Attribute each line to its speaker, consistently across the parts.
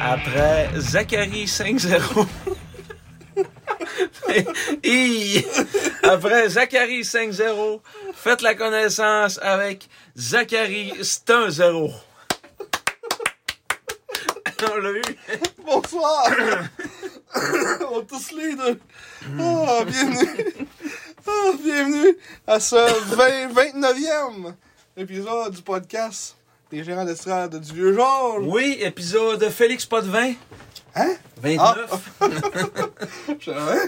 Speaker 1: Après Zachary 5-0. Hi! Après Zachary 5-0, faites la connaissance avec Zachary c'est un 0. On l'a eu.
Speaker 2: Bonsoir! On est tous les deux. Ah, bienvenue! Ah, bienvenue à ce 20 29e épisode du podcast des gérants d'estrade du vieux Georges.
Speaker 1: Oui, épisode de Félix Potvin.
Speaker 2: Hein?
Speaker 1: 29.
Speaker 2: Je- hein?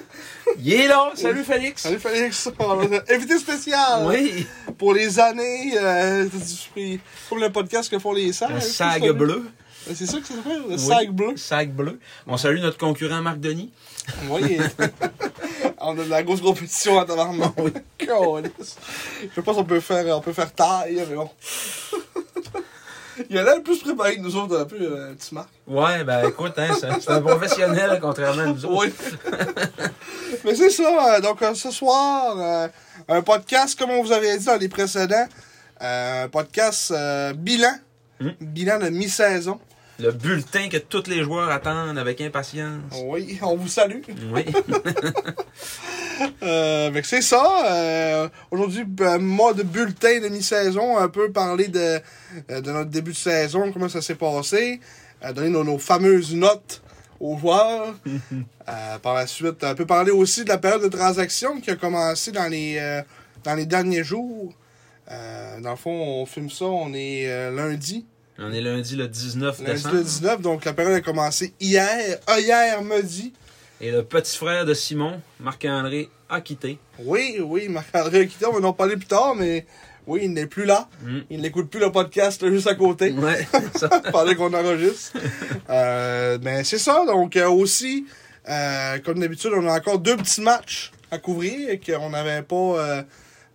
Speaker 1: Il est là. Salut Félix.
Speaker 2: Salut Félix! Ah. On a un Invité spécial!
Speaker 1: Oui.
Speaker 2: Pour les années, euh, du- comme le podcast que font les sages.
Speaker 1: Le
Speaker 2: Ah, c'est
Speaker 1: sag
Speaker 2: ça?
Speaker 1: bleu.
Speaker 2: C'est ça que ça s'appelle? Le
Speaker 1: Oui,
Speaker 2: sag bleu.
Speaker 1: Sag bleu. On salue notre concurrent Marc Denis.
Speaker 2: Oui. on a de la grosse compétition à tabarnak.
Speaker 1: Oui.
Speaker 2: Câlisse. Je pense qu'on peut faire, on peut faire taille, mais bon. Il a l'air plus préparé que nous autres, un peu, euh, petit Marc.
Speaker 1: Ouais, ben écoute, hein, c'est c'est un professionnel contrairement à nous autres.
Speaker 2: Oui. mais c'est ça, euh, donc euh, ce soir, euh, un podcast, comme on vous avait dit dans les précédents, euh, un podcast euh, bilan,
Speaker 1: Mm.
Speaker 2: bilan de mi-saison.
Speaker 1: Le bulletin que tous les joueurs attendent avec impatience.
Speaker 2: Oui, on vous salue.
Speaker 1: Oui.
Speaker 2: Euh, fait que c'est ça. Euh, Aujourd'hui, ben, mode bulletin de mi-saison, un peu parler de, euh, de notre début de saison, comment ça s'est passé, euh, donner nos, nos fameuses notes aux joueurs. Euh, par la suite, un peu parler aussi de la période de transaction qui a commencé dans les, euh, dans les derniers jours. Euh, dans le fond, on filme ça, on est euh, lundi,
Speaker 1: On est lundi le 19
Speaker 2: lundi
Speaker 1: décembre.
Speaker 2: le 19, donc la période a commencé hier, euh, hier midi.
Speaker 1: Et le petit frère de Simon, Marc-André, a quitté.
Speaker 2: Oui, oui, Marc-André a quitté, on va en parler plus tard, mais oui, il n'est plus là.
Speaker 1: Mm.
Speaker 2: Il n'écoute plus le podcast là, juste à côté,
Speaker 1: Ouais. ça.
Speaker 2: pendant qu'on enregistre. Euh, ben, c'est ça, donc euh, aussi, euh, comme d'habitude, on a encore deux petits matchs à couvrir et qu'on n'avait pas euh,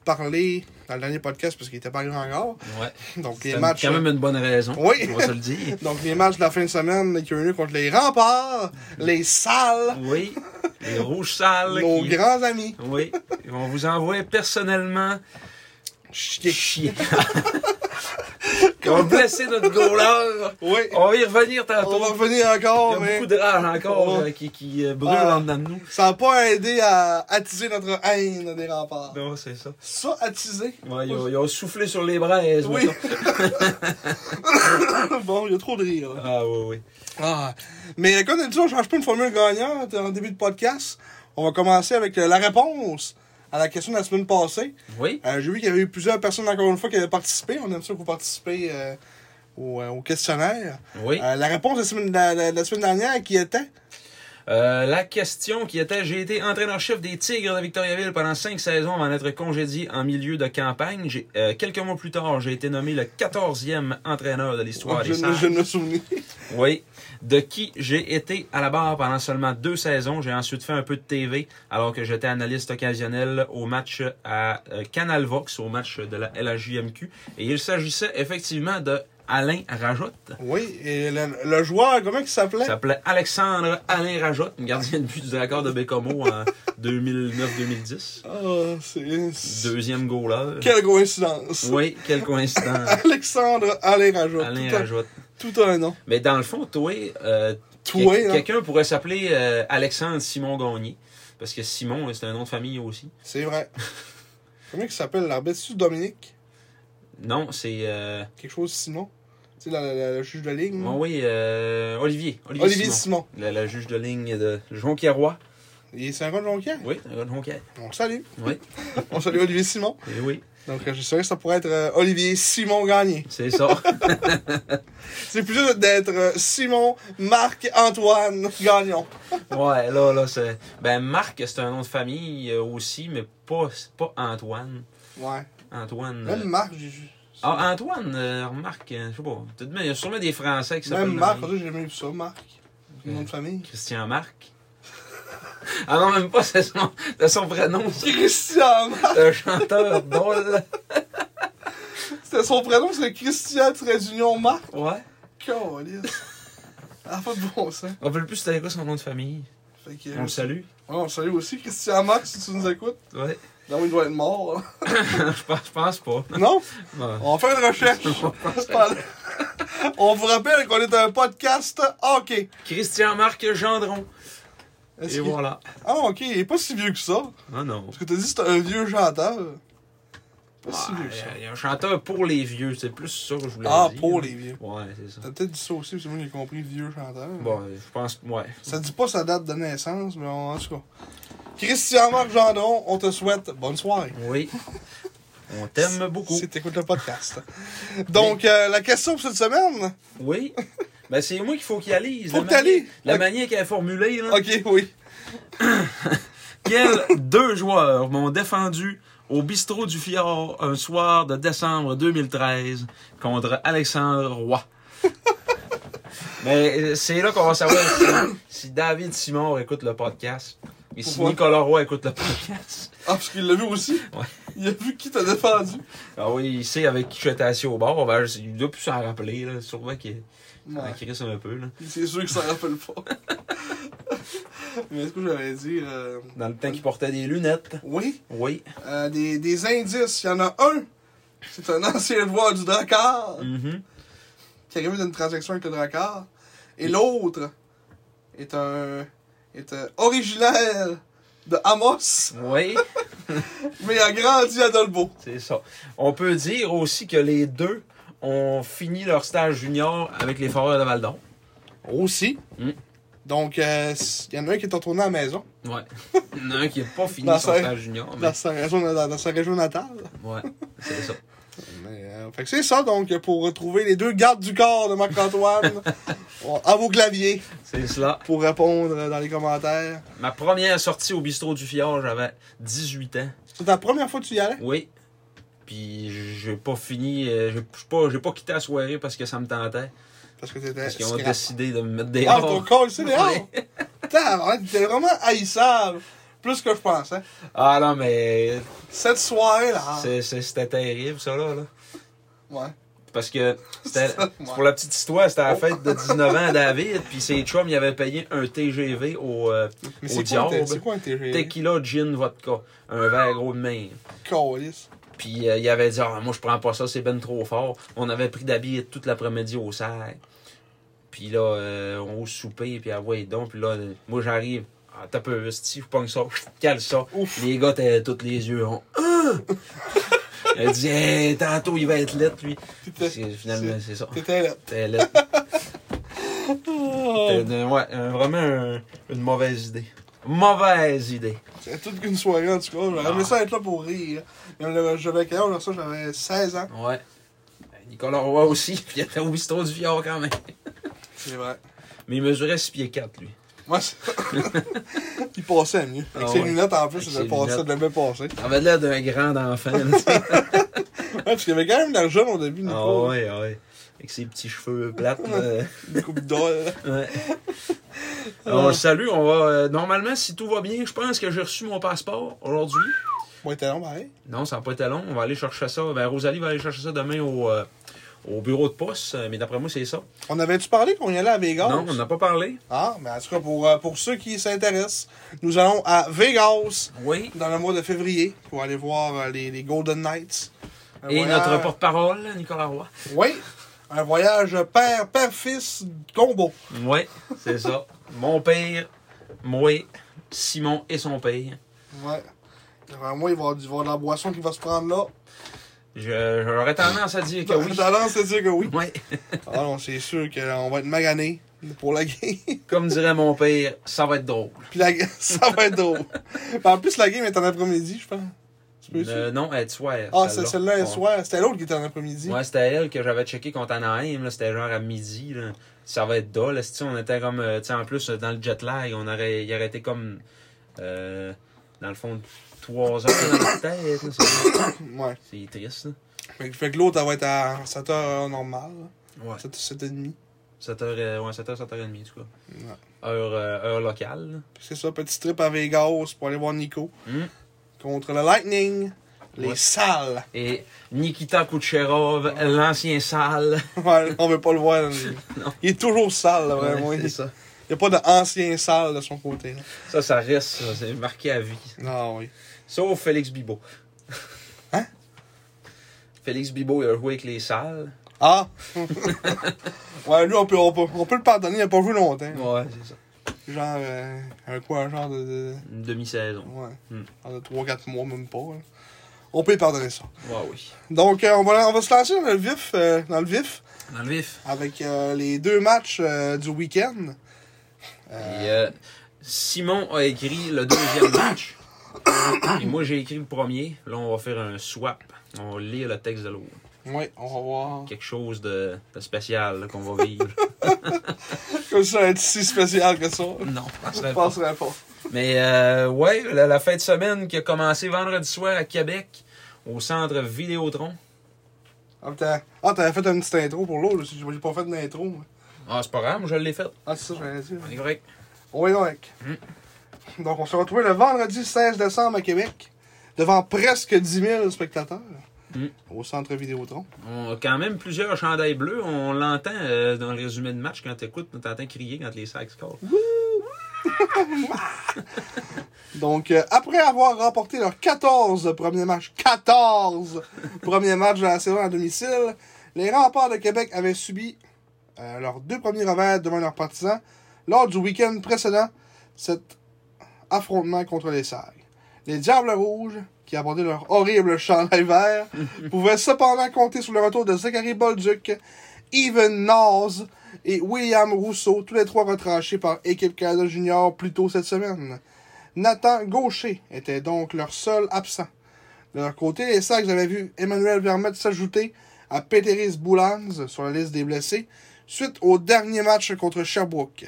Speaker 2: parlé dans le dernier podcast parce qu'il était pas arrivé encore.
Speaker 1: Ouais.
Speaker 2: Donc
Speaker 1: C'est
Speaker 2: les
Speaker 1: une-
Speaker 2: matchs...
Speaker 1: quand même une bonne raison.
Speaker 2: hein. Oui.
Speaker 1: On va se le dire.
Speaker 2: Donc les matchs de la fin de semaine qui ont eu lieu contre les remparts, les salles,
Speaker 1: Oui. Les rouges sales.
Speaker 2: nos
Speaker 1: qui-
Speaker 2: grands amis.
Speaker 1: Oui. Et On vous envoie personnellement
Speaker 2: Chier.
Speaker 1: chier. on va blesser notre goaler.
Speaker 2: Oui,
Speaker 1: On va y revenir tantôt.
Speaker 2: on va revenir
Speaker 1: Il y
Speaker 2: encore,
Speaker 1: a
Speaker 2: mais...
Speaker 1: beaucoup de rage encore
Speaker 2: On va-
Speaker 1: euh, qui, qui euh, brûle
Speaker 2: Ah.
Speaker 1: en dedans de nous.
Speaker 2: Ça n'a pas aidé à attiser notre haine des remparts.
Speaker 1: Non, Ben, c'est ça.
Speaker 2: Ça, attiser.
Speaker 1: Ouais, ils, ont, ils ont soufflé sur les braises.
Speaker 2: Oui.
Speaker 1: mettons.
Speaker 2: bon, il y a trop de rire. là.
Speaker 1: Ah oui, oui.
Speaker 2: Ah. Mais comme d'habitude, on ne change pas une formule gagnante en début de podcast. On va commencer avec euh, la réponse à la question de la semaine passée.
Speaker 1: Oui,
Speaker 2: Euh, J'ai vu qu'il y avait eu plusieurs personnes, encore une fois, qui avaient participé. On aime ça que vous participez euh, au, euh, au questionnaire.
Speaker 1: oui.
Speaker 2: Euh, la réponse de la semaine, la- la- la semaine dernière qui était
Speaker 1: Euh, la question qui était J'ai été entraîneur-chef des Tigres de Victoriaville pendant cinq saisons avant d'être congédié en milieu de campagne. J'ai- euh, quelques mois plus tard, j'ai été nommé le 14e entraîneur de l'histoire
Speaker 2: Je
Speaker 1: des
Speaker 2: ne
Speaker 1: Saints.
Speaker 2: je ne me souviens.
Speaker 1: Oui. De qui j'ai été à la barre pendant seulement deux saisons. J'ai ensuite fait un peu de TV alors que j'étais analyste occasionnel au match à euh, Canal Vox, au match de la LHJMQ. Et il s'agissait effectivement de Alain Rajotte.
Speaker 2: Oui, et le, le joueur, comment il s'appelait
Speaker 1: Il s'appelait Alexandre Alain Rajotte, gardien de but du Drakkar de Bécomo en 2009-2010.
Speaker 2: Ah, c'est.
Speaker 1: Deuxième goaler.
Speaker 2: Quelle coïncidence.
Speaker 1: Oui, quelle coïncidence.
Speaker 2: Alexandre Alain Rajotte.
Speaker 1: Alain
Speaker 2: tout, un,
Speaker 1: Rajotte.
Speaker 2: tout un nom.
Speaker 1: Mais dans le fond, toi, euh,
Speaker 2: Toi,
Speaker 1: quel-
Speaker 2: hein.
Speaker 1: quelqu'un pourrait s'appeler euh, Alexandre Simon Gagné. Parce que Simon, euh, c'est un nom de famille aussi.
Speaker 2: C'est vrai. Comment il s'appelle l'arbitre C'est Dominique
Speaker 1: Non, c'est. euh,
Speaker 2: Quelque chose Simon Tu sais, la- la- la- le juge de ligne
Speaker 1: oh oui, euh, Olivier. Olivier,
Speaker 2: Hmm. Olivier
Speaker 1: Simon.
Speaker 2: Simon.
Speaker 1: Le, le juge de ligne de Jonquière-Roy.
Speaker 2: Il est 50 Jonquière.
Speaker 1: Oui, un gars de Jonquière.
Speaker 2: On le salue.
Speaker 1: Oui,
Speaker 2: On salue Olivier Simon.
Speaker 1: eh oui.
Speaker 2: Donc, euh, je sais que ça pourrait être euh, Olivier Simon Gagné.
Speaker 1: C'est ça.
Speaker 2: C'est plutôt d'être euh, Simon Marc-Antoine Gagnon.
Speaker 1: Ouais, là, là, c'est. Ben, Marc, c'est un nom de famille euh, aussi, mais pas, c'est pas Antoine.
Speaker 2: Ouais.
Speaker 1: Antoine. euh,
Speaker 2: Même Marc, j'ai vu.
Speaker 1: Ah, Antoine, euh, remarque, euh, je sais pas. peut-être bien, Il y a sûrement des Français qui s'appellent.
Speaker 2: Même
Speaker 1: de
Speaker 2: Marc,
Speaker 1: même.
Speaker 2: j'ai jamais vu ça, Marc. Une nom de famille.
Speaker 1: Christian Marc. ah non, même pas, c'est son, c'est son prénom. ça.
Speaker 2: Christian Marc.
Speaker 1: C'est un chanteur drôle.
Speaker 2: C'était son prénom, c'est Christian Trédunion Marc.
Speaker 1: Ouais.
Speaker 2: Calice. Ah, pas de bon sens.
Speaker 1: On peut plus c'était quoi son nom de famille.
Speaker 2: Fait que,
Speaker 1: On le salue.
Speaker 2: Ouais, on salue aussi Christian Marc si tu nous écoutes.
Speaker 1: Ouais.
Speaker 2: Non, il doit être mort. là.
Speaker 1: je, pense, je pense pas.
Speaker 2: Non?
Speaker 1: Ouais.
Speaker 2: On fait une recherche. on vous rappelle qu'on est un podcast hockey.
Speaker 1: Christian Marc Gendron.
Speaker 2: Est-ce
Speaker 1: Et
Speaker 2: qu'il-
Speaker 1: voilà.
Speaker 2: Ah, ok, il est pas si vieux que ça.
Speaker 1: Ah non.
Speaker 2: Parce que t'as dit que c'était un vieux chanteur. Pas si
Speaker 1: Ah, Ouais,
Speaker 2: vieux que ça.
Speaker 1: il y a un chanteur pour les vieux, c'est plus ça que je voulais
Speaker 2: Ah,
Speaker 1: dire.
Speaker 2: pour les vieux.
Speaker 1: Ouais, c'est ça.
Speaker 2: T'as peut-être dit ça aussi, parce que moi j'ai compris vieux chanteur.
Speaker 1: Bon, euh, je pense, ouais.
Speaker 2: Ça dit pas sa date de naissance, mais en tout cas. Christian Marc Gendron, on te souhaite bonne soirée.
Speaker 1: Oui. On t'aime beaucoup.
Speaker 2: Si t'écoutes le podcast. Donc, euh, la question pour cette semaine.
Speaker 1: Oui. Ben, c'est moi qu'il faut qu'il analyse.
Speaker 2: Faut
Speaker 1: La
Speaker 2: que t'analyses.
Speaker 1: manière- La
Speaker 2: Ok.
Speaker 1: manière qu'elle est formulée, là.
Speaker 2: Ok, oui.
Speaker 1: Quels deux joueurs m'ont défendu au bistrot du Fjord un soir de décembre 2013 contre Alexandre Roy? Mais euh, c'est là qu'on va savoir si, si David Simon écoute le podcast et si
Speaker 2: Pourquoi?
Speaker 1: Nicolas Roy écoute le podcast.
Speaker 2: Ah, parce qu'il l'a vu aussi.
Speaker 1: Ouais.
Speaker 2: Il a vu qui t'a défendu.
Speaker 1: Ah oui, il sait avec qui je suis assis au bord. Ben, je- il doit plus s'en rappeler, là. Sûrement qu'il
Speaker 2: Ouais.
Speaker 1: qu'il risque un peu, là.
Speaker 2: C'est sûr qu'il s'en rappelle pas. mais est-ce que j'allais dire. euh,
Speaker 1: Dans le temps qu'il portait des lunettes.
Speaker 2: Oui,
Speaker 1: Oui.
Speaker 2: euh, des, des indices. Il y en a un. C'est un ancien joueur du Drakkar
Speaker 1: Mhm.
Speaker 2: qui est arrivé d'une transaction avec le Drakkar. Et l'autre est un. est un originaire de Amos,
Speaker 1: Oui.
Speaker 2: mais a grandi à Dolbeau.
Speaker 1: C'est ça. On peut dire aussi que les deux ont fini leur stage junior avec les Foreurs de Val-d'Or.
Speaker 2: Aussi.
Speaker 1: Mm.
Speaker 2: Donc, euh, s- il y en a un qui est retourné à la maison,
Speaker 1: Ouais. Il y en a un qui n'a pas fini
Speaker 2: Dans
Speaker 1: son
Speaker 2: sa-
Speaker 1: stage junior. Mais...
Speaker 2: dans sa région, dans, dans sa région natale.
Speaker 1: Ouais, c'est ça.
Speaker 2: Mais, euh, fait que c'est ça, donc, pour retrouver les deux gardes du corps de Marc-Antoine à vos claviers
Speaker 1: C'est cela.
Speaker 2: pour répondre euh, dans les commentaires.
Speaker 1: Ma première sortie au bistrot du Fjord, j'avais 18 ans.
Speaker 2: C'est la première fois que tu y allais?
Speaker 1: Oui. Puis j'ai pas fini, euh, j'ai j'ai pas, j'ai pas quitté la soirée parce que ça me tentait.
Speaker 2: Parce que t'étais.
Speaker 1: Parce qu'ils ont
Speaker 2: scrap.
Speaker 1: décidé de me mettre
Speaker 2: Ah, ton
Speaker 1: dehors.
Speaker 2: col, c'est dehors!
Speaker 1: Oui.
Speaker 2: Tabarnak, t'étais vraiment haïssable! Plus que je pensais.
Speaker 1: Ah non, mais
Speaker 2: Cette soirée-là.
Speaker 1: c'est- c'est- c'était terrible, ça là. là.
Speaker 2: Ouais.
Speaker 1: Parce que c'était
Speaker 2: Ça, ouais.
Speaker 1: pour la petite histoire, c'était la fête de 19 ans à David, puis ses chums, ils avaient payé un TGV au, euh,
Speaker 2: Mais
Speaker 1: au
Speaker 2: c'est quoi, un
Speaker 1: diable.
Speaker 2: T- c'est quoi un TGV?
Speaker 1: Tequila, gin, vodka. Un verre gros de main.
Speaker 2: Calice.
Speaker 1: Puis euh, il avait dit Ah, moi, je prends pas ça, c'est ben trop fort. On avait pris d'habiller toute l'après-midi au cerf. Puis là, euh, on au souper, puis ah, ouais, donc. Puis là, euh, moi, j'arrive. Ah, t'as peu, si je pogne ça, je cale ça.
Speaker 2: Ouf.
Speaker 1: Les gars, t'as tous les yeux. On... il a dit Hey, tantôt, il va être lit, lui.
Speaker 2: T'étais.
Speaker 1: C'est- Finalement, c'est ça.
Speaker 2: T'étais là. Oh,
Speaker 1: T'es laid. T'es de- ouais, euh, vraiment un- une mauvaise idée. Mauvaise idée.
Speaker 2: C'était toute qu'une soirée, en tout cas. J'aurais aimé ça être là pour rire. Mais on avait- J'avais quel âge, ça? J'avais 16 ans.
Speaker 1: Ouais. Ben, Nicolas Roy aussi, puis il était au bistrot du Fjord quand même.
Speaker 2: C'est vrai.
Speaker 1: Mais il mesurait 6 pieds 4, lui.
Speaker 2: Moi, c'est- il passait mieux. Avec
Speaker 1: Ah
Speaker 2: ses
Speaker 1: ouais.
Speaker 2: lunettes en plus,
Speaker 1: Avec
Speaker 2: ça
Speaker 1: ses
Speaker 2: passait, ça
Speaker 1: lunettes.
Speaker 2: devait passer. Ouais,
Speaker 1: Il avait l'air d'un grand enfant. là, tu sais.
Speaker 2: parce qu'il y avait quand même de l'argent au début,
Speaker 1: Ah
Speaker 2: Nico.
Speaker 1: ouais, ouais. Avec ses petits cheveux plates. là.
Speaker 2: Une coupe d'or. là.
Speaker 1: Ouais. Alors, on le salue. On va, euh, normalement, si tout va bien, je pense que j'ai reçu mon passeport aujourd'hui.
Speaker 2: Bon, il était long, pareil.
Speaker 1: Non, ça n'a pas été long. On va aller chercher ça. Ben, Rosalie va aller chercher ça demain au, euh, au bureau de poste. euh, Mais d'après moi, c'est ça.
Speaker 2: On avait-tu parlé qu'on y allait à Vegas?
Speaker 1: Non, on n'a pas parlé.
Speaker 2: Ah, mais en tout cas, pour, euh, pour ceux qui s'intéressent, nous allons à Vegas
Speaker 1: Oui.
Speaker 2: dans le mois de février pour aller voir euh, les, les Golden Knights. Un
Speaker 1: Et
Speaker 2: voyage-
Speaker 1: notre porte-parole, Nicolas Roy.
Speaker 2: Oui, un voyage père, père-fils combo.
Speaker 1: Oui, c'est ça. Mon père, moi, Simon et son père.
Speaker 2: Ouais. Vraiment, il va y avoir du- il va y avoir de la boisson qui va se prendre là.
Speaker 1: Je- J'aurais tendance à dire que oui.
Speaker 2: Tendance à dire que oui.
Speaker 1: Ouais.
Speaker 2: Ah non, c'est sûr qu'on va être magané pour la game.
Speaker 1: Comme dirait mon père, ça va être drôle.
Speaker 2: Puis la... ça va être drôle. Puis en plus, la game est en après-midi, je pense. C'est Tu peux-tu?
Speaker 1: Euh, non, elle est soir.
Speaker 2: ah, c'est celle-là un
Speaker 1: Ouais.
Speaker 2: soir. C'était l'autre qui était en après-midi.
Speaker 1: Ouais, c'était elle que j'avais checké contre Anaheim. là. C'était genre à midi. Là. Ça va être dole. esti. On était comme. euh, tu sais, en plus, euh, dans le jet lag, on aurait, il aurait été comme. euh, dans le fond, trois heures dans la tête. là. C'est-
Speaker 2: Ouais.
Speaker 1: C'est triste. là.
Speaker 2: Fait, que- fait que l'autre, elle va être à 7h normal.
Speaker 1: Ouais.
Speaker 2: 7, 7h30.
Speaker 1: 7 heures, euh, ouais, 7 heures, 7 heures et demie, en tout cas. Heure, euh, heure locale. là.
Speaker 2: C'est ça, petit trip à Vegas pour aller voir Nico.
Speaker 1: Mm.
Speaker 2: Contre le Lightning. Les
Speaker 1: Ouais.
Speaker 2: salles.
Speaker 1: Et Nikita Kucherov, l'ancien sale.
Speaker 2: Ouais, on veut pas le voir. Il est toujours sale, là, vraiment.
Speaker 1: Ouais, c'est
Speaker 2: il
Speaker 1: ça.
Speaker 2: n'y a pas d'ancien sale de son côté. là.
Speaker 1: Ça, ça reste, ça. c'est marqué à vie.
Speaker 2: Ah oui.
Speaker 1: Sauf Félix Bibo.
Speaker 2: Hein?
Speaker 1: Félix Bibo, il a joué avec les salles.
Speaker 2: Ah! ouais, lui, on peut, on, peut, on peut le pardonner, il a pas joué longtemps.
Speaker 1: Ouais, c'est ça.
Speaker 2: Genre, euh, un quoi, un genre de. de-
Speaker 1: Une demi-saison.
Speaker 2: ouais.
Speaker 1: Mm.
Speaker 2: Genre de 3-4 mois, même pas. hein. On peut lui pardonner ça.
Speaker 1: Ouais, oui.
Speaker 2: Donc, euh, on, va, on va se lancer dans le vif, euh, dans le vif
Speaker 1: Dans le vif.
Speaker 2: avec euh, les deux matchs euh, du week-end.
Speaker 1: Et, euh, Simon a écrit le deuxième match. Et moi, j'ai écrit le premier. Là, on va faire un swap. On va lire le texte de l'autre.
Speaker 2: Ouais, on va voir.
Speaker 1: Quelque chose de, de spécial là, qu'on va vivre.
Speaker 2: Comme ça, être si spécial que ça.
Speaker 1: non, ça
Speaker 2: Je
Speaker 1: serait pas.
Speaker 2: penserais pas.
Speaker 1: Mais euh, ouais, la, la fin de semaine qui a commencé vendredi soir à Québec, au centre Vidéotron.
Speaker 2: Ah, putain. Ah, t'avais fait une petite intro pour l'autre. aussi. J'ai j'ai pas fait d'intro. moi.
Speaker 1: Ah, c'est pas grave, moi, je l'ai faite.
Speaker 2: Ah, c'est ça, j'allais dire.
Speaker 1: On est correct.
Speaker 2: On est correct. Donc, on se retrouve le vendredi 16 décembre à Québec, devant presque 10 000 spectateurs,
Speaker 1: Mm.
Speaker 2: au centre Vidéotron.
Speaker 1: On a quand même plusieurs chandails bleus. On l'entend euh, dans le résumé de match quand t'écoutes, t'entends crier quand les sacs scorent.
Speaker 2: Donc, euh, après avoir remporté leurs 14 premiers matchs, 14 premiers matchs de la saison à domicile, les remparts de Québec avaient subi euh, leurs deux premiers revers devant leurs partisans lors du week-end précédent, cet affrontement contre les Sags. Les Diables Rouges, qui abordaient leur horrible chandail vert, pouvaient cependant compter sur le retour de Zachary Bolduc, Even Nas et William Rousseau, tous les trois retranchés par Équipe Canada Junior plus tôt cette semaine. Nathan Gaucher était donc leur seul absent. De leur côté, les Sags avaient vu Emmanuel Vermette s'ajouter à Peteris Boulans sur la liste des blessés suite au dernier match contre Sherbrooke.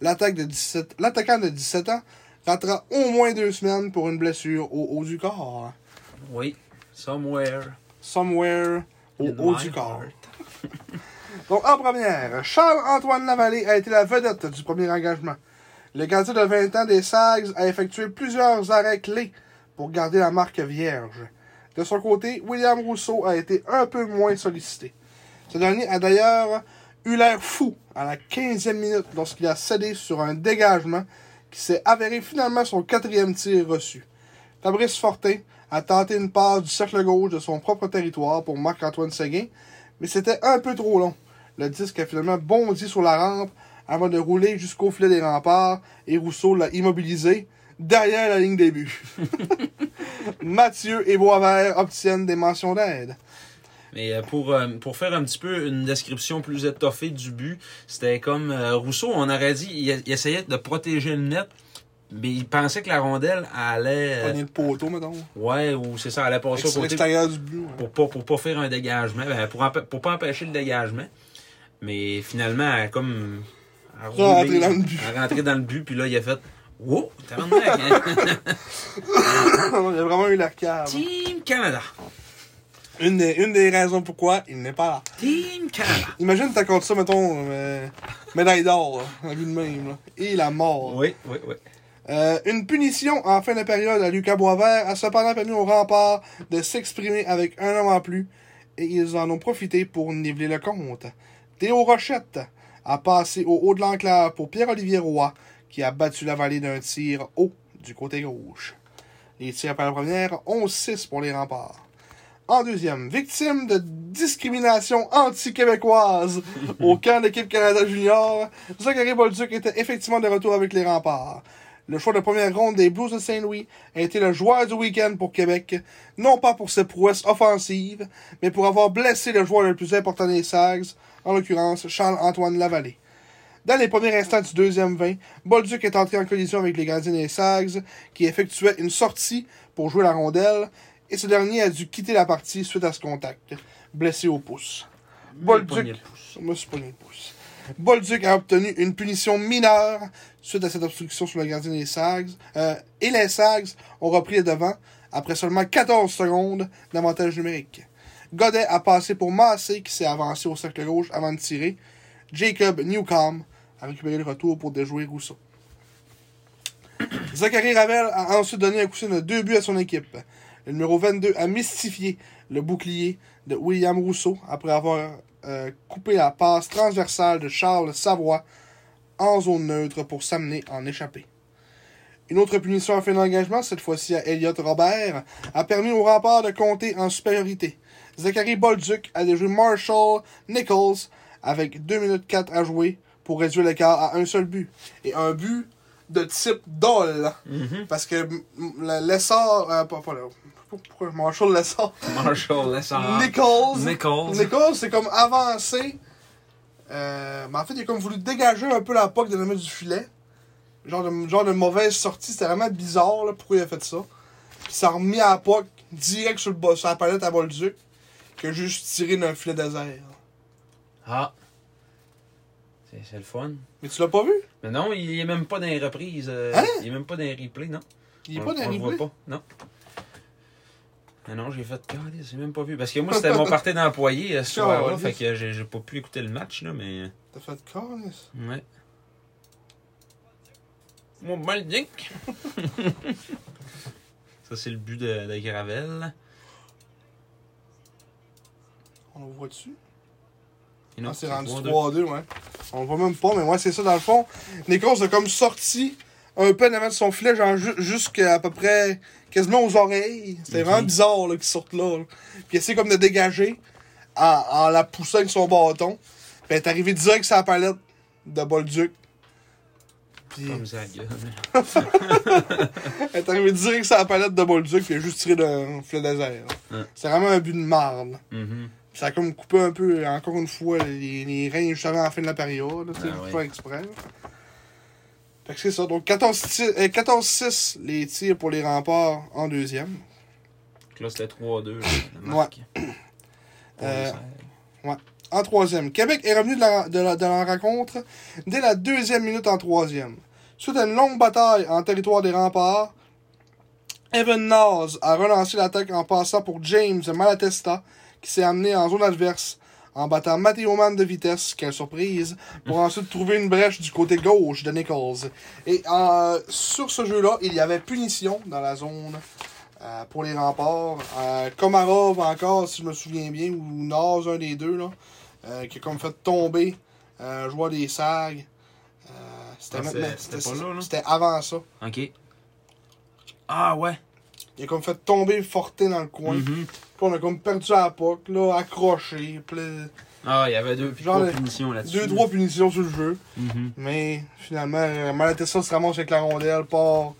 Speaker 2: L'attaque de 17 L'attaquant de 17 ans ratera au moins deux semaines pour une blessure au haut du corps.
Speaker 1: Oui, somewhere.
Speaker 2: Somewhere au
Speaker 1: in
Speaker 2: haut
Speaker 1: my
Speaker 2: du corps.
Speaker 1: heart.
Speaker 2: Donc, en première, Charles-Antoine Lavallée a été la vedette du premier engagement. Le gardien de 20 ans des Sags a effectué plusieurs arrêts clés pour garder la marque vierge. De son côté, William Rousseau a été un peu moins sollicité. Ce dernier a d'ailleurs eu l'air fou à la 15e minute lorsqu'il a cédé sur un dégagement qui s'est avéré finalement son quatrième tir reçu. Fabrice Fortin a tenté une passe du cercle gauche de son propre territoire pour Marc-Antoine Seguin, mais c'était un peu trop long. Le disque a finalement bondi sur la rampe avant de rouler jusqu'au filet des remparts et Rousseau l'a immobilisé derrière la ligne des buts. Mathieu et Boisvert obtiennent des mentions d'aide.
Speaker 1: Mais euh, pour, euh, pour faire un petit peu une description plus étoffée du but, c'était comme euh, Rousseau, on aurait dit, il, il essayait de protéger le net, mais il pensait que la rondelle allait. euh,
Speaker 2: Prenez le poteau, mettons.
Speaker 1: ouais, ou c'est ça, allait passer
Speaker 2: Sur
Speaker 1: au côté.
Speaker 2: l'extérieur du but. ouais.
Speaker 1: pour pas pour pas faire un dégagement ben, pour empê- pour pas empêcher le dégagement mais finalement elle a comme à
Speaker 2: Ça, rentrer dans le but.
Speaker 1: rentrer dans le but puis là il a fait wow tabarnak, hein?
Speaker 2: Il a vraiment eu l'air cave.
Speaker 1: Team Canada
Speaker 2: Une des, une des raisons pourquoi il n'est pas là.
Speaker 1: Team Canada
Speaker 2: Imagine t'accordes ça, mettons, euh, médaille d'or, là, en vue de même. là. Et la mort.
Speaker 1: oui oui oui
Speaker 2: Euh, une punition en fin de période à Lucas Boisvert a cependant permis aux remparts de s'exprimer avec un homme en plus et ils en ont profité pour niveler le compte. Théo Rochette a passé au haut de l'enclave pour Pierre-Olivier Roy qui a battu la vallée d'un tir haut du côté gauche. Les tirs par la première, 11-6 pour les remparts. En deuxième, victime de discrimination anti-québécoise au camp d'équipe Canada Junior, Zachary Bolduc était effectivement de retour avec les remparts. Le choix de première ronde des Blues de Saint-Louis a été le joueur du week-end pour Québec, non pas pour ses prouesses offensives, mais pour avoir blessé le joueur le plus important des Sags, en l'occurrence Charles-Antoine Lavallée. Dans les premiers instants du deuxième 20, Bolduc est entré en collision avec les gardiens des Sags, qui effectuaient une sortie pour jouer la rondelle, et ce dernier a dû quitter la partie suite à ce contact, blessé au pouce.
Speaker 1: poignet
Speaker 2: Bolduc,
Speaker 1: de pouce.
Speaker 2: je me suis pogné le pouce. Bolduc a obtenu une punition mineure suite à cette obstruction sur le gardien des Sags. Euh, et les Sags ont repris les devants après seulement 14 secondes d'avantage numérique. Godet a passé pour Massé qui s'est avancé au cercle gauche avant de tirer. Jacob Newcomb a récupéré le retour pour déjouer Rousseau. Zachary Ravel a ensuite donné un coup de deux buts à son équipe. Le numéro 22 a mystifié le bouclier de William Rousseau après avoir euh, coupé la passe transversale de Charles Savoie en zone neutre pour s'amener en échappée. Une autre punition en fin d'engagement, cette fois-ci à Elliot Robert, a permis au rempart de compter en supériorité. Zachary Bolduc a déjoué Marshall Nichols avec 2 minutes 4 à jouer pour réduire l'écart à un seul but. Et un but de type Doll.
Speaker 1: Mhm.
Speaker 2: Parce que mm, le- l'essor. euh, pas, pas le- pourquoi Marshall l'essor
Speaker 1: Marshall Lessard.
Speaker 2: Nichols.
Speaker 1: Ah. Nichols.
Speaker 2: Nichols, c'est comme avancé. Euh, mais en fait, il a comme voulu dégager un peu la POC de la main du filet. Genre de, genre de mauvaise sortie. C'était vraiment bizarre là, pourquoi il a fait ça. Puis ça a remis à la POC direct sur, le, bas- sur la palette à Bolduc. Que juste tiré d'un filet désert.
Speaker 1: Ah. C'est c'est le fun.
Speaker 2: Mais tu l'as pas vu?
Speaker 1: Mais non, il est même pas dans les reprises. euh,
Speaker 2: Hein?
Speaker 1: Il est même pas dans les replays, non.
Speaker 2: Il est
Speaker 1: On-
Speaker 2: pas dans
Speaker 1: on
Speaker 2: les
Speaker 1: le voit
Speaker 2: replays.
Speaker 1: pas, non. Mais non, j'ai fait. Calais, j'ai même pas vu. Parce que moi, c'était mon party d'employé euh, ce soir.
Speaker 2: Calais.
Speaker 1: là, fait que j'ai j'ai pas pu écouter le match, là, mais.
Speaker 2: T'as fait cornice.
Speaker 1: Ouais. Mon bol dick. Ça, c'est le but de, de Gravel.
Speaker 2: On le voit dessus?
Speaker 1: Et
Speaker 2: Non, Ah, c'est
Speaker 1: c'est
Speaker 2: rendu
Speaker 1: 3-2.
Speaker 2: 3-2, ouais. On le voit même pas, mais ouais, c'est ça, dans le fond. Nichols a comme sorti un peu en avant de son filet, genre ju- jusqu'à à peu près quasiment aux oreilles. C'était
Speaker 1: Ok.
Speaker 2: vraiment bizarre là, qu'il sorte là, là. Puis il essaie comme de dégager en, en la poussant avec son bâton. Puis elle est arrivée direct sur la palette de Bolduc. Puis
Speaker 1: Comme ça, gueule.
Speaker 2: elle est arrivée direct sur la palette de Bolduc, puis elle a juste tiré d'un filet désert.
Speaker 1: Ouais.
Speaker 2: C'est vraiment un but de marde.
Speaker 1: Mhm.
Speaker 2: Ça a comme coupé un peu, encore une fois, les, les reins juste avant la fin de la période. là, tu sais,
Speaker 1: Ah ouais.
Speaker 2: pas exprès. Fait que c'est ça. Donc 14-6 euh, 14-6 les tirs pour les remparts en deuxième.
Speaker 1: Donc Là, c'était 3-2. la marque. Pour
Speaker 2: Euh,
Speaker 1: les Serres.
Speaker 2: En troisième, Québec est revenu de la, de la- de la rencontre dès la deuxième minute en troisième. Suite à une longue bataille en territoire des remparts, Evan Naz a relancé l'attaque en passant pour James Malatesta, qui s'est amené en zone adverse en battant Matteo Mann de vitesse, quelle surprise, pour ensuite trouver une brèche du côté gauche de Nichols. Et euh, sur ce jeu-là, il y avait punition dans la zone euh, pour les remparts. Euh, Komarov encore, si je me souviens bien, ou Naz, un des deux, là, euh, qui a comme fait tomber euh, un joueur des Sags. Euh, c'était
Speaker 1: Ah,
Speaker 2: même-
Speaker 1: c'est-
Speaker 2: mais-
Speaker 1: c'était
Speaker 2: c'était-
Speaker 1: pas là, là?
Speaker 2: c'était avant ça.
Speaker 1: OK. Ah ouais.
Speaker 2: Il a comme fait tomber Fortin dans le coin.
Speaker 1: Mhm.
Speaker 2: Puis on a comme perdu à la POC, là, accroché. puis là,
Speaker 1: Ah, il y avait deux,
Speaker 2: Genre,
Speaker 1: trois punitions là-dessus.
Speaker 2: deux, trois punitions sur le jeu.
Speaker 1: Mhm.
Speaker 2: Mais finalement, euh, Malatesta se ramasse avec la rondelle, part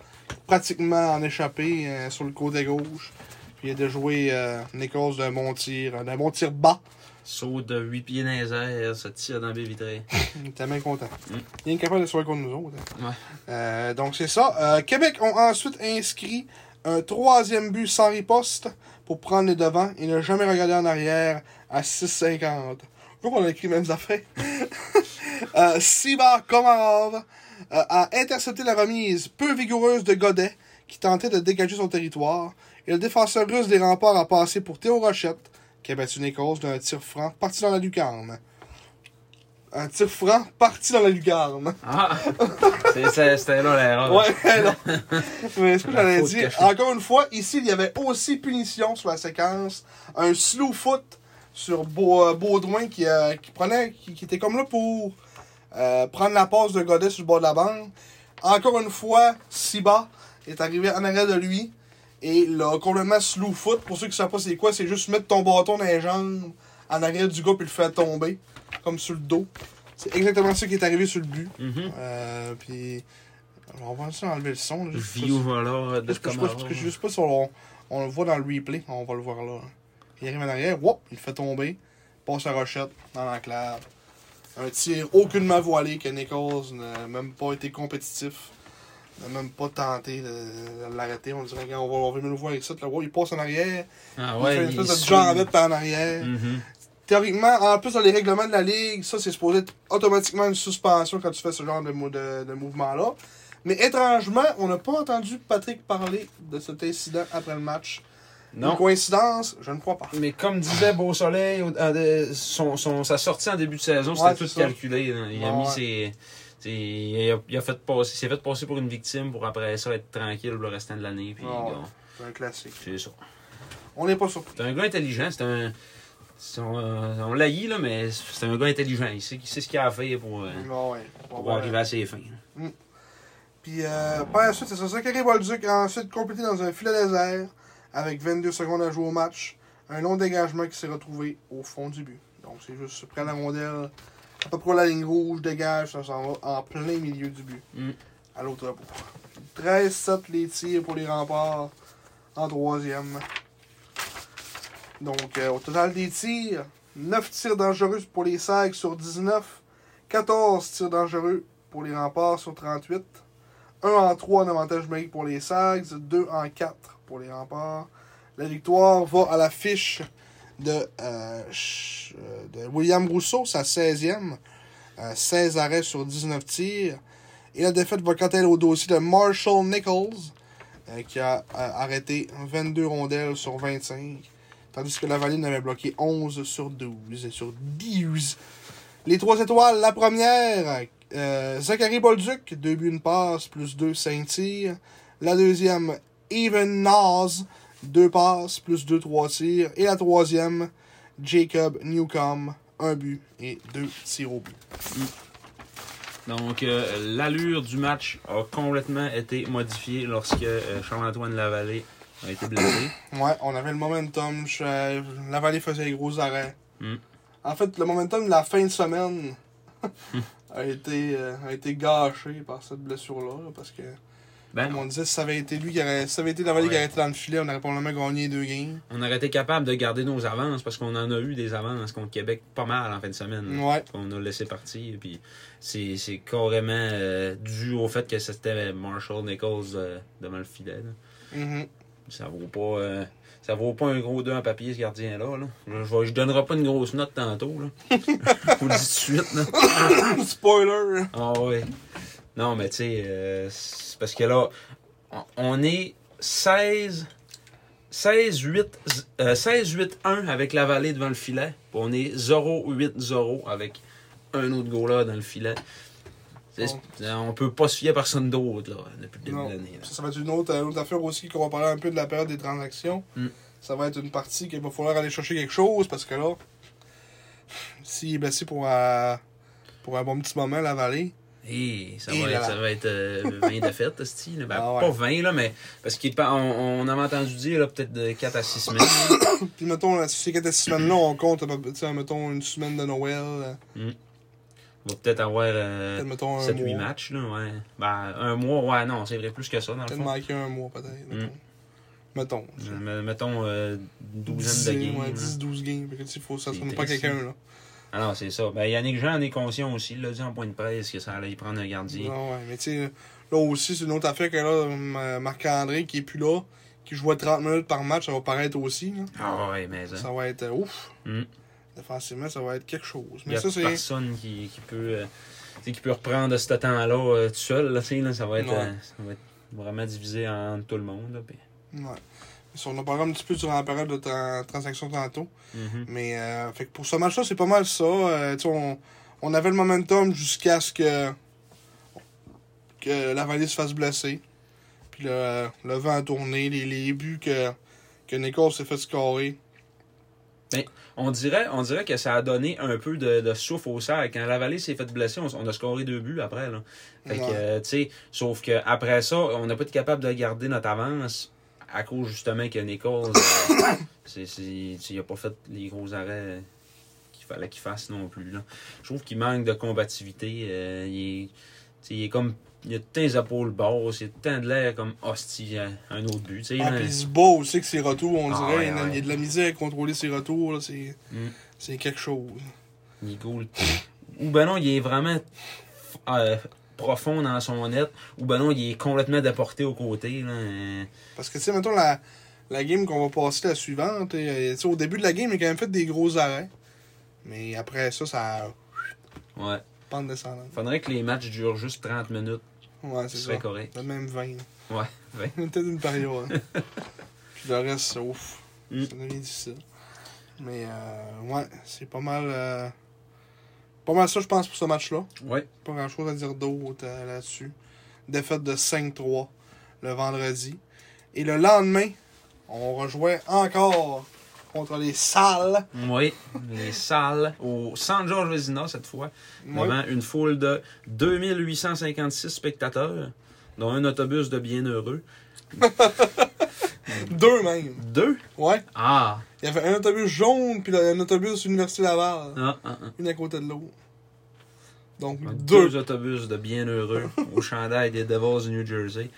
Speaker 2: pratiquement en échappée euh, sur le côté gauche. Puis il a déjoué euh, Nichols d'un bon tir, euh, d'un bon tir bas.
Speaker 1: Saut de 8 pieds dans les airs, ça tire dans les vitrées.
Speaker 2: Il était bien content.
Speaker 1: Mm.
Speaker 2: Il est incapable de se voir contre nous autres. hein.
Speaker 1: Ouais.
Speaker 2: Euh, donc c'est ça. Euh, Québec ont ensuite inscrit un troisième but sans riposte pour prendre les devants et ne jamais regarder en arrière à 6,50. Pourquoi on a écrit les mêmes affaires? euh, Siba Komarov euh, a intercepté la remise peu vigoureuse de Godet qui tentait de dégager son territoire et le défenseur russe des remparts a passé pour Théo Rochette qui a battu Nichols d'un tir franc parti dans la lucarne. Un tir franc parti dans la lucarne.
Speaker 1: Ah! C'est- c'est- C'était là l'erreur.
Speaker 2: Ouais, non. Mais ce que
Speaker 1: Ah. La
Speaker 2: j'allais
Speaker 1: faute
Speaker 2: dire,
Speaker 1: cachée.
Speaker 2: encore une fois, ici, il y avait aussi punition sur la séquence. Un slow foot sur Beau- Baudouin qui, euh, qui prenait, qui, qui était comme là pour euh, prendre la passe de Godet sur le bord de la bande. Encore une fois, Siba est arrivé en arrière de lui et l'a complètement slow foot. Pour ceux qui ne savent pas c'est quoi, c'est juste mettre ton bâton dans les jambes en arrière du gars puis le faire tomber, comme sur le dos. C'est exactement ça qui est arrivé sur le but.
Speaker 1: Mhm.
Speaker 2: Euh, puis on va juste enlever le son. là,
Speaker 1: Le
Speaker 2: juste-
Speaker 1: vieux voleur de
Speaker 2: parce que je sais pas- parce
Speaker 1: Komarov.
Speaker 2: que je sais pas si on, on le voit dans le replay, on va le voir là. Il arrive en arrière, whoop, il le fait tomber, passe la rochette dans l'enclave. Un tir aucunement voilé que Nichols n'a même pas été compétitif. n'a même pas tenté de, de l'arrêter. On dirait qu'on va, on va mieux le voir ici. Le roi, il passe en arrière.
Speaker 1: Ah
Speaker 2: il
Speaker 1: ouais,
Speaker 2: fait une espèce de
Speaker 1: se-
Speaker 2: genre à mettre par en arrière.
Speaker 1: Mhm.
Speaker 2: Théoriquement, en plus dans les règlements de la ligue, ça c'est supposé être automatiquement une suspension quand tu fais ce genre de, mou- de, de mouvement-là. Mais étrangement, on n'a pas entendu Patrick parler de cet incident après le match. Une
Speaker 1: Non.
Speaker 2: coïncidence, je ne crois pas.
Speaker 1: Mais comme disait Beau Soleil, au- à de- son, son- sa sortie en début de saison,
Speaker 2: Ouais,
Speaker 1: c'était tout
Speaker 2: c'est ça.
Speaker 1: calculé. hein. Il a
Speaker 2: Ouais,
Speaker 1: mis
Speaker 2: ouais.
Speaker 1: ses. ses- Il, a, il a fait passer, il s'est fait passer pour une victime pour après ça être tranquille le restant de l'année. Puis,
Speaker 2: Ouais.
Speaker 1: gars,
Speaker 2: C'est un classique.
Speaker 1: c'est ça.
Speaker 2: On n'est pas surpris.
Speaker 1: C'est un gars intelligent, c'est un. c'est un- on l'a haït, là, mais c'est un gars intelligent. Il sait, il sait ce qu'il a à faire pour, euh,
Speaker 2: Ah Ouais, ouais. On
Speaker 1: pour
Speaker 2: va voir.
Speaker 1: arriver à ses fins. hein.
Speaker 2: Puis euh, par la suite, c'est ça. Zachary Bolduc a ensuite complété dans un filet désert avec 22 secondes à jouer au match. Un long dégagement qui s'est retrouvé au fond du but. Donc c'est juste prendre la rondelle, à peu près la ligne rouge, dégage, ça s'en va en plein milieu du but.
Speaker 1: Mm.
Speaker 2: À l'autre bout. 13-7 les tirs pour les remparts en troisième. Donc euh, au total des tirs, 9 tirs dangereux pour les Sags sur 19, 14 tirs dangereux pour les remparts sur 38. 1 en 3 en avantage numérique pour les Sags, 2 en 4 pour les remparts. La victoire va à la fiche de, euh, Ch- euh, de William Rousseau, sa 16e. euh, 16 arrêts sur 19 tirs. Et la défaite va quant à elle au dossier de Marshall Nichols, euh, qui a euh, arrêté 22 rondelles sur 25. Tandis que la Valine avait bloqué 11 sur 12 et sur 12. Les trois étoiles, la première, euh, Zachary Bolduc, deux buts, une passe, plus deux, cinq tirs. La deuxième, Even Nas, deux passes, plus deux, trois tirs. Et la troisième, Jacob Newcomb, un but et deux tirs au but.
Speaker 1: Donc, euh, l'allure du match a complètement été modifiée lorsque euh, Charles-Antoine Lavallée a été blessé.
Speaker 2: Ouais, on avait le momentum. je- la vallée faisait les gros arrêts.
Speaker 1: Mm.
Speaker 2: En fait, le momentum de la fin de semaine a, été, euh, a été gâché par cette blessure-là. là, parce que,
Speaker 1: Ben,
Speaker 2: comme on disait, si ça avait été lui, qui aurait, si ça avait été la vallée qui
Speaker 1: Ouais.
Speaker 2: aurait été dans le filet, on aurait probablement gagné deux games.
Speaker 1: on aurait été capable de garder nos avances parce qu'on en a eu des avances contre Québec pas mal en fin de semaine.
Speaker 2: Ouais.
Speaker 1: On a laissé partir. Puis c'est c'est carrément euh, dû au fait que c'était Marshall Nichols euh, devant le filet. là.
Speaker 2: Mhm.
Speaker 1: Ça vaut pas. euh, ça vaut pas un gros 2 en papier, ce gardien-là. Là. Je, je vais- je donnerai pas une grosse note tantôt. Là. je vous le dis tout de suite. Là.
Speaker 2: Spoiler!
Speaker 1: Ah ouais. Non, mais tu sais, euh, c'est parce que là, on- on est 16. 16-8, euh, 16-8-1 avec la vallée devant le filet. Puis on est 0-8-0 avec un autre goaler dans le filet. C'est-
Speaker 2: Bon.
Speaker 1: c'est- On peut pas se fier à personne d'autre là, depuis le début
Speaker 2: Non.
Speaker 1: de l'année. là.
Speaker 2: Ça, ça va être une autre, une autre affaire aussi qu'on va parler un peu de la période des transactions.
Speaker 1: Mm.
Speaker 2: Ça va être une partie qu'il va falloir aller chercher quelque chose parce que là, s'il est blessé pour, euh, pour un bon petit moment, la vallée.
Speaker 1: Et ça,
Speaker 2: Et
Speaker 1: va
Speaker 2: là
Speaker 1: être,
Speaker 2: là.
Speaker 1: ça va être euh, 20 défaites, esti, là. Ben,
Speaker 2: Ah ouais.
Speaker 1: Pas 20, là, mais parce qu'on on avait entendu dire là, peut-être de 4 à 6 semaines. là.
Speaker 2: Puis mettons, là, sur ces quatre semaines-là, on compte, euh, tu sais, mettons, une semaine de Noël, euh,
Speaker 1: On va peut-être avoir euh,
Speaker 2: peut-être, mettons, un
Speaker 1: 7-8
Speaker 2: mois.
Speaker 1: matchs. Là, ouais. Ben, un mois, ouais, non, c'est vrai, plus que ça, dans le
Speaker 2: Peut-être
Speaker 1: fond. Mm.
Speaker 2: manquer un mois, peut-être. mettons. Mettons.
Speaker 1: Euh, me- Mettons euh, une douzaine de
Speaker 2: Dix-
Speaker 1: games.
Speaker 2: ouais,
Speaker 1: là.
Speaker 2: 10-12 games. Fait que, tu sais, faut que ça
Speaker 1: C'est
Speaker 2: sonne pas
Speaker 1: triste,
Speaker 2: quelqu'un, là.
Speaker 1: Ah non, c'est ça. Ben, Yannick Jean en est conscient aussi. Il l'a dit en point de presse que ça allait y prendre un gardien.
Speaker 2: Non, ouais, mais tu sais, là aussi, c'est une autre affaire que là, M- Marc-André qui est plus là, qui joue à 30 minutes par match, ça va paraître aussi. Là.
Speaker 1: Ah ouais, mais hein,
Speaker 2: Ça va être euh, ouf.
Speaker 1: Mm.
Speaker 2: Défensivement, ça va être quelque chose.
Speaker 1: il n'y
Speaker 2: Mais
Speaker 1: a
Speaker 2: ça, c'est.
Speaker 1: personne qui, qui peut, euh, tu sais, qui peut reprendre ce temps-là euh, tout seul. Là, tu sais, là, ça, va être,
Speaker 2: Ouais.
Speaker 1: euh, ça va être vraiment divisé entre tout le monde. Là, puis-
Speaker 2: Ouais. Ça, On en parlera un petit peu durant la période de tra- transaction tantôt.
Speaker 1: Mhm.
Speaker 2: Mais euh, fait que pour ce match-là, c'est pas mal ça. Euh, tu sais, on, on avait le momentum jusqu'à ce que, que la valise se fasse blesser. Puis le, le vent a tourné, les, les buts que, que Nicolas s'est fait scorer.
Speaker 1: On dirait, on dirait que ça a donné un peu de, de souffle au cerf. Quand la vallée s'est faite blesser, on, s- on a scoré deux buts après. Là. Fait que,
Speaker 2: Ouais.
Speaker 1: euh, tu sais, sauf que après ça, on n'a pas été capable de garder notre avance à cause justement que Nichols, euh, c'est- c'est- tu sais, il n'a pas fait les gros arrêts qu'il fallait qu'il fasse non plus. Là. Je trouve qu'il manque de combativité. euh, il, est, tu sais, il est comme. Il a tant les épaules basses, il a tant de l'air comme hostile à un autre but. tu sais, hein.
Speaker 2: Ah,
Speaker 1: là.
Speaker 2: puis il se bat aussi que ses retours, on
Speaker 1: Ah,
Speaker 2: dirait.
Speaker 1: ouais,
Speaker 2: il, y a,
Speaker 1: ouais.
Speaker 2: il y a de la misère à contrôler ses retours. là, C'est
Speaker 1: Mm.
Speaker 2: c'est quelque chose.
Speaker 1: Il est cool. Ou ben non, il est vraiment euh, profond dans son net, ou ben non, il est complètement déporté aux côtés. Là. Euh,
Speaker 2: Parce que, tu sais, mettons la, la game qu'on va passer, la suivante, et, euh, tu sais, au début de la game, il a quand même fait des gros arrêts. Mais après ça, ça
Speaker 1: Ouais.
Speaker 2: pente descendante.
Speaker 1: Faudrait que les matchs durent juste 30 minutes.
Speaker 2: Ouais,
Speaker 1: Ce
Speaker 2: c'est ça.
Speaker 1: serait correct.
Speaker 2: Le même 20. là.
Speaker 1: Ouais, ouais.
Speaker 2: Peut-être une période. hein. Puis le reste, ça, ouf.
Speaker 1: Mm.
Speaker 2: Ça devient difficile. Mais, euh, ouais, c'est pas mal. euh, pas mal ça, je pense, pour ce match-là.
Speaker 1: Ouais.
Speaker 2: Pas grand chose à dire d'autre euh, là-dessus. Défaite de 5-3 le vendredi. Et le lendemain, on rejoint encore contre les salles.
Speaker 1: Oui, les salles au San George Vezina cette fois,
Speaker 2: Ouais.
Speaker 1: devant une foule de 2856 spectateurs, dont un autobus de bienheureux.
Speaker 2: Deux même.
Speaker 1: Deux?
Speaker 2: Ouais.
Speaker 1: Ah!
Speaker 2: Il y avait un autobus jaune puis le- un autobus Université Laval.
Speaker 1: Ah, ah, ah.
Speaker 2: Une à côté de l'autre. Donc
Speaker 1: Deux.
Speaker 2: deux.
Speaker 1: autobus de bienheureux au chandail des Devils du New Jersey.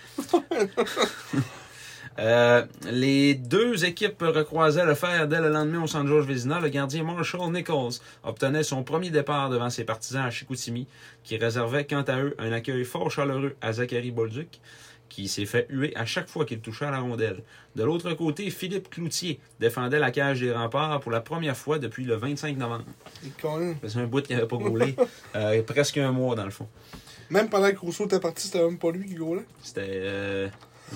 Speaker 1: Euh, les deux équipes recroisaient le fer dès le lendemain au San George Vézina. Le gardien Marshall Nichols obtenait son premier départ devant ses partisans à Chicoutimi, qui réservait quant à eux un accueil fort chaleureux à Zachary Bolduc, qui s'est fait huer à chaque fois qu'il touchait à la rondelle. De l'autre côté, Philippe Cloutier défendait la cage des remparts pour la première fois depuis le 25 novembre.
Speaker 2: Il connaît.
Speaker 1: C'est un bout qui n'avait pas roulé. Euh, presque un mois, dans le fond.
Speaker 2: Même pendant que Rousseau était parti, c'était même pas lui qui gaulait.
Speaker 1: C'était euh,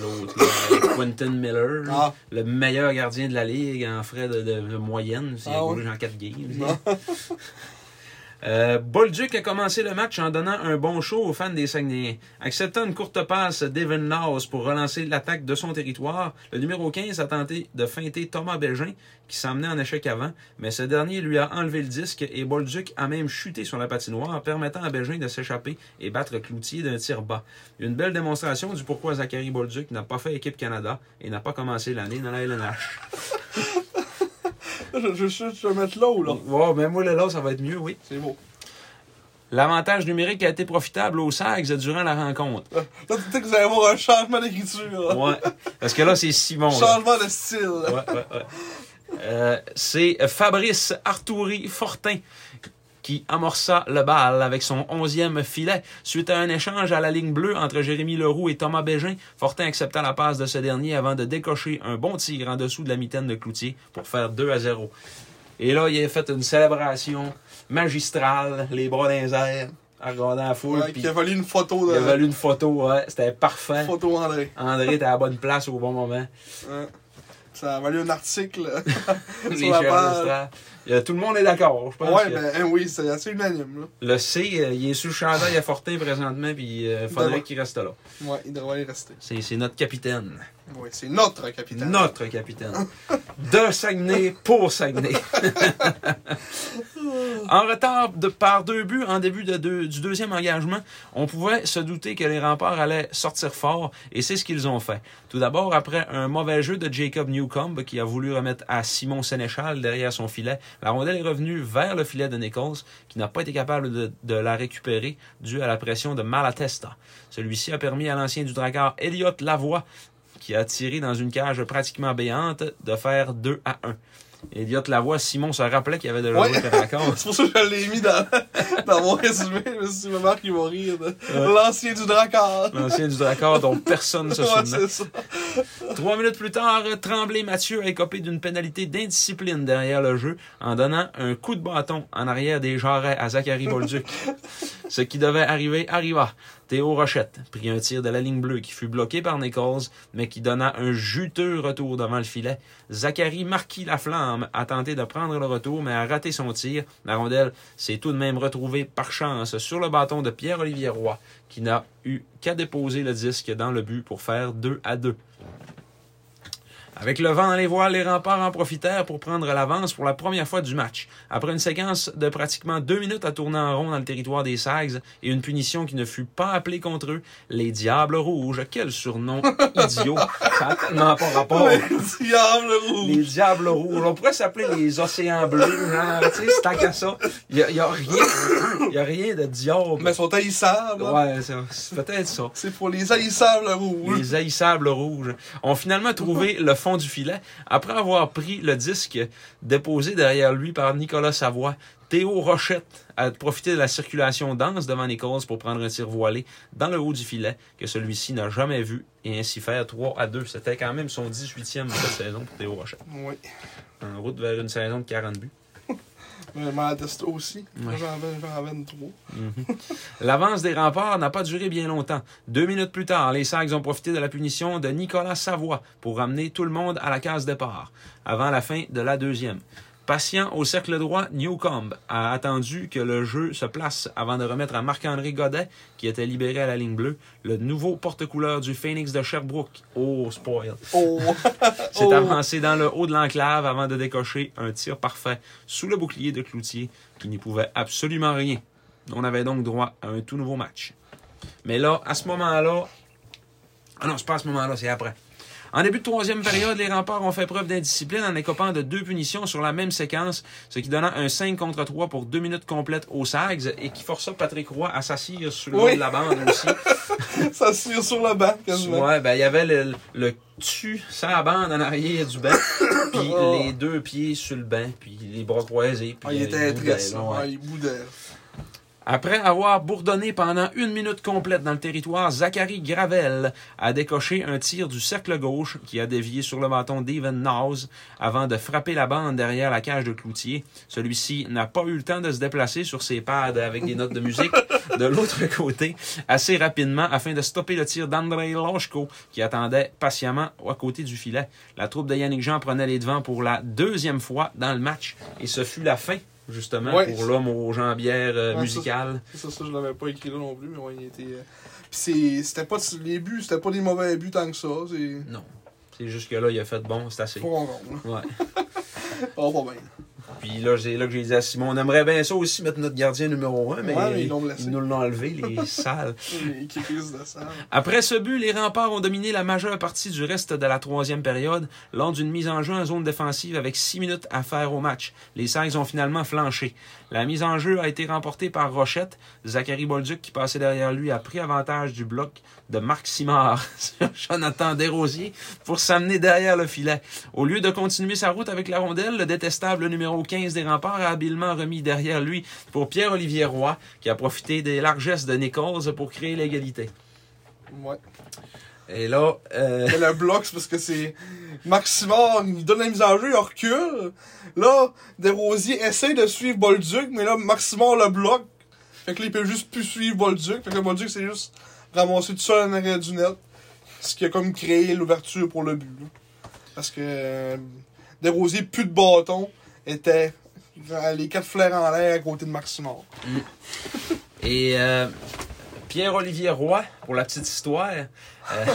Speaker 1: l'autre, là, Quentin Miller, là,
Speaker 2: Ah.
Speaker 1: le meilleur gardien de la ligue en frais de, de- de moyenne. Il a
Speaker 2: Ah
Speaker 1: roulé
Speaker 2: ouais.
Speaker 1: en 4 games.
Speaker 2: Non.
Speaker 1: Euh, Bolduc a commencé le match en donnant un bon show aux fans des Saguenayens. Acceptant une courte passe d'Evan Laws pour relancer l'attaque de son territoire, le numéro 15 a tenté de feinter Thomas Belgin, qui s'emmenait en échec avant, mais ce dernier lui a enlevé le disque et Bolduc a même chuté sur la patinoire, permettant à Belgin de s'échapper et battre Cloutier d'un tir bas. Une belle démonstration du pourquoi Zachary Bolduc n'a pas fait équipe Canada et n'a pas commencé l'année dans la LNH.
Speaker 2: Je, je, je, je vais mettre là ou là.
Speaker 1: Wow, mais moi, là, ça va être mieux, oui.
Speaker 2: C'est beau.
Speaker 1: L'avantage numérique a été profitable aux Sags durant la rencontre.
Speaker 2: Euh, Là, tu sais que vous allez avoir un changement d'écriture.
Speaker 1: Ouais. Parce que là, c'est Simon. là.
Speaker 2: Changement de style.
Speaker 1: Ouais, ouais, ouais. Euh, c'est Fabrice Arturi Fortin qui amorça le bal avec son onzième filet. Suite à un échange à la ligne bleue entre Jérémy Leroux et Thomas Bégin, Fortin accepta la passe de ce dernier avant de décocher un bon tir en dessous de la mitaine de Cloutier pour faire 2 à 0. Et là, il a fait une célébration magistrale, les bras dans les airs, en regardant la foule.
Speaker 2: Ouais, euh,
Speaker 1: puis
Speaker 2: qui a valu une photo de.
Speaker 1: il a valu une photo, ouais, c'était parfait.
Speaker 2: Photo André.
Speaker 1: André était à la bonne place au bon moment.
Speaker 2: Hein. Ça a valu un article
Speaker 1: Les
Speaker 2: sur la
Speaker 1: chefs
Speaker 2: page.
Speaker 1: d'orchestre. Euh, Tout le monde est d'accord, je pense.
Speaker 2: Ouais,
Speaker 1: que
Speaker 2: ben hein, oui, c'est assez unanime. Là.
Speaker 1: Le C, euh, il est sous le chandail à Fortin présentement, puis il faudrait
Speaker 2: D'accord.
Speaker 1: qu'il reste là.
Speaker 2: Ouais, il devrait y rester.
Speaker 1: C'est c'est notre capitaine.
Speaker 2: Ouais, c'est notre capitaine.
Speaker 1: Notre capitaine. De Saguenay pour Saguenay. en retard de, par deux buts en début de deux- du deuxième engagement, on pouvait se douter que les remparts allaient sortir fort et c'est ce qu'ils ont fait. Tout d'abord, après un mauvais jeu de Jacob Newcomb qui a voulu remettre à Simon Sénéchal derrière son filet, la rondelle est revenue vers le filet de Nichols qui n'a pas été capable de, de la récupérer dû à la pression de Malatesta. Celui-ci a permis à l'ancien du Dragard Elliot Lavoie qui a tiré dans une cage pratiquement béante, de faire 2 à 1. Elliot Lavoie, Simon se rappelait qu'il avait déjà
Speaker 2: Ouais.
Speaker 1: joué contre la cause.
Speaker 2: C'est pour ça que je l'ai mis dans, dans mon résumé. Je me suis dit, ma mère qui va rire. de- L'ancien du Drakkar.
Speaker 1: L'ancien du Drakkar dont personne ne se
Speaker 2: Ouais,
Speaker 1: souvenait.
Speaker 2: c'est ça.
Speaker 1: Trois minutes plus tard, Tremblay Mathieu a écopé d'une pénalité d'indiscipline derrière le jeu en donnant un coup de bâton en arrière des jarrets à Zachary Bolduc. Ce qui devait arriver arriva. Théo Rochette prit un tir de la ligne bleue qui fut bloqué par Nichols, mais qui donna un juteux retour devant le filet. Zachary Marquis Laflamme a tenté de prendre le retour, mais a raté son tir. La rondelle s'est tout de même retrouvée par chance sur le bâton de Pierre-Olivier Roy, qui n'a eu qu'à déposer le disque dans le but pour faire 2 à 2. Avec le vent dans les voiles, les remparts en profitèrent pour prendre l'avance pour la première fois du match. Après une séquence de pratiquement deux minutes à tourner en rond dans le territoire des Sags et une punition qui ne fut pas appelée contre eux, les Diables Rouges, quel surnom idiot, ça n'a tellement pas rapport.
Speaker 2: Ouais, diable rouge.
Speaker 1: Oh. Les Diables Rouges, on pourrait s'appeler les Océans Bleus, genre, tu sais, c'est tant qu'à ça. Il y, a rien, y a rien de diable.
Speaker 2: Mais ils sont haïssables. hein.
Speaker 1: Ouais, ça- c'est peut-être ça.
Speaker 2: C'est pour les haïssables rouges.
Speaker 1: Les haïssables rouges ont finalement trouvé le fond du filet. Après avoir pris le disque déposé derrière lui par Nicolas Savoie, Théo Rochette a profité de la circulation dense devant Nichols pour prendre un tir voilé dans le haut du filet que celui-ci n'a jamais vu et ainsi faire 3 à 2. C'était quand même son 18e de cette saison pour Théo Rochette.
Speaker 2: Oui.
Speaker 1: En route vers une saison de 40 buts.
Speaker 2: Mais Modesto aussi.
Speaker 1: Ouais.
Speaker 2: J'en avais, j'en avais une trop.
Speaker 1: L'avance des remparts n'a pas duré bien longtemps. Deux minutes plus tard, les Sags ont profité de la punition de Nicolas Savoie pour ramener tout le monde à la case départ, avant la fin de la deuxième. Patient au cercle droit, Newcomb a attendu que le jeu se place avant de remettre à Marc-André Godet, qui était libéré à la ligne bleue, le nouveau porte-couleur du Phoenix de Sherbrooke. Oh, spoil.
Speaker 2: Oh!
Speaker 1: s'est
Speaker 2: Oh.
Speaker 1: avancé dans le haut de l'enclave avant de décocher un tir parfait sous le bouclier de Cloutier qui n'y pouvait absolument rien. On avait donc droit à un tout nouveau match. Mais là, à ce moment-là. Ah non, c'est pas à ce moment-là, c'est après. En début de troisième période, les remparts ont fait preuve d'indiscipline en écopant de deux punitions sur la même séquence, ce qui donna un 5 contre 3 pour deux minutes complètes aux Sags et qui força Patrick Roy à s'assire sur le
Speaker 2: Oui.
Speaker 1: haut de la bande aussi.
Speaker 2: ça se tire sur le banc, quasiment.
Speaker 1: Ouais, ben il y avait le, le tu sans la bande en arrière du banc, puis les deux pieds sur le banc, puis les bras croisés. puis
Speaker 2: Oh. Ah, il était
Speaker 1: boudait,
Speaker 2: triste.
Speaker 1: là, ouais.
Speaker 2: Ouais, il boudait.
Speaker 1: Après avoir bourdonné pendant une minute complète dans le territoire, Zachary Gravel a décoché un tir du cercle gauche qui a dévié sur le bâton d'Evan Naws avant de frapper la bande derrière la cage de Cloutier. Celui-ci n'a pas eu le temps de se déplacer sur ses pads avec des notes de musique de l'autre côté assez rapidement afin de stopper le tir d'Andrei Loshko qui attendait patiemment à côté du filet. La troupe de Yannick Jean prenait les devants pour la deuxième fois dans le match et ce fut la fin justement
Speaker 2: Ouais.
Speaker 1: pour l'homme aux jambières euh,
Speaker 2: Ouais, ça,
Speaker 1: musicales.
Speaker 2: Ça, ça, je l'avais pas écrit là non plus, mais ouais, il était. euh, Puis c'est- c'était pas les buts, c'était pas des mauvais buts tant que ça. C'est.
Speaker 1: Non. C'est juste que là, il a fait bon, c'est assez.
Speaker 2: Pas en rond, là.
Speaker 1: Ouais.
Speaker 2: Oh, pas bien.
Speaker 1: Puis là, c'est là que j'ai dit à Simon, on aimerait bien ça aussi mettre notre gardien numéro un, mais
Speaker 2: Ouais, mais ils l'ont blessé.
Speaker 1: ils nous l'ont enlevé, les sales.
Speaker 2: Les kickers de salle.
Speaker 1: Après ce but, les remparts ont dominé la majeure partie du reste de la troisième période lors d'une mise en jeu en zone défensive avec six minutes à faire au match. Les Sags ont finalement flanché. La mise en jeu a été remportée par Rochette. Zachary Bolduc, qui passait derrière lui, a pris avantage du bloc de Marc Simard sur Jonathan Desrosiers pour s'amener derrière le filet. Au lieu de continuer sa route avec la rondelle, le détestable numéro 15 des remparts a habilement remis derrière lui pour Pierre-Olivier Roy, qui a profité des largesses de Nichols pour créer l'égalité.
Speaker 2: Ouais.
Speaker 1: Et là, euh,
Speaker 2: Mais le bloc, c'est parce que c'est. Maximard, il donne la mise en jeu, il recule. Là, Desrosiers essaie de suivre Bolduc, mais là, Maximard le bloque. Fait que là, il peut juste plus suivre Bolduc. Fait que Bolduc, c'est juste ramassé tout seul en arrière du net. Ce qui a comme créé l'ouverture pour le but. là. Parce que. euh, Desrosiers, plus de bâton, était. Les quatre flaires en l'air à côté de Maximard.
Speaker 1: et euh, Pierre-Olivier Roy, pour la petite histoire, euh,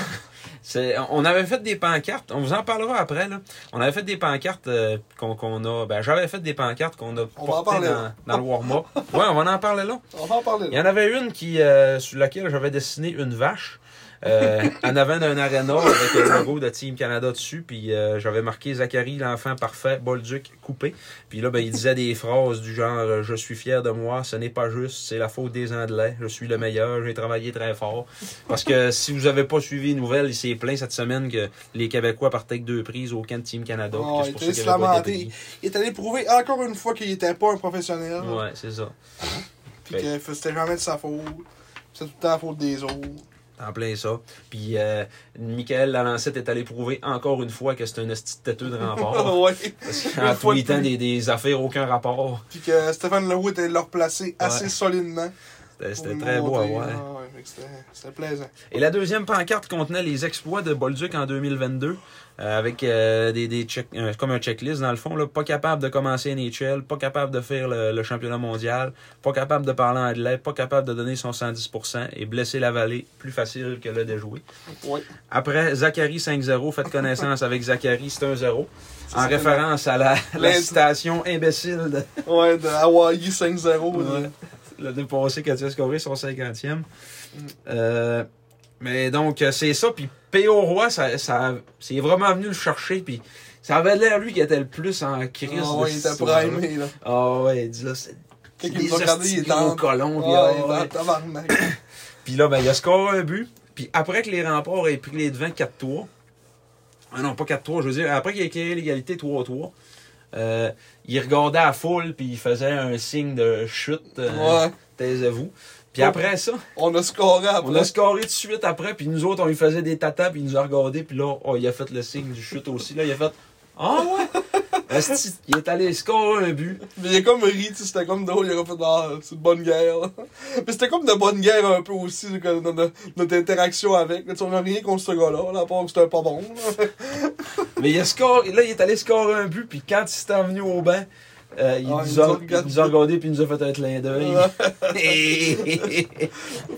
Speaker 1: c'est- on avait fait des pancartes, on vous en parlera après, là. on avait fait des pancartes euh, qu'on qu'on a, ben, j'avais fait des pancartes qu'on a
Speaker 2: en
Speaker 1: portées
Speaker 2: parler,
Speaker 1: dans,
Speaker 2: là.
Speaker 1: dans le warm-up. Ouais, on va en parler là.
Speaker 2: On va en parler
Speaker 1: Il
Speaker 2: là.
Speaker 1: y en avait une qui, euh, sur laquelle j'avais dessiné une vache. euh, en avant d'un aréna avec le logo de Team Canada dessus, puis euh, j'avais marqué Zachary, l'enfant parfait, Bolduc, coupé. Puis là, ben, il disait des phrases du genre euh, Je suis fier de moi, ce n'est pas juste, c'est la faute des Anglais, je suis le meilleur, j'ai travaillé très fort. Parce que si vous avez pas suivi les nouvelles, il s'est plaint cette semaine que les Québécois partaient avec deux prises au camp de Team Canada.
Speaker 2: Oh,
Speaker 1: que c'est
Speaker 2: il
Speaker 1: pour
Speaker 2: était
Speaker 1: ça qu'il avait pas été
Speaker 2: lamenté. Il est allé prouver encore une fois qu'il n'était pas un professionnel.
Speaker 1: payé. Ouais, c'est ça.
Speaker 2: Puis
Speaker 1: Ben.
Speaker 2: que f- c'était jamais de sa faute. C'était tout le temps la faute des autres.
Speaker 1: En plein ça. Puis euh, Michael Lalancette est allé prouver encore une fois que c'est un esti de têteux de rempart.
Speaker 2: ouais.
Speaker 1: Parce
Speaker 2: Une
Speaker 1: qu'en
Speaker 2: fois de
Speaker 1: tweetant
Speaker 2: plus.
Speaker 1: des, des affaires aucun rapport,
Speaker 2: Puis que Stéphane Leroux était de leur placer assez
Speaker 1: Ouais.
Speaker 2: solidement.
Speaker 1: c'était c'était
Speaker 2: pour
Speaker 1: très beau à
Speaker 2: montrer.
Speaker 1: voir.
Speaker 2: Ah ouais, fait que c'était- C'était plaisant.
Speaker 1: Et la deuxième pancarte contenait les exploits de Bolduc en 2022, euh, avec euh, des, des check- euh, comme un checklist dans le fond. Là, pas capable de commencer NHL, pas capable de faire le, le championnat mondial, pas capable de parler anglais, pas capable de donner son 110% et blesser la vallée, plus facile que le déjouer.
Speaker 2: Ouais.
Speaker 1: Après, Zachary 5-0, faites connaissance avec Zachary, c'est un 0. En
Speaker 2: c'est
Speaker 1: référence à la, la
Speaker 2: L'ind-
Speaker 1: citation imbécile de,
Speaker 2: Ouais, de Hawaii 5-0. là.
Speaker 1: Ouais. le dépassé quand il a scoré son 50e.
Speaker 2: Mm.
Speaker 1: Euh, mais donc, euh, c'est ça. Puis P.O. Roy, ça, ça, c'est vraiment venu le chercher. Puis ça avait l'air, lui, qui était le plus en crise.
Speaker 2: Ah
Speaker 1: de
Speaker 2: ouais, il
Speaker 1: cette
Speaker 2: était
Speaker 1: histoire-là.
Speaker 2: primé, là.
Speaker 1: Ah ouais, il dit là, c'est.
Speaker 2: Quand
Speaker 1: c'est
Speaker 2: il nous a
Speaker 1: des
Speaker 2: regardé, il
Speaker 1: hosties de
Speaker 2: était en-
Speaker 1: gros colons, puis,
Speaker 2: Ah,
Speaker 1: ah
Speaker 2: il était
Speaker 1: ouais.
Speaker 2: en tabarnak.
Speaker 1: Puis là, ben, il a scoré un but. Puis après que les remparts aient pris les devants 4-3, Ah non, pas 4-3, je veux dire, après qu'il ait créé l'égalité 3-3, euh, il regardait à foule, puis il faisait un signe de chute, euh,
Speaker 2: Ouais.
Speaker 1: taisez-vous. Puis
Speaker 2: Oh.
Speaker 1: après ça,
Speaker 2: On a scoré
Speaker 1: on
Speaker 2: après.
Speaker 1: a scoré tout de suite après, puis nous autres, on lui faisait des tatas, puis il nous a regardé, puis là, oh, il a fait le signe du chute aussi. Là, il a fait Ah ouais Asti, Il est allé scorer un but.
Speaker 2: Mais il a comme ri, tu sais, c'était comme drôle, il a fait ah, c'est de bonne guerre. là. Mais c'était comme de bonne guerre un peu aussi, là, que notre, notre interaction avec. Là, tu sais, on a rien contre ce gars-là, là, à part que c'était un pas bon. là.
Speaker 1: Mais il a score, là, il est allé scorer un but, puis quand il s'est envenu au banc, euh, il,
Speaker 2: Ah,
Speaker 1: nous
Speaker 2: il nous
Speaker 1: a,
Speaker 2: a regardé.
Speaker 1: il nous a regardé, puis il nous a fait un clin d'œil.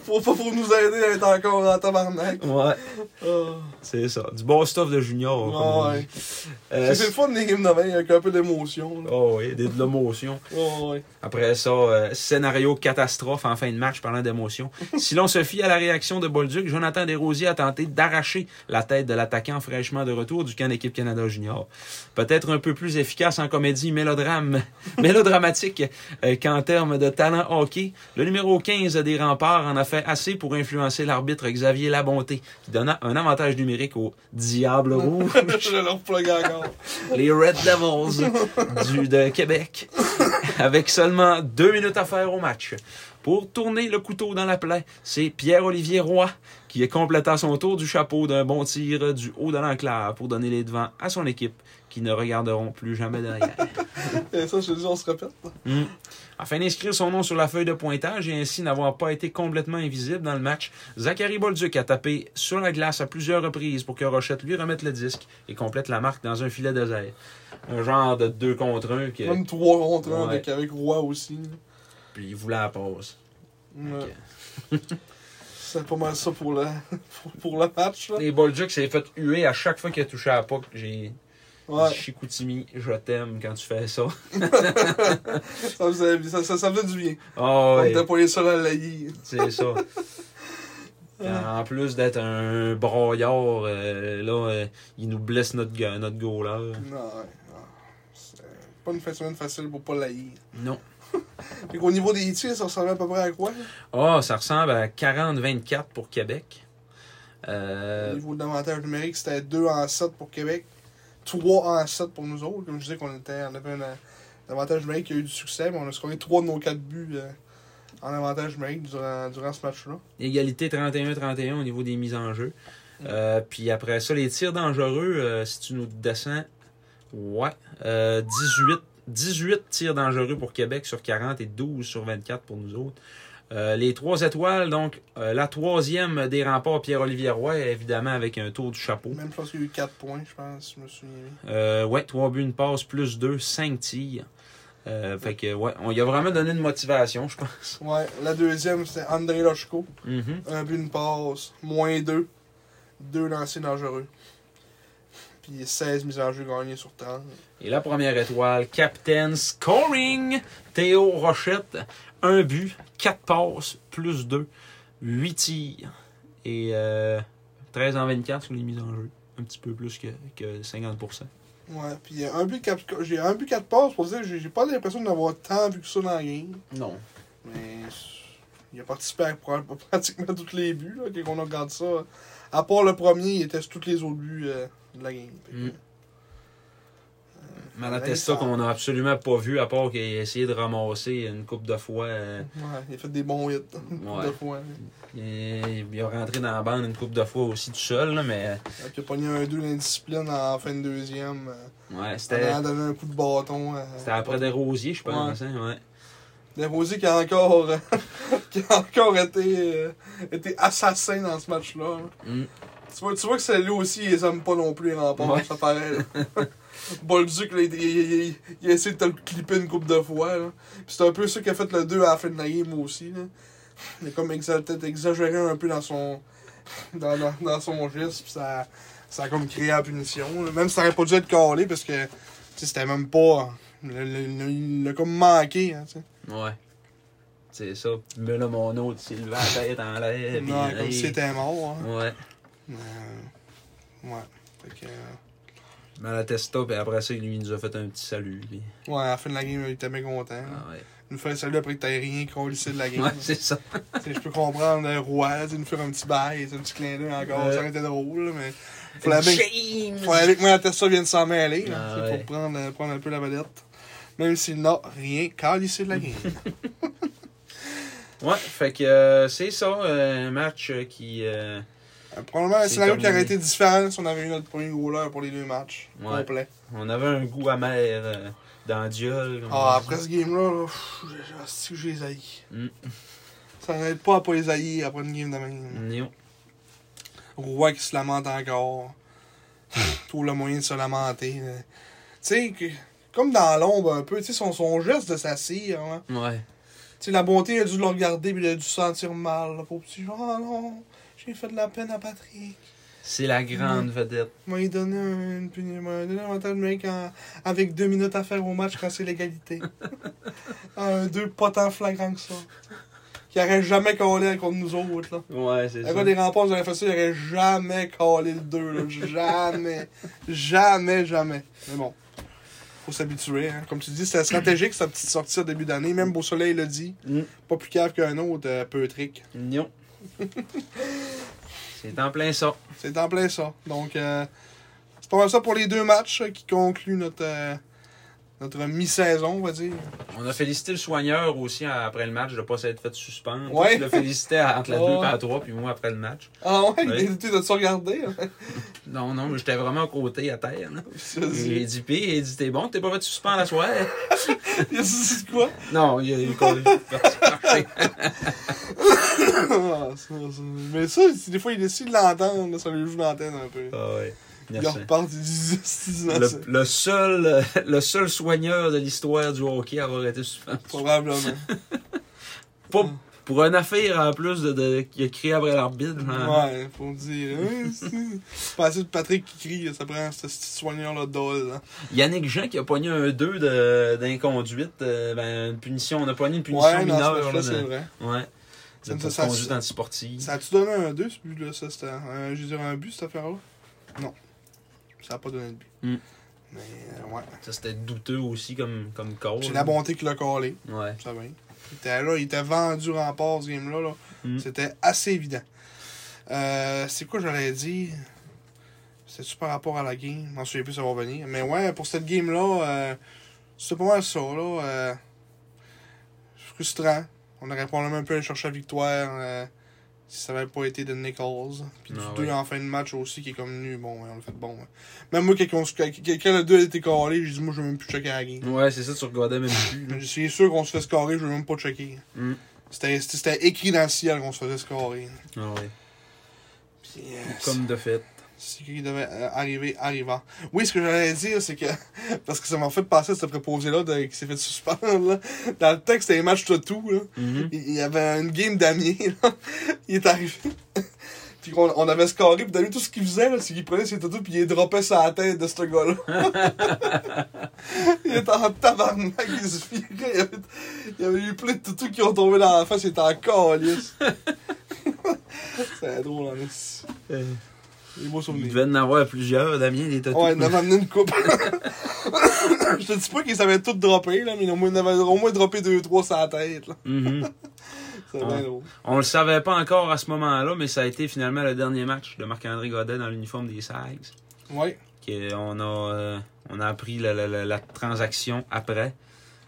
Speaker 2: faut, faut, faut nous aider à être encore en tabarnak.
Speaker 1: ouais,
Speaker 2: Ah.
Speaker 1: c'est ça. Du bon stuff de junior. comme Oh, on
Speaker 2: Ouais.
Speaker 1: dit. Euh,
Speaker 2: C'est- C'est le fun des games de main avec un peu d'émotion. là.
Speaker 1: Oh oui, des- de l'émotion.
Speaker 2: Ouais.
Speaker 1: Après ça, euh, scénario catastrophe en fin de match, parlant d'émotion. Si l'on se fie à la réaction de Bolduc, Jonathan Desrosiers a tenté d'arracher la tête de l'attaquant fraîchement de retour du camp d'équipe Canada Junior. Peut-être un peu plus efficace en comédie mélodrame, mélodramatique euh, qu'en termes de talent hockey, le numéro 15 des remparts en a fait assez pour influencer l'arbitre Xavier Labonté, qui donna un avantage numérique au Diable Rouge
Speaker 2: Je vais leur plugger encore.
Speaker 1: les Red Devils du, de Québec, avec seulement deux minutes à faire au match. Pour tourner le couteau dans la plaie, c'est Pierre-Olivier Roy qui compléta son tour du chapeau d'un bon tir du haut de l'enclave pour donner les devants à son équipe qui ne regarderont plus jamais derrière.
Speaker 2: Et ça, je te dis, on se répète.
Speaker 1: Mm. Afin d'inscrire son nom sur la feuille de pointage et ainsi n'avoir pas été complètement invisible dans le match, Zachary Bolduc a tapé sur la glace à plusieurs reprises pour que Rochette lui remette le disque et complète la marque dans un filet désert. Un genre de deux contre un que,
Speaker 2: Même trois contre un
Speaker 1: Ouais.
Speaker 2: avec, avec Roi aussi. là.
Speaker 1: puis il voulait la pause.
Speaker 2: Ouais. C'est pas mal ça pour le, pour, pour le match. Là.
Speaker 1: Et Bolduc s'est fait huer à chaque fois qu'il a touché à la puck. J'ai dit,
Speaker 2: Ouais,
Speaker 1: Chicoutimi, je t'aime quand tu fais ça.
Speaker 2: ça faisait, ça, ça, ça faisait du bien.
Speaker 1: Oh,
Speaker 2: On
Speaker 1: ouais,
Speaker 2: était pas les seuls à l'aïr.
Speaker 1: c'est ça. En plus d'être un broyard, euh, là, euh, il nous blesse notre, ga- notre goaler.
Speaker 2: Non, ouais, non. C'est pas une fin de semaine facile pour pas l'aïr.
Speaker 1: Non.
Speaker 2: Fait qu'au niveau des tirs, ça ressemblait à peu près à quoi? là?
Speaker 1: Ah, ça ressemble à 40-24 pour Québec.
Speaker 2: Au
Speaker 1: Euh,
Speaker 2: niveau de l'avantage numérique, c'était 2 en 7 pour Québec, 3 en 7 pour nous autres. Comme je disais, qu'on était, on avait un, euh, un avantage numérique qui a eu du succès, mais on a scoré 3 de nos 4 buts euh, en avantage numérique durant, durant ce match-là.
Speaker 1: égalité 31-31 au niveau des mises en jeu. Euh, puis après ça, les tirs dangereux, euh, si tu nous descends, ouais, euh, 18, 18 tirs dangereux pour Québec sur 40 et 12 sur 24 pour nous autres. Euh, les trois étoiles, donc euh, la troisième des remparts, Pierre-Olivier Roy, évidemment avec un tour du chapeau.
Speaker 2: Même je pense qu'il y a eu 4 points, je pense, si je me souviens bien.
Speaker 1: Euh, ouais, 3 buts, une passe, plus 2, 5 tirs. Euh, fait que, ouais, on y a vraiment donné une motivation, je pense.
Speaker 2: Ouais, la deuxième, c'était André Lochko.
Speaker 1: Mhm.
Speaker 2: Un but, une passe, moins 2. 2 lancers dangereux. Puis 16 mises en jeu gagnées sur 30.
Speaker 1: Et la première étoile, Captain Scoring, Théo Rochette. Un but, 4 passes, plus 2, 8 tirs. Et euh, 13 en 24 sur les mises en jeu. Un petit peu plus que, que 50%.
Speaker 2: Ouais, puis euh, un but, cap- j'ai un but, 4 passes pour dire que j'ai j'ai pas l'impression d'avoir tant vu que ça dans la game.
Speaker 1: Non.
Speaker 2: Mais il a participé à pra- pratiquement tous les buts, là, quand on regarde ça. À part le premier, il était sur tous les autres buts euh, de la game. Fait que,
Speaker 1: Mm. Malatesta qu'on n'a absolument pas vu, à part qu'il a essayé de ramasser une coupe de fois. euh,
Speaker 2: Ouais, il a fait des bons hits.
Speaker 1: Ouais.
Speaker 2: de fois. hein.
Speaker 1: Et il a rentré dans la bande une couple de fois aussi tout seul, là, mais
Speaker 2: Fait qu'il a pogné un 2 d'indiscipline en fin de deuxième. euh,
Speaker 1: ouais,
Speaker 2: en
Speaker 1: c'était
Speaker 2: allant donner un coup de bâton. euh,
Speaker 1: c'était après des rosiers, je pense. hein, ouais.
Speaker 2: Desrosiers qui a encore, qui a encore été, euh, été assassin dans ce match-là. hein.
Speaker 1: Mm.
Speaker 2: Tu, vois, tu vois que celui-là aussi, ils aiment pas non plus les remparts,
Speaker 1: Ouais.
Speaker 2: ça paraît. là. Bolduc, là, il, il- il- il a essayé de te le clipper une coupe de fois. là. Puis c'est un peu ça qui a fait le 2 à la fin de la game aussi. Là. Il a comme exa- peut-être exagéré un peu dans son, dans, dans, dans son geste, puis ça, ça a comme créé la punition. là. Même si ça aurait pas dû être calé, parce que tu sais, c'était même pas. le- le- le- Il l'a comme manqué. Hein, tu sais.
Speaker 1: Ouais. C'est ça. Mais là, mon autre s'est levé la tête en l'air. puis
Speaker 2: Non,
Speaker 1: il-
Speaker 2: comme si c'était mort. Hein.
Speaker 1: Ouais.
Speaker 2: Euh, ouais. Fait que, euh,
Speaker 1: Malatesta, puis après ça, lui, il nous a fait un petit salut. puis-
Speaker 2: ouais, à la fin de la game, il était bien content.
Speaker 1: Ah, ouais.
Speaker 2: Il nous fait un salut après que t'aies rien collé de la game.
Speaker 1: Ouais, c'est ça.
Speaker 2: euh, Tu sais, Je peux comprendre le roi, tu sais, nous faire un petit bail, tu sais, un petit clin d'œil encore.
Speaker 1: Ouais.
Speaker 2: Ça aurait été drôle, là, mais Faut aller avec-
Speaker 1: James!
Speaker 2: faut aller avec moi, Tessa vient de s'en mêler, là,
Speaker 1: Ah
Speaker 2: c'est
Speaker 1: ouais.
Speaker 2: pour prendre, euh, prendre un peu la vedette. Même s'il n'a rien calissé de la game.
Speaker 1: Ouais, fait que euh, c'est ça, euh, un match euh, qui. euh,
Speaker 2: Euh, probablement un
Speaker 1: C'est
Speaker 2: scénario qui aurait
Speaker 1: terminé.
Speaker 2: été différent si on avait eu notre premier goaler pour les deux matchs.
Speaker 1: Ouais.
Speaker 2: Complet.
Speaker 1: on avait un goût amer euh, dans le diol. comme
Speaker 2: Ah,
Speaker 1: on dit.
Speaker 2: après ce game-là, là, pff, j'ai- j'ai- si que je les haïs.
Speaker 1: Mm.
Speaker 2: Ça n'aide pas à pas les haïr après une game de même.
Speaker 1: Non.
Speaker 2: Roy qui se lamente encore. Tout le moyen de se lamenter. là. Tu sais, que- comme dans l'ombre un peu, tu sais, son, son geste de s'assire. hein.
Speaker 1: Ouais.
Speaker 2: Tu sais, la bonté, il a dû le regarder puis il a dû se sentir mal. Là, pour petit, genre, oh non, j'ai fait de la peine à Patrick.
Speaker 1: C'est la grande vedette.
Speaker 2: Il m'a donné un, une puni- il m'a donné un mental de mec en- avec deux minutes à faire au match quand c'est l'égalité. un deux pas tant flagrant que ça. Qui aurait jamais collé contre nous autres, là.
Speaker 1: Ouais, c'est
Speaker 2: Le gars des remparts, ils auraient fait ça, ils auraient jamais collé le 2, là. Jamais. jamais, jamais. Mais bon. Faut s'habituer, hein. Comme tu dis, c'était stratégique, sa petite sortie au début d'année. Même Beau Soleil l'a dit.
Speaker 1: Mm.
Speaker 2: Pas plus cave qu'un autre, euh, peu trick.
Speaker 1: Non. c'est en plein ça.
Speaker 2: C'est en plein ça. Donc, euh, c'est pas mal ça pour les deux matchs euh, qui concluent notre, euh, notre mi-saison, on va dire.
Speaker 1: On a félicité le soigneur aussi à- après le match de ne pas s'être fait suspendre.
Speaker 2: Ouais.
Speaker 1: Je le félicitais à- entre la
Speaker 2: Ouais.
Speaker 1: 2 et la 3, puis moi après le match.
Speaker 2: Ah ouais,
Speaker 1: Oui.
Speaker 2: tu t'as-tu regardé? hein?
Speaker 1: Non, non, mais j'étais vraiment à côté à terre. là.
Speaker 2: Je
Speaker 1: J'ai
Speaker 2: dis,
Speaker 1: dit, pis, il dit, t'es bon, t'es pas fait suspendre la soirée.
Speaker 2: c'est quoi?
Speaker 1: non, il a eu le
Speaker 2: Ah, ça, ça. Mais ça, c'est- des fois, il décide de l'entendre, là, ça lui joue dans la tête un peu.
Speaker 1: Ah ouais.
Speaker 2: Il
Speaker 1: Merci.
Speaker 2: repart, il dit c'est innocent.
Speaker 1: Le, le seul, euh, le seul soigneur de l'histoire du hockey à avoir été suspendu.
Speaker 2: Probablement.
Speaker 1: Pas pour une affaire en plus de, de, qui a crié après l'arbitre. hein. genre.
Speaker 2: Ouais, faut dire. hein, c'est- Pas assez de Patrick qui crie, là, ça prend ce petit soigneur-là d'ol. là.
Speaker 1: Yannick Jean qui a pogné un 2 de- d'inconduite. euh, ben, une punition. On a pogné une punition
Speaker 2: Ouais, dans ce
Speaker 1: mineure.
Speaker 2: match-là,
Speaker 1: là,
Speaker 2: c'est
Speaker 1: de-
Speaker 2: vrai.
Speaker 1: Ouais.
Speaker 2: Ça
Speaker 1: De
Speaker 2: nous a- ça-
Speaker 1: conduite antisportive.
Speaker 2: Ça a-tu donné un 2 ce but-là, ça C'était un, je veux dire, un but, cette affaire-là Non. Ça a pas donné de but.
Speaker 1: Hmm.
Speaker 2: Mais euh, ouais.
Speaker 1: Ça, c'était douteux aussi comme, comme call.
Speaker 2: C'est la bonté qui l'a collé,
Speaker 1: Ouais.
Speaker 2: ça va. Il était là, il était vendu rempart ce game-là. Là.
Speaker 1: Hmm.
Speaker 2: C'était assez évident. Euh, c'est quoi j'aurais dit C'est-tu par rapport à la game Je m'en souviens plus, ça va revenir. Mais ouais, pour cette game-là, euh, c'est pas mal ça. Là, euh, frustrant. On aurait probablement un peu allé chercher la victoire euh, si ça n'avait pas été de Nichols. Puis du
Speaker 1: Ah
Speaker 2: 2
Speaker 1: ouais.
Speaker 2: en fin de match aussi qui est comme venu. Bon, ouais, on l'a fait bon. ouais. Même moi, quelqu'un quelqu'un le 2 a été carré, j'ai dit, moi, je vais même plus checker la game.
Speaker 1: Ouais, c'est ça, tu regardais même plus. là.
Speaker 2: Je suis sûr qu'on se fait scorer, je vais même pas checker.
Speaker 1: Mm.
Speaker 2: C'était c'était écrit dans le ciel qu'on se faisait scorer.
Speaker 1: Ah ouais.
Speaker 2: Puis,
Speaker 1: Comme de fait.
Speaker 2: ce qui devait euh, arriver, arrivant. Oui, ce que j'allais dire, c'est que. Parce que ça m'a fait passer ce proposé-là de- qui s'est fait suspendre. Là. Dans le texte, c'était les matchs de tout. Là.
Speaker 1: Mhm.
Speaker 2: Il il y avait une game d'Amiens. là. Il est arrivé. puis on, on avait scoré. Puis Damien, tout ce qu'il faisait, là, c'est qu'il prenait ses tatous puis il les droppait sur la tête de ce gars-là. il était en tabarnak. Il se virait. Il y avait, il y avait eu plein de tatous qui ont tombé dans la face. Il était en calice. c'est drôle, en est. Des beaux
Speaker 1: Euh, Il
Speaker 2: souvenirs.
Speaker 1: devait en avoir plusieurs, Damien, les tatous.
Speaker 2: Ouais, il en avait amené une coupe. je te dis pas qu'ils avaient tout droppé, là, mais ils en avaient au moins droppé 2-3 sur la tête. là.
Speaker 1: Mhm.
Speaker 2: C'est bien
Speaker 1: Ouais.
Speaker 2: drôle.
Speaker 1: On le savait pas encore à ce moment-là, mais ça a été finalement le dernier match de Marc-André Godet dans l'uniforme des Sags.
Speaker 2: Ouais.
Speaker 1: Que on, a, euh, on a appris la, la- la- la transaction après.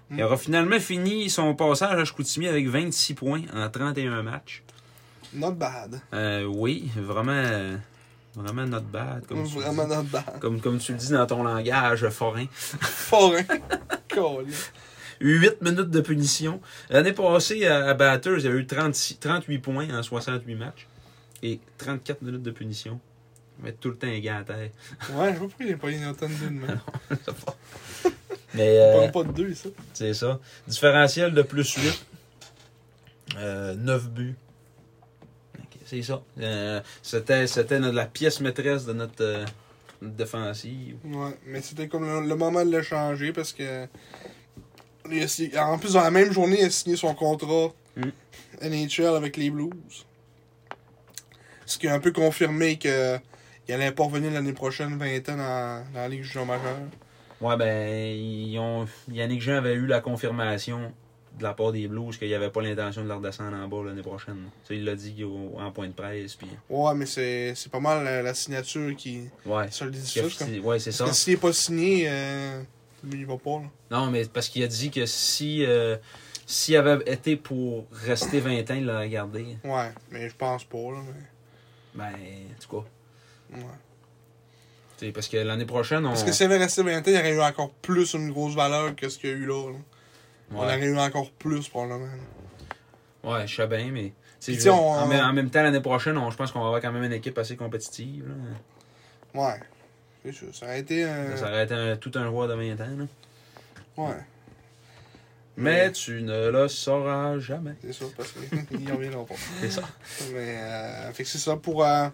Speaker 2: Mm.
Speaker 1: Il aura finalement fini son passage à Chicoutimi avec 26 points en 31 matchs.
Speaker 2: Not bad.
Speaker 1: Euh, oui, vraiment, euh, vraiment not bad. Comme tu, le
Speaker 2: Vraiment
Speaker 1: dis.
Speaker 2: not bad.
Speaker 1: Comme, comme tu le dis dans ton langage forain.
Speaker 2: Fort, hein? Câlisse.
Speaker 1: 8 minutes de punition. L'année passée, à, à Batters, il y a eu 36 38 points en 68 matchs et 34 minutes de punition. Mettre tout le temps un gars à terre.
Speaker 2: Ouais, je sais pas pourquoi il est pas une autant de deux de
Speaker 1: Euh.
Speaker 2: même.
Speaker 1: Mais
Speaker 2: Il
Speaker 1: euh,
Speaker 2: prend pas de deux, ça.
Speaker 1: c'est ça. Différentiel de plus 8. 9 buts. Ok, C'est ça. Euh, C'était c'était notre- la pièce maîtresse de notre, euh, notre défensive.
Speaker 2: Ouais, mais c'était comme le, le moment de le changer parce que. il a signé- en plus, dans la même journée, il a signé son contrat
Speaker 1: Mm.
Speaker 2: NHL avec les Blues. Ce qui a un peu confirmé que il allait pas revenir l'année prochaine, 20 ans, dans, dans la Ligue junior majeure.
Speaker 1: Ouais, ben, ils ont, Yannick Jean avait eu la confirmation de la part des Blues qu'il n'y avait pas l'intention de leur descendre en bas l'année prochaine. là. Tu sais, il l'a dit au- en point de presse. Puis,
Speaker 2: Ouais, mais c'est c'est pas mal euh, la, la signature qui
Speaker 1: ouais,
Speaker 2: solidifie
Speaker 1: Qu'il a
Speaker 2: ça.
Speaker 1: fi- ouais, c'est ça.
Speaker 2: Parce que s'il n'est pas signé, euh, lui, il va pas. Là.
Speaker 1: Non, mais parce qu'il a dit que si euh, s'il avait été pour rester 20 ans, il l'aurait gardé.
Speaker 2: Ouais, mais je pense pas. Là, mais,
Speaker 1: Ben, en tout cas.
Speaker 2: ouais.
Speaker 1: Tu sais, parce que l'année prochaine, on.
Speaker 2: Parce que s'il avait resté 20 ans, il aurait eu encore plus une grosse valeur que ce qu'il y a eu là. là. On
Speaker 1: Ouais.
Speaker 2: aurait eu encore plus, probablement. là.
Speaker 1: Ouais, je sais bien, mais. tu sais,
Speaker 2: Puis
Speaker 1: je
Speaker 2: tu sais,
Speaker 1: veux-
Speaker 2: on-
Speaker 1: en, même- en même temps, l'année prochaine, on- je pense qu'on va avoir quand même une équipe assez compétitive. là.
Speaker 2: Ouais. C'est sûr. Ça aurait été. euh,
Speaker 1: Ça aurait été un- tout un roi de 20 ans. là.
Speaker 2: Ouais,
Speaker 1: Mais tu ne le sauras jamais.
Speaker 2: c'est sûr, parce qu'ils reviendront pas.
Speaker 1: C'est ça.
Speaker 2: Mais, euh, fait que c'est ça pour. euh,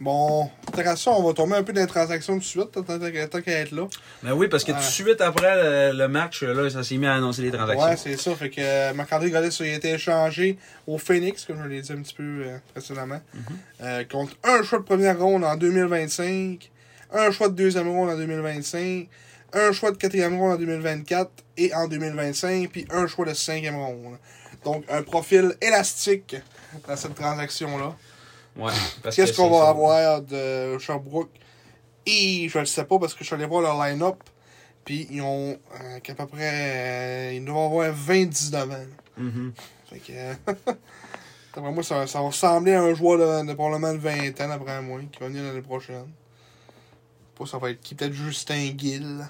Speaker 2: bon, intéressant, on va tomber un peu dans les transactions tout de suite, tant qu'à tant qu'à être là.
Speaker 1: Mais Ben oui, parce que tout de
Speaker 2: Ouais.
Speaker 1: suite après le, le match, là, ça s'est mis à annoncer les transactions.
Speaker 2: Ouais, c'est ça. Fait que euh, Marc-André Godet a été échangé au Phoenix, comme je l'ai dit un petit peu euh, précédemment, euh, contre un choix de première ronde en 2025, un choix de deuxième ronde en 2025, un choix de quatrième ronde en 2024 et en 2025, puis un choix de cinquième ronde. Donc, un profil élastique dans cette transaction-là.
Speaker 1: Ouais, parce
Speaker 2: Qu'est-ce
Speaker 1: que
Speaker 2: qu'on
Speaker 1: c'est
Speaker 2: va
Speaker 1: ça.
Speaker 2: avoir de Sherbrooke? Et je ne le sais pas parce que je suis allé voir leur line-up. Puis ils ont euh, qu'à peu près. euh, ils doivent avoir 20-19 ans. là.
Speaker 1: Mhm.
Speaker 2: Fait que. euh, d'après moi, ça, ça va ressembler à un joueur de, de probablement de 20 ans, d'après moi, qui va venir l'année prochaine. Je sais Pas ça va être qui Peut-être Justin Gill.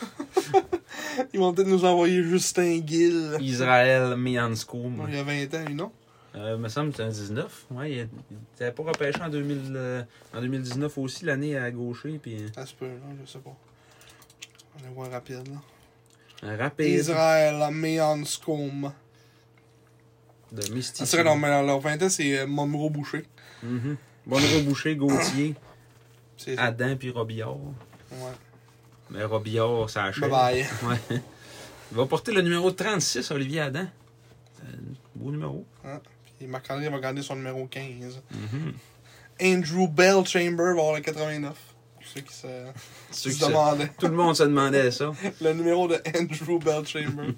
Speaker 2: ils vont peut-être nous envoyer Justin Gill.
Speaker 1: Israël Mianskoum.
Speaker 2: Il y a 20 ans, lui, non
Speaker 1: Euh, me semble que c'est un 19. Ouais, il n'était pas repêché en, 2000, euh, en 2019 aussi, l'année à gaucher. Puis,
Speaker 2: Ça se peut, là, je sais pas. On va voir rapide, là.
Speaker 1: un rapide
Speaker 2: Israël, Meanscombe.
Speaker 1: de
Speaker 2: Ça
Speaker 1: Mystique.
Speaker 2: serait leur, leur, leur 20 ans, c'est euh, Monroe Boucher.
Speaker 1: Mhm. Bonneau Boucher, Gauthier,
Speaker 2: C'est ça.
Speaker 1: Adam puis Robillard.
Speaker 2: Ouais.
Speaker 1: Mais Robillard, ça achève.
Speaker 2: Bye bye.
Speaker 1: Ouais. Il va porter le numéro 36, Olivier Adam. C'est un beau numéro.
Speaker 2: Puis Marc-André va garder son numéro 15.
Speaker 1: Mhm.
Speaker 2: Andrew Bell Chamber va avoir le 89. Pour ceux qui se,
Speaker 1: Ceux
Speaker 2: qui
Speaker 1: qui
Speaker 2: se
Speaker 1: se-
Speaker 2: demandaient.
Speaker 1: Tout le monde se demandait ça.
Speaker 2: Le numéro de Andrew Bell Chamber.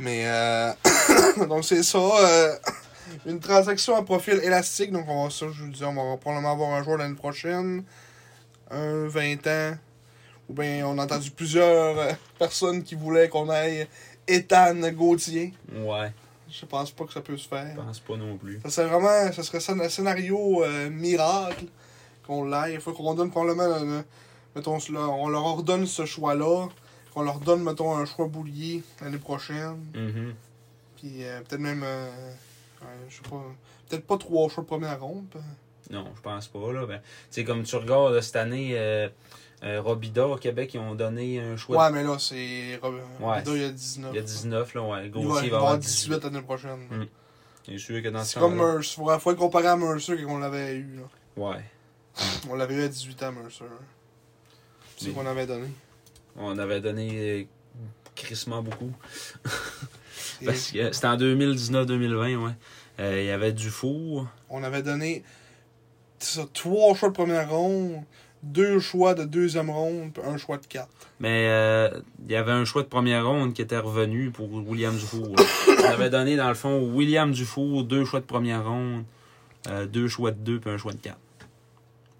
Speaker 2: Mais, euh, donc c'est ça. euh, une transaction à profil élastique. Donc, on va, ça, je vous dis, on va probablement avoir un joueur l'année prochaine. Un, 20 ans. Ou bien, on a entendu plusieurs euh, personnes qui voulaient qu'on aille Ethan Gauthier.
Speaker 1: Ouais,
Speaker 2: Je pense pas que ça peut se
Speaker 1: je
Speaker 2: faire.
Speaker 1: pense pas non plus.
Speaker 2: Ça serait vraiment, ça serait scén- un scénario euh, miracle qu'on l'aille. Il faut qu'on donne probablement, le- le- mettons, cela- on leur ordonne ce choix-là, qu'on leur donne, mettons, un choix boulier l'année prochaine,
Speaker 1: Mhm.
Speaker 2: puis euh, peut-être même, euh, ouais, je sais pas, peut-être pas trois choix de première ronde. puis-
Speaker 1: Non, je pense pas. Là. Ben, tu sais, comme tu regardes cette année, euh, euh, Robida au Québec, ils ont donné un
Speaker 2: Ouais,
Speaker 1: choix de
Speaker 2: mais là, c'est Robert.
Speaker 1: Ouais.
Speaker 2: Bido, il y a 19.
Speaker 1: Il y a 19, là, ouais.
Speaker 2: Il va,
Speaker 1: Gauthier
Speaker 2: il
Speaker 1: va
Speaker 2: va
Speaker 1: avoir
Speaker 2: avoir
Speaker 1: 18.
Speaker 2: 18 l'année prochaine.
Speaker 1: Mm. C'est sûr que dans ce
Speaker 2: C'est comme
Speaker 1: cas-là-
Speaker 2: Mercer. Faudrait, faudrait comparer à Mercer qu'on l'avait eu. là.
Speaker 1: Ouais.
Speaker 2: On l'avait eu à 18 ans, Mercer. C'est ce
Speaker 1: Mais-
Speaker 2: qu'on avait donné.
Speaker 1: On avait donné euh, crissement beaucoup.
Speaker 2: Et-
Speaker 1: Parce que c'était en 2019-2020, ouais. Euh, il y avait Dufour.
Speaker 2: On avait donné c'est ça, trois choix de première ronde, deux choix de deuxième ronde, puis un choix de quatre.
Speaker 1: Mais euh, il y avait un choix de première ronde qui était revenu pour William Dufour. là. On avait donné, dans le fond, William Dufour, deux choix de première ronde, euh, deux choix de deux, puis un choix de quatre.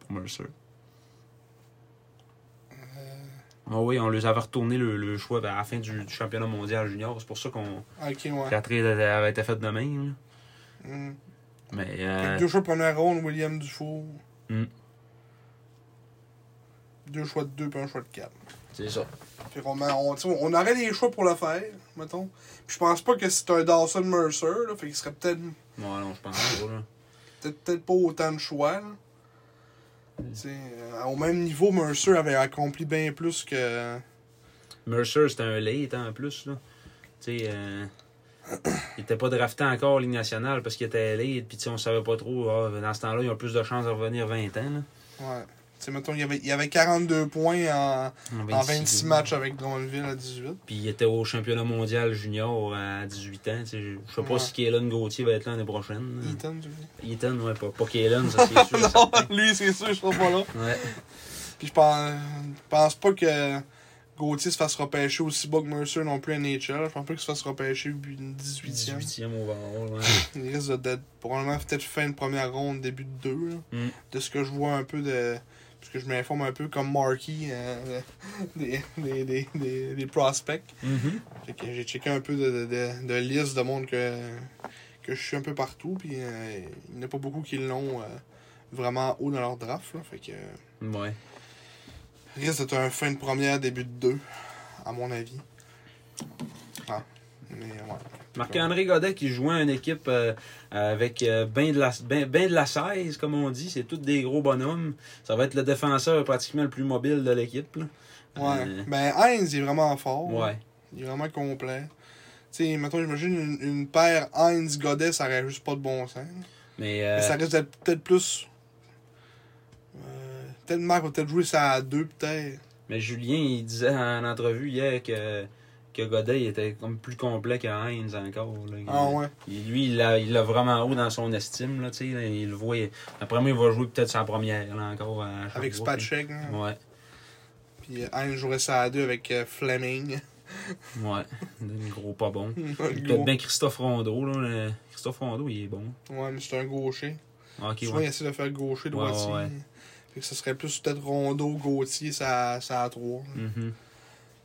Speaker 1: Pour Mercer.
Speaker 2: Euh.
Speaker 1: Ah oui, on les avait retourné le, le choix à la fin du, du championnat mondial junior. C'est pour ça qu'on
Speaker 2: Ok, ouais.
Speaker 1: la trade avait avait été faite de même. là.
Speaker 2: Mm.
Speaker 1: Mais
Speaker 2: Fait que
Speaker 1: euh,
Speaker 2: Deux choix de première ronde, William Dufour.
Speaker 1: Mm.
Speaker 2: Deux choix de deux, puis un choix de quatre.
Speaker 1: c'est ça.
Speaker 2: Fait qu'on a- on, tu sais, on aurait les choix pour le faire, mettons. Puis je pense pas que c'est un Dawson Mercer, là, fait qu'il serait peut-être
Speaker 1: Bon, non, je pense pas. Là.
Speaker 2: peut-être peut-être pas autant de choix. là. Tu sais, euh, au même niveau, Mercer avait accompli bien plus que.
Speaker 1: Mercer, c'était un late hein, en plus. Là. Tu sais, euh, il était pas drafté encore en Ligue nationale parce qu'il était late. Puis tu sais, on savait pas trop. Ah, dans ce temps-là, ils ont plus de chances de revenir 20 ans. Là.
Speaker 2: Ouais. Tu sais, mettons, il y avait, il y avait 42 points en,
Speaker 1: En
Speaker 2: en 26
Speaker 1: ans.
Speaker 2: matchs avec Drummondville à 18.
Speaker 1: Puis il était au championnat mondial junior à 18 ans. tu sais, Je je sais pas
Speaker 2: Ouais.
Speaker 1: si Kalen Gauthier va être là l'année prochaine. là.
Speaker 2: Eaton, tu veux dire?
Speaker 1: Eaton, ouais, pas, pas Kalen, ça c'est sûr. et
Speaker 2: Non,
Speaker 1: certain.
Speaker 2: lui, c'est sûr, je serai pas là.
Speaker 1: Ouais.
Speaker 2: Puis je pense, je pense pas que Gauthier se fasse repêcher aussi bas que Mercer non plus à NHL. Je pense pas qu'il se fasse repêcher une 18e.
Speaker 1: 18e overall. ouais.
Speaker 2: Il risque d'être probablement peut-être fin de première ronde, début de deux. là.
Speaker 1: Mm.
Speaker 2: De ce que je vois un peu de. Parce que je m'informe un peu comme Marky euh, des, des, des, des, des prospects.
Speaker 1: Mhm.
Speaker 2: Fait que j'ai checké un peu de, de, de, de liste de monde que, que je suis un peu partout. Puis euh, il n'y en a pas beaucoup qui l'ont euh, vraiment haut dans leur draft. là. Fait que euh,
Speaker 1: Ouais.
Speaker 2: risque d'être un fin de première, début de deux, à mon avis. Ah. Mais ouais.
Speaker 1: Marc-André Godet qui jouait à une équipe euh, avec euh, ben, de la, ben, ben de la size, comme on dit. C'est tous des gros bonhommes. Ça va être le défenseur pratiquement le plus mobile de l'équipe. là.
Speaker 2: Ouais.
Speaker 1: Euh,
Speaker 2: Ben Heinz il est vraiment fort.
Speaker 1: ouais.
Speaker 2: Il est vraiment complet. Tu sais, mettons, j'imagine une, une paire Heinz-Godet, ça aurait juste pas de bon sens.
Speaker 1: Mais, euh,
Speaker 2: Mais ça risque d'être peut-être plus. euh, Peut-être Marc va peut-être jouer ça à deux, peut-être.
Speaker 1: mais Julien, il disait en entrevue hier que, que Godet il était comme plus complet que Heinz encore. là.
Speaker 2: Ah ouais.
Speaker 1: Il- lui, il l'a il l'a vraiment haut dans son estime. Là, tu sais, là, il le voit. Après moi, il va jouer peut-être sa première là, encore. à chaque
Speaker 2: Avec
Speaker 1: fois.
Speaker 2: Spatchek. hein.
Speaker 1: Ouais.
Speaker 2: Puis euh, Heinz jouerait ça à deux avec euh, Fleming.
Speaker 1: Ouais. Un gros pas bon.
Speaker 2: Le
Speaker 1: Peut-être
Speaker 2: gros.
Speaker 1: bien Christophe Rondeau. Là, le- Christophe Rondeau, il est bon.
Speaker 2: Ouais, mais c'est un gaucher.
Speaker 1: Ok,
Speaker 2: Souvent, il
Speaker 1: ouais.
Speaker 2: essaie de faire gaucher,
Speaker 1: Ouais, ouais,
Speaker 2: droitier.
Speaker 1: ouais.
Speaker 2: Fait que ça serait plus peut-être Rondeau, Gauthier, ça, ça à trois.
Speaker 1: Mhm.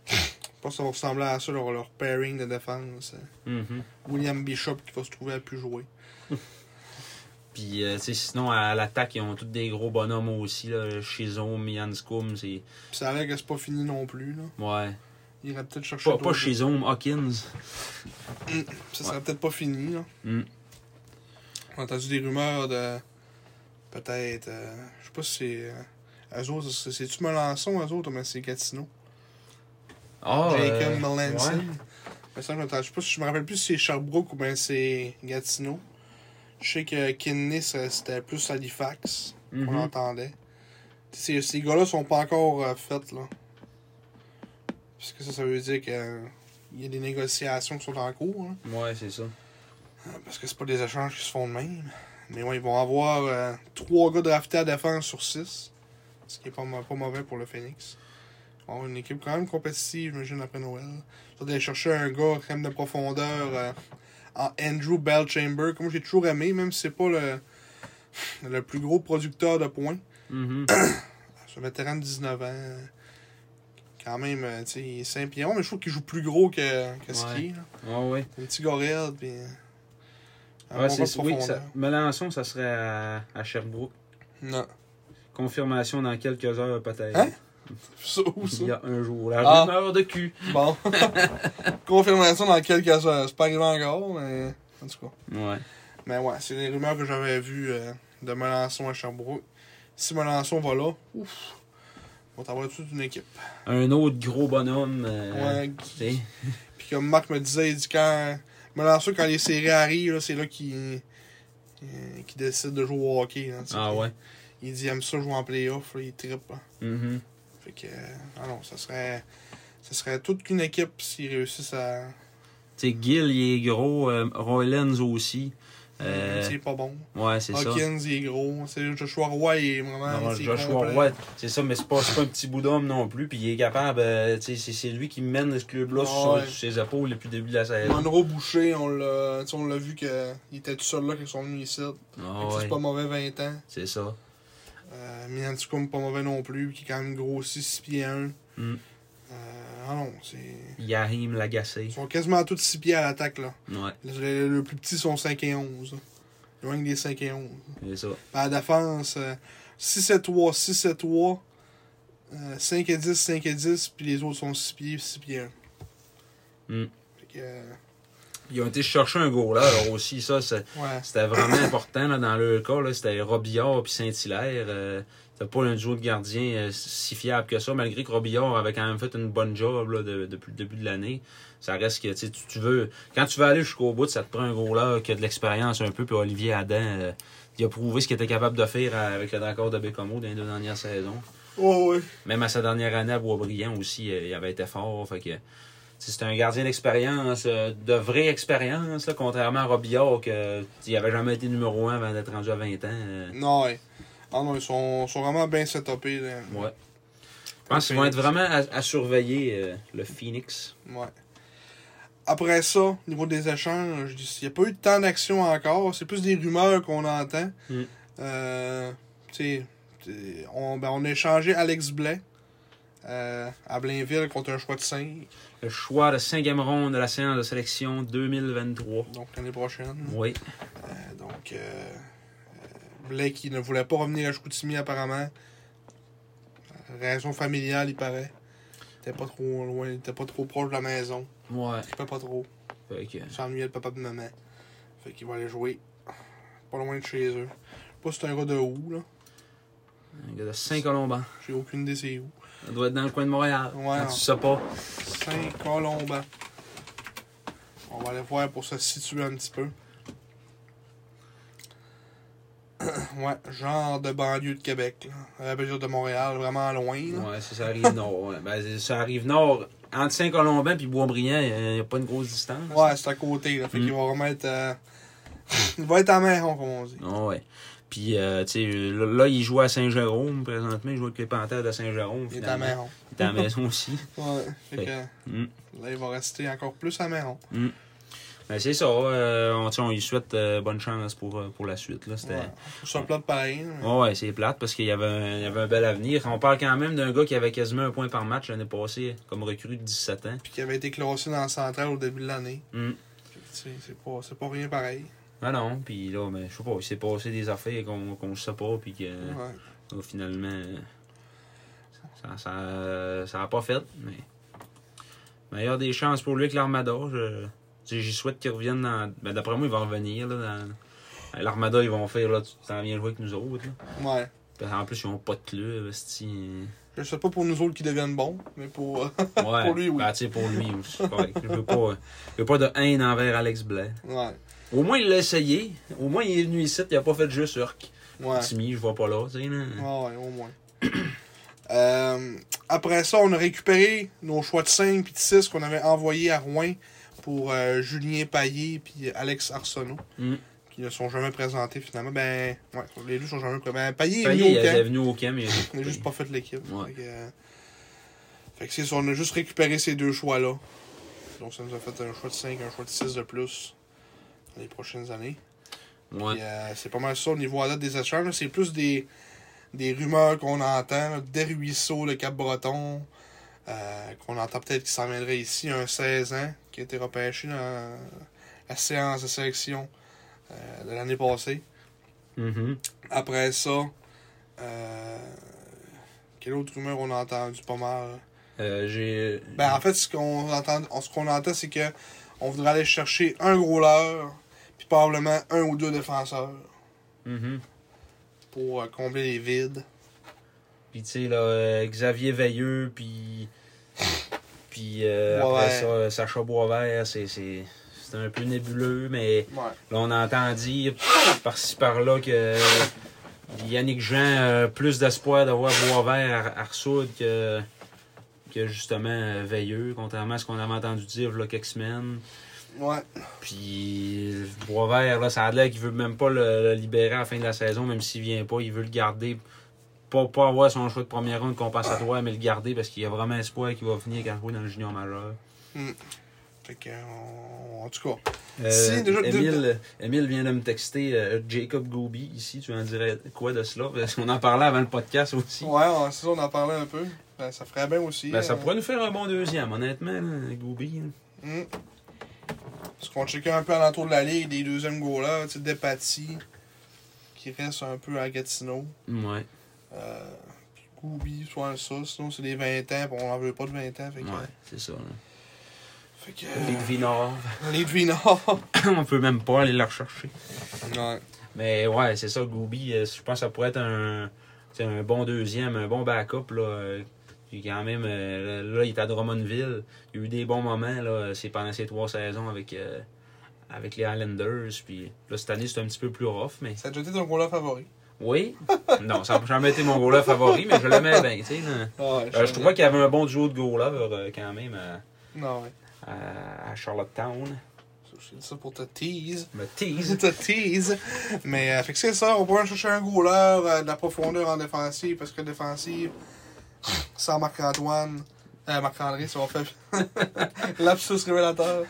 Speaker 2: Je pense que ça va ressembler à ça, leur, leur pairing de défense.
Speaker 1: Mhm.
Speaker 2: William Bishop qui va se trouver à plus jouer.
Speaker 1: Puis, euh, tu sais, sinon, à l'attaque, ils ont tous des gros bonhommes aussi. Là. Chisholm, Yanskum, c'est.
Speaker 2: Puis ça a l'air que c'est pas fini non plus. Là.
Speaker 1: Ouais.
Speaker 2: Il irait peut-être chercher.
Speaker 1: Pas, pas
Speaker 2: d'autres-
Speaker 1: Chisholm, Hawkins.
Speaker 2: Ça serait peut-être pas fini. Là.
Speaker 1: Mm.
Speaker 2: On a entendu des rumeurs de. Peut-être. euh, Je sais pas si c'est. Euh... Eux autres, c'est- c'est-tu Melançon, eux autres, mais c'est Gatineau.
Speaker 1: Ah,
Speaker 2: Jacob
Speaker 1: euh,
Speaker 2: Melanson.
Speaker 1: ouais.
Speaker 2: Mais ça, je m'entends- je sais pas si je me rappelle plus si c'est Sherbrooke ou bien c'est Gatineau. Je sais que Kidney, ça- c'était plus Halifax.
Speaker 1: Mhm.
Speaker 2: On l'entendait. Ces, ces gars-là sont pas encore euh, faits, là. Parce que ça, ça veut dire que euh, il y a des négociations qui sont en cours. hein.
Speaker 1: Ouais, c'est ça.
Speaker 2: Euh, Parce que c'est pas des échanges qui se font de même. Mais ouais, ils vont avoir euh, trois gars draftés à défense sur six. Ce qui est pas, mo- pas mauvais pour le Phoenix. Ils vont avoir une équipe quand même compétitive, j'imagine, après Noël. Ils vont aller chercher un gars quand même de profondeur euh, en Andrew Bell Chamber, comme j'ai toujours aimé, même si c'est pas le, le plus gros producteur de points.
Speaker 1: Mhm.
Speaker 2: Ce vétéran de 19 ans, euh, quand même, euh, tu sais, il est 5 pieds 1, mais je trouve qu'il joue plus gros que, que ce
Speaker 1: Ouais.
Speaker 2: qu'il est. là.
Speaker 1: Ah, ouais.
Speaker 2: Un petit gars raide, puis. euh, un
Speaker 1: Ouais,
Speaker 2: bon
Speaker 1: c'est
Speaker 2: gars de
Speaker 1: oui,
Speaker 2: profondeur.
Speaker 1: ça- Melançon, ça serait à, à Sherbrooke.
Speaker 2: Non.
Speaker 1: Confirmation dans quelques heures, peut-être.
Speaker 2: Hein? Ça ou ça?
Speaker 1: Il y a un jour. La
Speaker 2: Ah.
Speaker 1: rumeur de cul.
Speaker 2: Bon. Confirmation dans quelques heures. C'est pas arrivé encore, mais. En tout cas.
Speaker 1: Ouais.
Speaker 2: Mais ouais, c'est des rumeurs que j'avais vues euh, de Melançon à Sherbrooke. Si Melançon va là, ouf. On va avoir toute une équipe.
Speaker 1: Un autre gros bonhomme. euh,
Speaker 2: Ouais.
Speaker 1: tu sais.
Speaker 2: Puis comme Marc me disait, il dit quand. Melançon, quand les séries arrivent, là, c'est là qu'il. euh, qu'il décide de jouer au hockey. là, tu sais.
Speaker 1: Ah ouais.
Speaker 2: Il dit, il aime ça jouer en playoff, là, il trippe. là.
Speaker 1: Mhm.
Speaker 2: Fait que. euh, Ah non, ça serait. Ça serait toute qu'une équipe s'ils réussissent à.
Speaker 1: Tu sais, Gill, il est gros. euh, Rollins aussi. Euh,
Speaker 2: C'est pas bon.
Speaker 1: ouais, c'est ça.
Speaker 2: Hawkins, il est gros. C'est Joshua Roy, il est vraiment.
Speaker 1: Non,
Speaker 2: c'est
Speaker 1: Joshua
Speaker 2: complet.
Speaker 1: Roy, c'est ça, mais c'est pas, c'est pas un petit bout d'homme non plus. Puis il est capable, euh, tu sais, c'est c'est lui qui mène ce club-là sur, son-
Speaker 2: Ouais.
Speaker 1: sur ses épaules depuis le début de la saison.
Speaker 2: Monroe Boucher, on l'a tu sais, on l'a vu qu'il était tout seul là quand ils sont venus ici.
Speaker 1: Ah
Speaker 2: Fait que
Speaker 1: ouais,
Speaker 2: C'est pas mauvais 20 ans.
Speaker 1: c'est ça.
Speaker 2: Euh, Mianticoum, pas mauvais non plus, qui est quand même grossi 6 pieds 1.
Speaker 1: Mm.
Speaker 2: Euh, ah non, c'est.
Speaker 1: Yahim Lagacé.
Speaker 2: Ils sont quasiment tous 6 pieds à l'attaque là.
Speaker 1: Ouais,
Speaker 2: Le, le- le plus petit sont 5 et 11. là. Loin que des 5 et 11.
Speaker 1: c'est ça.
Speaker 2: Ben, à la défense, euh, 6-7-3, 6-7-3, euh, 5 et 10, 5 et 10, puis les autres sont 6 pieds, 6 pieds 1.
Speaker 1: Mm.
Speaker 2: Fait que, euh,
Speaker 1: Ils ont été chercher un goal là alors aussi, ça, c'est-
Speaker 2: ouais.
Speaker 1: c'était vraiment important là, dans le cas. là, C'était Robillard puis Saint-Hilaire. euh, C'était pas un duo de gardien si fiable que ça, malgré que Robillard avait quand même fait une bonne job là, de- depuis le début de l'année. Ça reste que tu, sais, tu tu veux. Quand tu veux aller jusqu'au bout, ça te prend un gros là qui a de l'expérience un peu. Puis Olivier Adam, euh, il a prouvé ce qu'il était capable de faire à- avec le d'accord de Bécomo dans les deux dernières saisons.
Speaker 2: Ouais, ouais.
Speaker 1: Même à sa dernière année à Boisbriand aussi, euh, il avait été fort. Fait que, tu sais, c'était un gardien d'expérience, euh, de vraie expérience, là, contrairement à Robillard, que, tu sais, il n'avait jamais été numéro un avant d'être rendu à 20 ans. euh.
Speaker 2: Non, ouais. Ah non, ils sont, sont vraiment bien setupés. là.
Speaker 1: ouais. pense qu'ils vont être vraiment à, à surveiller euh, le Phoenix.
Speaker 2: Ouais. Après ça, au niveau des échanges, il n'y a pas eu tant d'action encore. C'est plus des rumeurs qu'on entend.
Speaker 1: Mm.
Speaker 2: Euh, tu sais, tu sais, on, ben, on a échangé Alex Blais euh, à Blainville contre un choix de 5,
Speaker 1: Le choix de cinquième ronde de la séance de sélection 2023.
Speaker 2: donc l'année prochaine.
Speaker 1: Oui.
Speaker 2: Euh, donc, euh, euh, Blais qui ne voulait pas revenir à Chicoutimi apparemment. Raison familiale, il paraît. Il était pas trop loin, il était pas trop proche de la maison.
Speaker 1: Ouais.
Speaker 2: Il ne pas trop.
Speaker 1: Fait que-
Speaker 2: S'ennuyait le papa de maman. Fait qu'il va aller jouer pas loin de chez eux. Je sais pas si c'est un gars de où, là.
Speaker 1: Un gars de Saint-Colomban.
Speaker 2: J'ai aucune idée c'est où.
Speaker 1: Ça doit être dans le coin de Montréal.
Speaker 2: Ouais.
Speaker 1: Ah, Tu sais pas.
Speaker 2: Saint-Colomban. On va aller voir pour se situer un petit peu. ouais, genre de banlieue de Québec, là. Euh, ben, genre de Montréal, vraiment loin, là.
Speaker 1: Ouais, ça, ça arrive nord. ouais. Ben, c'est- ça arrive nord. Entre Saint-Colomban et Boisbriand, il n'y a, pas une grosse distance.
Speaker 2: Ouais, c'est à côté, là. Fait
Speaker 1: Mm.
Speaker 2: qu'il va remettre. euh, il va être à maison, comme on dit.
Speaker 1: Ah ouais. Puis, euh, tu sais, là, là, il joue à Saint-Jérôme présentement. Il joue avec les Panthères de Saint-Jérôme.
Speaker 2: Il est à
Speaker 1: finalement.
Speaker 2: maison.
Speaker 1: Il est à la maison aussi.
Speaker 2: Ouais. Fait que, hmm.
Speaker 1: Mm.
Speaker 2: là, il va rester encore plus à maison.
Speaker 1: Ben, c'est ça. euh, on, tu sais, on lui souhaite euh, bonne chance pour, euh, pour la suite. Là. C'était-
Speaker 2: Ouais. Sur le plat de pareil. là, mais-
Speaker 1: Ah ouais, c'est plate parce qu'il y, avait un- il y avait un bel avenir. On parle quand même d'un gars qui avait quasiment un point par match l'année passée comme recrue de 17 ans.
Speaker 2: Puis qui avait été classé dans le central au début de l'année.
Speaker 1: Hum.
Speaker 2: Tu sais, C'est pas, c'est pas rien pareil.
Speaker 1: Ah non, puis là, ben, je sais pas, il s'est passé des affaires qu'on qu'on sait pas, puis que
Speaker 2: Ouais.
Speaker 1: là, finalement, euh, ça, ça, euh, ça a pas fait. Mais meilleur des chances pour lui que l'Armada. Je- tu sais, J'y souhaite qu'il revienne dans. Ben, D'après moi, il va revenir. là, dans- à L'Armada, ils vont faire, là, tu t'en viens jouer avec nous autres. là.
Speaker 2: ouais.
Speaker 1: Puis En plus, ils ont pas de club, esti.
Speaker 2: Je sais pas pour nous autres qui deviennent bons, mais pour. euh,
Speaker 1: Ouais,
Speaker 2: Pour lui, oui.
Speaker 1: ben, tu sais, pour lui, c'est correct. Je veux pas, je veux pas de haine envers Alex Blais.
Speaker 2: ouais.
Speaker 1: Au moins, il l'a essayé. Au moins, il est venu ici, il a pas fait juste Urk.
Speaker 2: Ouais.
Speaker 1: Timmy, je vois pas là, tu sais. là.
Speaker 2: Ouais, ouais, au moins. Euh, après ça, on a récupéré nos choix de 5 et de 6 qu'on avait envoyés à Rouen pour euh, Julien Payet et Alex Arsenault,
Speaker 1: Mm.
Speaker 2: qui ne sont jamais présentés finalement. Ben, ouais, les deux sont jamais présentés. Ben, Payet, est
Speaker 1: Payet,
Speaker 2: venu au
Speaker 1: il
Speaker 2: camp.
Speaker 1: est venu au camp, mais
Speaker 2: On a juste pas fait l'équipe.
Speaker 1: Ouais.
Speaker 2: Fait que, euh, fait que c'est ça, on a juste récupéré ces deux choix-là. Donc ça nous a fait un choix de 5, un choix de 6 de plus dans les prochaines années.
Speaker 1: Ouais.
Speaker 2: Puis, euh, c'est pas mal ça au niveau à date des échanges. là. C'est plus des, des rumeurs qu'on entend. là. Des ruisseaux, le Cap-Breton, euh, qu'on entend peut-être qui s'en mêlerait ici, un 16 ans, qui a été repêché dans la séance de sélection euh, de l'année passée.
Speaker 1: Mhm.
Speaker 2: Après ça, euh, quelle autre rumeur on a entendu pas mal?
Speaker 1: Euh, J'ai.
Speaker 2: Ben, en fait, ce qu'on entend, on- ce qu'on entend, c'est que on voudrait aller chercher un gros leurre, puis probablement un ou deux défenseurs
Speaker 1: Mhm.
Speaker 2: pour euh, combler les vides.
Speaker 1: Puis, tu sais, là, euh, Xavier Veilleux, puis. Puis euh,
Speaker 2: Ouais.
Speaker 1: après ça, euh, Sacha Boisvert, c'est. c'est- c'est un peu nébuleux, mais
Speaker 2: Ouais.
Speaker 1: là, on entend dire par-ci par-là que Yannick Jean a plus d'espoir d'avoir Boisvert à Arsoud que, que justement euh, Veilleux, contrairement à ce qu'on avait entendu dire il y a quelques semaines.
Speaker 2: Ouais.
Speaker 1: Puis Boisvert, là, ça a l'air qu'il veut même pas le, le libérer à la fin de la saison, même s'il vient pas. Il veut le garder. Pas, pas avoir son choix de première ronde compensatoire, mais le garder parce qu'il y a vraiment espoir qu'il va venir quand jouer dans le junior majeur.
Speaker 2: Fait que, euh, on- en tout cas,
Speaker 1: Euh,
Speaker 2: Si, déjà, de-
Speaker 1: Émile, Émile vient de me texter euh, Jacob Gobi ici. Tu en dirais quoi de cela? Parce qu'on en parlait avant le podcast aussi.
Speaker 2: ouais, on- c'est ça, on en parlait un peu. Ben, ça ferait bien aussi.
Speaker 1: Ben, ça
Speaker 2: euh,
Speaker 1: pourrait nous faire un bon deuxième, honnêtement, là, Gobi. hein. là.
Speaker 2: hmm. Parce qu'on checkait un peu à l'entour de la ligue, des deuxièmes goalers, tu sais, Despatie, qui reste un peu à Gatineau.
Speaker 1: Ouais.
Speaker 2: Euh, puis Goubi, soit ça, sinon c'est des 20 ans, puis on n'en veut pas de 20 ans. Fait que,
Speaker 1: Ouais, c'est ça. là.
Speaker 2: fait que euh,
Speaker 1: Les Vinard.
Speaker 2: les Vinards.
Speaker 1: On peut même pas aller la rechercher.
Speaker 2: ouais.
Speaker 1: Mais ouais, c'est ça, Gooby. euh, Je pense que ça pourrait être un, c'est un bon deuxième, un bon backup. Là. euh, Puis quand même, euh, là, il est à Drummondville. Il y a eu des bons moments là, euh, c'est pendant ces trois saisons avec, euh, avec les Highlanders. Puis là, cette année, c'est un petit peu plus rough. Mais
Speaker 2: Ça a déjà été ton goaler favori.
Speaker 1: oui, non, ça n'a jamais été mon goaler favori, mais je l'aimais bien. tu sais, là.
Speaker 2: Ouais,
Speaker 1: Euh, je trouvais qu'il y avait un bon duo de goalers euh, quand même à,
Speaker 2: Non, ouais.
Speaker 1: à- à Charlottetown.
Speaker 2: Ça, Je dis ça pour te tease.
Speaker 1: Me
Speaker 2: Je
Speaker 1: tease.
Speaker 2: te tease. Mais, euh, fait que c'est ça, on pourrait chercher un goaler euh, de la profondeur en défensive, parce que défensive, sans Marc-Antoine. Euh, Marc-André, ça va faire. Lapsus révélateur.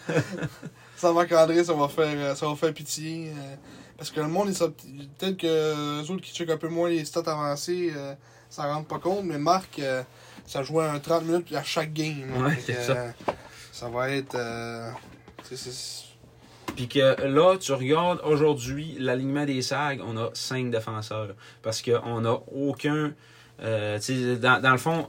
Speaker 2: sans Marc-André, ça va faire euh, ça va faire pitié. euh, parce que le monde, ils sont- peut-être que les autres qui checkent un peu moins les stats avancées, euh, ça rendent pas compte. Mais Marc, euh, ça jouait un 30 minutes à chaque game. là.
Speaker 1: Ouais,
Speaker 2: Fait que,
Speaker 1: c'est ça.
Speaker 2: euh, ça va être. euh, c'est- c'est-
Speaker 1: Puis que là, tu regardes aujourd'hui l'alignement des SAG, on a cinq défenseurs. Parce qu'on n'a aucun. euh, tu sais, dans, dans le fond,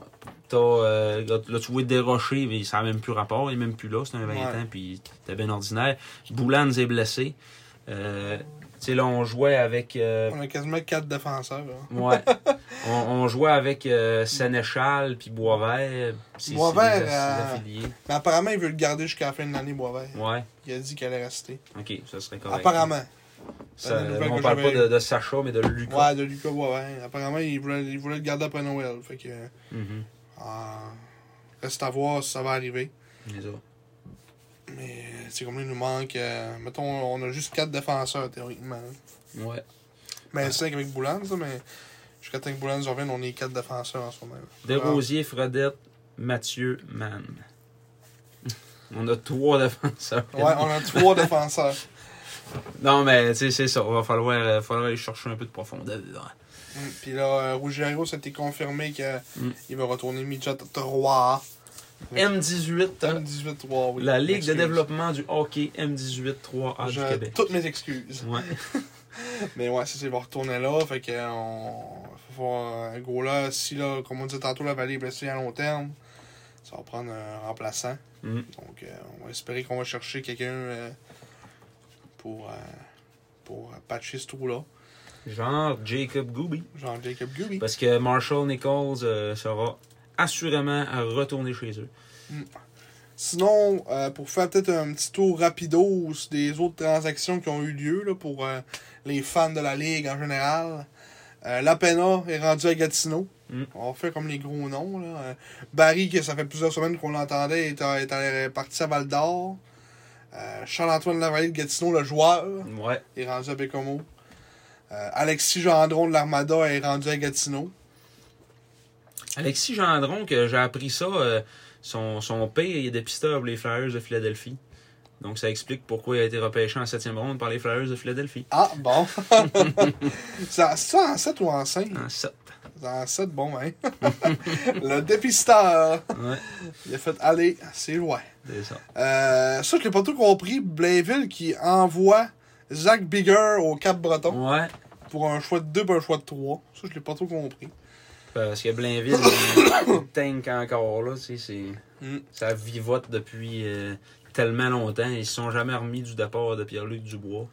Speaker 1: t'as, euh, là, là, tu vois Desrochers, mais ça n'a même plus rapport, il n'est même plus là, c'est un 20
Speaker 2: Ouais.
Speaker 1: ans, puis t'es bien ordinaire. Boulan est blessé. Euh, tu sais, là, on jouait avec. euh,
Speaker 2: on a quasiment quatre défenseurs. hein. là.
Speaker 1: ouais. on, on jouait avec euh, Sénéchal, puis Boisvert. C'est- c'est
Speaker 2: Boisvert,
Speaker 1: des- des
Speaker 2: euh,
Speaker 1: affiliés.
Speaker 2: Mais apparemment, il veut le garder jusqu'à la fin de l'année, Boisvert.
Speaker 1: Ouais,
Speaker 2: Il a dit qu'elle allait rester.
Speaker 1: ok, ça serait correct.
Speaker 2: Apparemment.
Speaker 1: Ça,
Speaker 2: La nouvelle
Speaker 1: on
Speaker 2: que
Speaker 1: parle pas
Speaker 2: j'avais-
Speaker 1: de, de Sacha, mais de Lucas.
Speaker 2: Ouais, de Lucas Boisvert. Apparemment, il voulait, il voulait le garder après Noël. Fait que. euh,
Speaker 1: Mhm.
Speaker 2: ah, reste à voir si ça va arriver.
Speaker 1: Les autres.
Speaker 2: Mais c'est comme là, il nous manque. euh, mettons, on a juste quatre défenseurs, théoriquement.
Speaker 1: Ouais.
Speaker 2: Mais cinq avec Boulan, ça, mais. Jusqu'à temps que Boulan nous revienne, on est quatre défenseurs en ce moment.
Speaker 1: Desrosiers, Fredette, Mathieu, Mann. On a trois défenseurs.
Speaker 2: Ouais, on a trois défenseurs.
Speaker 1: Non, mais tu sais, c'est ça. Il va falloir, euh, falloir aller chercher un peu de profondeur.
Speaker 2: Mm. Puis là, euh, Ruggiero, ça a été confirmé qu'il
Speaker 1: Mm.
Speaker 2: va retourner midget 3.
Speaker 1: M18,
Speaker 2: Tom
Speaker 1: hein,
Speaker 2: 18-3, oui.
Speaker 1: la Ligue de
Speaker 2: Excuse.
Speaker 1: développement du hockey M18-3A Ah, du
Speaker 2: Je,
Speaker 1: Québec.
Speaker 2: toutes mes excuses.
Speaker 1: Ouais.
Speaker 2: Mais ouais, ça, c'est va retourner là. Fait que, euh, on faut voir un gros là. Si, là, comme on disait tantôt, la vallée est blessée à long terme, ça va prendre un remplaçant.
Speaker 1: Mm.
Speaker 2: Donc, euh, on va espérer qu'on va chercher quelqu'un euh, pour, euh, pour euh, patcher ce trou-là.
Speaker 1: Genre Jacob Gooby.
Speaker 2: Genre Jacob Gubi.
Speaker 1: Parce que Marshall Nichols euh, sera assurément à retourner chez eux.
Speaker 2: Sinon, euh, pour faire peut-être un petit tour rapido sur des autres transactions qui ont eu lieu là, pour euh, les fans de la Ligue en général, euh, la Pena est rendue à Gatineau.
Speaker 1: Mm.
Speaker 2: On fait comme les gros noms. Là. Euh, Barry, que ça fait plusieurs semaines qu'on l'entendait, est, à- est à- est parti à Val d'Or. Euh, Charles-Antoine Lavallée de Gatineau, le joueur,
Speaker 1: Ouais.
Speaker 2: est rendu à Bécomo. Euh, Alexis Gendron de l'Armada est rendu à Gatineau.
Speaker 1: Alexis Gendron, que j'ai appris ça, euh, son, son père est dépisteur pour les Flyers de Philadelphie. Donc ça explique pourquoi il a été repêché en septième ronde par les Flyers de Philadelphie.
Speaker 2: Ah, bon. C'est en- c'est en 7 ou en 5?
Speaker 1: En sept.
Speaker 2: Dans 7, bon, hein. le dépisteur.
Speaker 1: Ouais,
Speaker 2: Il a fait aller, c'est loin.
Speaker 1: c'est ça.
Speaker 2: Euh, ça, je l'ai pas tout compris. Blainville qui envoie Zach Bigger au Cap-Breton
Speaker 1: Ouais,
Speaker 2: pour un choix de 2 et un choix de 3. Ça, je l'ai pas tout compris.
Speaker 1: parce que Blainville, il il tank encore, là, tu sais, c'est-
Speaker 2: Mm.
Speaker 1: ça vivote depuis euh, tellement longtemps. Ils se sont jamais remis du départ de Pierre-Luc Dubois.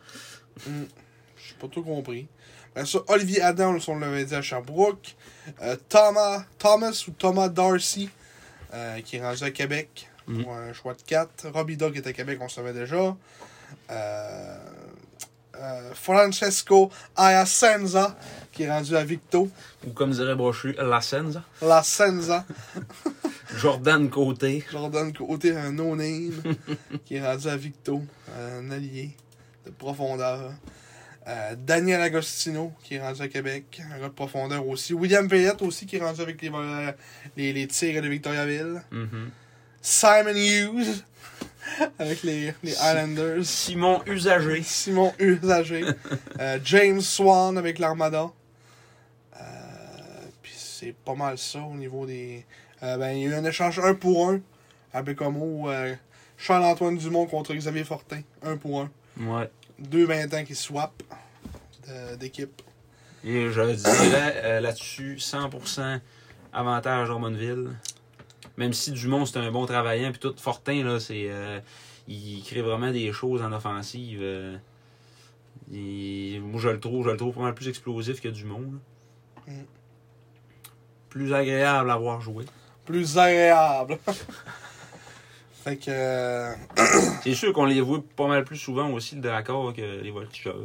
Speaker 2: Je l'ai pas tout compris. Ben, ça, Olivier Adam, on l'avait dit à Sherbrooke. Euh, Thomas, Thomas ou Thomas Darcy euh, qui est rendu à Québec pour un choix de 4. Robbie Dog est à Québec, on le savait déjà. Euh, euh, Francesco Ayasenza qui est rendu à Victo.
Speaker 1: Ou comme dirait Brochu, La Senza.
Speaker 2: La Senza,
Speaker 1: Jordan Côté.
Speaker 2: Jordan Côté, un no-name, qui est rendu à Victo, un allié de profondeur. Euh, Daniel Agostino, qui est rendu à Québec, un gars de profondeur aussi. William Payette aussi, qui est rendu avec les, euh, les, les Tigres de Victoriaville.
Speaker 1: Mhm.
Speaker 2: Simon Hughes, avec les, les Islanders.
Speaker 1: Simon Usager.
Speaker 2: Simon Usager. Euh, James Swan avec l'Armada. Euh, Puis c'est pas mal ça au niveau des. Euh, ben, il y a eu un échange 1 pour 1 à Bécomo. euh, Charles-Antoine Dumont contre Xavier Fortin. 1 pour 1.
Speaker 1: Ouais.
Speaker 2: Deux 20 ans qui swappent de- d'équipe.
Speaker 1: Et je dirais euh, là-dessus 100% avantage Drummondville. Même si Dumont c'est un bon travaillant puis tout Fortin là c'est euh, il crée vraiment des choses en offensive. euh. Il- moi je le trouve, je le trouve vraiment plus explosif que Dumont. là.
Speaker 2: Mm.
Speaker 1: Plus agréable à voir jouer.
Speaker 2: Plus agréable. fait que. euh,
Speaker 1: C'est sûr qu'on les voit pas mal plus souvent aussi le Dracor que les Voltigeurs. là.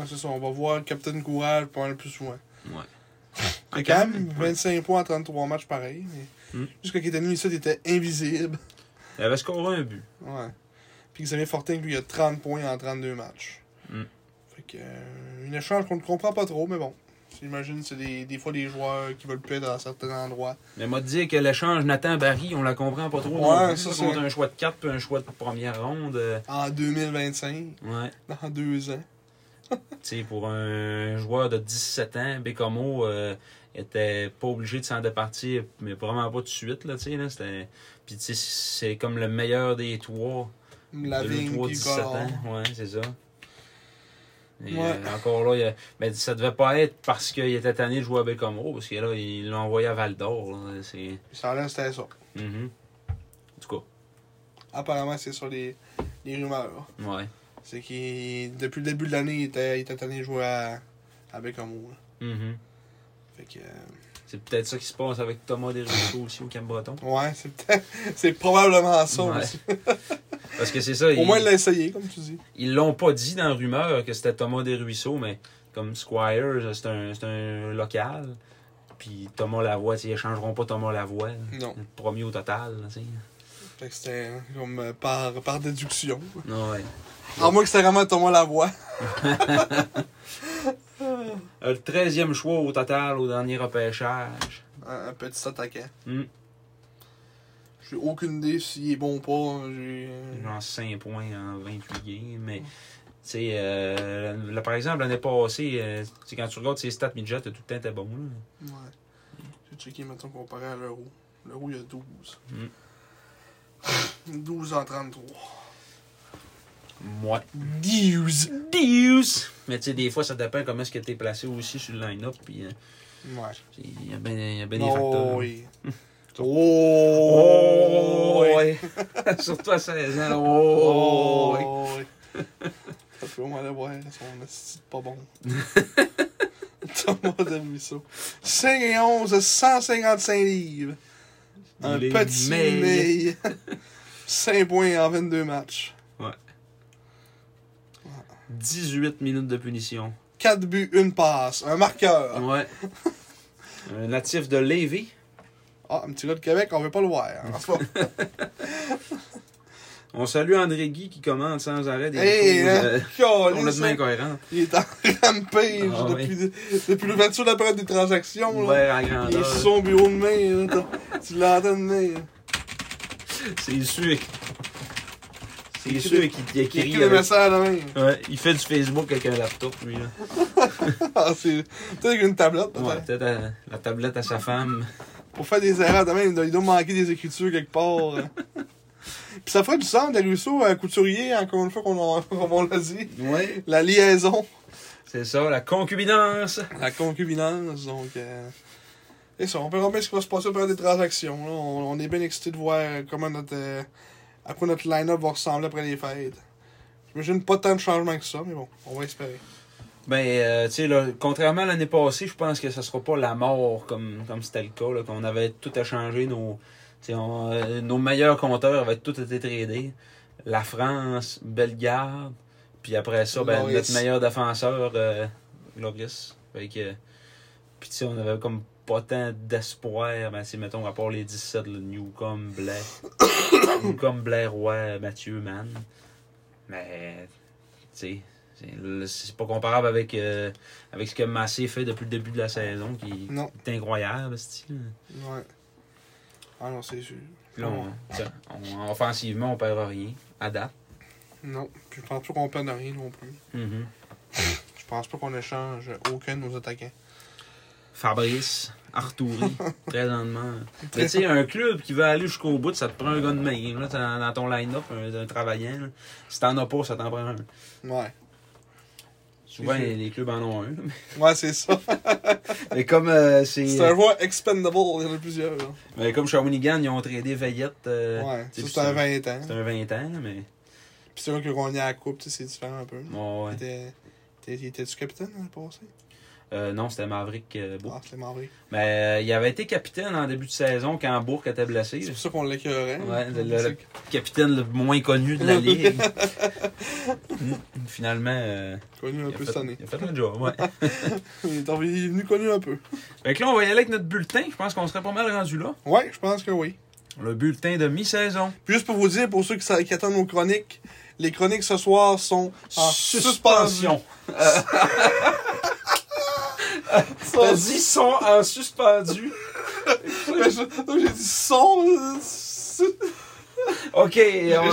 Speaker 2: Ouais, c'est ça. On va voir Captain Courage pas mal plus souvent.
Speaker 1: Ouais. Ah,
Speaker 2: Mais quand même, 25 points en 33 matchs pareil. mais
Speaker 1: Mm.
Speaker 2: Jusqu'à qu'il était mis ça, il était invisible.
Speaker 1: Il avait scoré un but.
Speaker 2: Ouais. Puis Xavier Fortin, lui, il a 30 points en 32 matchs.
Speaker 1: Mm.
Speaker 2: Fait que. euh, un échange qu'on ne comprend pas trop, mais bon. J'imagine que c'est des, des fois des joueurs qui veulent plus être dans certains endroits.
Speaker 1: Mais m'a dit que l'échange Nathan-Barry, on la comprend pas trop.
Speaker 2: Ouais,
Speaker 1: non plus.
Speaker 2: ça,
Speaker 1: ça, compte
Speaker 2: c'est-
Speaker 1: un choix de 4 puis un choix de première ronde. euh,
Speaker 2: En 2025,
Speaker 1: Ouais.
Speaker 2: dans deux ans.
Speaker 1: Tu sais, pour un joueur de 17 ans, Bécamo euh, était pas obligé de s'en départir, mais vraiment pas tout de suite. Là, tu sais, là, c'était- Puis tu sais, c'est comme le meilleur des trois.
Speaker 2: La
Speaker 1: Deux,
Speaker 2: vigne
Speaker 1: trois,
Speaker 2: qui
Speaker 1: 17
Speaker 2: colore.
Speaker 1: ans. Ouais, c'est ça. Et,
Speaker 2: Ouais.
Speaker 1: euh, encore là, il a- mais ça devait pas être parce qu'il était tanné de jouer à Bécamo, parce que là, il l'a envoyé à Val d'Or. là. C'est.
Speaker 2: Ça a l'air que c'était ça.
Speaker 1: Mhm. En tout
Speaker 2: Apparemment, c'est ça les, les rumeurs.
Speaker 1: cas, ouais.
Speaker 2: C'est qu'il, depuis le début de l'année, il était, il était tanné de jouer à, à Bécamo, là.
Speaker 1: Mhm.
Speaker 2: Fait que, euh,
Speaker 1: C'est peut-être ça qui se passe avec Thomas Desrousseaux aussi au Cap-Breton.
Speaker 2: ouais, c'est peut-être- c'est probablement ça
Speaker 1: Ouais.
Speaker 2: aussi.
Speaker 1: Parce que c'est ça,
Speaker 2: Au moins, il
Speaker 1: ils,
Speaker 2: l'a essayé, comme tu dis.
Speaker 1: ils l'ont pas dit dans la rumeur que c'était Thomas Desruisseaux, mais comme Squire, c'est un, c'est un local. Puis Thomas Lavoie, tu sais, ils échangeront pas Thomas Lavoie.
Speaker 2: Non.
Speaker 1: Le premier au total, tu sais.
Speaker 2: Fait que c'était euh, comme euh, par, par déduction.
Speaker 1: Ouais.
Speaker 2: À moins que c'était vraiment Thomas Lavoie.
Speaker 1: Euh, Le 13e choix au total au dernier repêchage.
Speaker 2: Un, un petit attaquant.
Speaker 1: Hmm.
Speaker 2: J'ai aucune idée s'il est bon ou pas. J'ai. euh,
Speaker 1: Genre 5 points en 28 games. Mais, tu sais, euh, là, par exemple, l'année passée, euh, tu sais, quand tu regardes ses stats midget, tout le temps était bon. Là.
Speaker 2: Ouais. J'ai checké maintenant comparé à l'euro. L'euro, il y a 12.
Speaker 1: Mm.
Speaker 2: 12 en 33.
Speaker 1: Moi.
Speaker 2: 12!
Speaker 1: Mais tu sais, des fois, ça dépend comment est-ce que t'es placé aussi sur le line-up. Puis, euh,
Speaker 2: Ouais.
Speaker 1: il y a bien ben des facteurs.
Speaker 2: Oh, oui. Oh, oui.
Speaker 1: oui. Surtout à 16 ans. Oh, oui.
Speaker 2: Oh, oui. Ça fait au moins le voir, son esti de pas bon. Thomas de Ruisseau. 5 et 11, 155 livres. Un
Speaker 1: Il est
Speaker 2: petit
Speaker 1: maigre.
Speaker 2: mail. 5 points en 22 matchs.
Speaker 1: 18 minutes de punition.
Speaker 2: 4 buts, 1 passe. Un marqueur.
Speaker 1: Ouais. Un natif de Lévis.
Speaker 2: Ah, un petit gars de Québec, on veut pas le voir. hein. en tout cas.
Speaker 1: On salue André Guy qui commande sans arrêt des
Speaker 2: Hey,
Speaker 1: choses euh,
Speaker 2: hein, câlisse,
Speaker 1: complètement
Speaker 2: hein.
Speaker 1: incohérentes.
Speaker 2: Il est en rampage
Speaker 1: Ah,
Speaker 2: depuis, depuis l'ouverture de la période des transactions. là.
Speaker 1: Ouais, en
Speaker 2: Il est
Speaker 1: grandeur.
Speaker 2: sur son bureau de main. là. T'as- tu l'entends de main. là.
Speaker 1: C'est sûr. que- C'est
Speaker 2: écrit
Speaker 1: sûr qu'il qu'il
Speaker 2: Il écrit
Speaker 1: écrit.
Speaker 2: des
Speaker 1: Avec...
Speaker 2: messages de main.
Speaker 1: Ouais, il fait du Facebook avec un laptop, lui. Là.
Speaker 2: Ah, c'est. Peut-être une tablette, peut-être.
Speaker 1: Ouais, peut-être à- la tablette à sa femme.
Speaker 2: Pour faire des erreurs de même, il doit, il doit manquer des écritures quelque part. hein. Puis ça ferait du sens, des Rousseau, euh, couturier, encore une fois qu'on en- comme on l'a dit.
Speaker 1: Ouais.
Speaker 2: La liaison.
Speaker 1: C'est ça, la concubinance.
Speaker 2: La concubinance, donc. euh, C'est ça, on verra bien ce qui va se passer après des transactions. là. On, on est bien excités de voir comment notre. euh, à quoi notre line-up va ressembler après les fêtes. J'imagine pas tant de changements que ça, mais bon, on va espérer.
Speaker 1: Ben, euh, tu sais, là, contrairement à l'année passée, je pense que ça sera pas la mort comme comme c'était le cas, là, qu'on avait tout à changer. Nos, tu sais, on- euh, nos meilleurs compteurs avaient tout été tradés. La France, Bellegarde, puis après ça, ben,
Speaker 2: Loris.
Speaker 1: notre meilleur défenseur, euh, Loris. Fait que, puis tu sais, on avait comme pas tant d'espoir, ben, c'est mettons, à part les 17, le Newcombe, Blair, Newcombe, Blair, Roy, Mathieu, Mann. Mais, tu sais, c'est- le- C'est pas comparable avec, euh, avec ce que Massé fait depuis le début de la saison, qui
Speaker 2: Non.
Speaker 1: est incroyable, style.
Speaker 2: Ouais. Ah non, c'est sûr.
Speaker 1: Puis là, on- tiens, on- offensivement, on perd rien, à date.
Speaker 2: Non, puis je pense pas qu'on perd de rien non plus.
Speaker 1: Mhm.
Speaker 2: Je pense pas qu'on échange aucun de nos attaquants.
Speaker 1: Fabrice, Arturi, très lentement. Mais tu sais, un club qui veut aller jusqu'au bout, ça te prend un gars de main, là, dans, dans ton line-up, un, un travaillant. là. Si t'en as pas, ça t'en prend un.
Speaker 2: Ouais.
Speaker 1: Souvent,
Speaker 2: C'est sûr.
Speaker 1: les clubs en ont un. là.
Speaker 2: Ouais, c'est ça.
Speaker 1: Mais comme euh,
Speaker 2: C'est un joueur expendable, il y en a plusieurs. là.
Speaker 1: Mais comme Shawinigan, ils ont tradé Veillette. euh,
Speaker 2: Ouais,
Speaker 1: tu
Speaker 2: ça
Speaker 1: sais,
Speaker 2: c'est un 20 ans.
Speaker 1: c'est un 20 ans, mais.
Speaker 2: Puis c'est là qu'on a la coupe, tu sais, c'est différent un peu.
Speaker 1: bon, ouais.
Speaker 2: Il était- était- il Était-tu capitaine l'année passée?
Speaker 1: Euh, non, c'était Maverick euh, Bourque.
Speaker 2: Ah, c'est Marvé.
Speaker 1: Mais euh, il avait été capitaine en début de saison quand Bourque était blessé.
Speaker 2: C'est pour ça qu'on l'écœurait.
Speaker 1: Ouais, le- le- le- Capitaine le moins connu de la ligue. Mm. Finalement, euh,
Speaker 2: Connu un
Speaker 1: il, a
Speaker 2: peu
Speaker 1: fait,
Speaker 2: cette année.
Speaker 1: il a fait le job. Ouais.
Speaker 2: Il est revenu- il est venu connu un peu.
Speaker 1: fait que là, on va y aller avec notre bulletin. Je pense qu'on serait pas mal rendu là.
Speaker 2: Ouais, je pense que oui.
Speaker 1: Le bulletin de mi-saison.
Speaker 2: Puis juste pour vous dire, pour ceux qui, sa- qui attendent nos chroniques, les chroniques Ah, ce soir sont en suspension.
Speaker 1: T'as dit son en suspendu.
Speaker 2: Mais je- donc, J'ai dit son. euh, su-
Speaker 1: OK. on-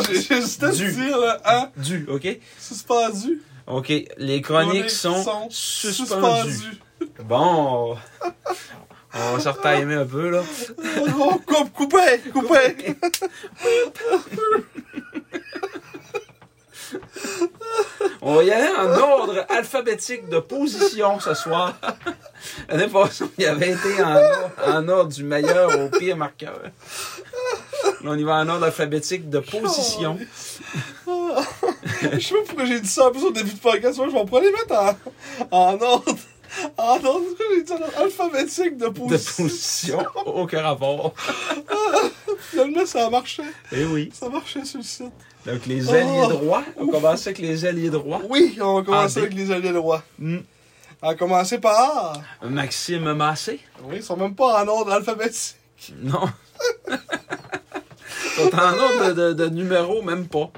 Speaker 2: J'ai- J'hésitais à
Speaker 1: du.
Speaker 2: dire le hein,
Speaker 1: Du, OK?
Speaker 2: suspendu.
Speaker 1: OK. Les
Speaker 2: Chroniques
Speaker 1: chroniques sont,
Speaker 2: sont
Speaker 1: suspendues. Bon. On s'est retimer un peu, là.
Speaker 2: Oh, coupe, coupez, coupez.
Speaker 1: On va y aller en ordre alphabétique de position ce soir. L'année passée, il avait été en, or- en ordre du meilleur au pire marqueur. Là, on y va en ordre alphabétique de position.
Speaker 2: Ah. je sais pas pourquoi j'ai dit ça en plus au début de podcast. Moi, je vais pas les mettre en, en ordre. En ordre, pourquoi j'ai dit en ordre alphabétique de
Speaker 1: De
Speaker 2: position.
Speaker 1: position, aucun rapport.
Speaker 2: Finalement, ça marchait.
Speaker 1: Eh oui.
Speaker 2: Ça marchait sur le site.
Speaker 1: Donc, les alliés
Speaker 2: Oh.
Speaker 1: droits. On commence avec les alliés droits.
Speaker 2: Oui, on va commencer
Speaker 1: Ah,
Speaker 2: avec les alliés droits.
Speaker 1: Mm.
Speaker 2: On va commencer par.
Speaker 1: Maxime Massé.
Speaker 2: Oui, ils sont même pas en ordre alphabétique.
Speaker 1: Non. Ils sont en ordre de, de, de numéro, même pas.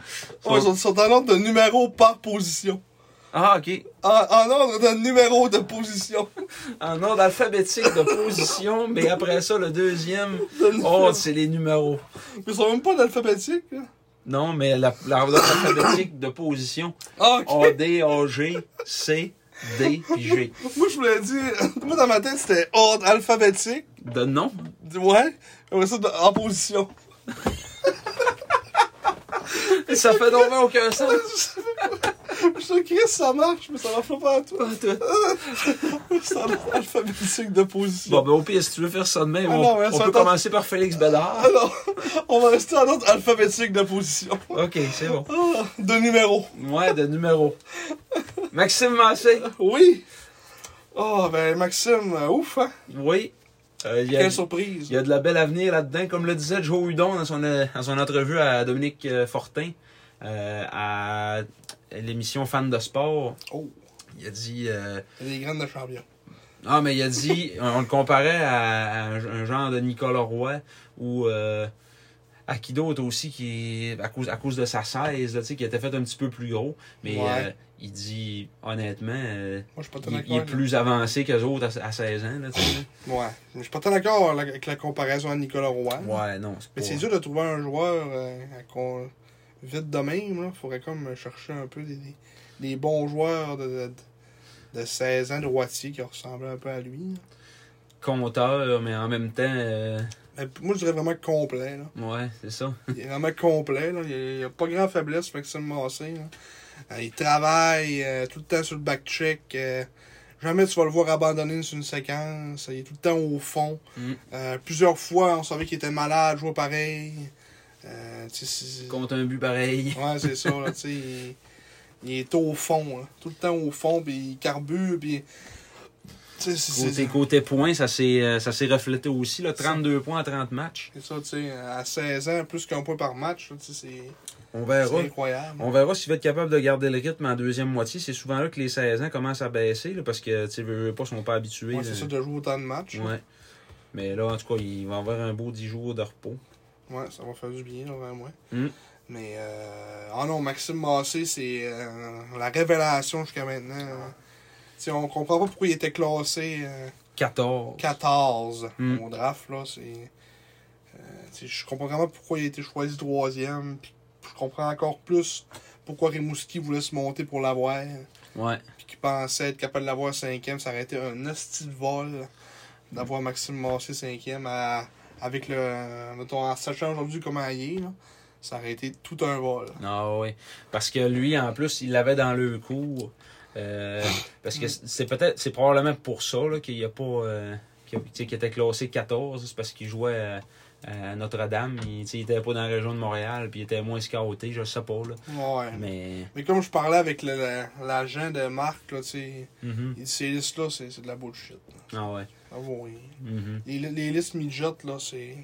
Speaker 2: Oh, ils sont, sont en ordre de numéro par position.
Speaker 1: Ah, OK.
Speaker 2: En, en ordre de numéro de position.
Speaker 1: En ordre alphabétique de position, mais après ça, le deuxième, oh, c'est les numéros.
Speaker 2: Ils sont même pas d'alphabétique. hein. là.
Speaker 1: Non, mais la- l'ordre alphabétique de position,
Speaker 2: Ah, ok.
Speaker 1: A, D, A, G, C, D, puis G.
Speaker 2: Moi, je voulais dire. Moi, dans ma tête, c'était ordre alphabétique.
Speaker 1: De nom?
Speaker 2: Ouais. Après ça, de- en position.
Speaker 1: Ça fait donc bien aucun sens.
Speaker 2: Je sais que ça marche, mais ça marche pas à toi.
Speaker 1: Ah, toi.
Speaker 2: C'est en ordre alphabétique de
Speaker 1: Bon,
Speaker 2: position.
Speaker 1: ben au pire, si tu veux faire ça de même,
Speaker 2: Ah
Speaker 1: on,
Speaker 2: non, mais
Speaker 1: on
Speaker 2: ça
Speaker 1: peut
Speaker 2: tombe-
Speaker 1: commencer par Félix Bédard.
Speaker 2: Alors, on va rester en ordre alphabétique de position.
Speaker 1: OK, c'est bon.
Speaker 2: Ah, de numéro.
Speaker 1: Ouais, de numéro. Maxime Massé.
Speaker 2: Oui. Ah, ben, Maxime, euh, ouf, hein.
Speaker 1: Oui. Euh, il y a-
Speaker 2: Quelle surprise.
Speaker 1: Il y a de la belle avenir là-dedans. Comme le disait Joe Hudon dans son, euh, dans son entrevue à Dominique euh, Fortin, euh, à l'émission Fan de sport,
Speaker 2: Oh,
Speaker 1: il a dit... euh,
Speaker 2: les graines de champion.
Speaker 1: non, mais il a dit... On le comparait à, à un, un genre de Nicolas Roy ou... euh, à qui d'autre aussi, qui, est- à, cause, à cause de sa 16, là, tu sais, qui était fait un petit peu plus gros. Mais
Speaker 2: Ouais.
Speaker 1: euh, il dit, honnêtement, euh,
Speaker 2: Moi, je suis pas
Speaker 1: il,
Speaker 2: tellement
Speaker 1: il est plus avancé qu'eux autres à, à 16 ans. Là, tu sais, là.
Speaker 2: Ouais. Je suis pas tant d'accord là, avec la comparaison à Nicolas Roy.
Speaker 1: Ouais, non. c'est
Speaker 2: Mais
Speaker 1: pas-
Speaker 2: c'est dur de trouver un joueur euh, à qu'on- vite de même. Il faudrait comme chercher un peu des, des- des bons joueurs de, de, de 16 ans droitiers qui ressemblaient un peu à lui. là.
Speaker 1: compteur, mais en même temps, euh,
Speaker 2: Mais p- moi, je dirais vraiment complet. Là.
Speaker 1: ouais, c'est ça.
Speaker 2: Il est vraiment complet. Là. Il n'y a, pas grand faiblesse, Maxime Massé. Là. Euh, Il travaille euh, tout le temps sur le back-check. euh, jamais tu vas le voir abandonner sur une séquence. Il est tout le temps au fond.
Speaker 1: Mm.
Speaker 2: Euh, plusieurs fois, on savait qu'il était malade, jouait pareil. Euh, tu sais, c'est-
Speaker 1: Compte un but pareil.
Speaker 2: Ouais, c'est ça, là, tu sais. Il, il est au fond, là. Tout le temps au fond, puis il carbure, puis. Tu sais, c'est-
Speaker 1: Côté,
Speaker 2: c'est.
Speaker 1: côté points, ça s'est euh, ça s'est reflété aussi. Là, 32 points à 30 matchs.
Speaker 2: C'est ça, tu sais. À 16 ans, plus qu'un point par match, là, tu sais, c'est-
Speaker 1: On
Speaker 2: c'est
Speaker 1: verra.
Speaker 2: incroyable.
Speaker 1: On verra s'il va être capable de garder le rythme en deuxième moitié. C'est souvent là que les 16 ans commencent à baisser là, parce que tu veux veux pas, ils sont pas habitués. là.
Speaker 2: Ouais, c'est ça, de jouer autant de matchs. Ouais.
Speaker 1: Ouais. Mais là, en tout cas, il va avoir un beau 10 jours de repos.
Speaker 2: ça va faire du bien, là, vraiment.
Speaker 1: Mm.
Speaker 2: Mais. Euh... Ah non, Maxime Massé, c'est euh, la révélation jusqu'à maintenant. là. Tu sais, on comprend pas pourquoi il était classé. euh,
Speaker 1: 14.
Speaker 2: 14
Speaker 1: Mm.
Speaker 2: au draft, là, c'est. euh, tu sais, je comprends vraiment pourquoi il a été choisi troisième. Puis je comprends encore plus pourquoi Rimouski voulait se monter pour l'avoir.
Speaker 1: Ouais.
Speaker 2: Puis qu'il pensait être capable de l'avoir cinquième. Ça aurait été un hostie de vol d'avoir Maxime Massé cinquième à- avec le. mettons, en sachant aujourd'hui comment il est, là, ça aurait été tout un vol.
Speaker 1: Ah oui. Parce que lui, en plus, il l'avait dans le cours. Euh, parce que c'est peut-être, c'est probablement pour ça là, qu'il n'y a pas. euh, qu'il tu sais, qu'il était classé 14. C'est parce qu'il jouait à, à Notre-Dame. Il n'était pas dans la région de Montréal. Puis il était moins scouté, je sais pas. Là.
Speaker 2: Ouais. Mais,
Speaker 1: Mais.
Speaker 2: comme je parlais avec le- le- l'agent de Marc, là, tu sais,
Speaker 1: mhm.
Speaker 2: il- ces listes-là, c'est c'est de la bullshit. là.
Speaker 1: Ah ouais.
Speaker 2: Ça vaut rien.
Speaker 1: Mhm.
Speaker 2: Les, les listes midget, là, c'est.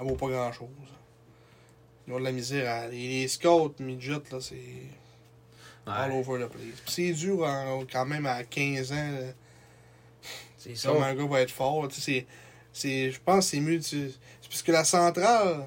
Speaker 2: Elles vaut pas grand chose. Ils ont de la misère à. Les, les scouts midget, là, c'est. All
Speaker 1: Ouais,
Speaker 2: over the place. Puis c'est dur en- quand même à 15 ans. là,
Speaker 1: c'est ça.
Speaker 2: Comment un gars va être fort. Tu sais, c'est- c'est. Je pense que c'est mieux. tu- C'est parce que la centrale.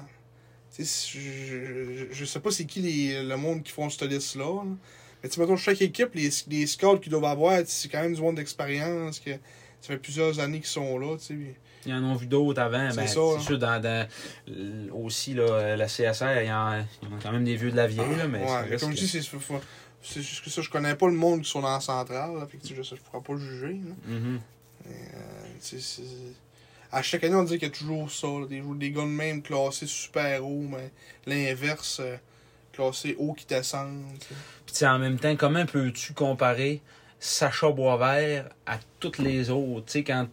Speaker 2: tu sais, Je, je, je- je sais pas c'est qui les, le monde qui font cette liste-là. là. Mais Mais tu sais, mettons, chaque équipe, les, les scouts qu'ils doivent avoir, c'est quand même du monde d'expérience, que ça fait plusieurs années qu'ils sont là, tu sais. puis-
Speaker 1: Ils en ont vu d'autres avant.
Speaker 2: C'est
Speaker 1: ben,
Speaker 2: ça,
Speaker 1: c'est
Speaker 2: hein.
Speaker 1: sûr, dans, dans- l- aussi, là, euh, la CSR, ils en, ils en ont quand même des vieux de la vieille. Là, mais
Speaker 2: Ouais,
Speaker 1: ça
Speaker 2: mais
Speaker 1: reste
Speaker 2: comme
Speaker 1: que-
Speaker 2: je dis, c'est faut- faut- c'est juste que ça, je connais pas le monde qui sont dans la centrale, là, fait que tu sais, je sais, je pourrais pas juger. là.
Speaker 1: Mhm. Ben,
Speaker 2: Euh, tu sais, c'est- À chaque année, on dit qu'il y a toujours ça, là, des, des gars de même classés super haut, mais l'inverse, euh, classés haut qui descendent. tu sais.
Speaker 1: Puis tu sais, en même temps, comment peux-tu comparer Sacha Boisvert à toutes les autres? Tu sais, quand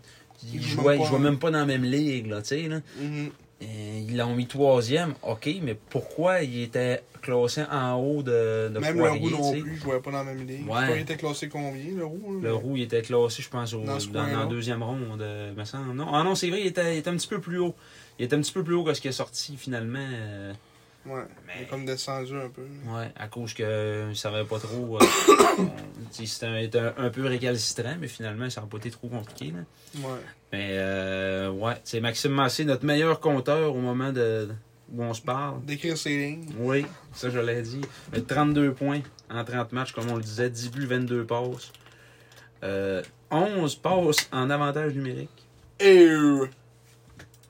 Speaker 2: Il
Speaker 1: ils
Speaker 2: joue
Speaker 1: jouaient,
Speaker 2: même
Speaker 1: ils
Speaker 2: pas
Speaker 1: jouaient
Speaker 2: en-
Speaker 1: même pas dans la même ligue, là, tu sais, là.
Speaker 2: Mhm.
Speaker 1: Euh, Ils l'ont mis troisième, ok, mais pourquoi il était classé en haut de, de
Speaker 2: Même le
Speaker 1: Poirier,
Speaker 2: roux non
Speaker 1: tu sais?
Speaker 2: plus, jouait pas dans la même ligue.
Speaker 1: Ouais.
Speaker 2: Poirier était classé combien, le roux? là?
Speaker 1: Le roux, il était classé, je pense, au,
Speaker 2: Dans ce
Speaker 1: dans, dans
Speaker 2: coin-là.
Speaker 1: la deuxième ronde, euh, me semble. Non, ah non, c'est vrai, il était, il était un petit peu plus haut. Il était un petit peu plus haut que ce qui est sorti finalement. euh,
Speaker 2: Ouais. Il est
Speaker 1: mais
Speaker 2: comme descendu un peu.
Speaker 1: ouais, à cause que ne savait pas trop. euh, euh, tu sais, c'était un, il était un, un peu récalcitrant, mais finalement, ça n'a pas été trop compliqué. là.
Speaker 2: Ouais.
Speaker 1: Mais euh, ouais, c'est Maxime Massé, notre meilleur compteur au moment de, où on se parle.
Speaker 2: Décrire ses lignes.
Speaker 1: Oui, ça je l'ai dit. Mais 32 points en 30 matchs, comme on le disait, 10 buts, 22 passes. Euh, 11 passes en avantage numérique.
Speaker 2: Et euh,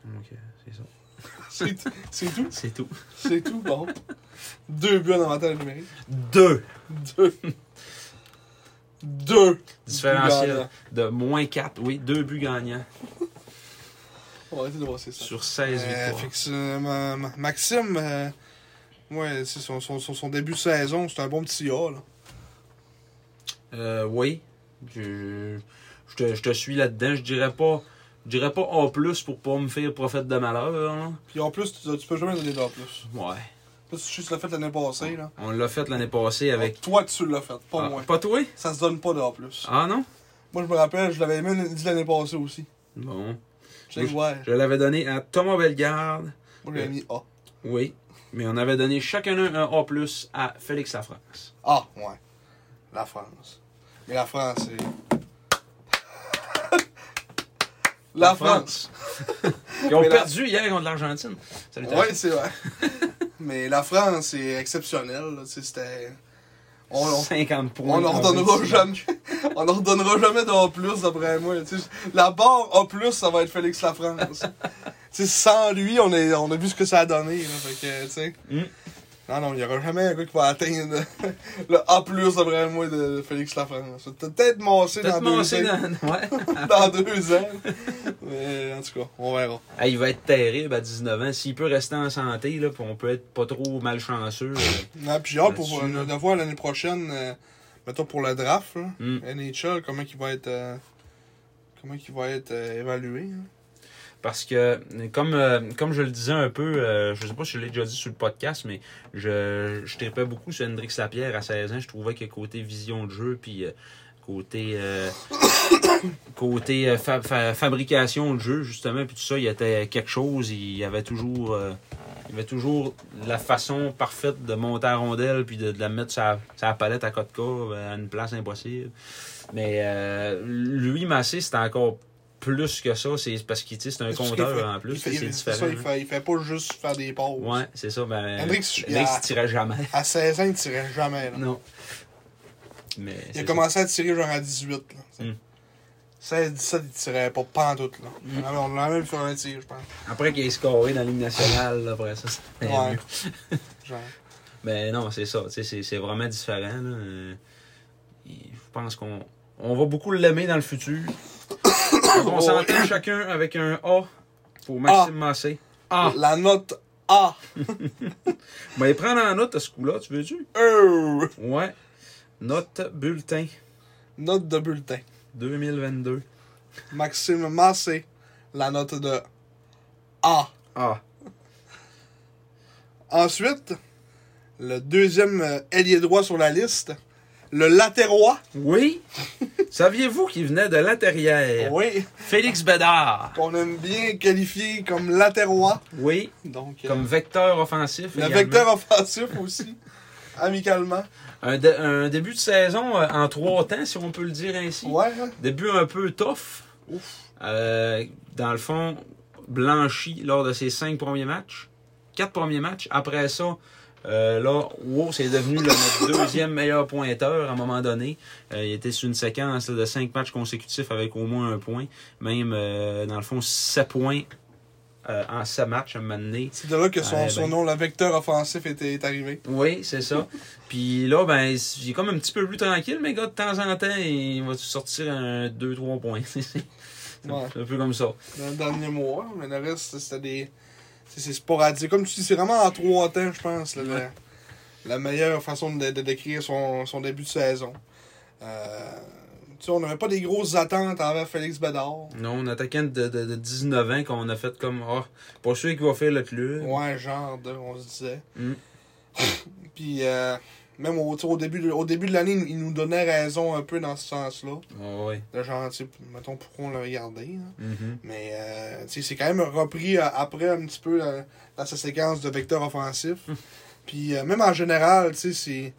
Speaker 1: Donc, euh, c'est ça.
Speaker 2: c'est c'est tout.
Speaker 1: C'est tout.
Speaker 2: C'est tout, bon. Deux buts en avantage numérique.
Speaker 1: 2
Speaker 2: Deux. Deux. buts
Speaker 1: différentiel
Speaker 2: gagnants.
Speaker 1: de moins 4. Oui, 2 buts gagnants
Speaker 2: On va arrêter de brosser ça.
Speaker 1: sur 16
Speaker 2: Euh,
Speaker 1: victoires.
Speaker 2: fait que c'est, euh, Ma- Ma- Maxime, euh, ouais, c'est son, son, son, son début de saison, c'est un bon petit A. Là.
Speaker 1: Euh, oui. Je, je te, je te suis là-dedans. Je dirais pas. Je dirais pas en plus pour pas me faire prophète de malheur. là.
Speaker 2: Puis en plus, tu, tu peux jamais donner d'en plus.
Speaker 1: Ouais.
Speaker 2: Là, c'est juste le fait l'année passée. Là.
Speaker 1: On l'a fait l'année passée avec.
Speaker 2: Toi, tu l'as fait, pas
Speaker 1: Ah,
Speaker 2: moi.
Speaker 1: pas toi?
Speaker 2: Ça se donne pas d'en plus.
Speaker 1: Ah non?
Speaker 2: Moi, je me rappelle, je l'avais même dit l'année passée aussi.
Speaker 1: Bon.
Speaker 2: Je l'ai ouais.
Speaker 1: Je l'avais donné à Thomas Bellegarde.
Speaker 2: Moi, j'avais mis A.
Speaker 1: Oui. Mais on avait donné chacun un un A à Félix Lafrance.
Speaker 2: Ah, ouais. La France. Mais la France, c'est. la, France.
Speaker 1: Ils ont
Speaker 2: Mais la-
Speaker 1: perdu hier contre l'Argentine. Salutations.
Speaker 2: Ouais, c'est vrai. Mais la France, c'est exceptionnel. là. Tu sais, C'était. On, on,
Speaker 1: 50 points.
Speaker 2: on leur donnera jamais. on leur donnera jamais d'A, d'après moi. Tu sais, La barre A, ça va être Félix La France. Tu sais, sans lui, on, est, on a vu ce que ça a donné. là. Fait que, tu sais.
Speaker 1: Mm.
Speaker 2: Non, non, il n'y aura jamais un gars qui va atteindre le A, d'après moi, de Félix La France. Peut-être massé dans
Speaker 1: Peut-être
Speaker 2: deux
Speaker 1: massé
Speaker 2: ans.
Speaker 1: dans- Ouais.
Speaker 2: Dans deux ans. Mais en tout cas, on verra.
Speaker 1: Ah, il va être terrible à 19 ans. S'il peut rester en santé, là, puis on peut être pas trop malchanceux. euh,
Speaker 2: Non, puis j'ai hâte pour
Speaker 1: Là-dessus, là.
Speaker 2: euh, de voir l'année prochaine, euh, mettons pour le draft, là,
Speaker 1: Mm.
Speaker 2: NHL, comment il va être, euh, comment il va être euh, évalué. hein.
Speaker 1: Parce que, comme, euh, comme je le disais un peu, euh, je sais pas si je l'ai déjà dit sur le podcast, mais je, je tripais beaucoup sur Hendrix Lapierre à 16 ans. Je trouvais que côté vision de jeu, puis euh, côté, euh, côté euh, fa- fa- fabrication de jeu, justement, puis tout ça, il était quelque chose. Il avait toujours, euh, il avait toujours la façon parfaite de monter à rondelle, puis de, de la mettre sa, sa palette à Kotka, euh, à une place impossible. Mais euh, lui, Massé, c'était encore plus que ça. C'est parce qu'il tu sais, c'est un
Speaker 2: Parce que
Speaker 1: compteur
Speaker 2: il fait-
Speaker 1: en plus,
Speaker 2: il fait-
Speaker 1: c'est
Speaker 2: il-
Speaker 1: différent.
Speaker 2: ça, il,
Speaker 1: hein.
Speaker 2: fait, il fait pas juste faire des pauses.
Speaker 1: Ouais, c'est ça. Ben,
Speaker 2: Hendrix, il
Speaker 1: Hendrix,
Speaker 2: a-
Speaker 1: il tirait jamais.
Speaker 2: À 16 ans, il tirait jamais. là.
Speaker 1: Non. Mais
Speaker 2: Il a
Speaker 1: c'est
Speaker 2: commencé à tirer genre à 18. Là,
Speaker 1: Mm.
Speaker 2: 16-17, il tirait pas pantoute. Là.
Speaker 1: Hmm.
Speaker 2: Ah, On l'a même fait un tir, je pense.
Speaker 1: ça. Après qu'il ait scoré dans la Ligue nationale, là, après ça, c'était
Speaker 2: Ouais.
Speaker 1: mieux.
Speaker 2: Genre.
Speaker 1: Mais non, c'est ça. tu sais, C'est c'est vraiment différent. là. Euh, il- Je pense qu'on on va beaucoup l'aimer dans le futur. Donc, on s'entend chacun avec un A pour Maxime Massé. Ah!
Speaker 2: La note A.
Speaker 1: Mais prendre en note à ce coup-là, tu veux-tu?
Speaker 2: Euh,
Speaker 1: Ouais. Note bulletin
Speaker 2: note de bulletin.
Speaker 1: 2022.
Speaker 2: Maxime Massé. La note de A.
Speaker 1: Ah!
Speaker 2: Ensuite, le deuxième euh, ailier droit sur la liste, le latérois.
Speaker 1: Oui! Saviez-vous qu'il venait de l'intérieur?
Speaker 2: Oui,
Speaker 1: Félix Bédard!
Speaker 2: qu'on aime bien qualifier comme latérois.
Speaker 1: Oui!
Speaker 2: Donc, euh,
Speaker 1: Comme vecteur offensif.
Speaker 2: le
Speaker 1: également.
Speaker 2: vecteur offensif aussi, amicalement.
Speaker 1: Un, dé- un début de saison euh, en trois temps, si on peut le dire ainsi.
Speaker 2: Ouais, hein?
Speaker 1: Début un peu tough.
Speaker 2: Ouf.
Speaker 1: Euh, dans le fond, blanchi lors de ses cinq premiers matchs. Quatre premiers matchs. Après ça, Euh, là, Wo, c'est devenu là, notre deuxième meilleur pointeur à un moment donné. Euh, il était sur une séquence là, de cinq matchs consécutifs avec au moins un point. Même, euh, dans le fond, sept points euh, en sept matchs à un moment donné.
Speaker 2: C'est de là que son,
Speaker 1: Ouais, ben.
Speaker 2: son nom, le vecteur offensif, est, est arrivé.
Speaker 1: Oui, c'est ça. Puis là, ben, j'ai comme un petit peu plus tranquille, mais gars, de temps en temps, il va te sortir un 2-3 points. c'est
Speaker 2: Ouais.
Speaker 1: un peu comme ça.
Speaker 2: dans le dernier mois, mais le reste, c'était des. C'est c'est sporadique. Comme tu dis, c'est vraiment en trois temps, je pense, là, la, la meilleure façon de, de décrire son, son début de saison. Euh, tu sais, on n'avait pas des grosses attentes envers Félix Bédard.
Speaker 1: Non, un attaquant de, de, de 19 ans qu'on a fait comme, ah, pas sûr qu'il va faire le club.
Speaker 2: Ouais, genre, de, on se disait.
Speaker 1: Mm.
Speaker 2: Puis, euh, même au, tu sais, au, début de, au début de l'année, il nous donnait raison un peu dans ce sens-là.
Speaker 1: Ah Ouais, ouais.
Speaker 2: De genre, tu sais, mettons, pourquoi on l'a regardé. hein? là.
Speaker 1: Mhm.
Speaker 2: Mais euh, tu sais, c'est quand même repris euh, après un petit peu euh, dans sa séquence de vecteur offensif. Puis euh, même en général, tu sais, c'est.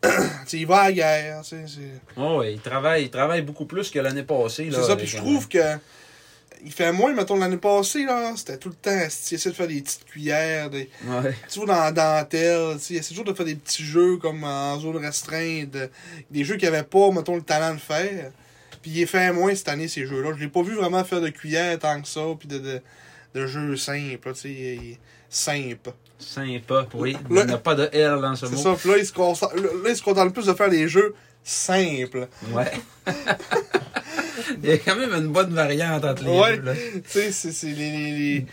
Speaker 2: tu sais, il va à la guerre. tu sais, C'est
Speaker 1: Ouais, Ah ouais, il travaille, il travaille beaucoup plus que l'année passée. là,
Speaker 2: c'est ça,
Speaker 1: avec
Speaker 2: puis je
Speaker 1: un-
Speaker 2: trouve que. Il fait moins, mettons, l'année passée, là. C'était tout le temps, il essaie de faire des petites cuillères, des,
Speaker 1: Ouais.
Speaker 2: toujours dans la dentelle, tu sais, il essaie toujours de faire des petits jeux comme en zone restreinte, euh, des jeux qu'il avait pas, mettons, le talent de faire. Puis il est fait moins cette année, ces jeux-là. Je l'ai pas vu vraiment faire de cuillère tant que ça, puis de, de, de jeux simples, là, tu sais, il- simple.
Speaker 1: Sympa, oui.
Speaker 2: Le-
Speaker 1: Il n'y a pas de L dans ce
Speaker 2: C'est
Speaker 1: mot.
Speaker 2: ça, puis là, il se concentre, là, il se contente plus de faire des jeux simples.
Speaker 1: Ouais. il y a quand même une bonne variante entre les
Speaker 2: Ouais.
Speaker 1: deux. Là.
Speaker 2: tu sais, c'est c'est les... les, les-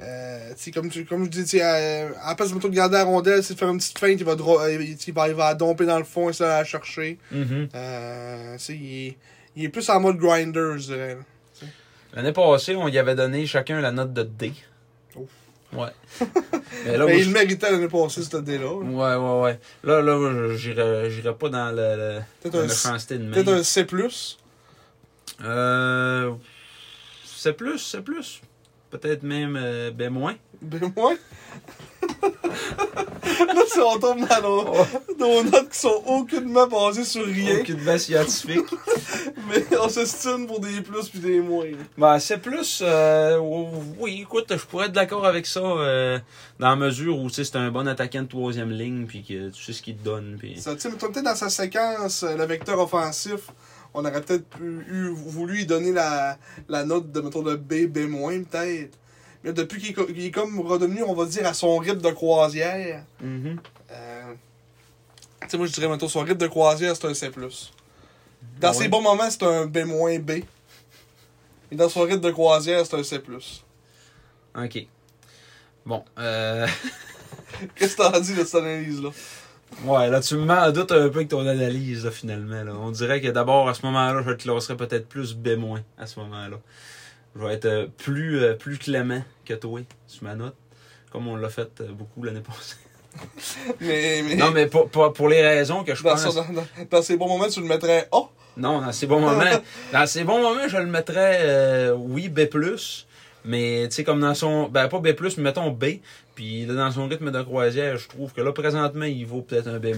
Speaker 2: euh, tu sais, comme, tu, comme je dis, tu sais, euh, à la place mettons, de garder la rondelle, c'est de faire une petite feinte, il va, dro- euh, il, il va, il va la domper dans le fond et ça la chercher.
Speaker 1: Mhm.
Speaker 2: Euh, tu sais, il, est- il est plus en mode grinder, je dirais. là.
Speaker 1: L'année passée, on y avait donné chacun la note de D.
Speaker 2: Ouf.
Speaker 1: Ouais. Mais là, moi,
Speaker 2: Mais il
Speaker 1: je-
Speaker 2: le méritait l'année passée, cette dé-là. là.
Speaker 1: Ouais, ouais, ouais. Là, là, moi, je- j'irai j'irai pas dans le, le,
Speaker 2: Peut-être
Speaker 1: dans
Speaker 2: un
Speaker 1: la
Speaker 2: C-
Speaker 1: méchanceté de
Speaker 2: Peut-être
Speaker 1: même.
Speaker 2: un C.
Speaker 1: Euh, c'est plus, c'est plus. Peut-être même euh, ben moins.
Speaker 2: Ben, moi. là, si on tombe dans nos, nos notes qui sont aucunement basées sur rien,
Speaker 1: Aucune base scientifique.
Speaker 2: mais on se stune pour des plus puis des moins. là.
Speaker 1: Ben, c'est plus. euh, oui, écoute, je pourrais être d'accord avec ça euh, dans la mesure où tu sais, c'est un bon attaquant de troisième ligne, puis que tu sais ce qu'il te donne. Puis...
Speaker 2: Ça, tu sais, mettons, peut-être dans sa séquence, euh, le vecteur offensif, on aurait peut-être pu- eu- voulu lui donner la, la note de, mettons, de B, B-, peut-être. Mais là, depuis qu'il est co- qu'il est comme redevenu, on va dire, à son rythme de croisière,
Speaker 1: Mhm.
Speaker 2: Euh, tu sais, moi, je dirais, mettons, son rythme de croisière, c'est un C+. Dans
Speaker 1: Ah Ouais.
Speaker 2: ses bons moments, c'est un B-B. Et dans son rythme de croisière, c'est un C+.
Speaker 1: Ok. Bon. Euh...
Speaker 2: Qu'est-ce que t'en dis de cette analyse-là?
Speaker 1: Ouais, là, tu me mets en doute un peu avec ton analyse, là, finalement. Là. On dirait que d'abord, à ce moment-là, je te classerais peut-être plus B- à ce moment-là. Je vais être euh, plus, euh, plus clément que toi sur ma note, comme on l'a fait euh, beaucoup l'année passée.
Speaker 2: Mais, mais,
Speaker 1: Non, mais pour, pour, pour les raisons que je
Speaker 2: dans,
Speaker 1: pense...
Speaker 2: son- dans- dans ses bons moments, tu le mettrais A.
Speaker 1: Non, dans ces bons moments, dans ces bons moments, je le mettrais, euh, oui, B+, mais tu sais, comme dans son... Ben, pas B+, mais mettons B, puis là, dans son rythme de croisière, je trouve que là, présentement, il vaut peut-être un B-.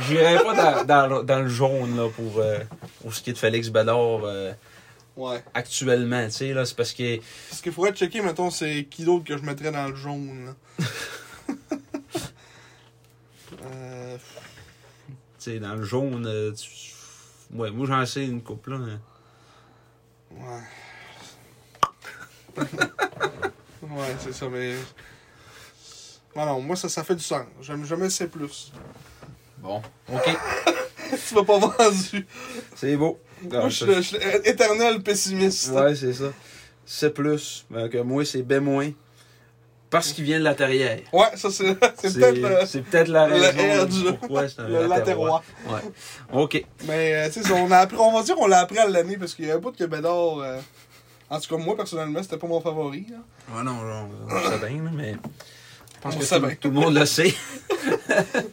Speaker 1: J'irais pas dans, dans, le- dans le jaune, là, pour, euh, pour ce qui est de Félix Bédard euh,
Speaker 2: Ouais.
Speaker 1: actuellement, tu sais, là, c'est parce que...
Speaker 2: Ce qu'il faudrait checker, mettons, c'est qui d'autre que je mettrais dans le jaune, là. Euh,
Speaker 1: Tu sais, dans le jaune, euh, tu- ouais, moi, j'en sais une couple, là.
Speaker 2: ouais. ouais, c'est ça, mais... Ouais, non, moi, ça, ça fait du sens. J'aime jamais C+.
Speaker 1: Bon, OK,
Speaker 2: Tu m'as pas vendu.
Speaker 1: c'est beau.
Speaker 2: Moi, je suis le- je suis l'éternel pessimiste.
Speaker 1: Ouais, c'est ça. C'est plus. Ben, que moi, c'est B moins. Parce qu'il vient de la terrière.
Speaker 2: Ouais, ça, c'est c'est
Speaker 1: C'est-
Speaker 2: peut-être le,
Speaker 1: C'est peut-être la
Speaker 2: le
Speaker 1: raison
Speaker 2: R du-
Speaker 1: pourquoi c'est un
Speaker 2: le
Speaker 1: latérois.
Speaker 2: latérois.
Speaker 1: Ouais. OK.
Speaker 2: Mais, euh, tu sais, on, a appris- on va dire qu'on l'a appris à l'année parce qu'il y a un bout que Bédard. euh, en tout cas, moi, personnellement, c'était pas mon favori. là.
Speaker 1: Ouais, non, non, on sait bien, là, mais... Je pense
Speaker 2: On
Speaker 1: que
Speaker 2: sait
Speaker 1: tout,
Speaker 2: bien.
Speaker 1: tout le monde le sait.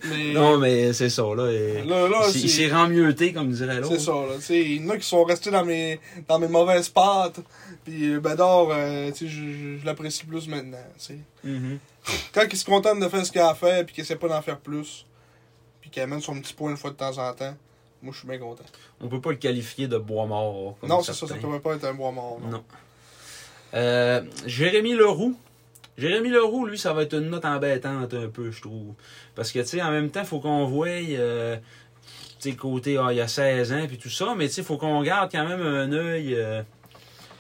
Speaker 2: Mais
Speaker 1: Non, mais c'est ça, là. et-
Speaker 2: là, là,
Speaker 1: il s'est- il s'est
Speaker 2: c'est
Speaker 1: remieuté, comme dirait l'autre.
Speaker 2: c'est ça. Là, tu sais, il y en a qui sont restés dans mes, dans mes mauvaises pattes. Puis euh, Bédard, euh, tu sais, je, je- je l'apprécie plus maintenant. tu sais.
Speaker 1: Mhm.
Speaker 2: Quand il se contente de faire ce qu'il a fait puis qu'il essaie pas d'en faire plus, puis qu'il amène son petit point une fois de temps en temps, moi, je suis bien content.
Speaker 1: On peut pas le qualifier de bois mort. comme
Speaker 2: non, c'est ça, ça
Speaker 1: certains.
Speaker 2: ne peut pas être un bois mort. non.
Speaker 1: Non. Euh, Jérémy Leroux, Jérémy Leroux, lui, ça va être une note embêtante un peu, je trouve. Parce que, tu sais, en même temps, faut qu'on voie, euh, tu sais, côté, ah, il y a 16 ans, puis tout ça, mais tu sais, faut qu'on garde quand même un œil. euh,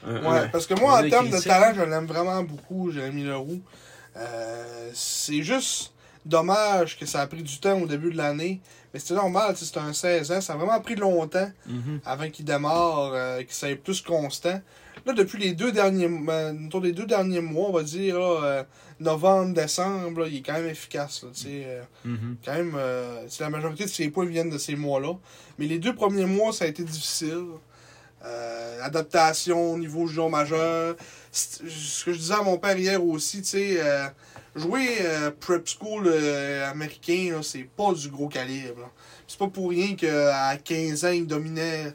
Speaker 1: un-
Speaker 2: Ouais,
Speaker 1: un-
Speaker 2: parce que
Speaker 1: un
Speaker 2: moi, en
Speaker 1: œil
Speaker 2: termes de
Speaker 1: critique.
Speaker 2: talent, je l'aime vraiment beaucoup, Jérémy Leroux. Euh, c'est juste dommage que ça a pris du temps au début de l'année. Mais c'était normal, tu sais, c'est un 16 ans. Ça a vraiment pris longtemps
Speaker 1: Mhm.
Speaker 2: avant qu'il démarre, euh, qu'il soit plus constant. Là, depuis les deux derniers, euh, autour des deux derniers mois, on va dire, là, euh, novembre, décembre, là, il est quand même efficace. Là, tu sais, euh,
Speaker 1: Mhm.
Speaker 2: quand même, euh, c'est la majorité de ses points viennent de ces mois-là. Mais les deux premiers mois, ça a été difficile. Euh, adaptation au niveau joueur majeur. C'est- Ce que je disais à mon père hier aussi, tu sais, euh, jouer euh, prep school euh, américain, là, c'est pas du gros calibre. là. C'est pas pour rien qu'à 15 ans, il dominait,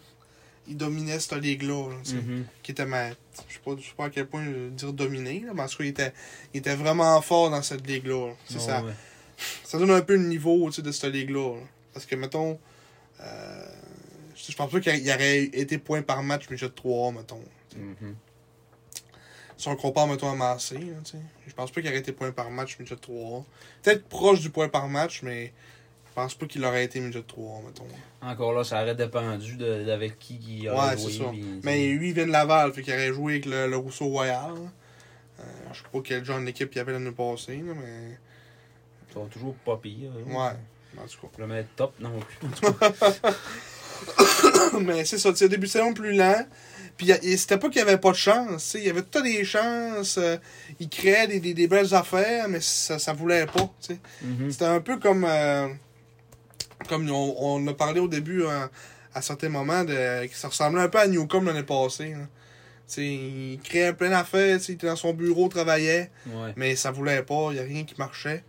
Speaker 2: il dominait cette ligue-là. là, tu sais
Speaker 1: Mhm.
Speaker 2: qui était ma... Je sais pas, je sais pas à quel point euh, dire dominé, là, mais en tout cas, il était, il était vraiment fort dans cette ligue-là. là. C'est
Speaker 1: Ah Ouais,
Speaker 2: ça
Speaker 1: ouais.
Speaker 2: ça donne un peu le niveau tu sais, de cette ligue-là. là. Parce que, mettons, euh, je je pense pas qu'il y aurait été point par match, mais j'ai 3, mettons.
Speaker 1: Mhm.
Speaker 2: Si on le compare, mettons, à Marseille, là, tu sais, je pense pas qu'il aurait été point par match, mais j'ai 3. Peut-être proche du point par match, mais je pense pas qu'il aurait été, mais j'ai 3, mettons.
Speaker 1: Encore là, ça aurait dépendu de- d'avec qui il aurait
Speaker 2: Ouais,
Speaker 1: joué,
Speaker 2: c'est ça.
Speaker 1: puis,
Speaker 2: Mais lui, il vient de Laval, fait qu'il aurait joué avec le, le Rousseau Royal. Euh, je sais pas quel genre d'équipe il y avait l'année passée, là, mais.
Speaker 1: Ils sont toujours pas pires. hein.
Speaker 2: Ouais. En tout cas.
Speaker 1: Je le mets top non plus.
Speaker 2: mais c'est ça, tu sais, début de saison plus lent. Puis y a- et c'était pas qu'il y avait pas de chance, tu sais, il y avait toutes des chances, euh, il créait des, des, des belles affaires, mais ça, ça voulait pas, tu sais.
Speaker 1: Mhm.
Speaker 2: C'était un peu comme, euh, comme on, on a parlé au début hein, à certains moments, de, que ça ressemblait un peu à Newcombe l'année passée. hein. Tu sais, il créait plein d'affaires, tu sais, il était dans son bureau, travaillait,
Speaker 1: Ouais.
Speaker 2: mais ça voulait pas, il n'y a rien qui marchait.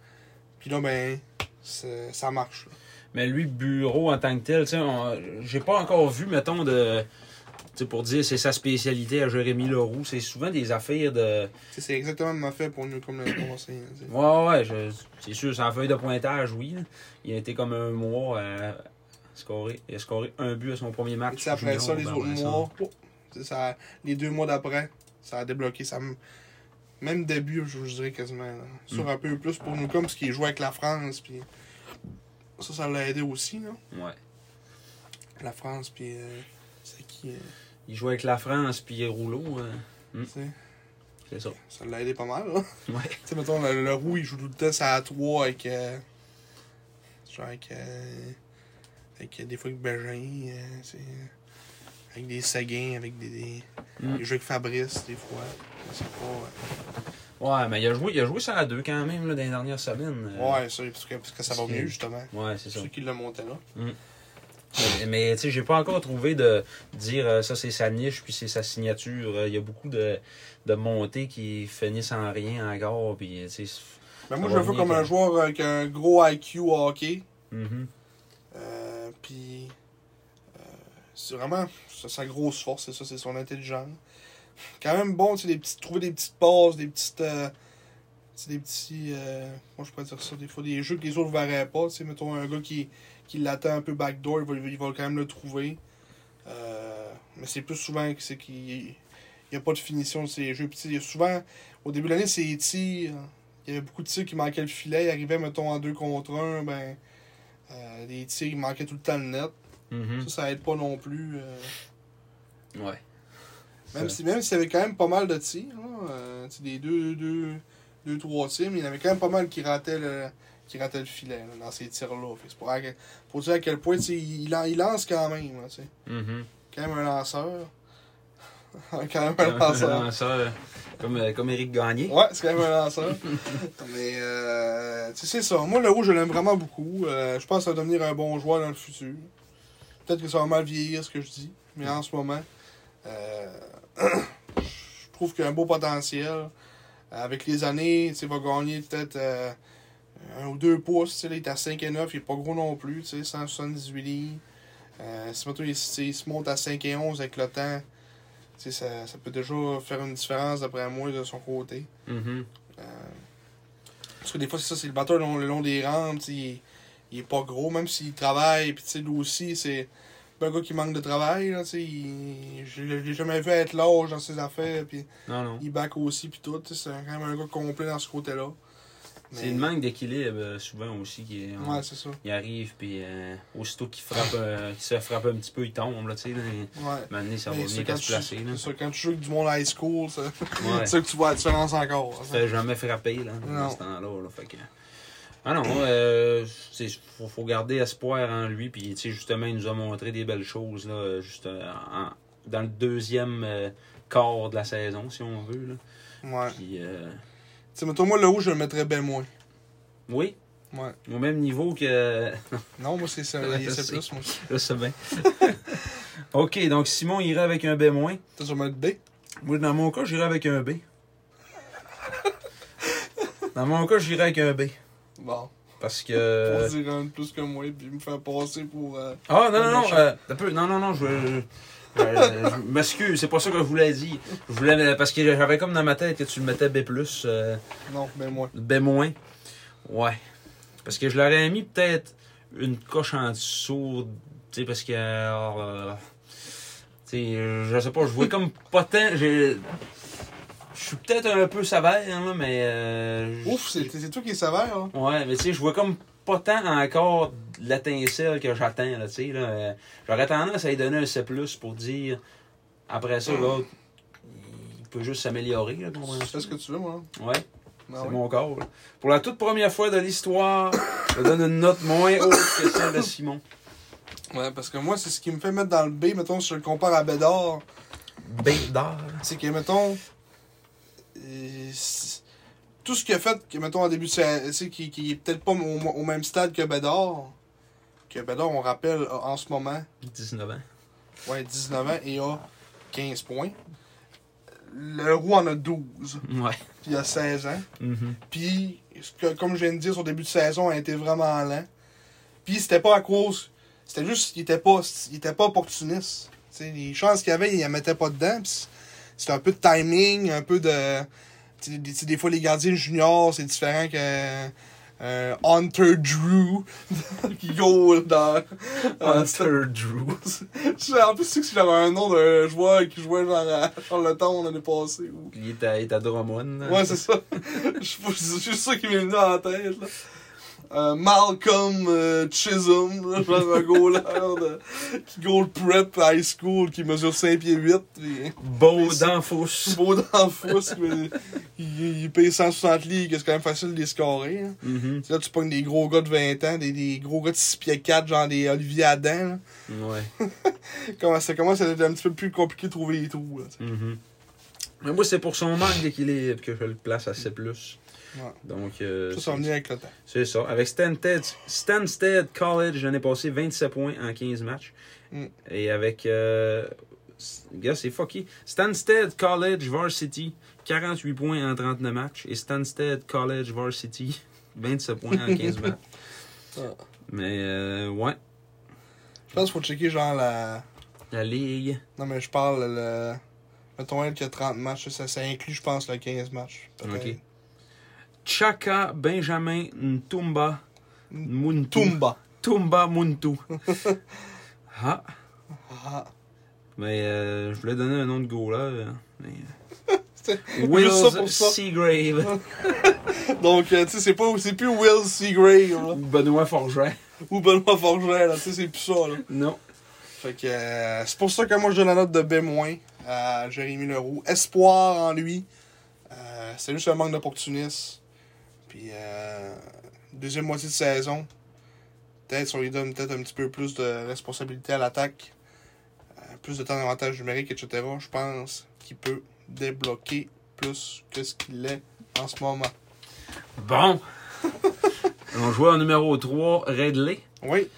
Speaker 2: Puis là, ben, c'est- ça marche. là.
Speaker 1: Mais lui, bureau en tant que tel, tu sais, on- j'ai pas encore vu, mettons, de. tu sais, pour dire c'est sa spécialité à Jérémy Leroux, c'est souvent des affaires de.
Speaker 2: Tu sais, C'est exactement ma fait pour Newcombe l'année passée. hein, tu sais.
Speaker 1: Ouais, ouais, ouais, je- c'est sûr, sa feuille de pointage, oui. là. Il a été comme un mois à scorer. Il a scoré un but à son premier match.
Speaker 2: Et puis après
Speaker 1: junior,
Speaker 2: ça, les
Speaker 1: ben,
Speaker 2: autres
Speaker 1: ouais, ça-
Speaker 2: mois, oh, tu sais, ça, les deux mois d'après, ça a débloqué. Ça, m- même début, je, je dirais quasiment. là. Sur
Speaker 1: Hmm.
Speaker 2: un peu plus pour nous, comme parce qu'il jouait avec la France. Puis, ça, ça l'a aidé aussi. Là.
Speaker 1: Ouais.
Speaker 2: La France, puis euh, c'est qui euh,
Speaker 1: Il jouait avec la France, puis Rouleau, euh,
Speaker 2: tu sais,
Speaker 1: c'est ça.
Speaker 2: Ça l'a aidé pas mal. Là.
Speaker 1: Ouais.
Speaker 2: tu sais, mettons, le, le roux, il joue tout le temps, ça à 3 avec. euh, genre avec. euh, avec euh, des fois avec Bégin, euh, tu sais, avec des Seguin, avec des. des
Speaker 1: Mm.
Speaker 2: Il joue avec Fabrice, des fois. C'est pas. euh,
Speaker 1: Ouais, mais il a joué, il a joué ça à deux quand même là, dans les dernières semaines. euh.
Speaker 2: Ouais, ça, parce que, parce que ça va
Speaker 1: parce que-
Speaker 2: mieux, justement.
Speaker 1: Ouais, c'est
Speaker 2: C'est
Speaker 1: ça.
Speaker 2: sûr qu'il le monté là.
Speaker 1: Mais- Mais tu sais, j'ai pas encore trouvé de dire euh, ça c'est sa niche puis c'est sa signature. Euh, Il y a beaucoup de, de montées qui finissent en rien encore. Puis tu sais. c'est-
Speaker 2: Mais moi,
Speaker 1: Ça
Speaker 2: je le
Speaker 1: va
Speaker 2: veux
Speaker 1: venir,
Speaker 2: comme un
Speaker 1: quand-
Speaker 2: joueur avec un gros IQ au hockey.
Speaker 1: Mhm.
Speaker 2: Euh, puis. euh, c'est vraiment sa, sa grosse force, c'est ça, c'est son intelligence. Quand même bon, tu sais, des petites, trouver des petites passes, des petites. euh, tu sais, des petits. euh, moi, je pourrais dire ça, des fois, des jeux que les autres ne verraient pas. Tu sais, mettons un gars qui, qui l'attend un peu backdoor, il va, il va quand même le trouver. Euh, mais c'est plus souvent que c'est qu'il n'y a pas de finition de ces jeux. Puis, tu sais, il y a souvent, au début de l'année, c'est les tirs. Il y avait beaucoup de tirs qui manquaient le filet. Il arrivait, mettons, en deux contre un, ben. euh, les tirs, il manquait tout le temps le net.
Speaker 1: Mhm.
Speaker 2: Ça, ça aide pas non plus. euh,
Speaker 1: Ouais.
Speaker 2: même
Speaker 1: Ça-
Speaker 2: si même s'il y avait quand même pas mal de tirs, là, euh, tu sais, des deux, deux, deux, trois tirs, mais il y en avait quand même pas mal qui rataient le, qui rataient le filet là, dans ces tirs-là. Fait que c'est Pour, à- pour dire à quel point tu sais, il, il lance quand même. là, tu sais.
Speaker 1: Mhm.
Speaker 2: quand même un lanceur. quand même un lanceur.
Speaker 1: Lanceur, euh, comme, euh, comme Eric Gagné.
Speaker 2: Ouais, c'est quand même un lanceur. Mais, euh, tu sais, c'est ça. Moi, le haut, je l'aime vraiment beaucoup. Euh, je pense que ça va devenir un bon joueur dans le futur. Peut-être que ça va mal vieillir, ce que je dis. Mais en ce moment, euh, je trouve qu'il y a un beau potentiel. Avec les années, tu sais, il va gagner peut-être euh, un ou deux pouces. Tu sais, là, il est à 5 et 9. Il est pas gros non plus. Tu sais, 178 livres. Euh, si mettons, il, s- il se monte à 5 et 11 avec le temps, tu sais, ça, ça peut déjà faire une différence, d'après moi, de son côté.
Speaker 1: Mhm.
Speaker 2: Euh, Parce que des fois, c'est ça, c'est le batteur le long des rampes, tu sais, il, il est pas gros, même s'il travaille, puis tu sais, lui aussi, c'est. pas un gars qui manque de travail. Là, tu sais, il- je je l'ai jamais vu être large dans ses affaires. Puis
Speaker 1: Non, non.
Speaker 2: il back aussi. Puis tout. tu sais, C'est quand même un gars complet dans ce côté-là.
Speaker 1: C'est hein. le manque d'équilibre euh, souvent aussi qui est. on-
Speaker 2: Ouais, c'est ça.
Speaker 1: Il arrive, puis euh, aussitôt qu'il frappe, euh, qu'il se frappe un petit peu, il tombe, là, tu sais. là, et-
Speaker 2: Ouais.
Speaker 1: Maintenant, ça va
Speaker 2: Mais
Speaker 1: venir
Speaker 2: quand
Speaker 1: qu'à se
Speaker 2: tu-
Speaker 1: placer, là.
Speaker 2: c'est ça, quand tu joues avec du monde high school, ça-
Speaker 1: Ouais.
Speaker 2: c'est ça que tu vois la différence encore. hein.
Speaker 1: Tu te fais jamais frapper, là,
Speaker 2: Non.
Speaker 1: dans ce temps-là, là, fait que... Ah non, euh, c'est- faut, faut garder espoir en lui, puis, tu sais, justement, il nous a montré des belles choses, là, euh, juste euh, en- dans le deuxième euh, quart de la saison, si on veut, là.
Speaker 2: Ouais. Tu
Speaker 1: Puis, euh,
Speaker 2: sais, mettons, moi, là-haut, je le mettrais bien moins.
Speaker 1: oui,
Speaker 2: Ouais.
Speaker 1: au même niveau que...
Speaker 2: Non, moi, c'est ça.
Speaker 1: Ouais, je
Speaker 2: C'est
Speaker 1: sais.
Speaker 2: plus, moi. Tu
Speaker 1: Je sais bien. OK, donc Simon irait avec un B-.
Speaker 2: sais, je vais mettre B.
Speaker 1: Moi, dans mon cas, j'irai avec un B. Dans mon cas, j'irai avec un B.
Speaker 2: Bon.
Speaker 1: Parce
Speaker 2: On
Speaker 1: que...
Speaker 2: dirait un de plus que moi, puis me faire passer pour. euh,
Speaker 1: Ah, non, non, non,
Speaker 2: Méchant.
Speaker 1: euh, un peu. Non, non, non, je. je- je- euh, je m'excuse, c'est pas ça que je voulais dire. Je voulais, euh, parce que j'avais comme dans ma tête que tu le mettais B, euh,
Speaker 2: Non, ben mais moins.
Speaker 1: B-. Ouais. Parce que je l'aurais mis peut-être une coche en dessous, tu sais, parce que. euh, tu sais, je sais pas, je voulais comme pas tant. j'ai- Je suis peut-être un peu sévère, là, mais. euh, je-
Speaker 2: Ouf, c'est c'est toi qui es sévère, hein.
Speaker 1: Ouais, mais tu sais, je vois comme pas tant encore l'étincelle que j'attends, là, tu sais, là. Euh, J'aurais tendance à lui donner un C+, pour dire, après
Speaker 2: Mm.
Speaker 1: ça, là, il peut juste s'améliorer, là,
Speaker 2: Tu
Speaker 1: comprends-tu?
Speaker 2: fais ce que tu veux, moi. Ah
Speaker 1: Ouais,
Speaker 2: Non,
Speaker 1: c'est mon corps, là. Pour la toute première fois de l'histoire, je donne une note moins haute que celle de Simon.
Speaker 2: Ouais, parce que moi, c'est ce qui me fait mettre dans le B, mettons, si je le compare à Bédard.
Speaker 1: Bédard.
Speaker 2: C'est que, mettons, euh, c'est- tout ce qu'il a fait, que, mettons, en début de saison, c'est qui, qui est peut-être pas au, au même stade que Bédard, que Bédard, on rappelle, a en ce moment,
Speaker 1: 19 ans.
Speaker 2: ouais, 19 ans et a 15 points. Le roi en a 12,
Speaker 1: Ouais.
Speaker 2: puis il a 16 ans.
Speaker 1: Mhm.
Speaker 2: Puis, ce que- comme je viens de dire, son début de saison a été vraiment lent. Puis, c'était pas à cause. C'était juste qu'il était pas, il était pas opportuniste. Tu sais, les chances qu'il avait, il en mettait pas dedans. Puis, c'est- c'était un peu de timing, un peu de. tu sais, des- tu sais, des fois, les gardiens juniors, c'est différent que. euh, Hunter Drew qui goal dans. dans-
Speaker 1: Hunter Drew.
Speaker 2: Je- en plus, c'est que j'avais un nom d'un joueur qui jouait genre euh, à Charlottetown l'année passée. Ou...
Speaker 1: Il est à, il est à Drummond. là.
Speaker 2: Ouais, c'est ça. Je suis pas- c'est juste ça qui m'est venu en tête, là. Euh, Malcolm euh, Chisholm, là, genre un goaler de, qui goal prep high school, qui mesure 5 pieds 8, puis
Speaker 1: Beau d'enfousse.
Speaker 2: tout beau dans le fousse, mais il, il paye 160 ligues, c'est quand même facile de les scorer. Là.
Speaker 1: Mhm.
Speaker 2: Là, tu pognes des gros gars de 20 ans, des, des gros gars de 6 pieds 4, genre des Olivier Adam.
Speaker 1: Ouais.
Speaker 2: Là. Comment, ça commence à être un petit peu plus compliqué de trouver les trous. Là, tu sais.
Speaker 1: Mhm. Mais moi, c'est pour son manque d'équilibre que je le place à C.
Speaker 2: Ouais.
Speaker 1: Donc, euh,
Speaker 2: ça, ça va
Speaker 1: c'est-
Speaker 2: venir avec le temps.
Speaker 1: c'est ça. Avec Stanstead, Stanstead College, j'en ai passé 27 points en 15 matchs.
Speaker 2: Mm.
Speaker 1: Et avec. Euh, s- gars, c'est fucky. Stanstead College Varsity, 48 points en 39 matchs. Et Stanstead College Varsity, 27 points en 15 matchs.
Speaker 2: Ah.
Speaker 1: Mais, euh, ouais.
Speaker 2: Je pense qu'il faut checker genre la.
Speaker 1: La Ligue.
Speaker 2: Non, mais je parle le. Mettons elle qui a 30 matchs, ça, ça inclut, je pense, le 15 matchs. peut-être.
Speaker 1: Ok. Chaka Benjamin Ntumba Muntu.
Speaker 2: Tumba.
Speaker 1: Tumba Muntu. ah,
Speaker 2: Ah.
Speaker 1: mais euh, je voulais donner un nom de goaler. hein, Mais...
Speaker 2: C'est
Speaker 1: Will
Speaker 2: juste ça pour ça.
Speaker 1: Seagrave.
Speaker 2: Donc, euh, tu sais, c'est pas c'est plus Will Seagrave, là.
Speaker 1: Benoît Forgeron.
Speaker 2: Ou Benoît Forget, là. Tu sais, c'est plus ça, là.
Speaker 1: Non.
Speaker 2: Fait que euh, c'est pour ça que moi je donne la note de B- à Jérémy Leroux. Espoir en lui. Euh, c'est juste un manque d'opportunisme. Puis euh, deuxième moitié de saison. Peut-être si on lui donne peut-être un petit peu plus de responsabilité à l'attaque. euh, plus de temps d'avantage numérique, etc. Je pense qu'il peut débloquer plus que ce qu'il est en ce moment.
Speaker 1: Bon. On jouait au numéro 3, Redley.
Speaker 2: Oui,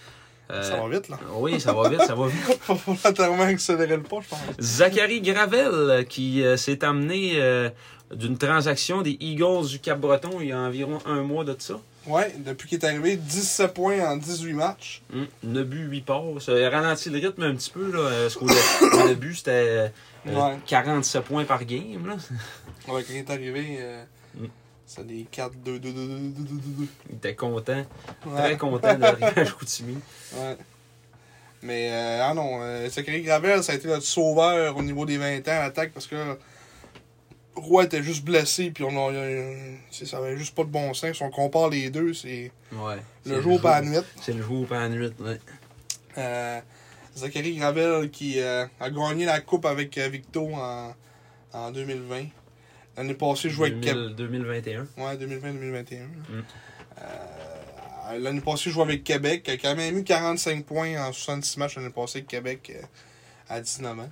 Speaker 1: Euh,
Speaker 2: ça va vite là.
Speaker 1: Oui, ça va vite, ça va vite.
Speaker 2: Faut pas tellement accélérer le pas, je pense.
Speaker 1: Zachary Gravel, euh, qui euh, s'est amené euh, d'une transaction des Eagles du Cap-Breton il y a environ un mois de ça.
Speaker 2: Ouais, depuis qu'il est arrivé, 17 points en 18 matchs.
Speaker 1: Hum, 9 buts, 8 passes. Ça a ralenti le rythme un petit peu. Là, euh, parce qu'au au début, c'était euh,
Speaker 2: Ouais.
Speaker 1: 47 points par game. Là.
Speaker 2: Ouais, quand il est arrivé, euh,
Speaker 1: Mm.
Speaker 2: c'est des 4, 2, 2, 2, 2, 2, 2, 2,
Speaker 1: Il était content,
Speaker 2: 2.
Speaker 1: très content d'arriver à Chicoutimi.
Speaker 2: Ouais. Mais euh, ah non, euh, Zachary Gravel, ça a été notre sauveur au niveau des 20 ans à l'attaque parce que Roy était juste blessé, puis on a, euh, c'est- ça avait juste pas de bon sens. Si on compare les deux, c'est
Speaker 1: Ouais. C'est
Speaker 2: le jour par la nuit.
Speaker 1: C'est le jour par la nuit, ouais.
Speaker 2: Euh, Zachary Gravel qui euh, a gagné la coupe avec euh, Victo en, en 2020. L'année passée, il jouait avec Cap
Speaker 1: 2000 2021.
Speaker 2: Ouais, 2020-2021. là.
Speaker 1: Mm.
Speaker 2: Euh, l'année passée, il jouait avec Québec. Il a quand même eu 45 points en 66 matchs l'année passée avec Québec euh, à 19 ans.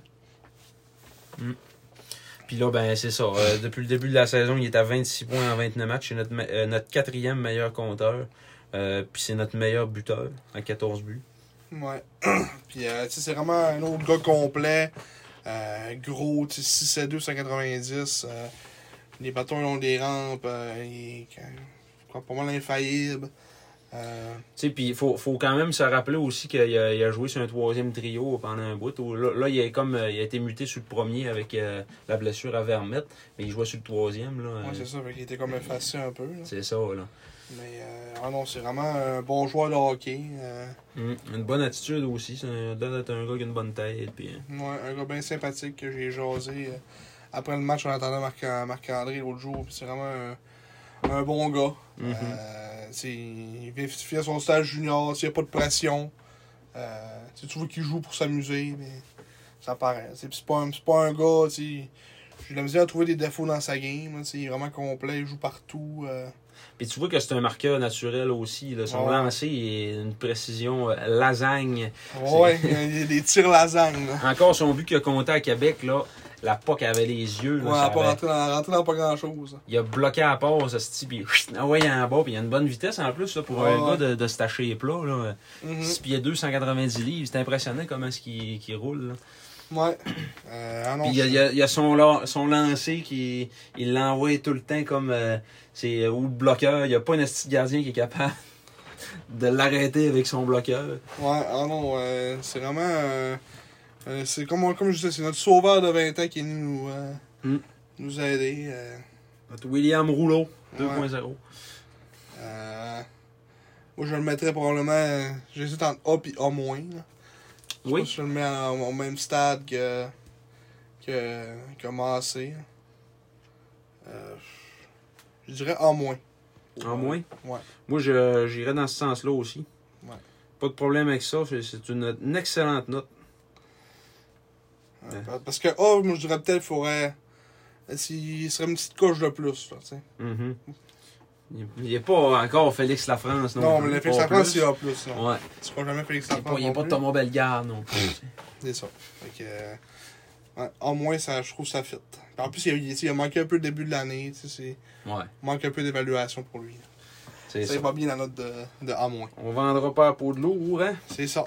Speaker 1: Puis là, ben, c'est ça. Euh, depuis le début de la saison, il est à 26 points en 29 matchs. C'est notre, me- euh, notre quatrième meilleur compteur. Euh, puis c'est notre meilleur buteur à 14 buts.
Speaker 2: Ouais. Puis, euh, tu sais, c'est vraiment un autre gars complet. Euh, gros, tu sais, 6 2, 190. euh, les bâtons, ils ont des rampes. euh, il est quand- pas mal infaillible. Euh,
Speaker 1: Tu sais, puis il faut, faut quand même se rappeler aussi qu'il a, il a joué sur un troisième trio pendant un bout. Au- Là, là, il, est comme, euh, il a été muté sur le premier avec euh, la blessure à Vermette, mais il jouait sur le troisième. Là,
Speaker 2: ouais,
Speaker 1: Euh,
Speaker 2: c'est ça. Il était comme effacé un peu. là.
Speaker 1: c'est ça, là.
Speaker 2: Mais, euh, ah non, c'est vraiment un bon joueur de hockey. euh,
Speaker 1: Mm. Une bonne attitude aussi. Ça donne d'être un gars qui a une bonne tête. Puis, hein.
Speaker 2: Ouais, un gars bien sympathique que j'ai jasé euh, après le match. On attendait Marc- euh, Marc-André l'autre jour. puis C'est vraiment un, un bon gars.
Speaker 1: Mhm.
Speaker 2: Euh, tu sais, il vient fait son stage junior. S'il n'y a pas de pression, euh, tu sais, tu vois qu'il joue pour s'amuser. mais Ça paraît. tu sais, puis C'est pas, un- c'est pas un gars. tu sais, J'ai de la misère à trouver des défauts dans sa game. hein, tu sais, Il est vraiment complet. Il joue partout. euh,
Speaker 1: Puis tu vois que c'est un marqueur naturel aussi. Là. Son
Speaker 2: Ouais.
Speaker 1: lancer il a une précision euh, lasagne.
Speaker 2: Ouais, il y a des tirs lasagne. là.
Speaker 1: Encore son but qu'il a compté à Québec, là, la POC avait les yeux. Là,
Speaker 2: Ouais,
Speaker 1: ça
Speaker 2: à pas
Speaker 1: avait-
Speaker 2: rentrer dans, rentrer dans pas grand chose.
Speaker 1: Il a bloqué à part ce type, puis ah ouais, il est en bas, puis il a une bonne vitesse en plus là, pour
Speaker 2: Ouais,
Speaker 1: un
Speaker 2: ouais.
Speaker 1: gars de, de se tacher plat. Là.
Speaker 2: Mhm.
Speaker 1: 6 pieds 2, 190 livres, c'est impressionnant comment est-ce qu'il qu'il roule. là.
Speaker 2: Ouais. Euh, ah non,
Speaker 1: Puis il y a, il y a- il y a son, lan- son lancer qui il l'envoie tout le temps comme euh, c'est euh, ou le bloqueur. Il n'y a pas un esti de gardien qui est capable de l'arrêter avec son bloqueur.
Speaker 2: Ouais, ah non, euh, c'est vraiment. euh, euh, c'est comme, comme je disais, c'est notre sauveur de 20 ans qui est venu nous, euh,
Speaker 1: Mm.
Speaker 2: nous aider. euh,
Speaker 1: Notre William Rouleau,
Speaker 2: Ouais.
Speaker 1: 2.0.
Speaker 2: euh, moi, je le mettrais probablement. euh, J'hésite entre A et A moins. là. Je
Speaker 1: Oui.
Speaker 2: pense que je le mets en- au même stade que. que. que Massé. Euh, je dirais A moins.
Speaker 1: En moins?
Speaker 2: Ouais.
Speaker 1: Moi, je- j'irais dans ce sens-là aussi.
Speaker 2: Ouais.
Speaker 1: Pas de problème avec ça. c'est- C'est une, une excellente note. Hein.
Speaker 2: Euh, Parce que A, moi, je dirais peut-être qu'il faudrait. S'il serait une petite couche de plus, là, tu sais.
Speaker 1: Mhm. Il- Il n'est pas encore Félix Lafrance. Non,
Speaker 2: Non,
Speaker 1: plus,
Speaker 2: mais le
Speaker 1: pas
Speaker 2: Félix France,
Speaker 1: plus.
Speaker 2: c'est A, plus, non.
Speaker 1: Ouais.
Speaker 2: Tu crois jamais Félix
Speaker 1: Il n'y a
Speaker 2: Lafrance
Speaker 1: pas, il est
Speaker 2: non
Speaker 1: pas
Speaker 2: plus.
Speaker 1: Thomas Bellegarde non plus.
Speaker 2: C'est ça. Fait que, euh, ouais, au moins, ça, je trouve ça fit. Puis en plus, il, a- il- il a manqué un peu le début de l'année. tu sais, c'est-
Speaker 1: ouais.
Speaker 2: Il manque un peu d'évaluation pour lui.
Speaker 1: C'est
Speaker 2: Ça,
Speaker 1: ça.
Speaker 2: il va bien la note de, de A-.
Speaker 1: On vendra pas à peau de lourd, hein?
Speaker 2: C'est ça.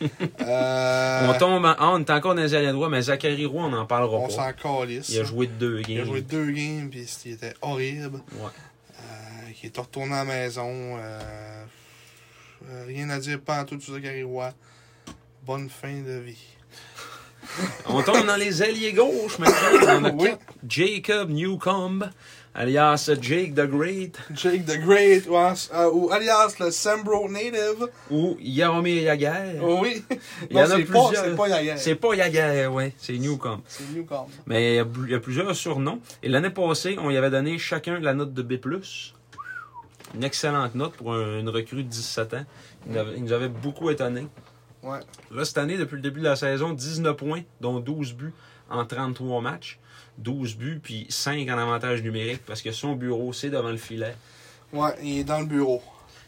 Speaker 2: Euh,
Speaker 1: On tombe en. ah, on est encore dans les alliés droits, mais Zachary Roy, on n'en parlera
Speaker 2: on
Speaker 1: pas.
Speaker 2: s'en calisse.
Speaker 1: Il a joué deux games.
Speaker 2: Il a joué deux games, puis c'était- il était horrible.
Speaker 1: Ouais.
Speaker 2: Euh, il est retourné à la maison. euh, euh, rien à dire, pas en tout, sur Zachary Roy. Bonne fin de vie.
Speaker 1: On tombe dans les alliés gauche maintenant. On a
Speaker 2: Oui.
Speaker 1: quatre. Jacob Newcomb, alias Jake the Great,
Speaker 2: Jake the Great, ou, en- euh, ou alias le Sambro Native.
Speaker 1: ou Yaromir Yaguerre.
Speaker 2: Oui.
Speaker 1: Il y en
Speaker 2: Oh, Non,
Speaker 1: a
Speaker 2: c'est pas,
Speaker 1: plusieurs.
Speaker 2: c'est pas Yaguerre.
Speaker 1: C'est pas Yaguerre, ouais, c'est Newcomb.
Speaker 2: C'est Newcomb.
Speaker 1: Mais il y a bl- il y, a plusieurs surnoms. Et l'année passée, on y avait donné chacun la note de B. Une excellente note pour un- une recrue de 17 ans. Il nous avait, il nous avait beaucoup étonné.
Speaker 2: Ouais.
Speaker 1: Là, cette année, depuis le début de la saison, 19 points, dont 12 buts en 33 matchs. 12 buts, puis 5 en avantage numérique, parce que son bureau, c'est devant le filet.
Speaker 2: Ouais, il est dans le bureau.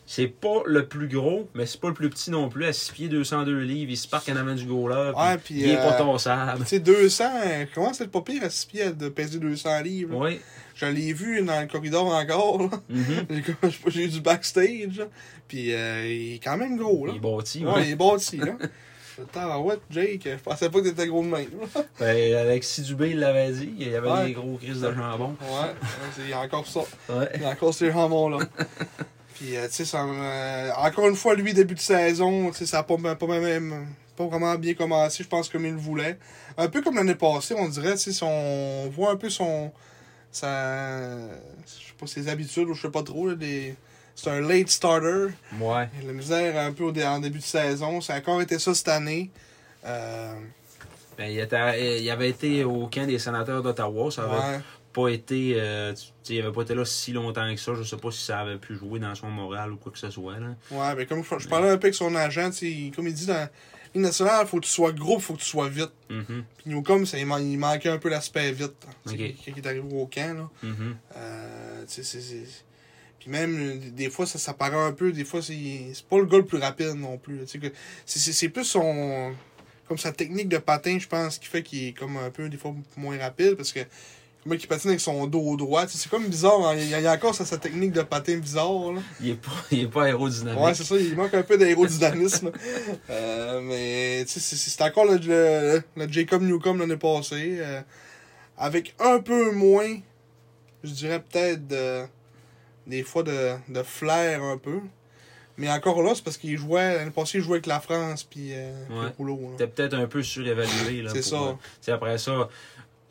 Speaker 1: C'est pas le plus gros, mais c'est pas le plus petit non plus. À 6 pieds, 202 livres, il se parque en avant du goaler. puis
Speaker 2: Ouais, puis,
Speaker 1: il est pas
Speaker 2: euh,
Speaker 1: torsable.
Speaker 2: Tu sais, 200, euh, comment c'est pas pire à 6 pieds de peser 200 livres? là?
Speaker 1: Oui.
Speaker 2: Je l'ai vu dans le corridor encore, là.
Speaker 1: Mhm.
Speaker 2: J'ai comme- je sais pas, J'ai eu du backstage, là. Puis euh, il est quand même gros, là.
Speaker 1: Il est bâti.
Speaker 2: ouais,
Speaker 1: ouais.
Speaker 2: il est bâti, là. Attends, ouais, Jake, je pensais pas que t'étais gros de même. là.
Speaker 1: Ben, Alexis Dubé il l'avait dit, il y avait
Speaker 2: Ouais.
Speaker 1: des gros crises de jambon.
Speaker 2: Ouais, ouais, c'est- il y a encore ça.
Speaker 1: Ouais.
Speaker 2: Il y a encore ces jambons-là. Puis, euh, tu sais, ça, euh, encore une fois, lui, début de saison, tu sais, ça n'a pas, pas, même- pas vraiment bien commencé, je pense, comme il le voulait. Un peu comme l'année passée, on dirait, tu sais, son- on voit un peu son. sa- je sais pas, ses habitudes, ou je sais pas trop, là, des- C'est un late starter.
Speaker 1: Ouais.
Speaker 2: La misère un peu au dé- en début de saison. Ça a encore été ça cette année. Euh,
Speaker 1: Ben, il, était- il avait été au camp des sénateurs d'Ottawa. Ça avait
Speaker 2: ouais.
Speaker 1: pas été. euh, tu sais, il avait pas été là si longtemps que ça. Je sais pas si ça avait pu jouer dans son moral ou quoi que ce soit. Là.
Speaker 2: Ouais, mais comme je, je parlais un peu avec son agent, tu sais, il- comme il dit dans la Ligue nationale, faut que tu sois gros, faut que tu sois vite.
Speaker 1: Mhm,
Speaker 2: Puis Newcombe, ça, il, man- il manquait un peu l'aspect vite. hein, tu sais,
Speaker 1: Ok.
Speaker 2: Quand il est arrivé au camp, là.
Speaker 1: mhm.
Speaker 2: Euh, tu sais, c'est- c'est- Puis même, euh, des fois, ça s'apparaît un peu. Des fois, c'est c'est pas le gars le plus rapide non plus. tu sais, que- c'est- C'est c'est plus son. Comme sa technique de patin, je pense, qui fait qu'il est comme un peu, des fois, moins rapide. Parce que, comment il patine avec son dos droit. tu sais, C'est comme bizarre. hein, Il y a- il y a encore ça, sa technique de patin bizarre. Là.
Speaker 1: Il est pas, il est pas aérodynamique.
Speaker 2: Ouais, c'est ça, il manque un peu d'aérodynamisme. euh, mais tu sais, c'est- c'est c'est encore le, le, le Jacob Newcomb l'année passée. euh, avec un peu moins, je dirais peut-être de- des fois de, de flair un peu. Mais encore là, c'est parce qu'il jouait, l'année passée, il jouait avec la France puis euh, puis
Speaker 1: Ouais.
Speaker 2: le rouleau. là.
Speaker 1: C'était peut-être un peu surévalué. là,
Speaker 2: C'est
Speaker 1: pour,
Speaker 2: ça.
Speaker 1: euh, tu sais, après ça,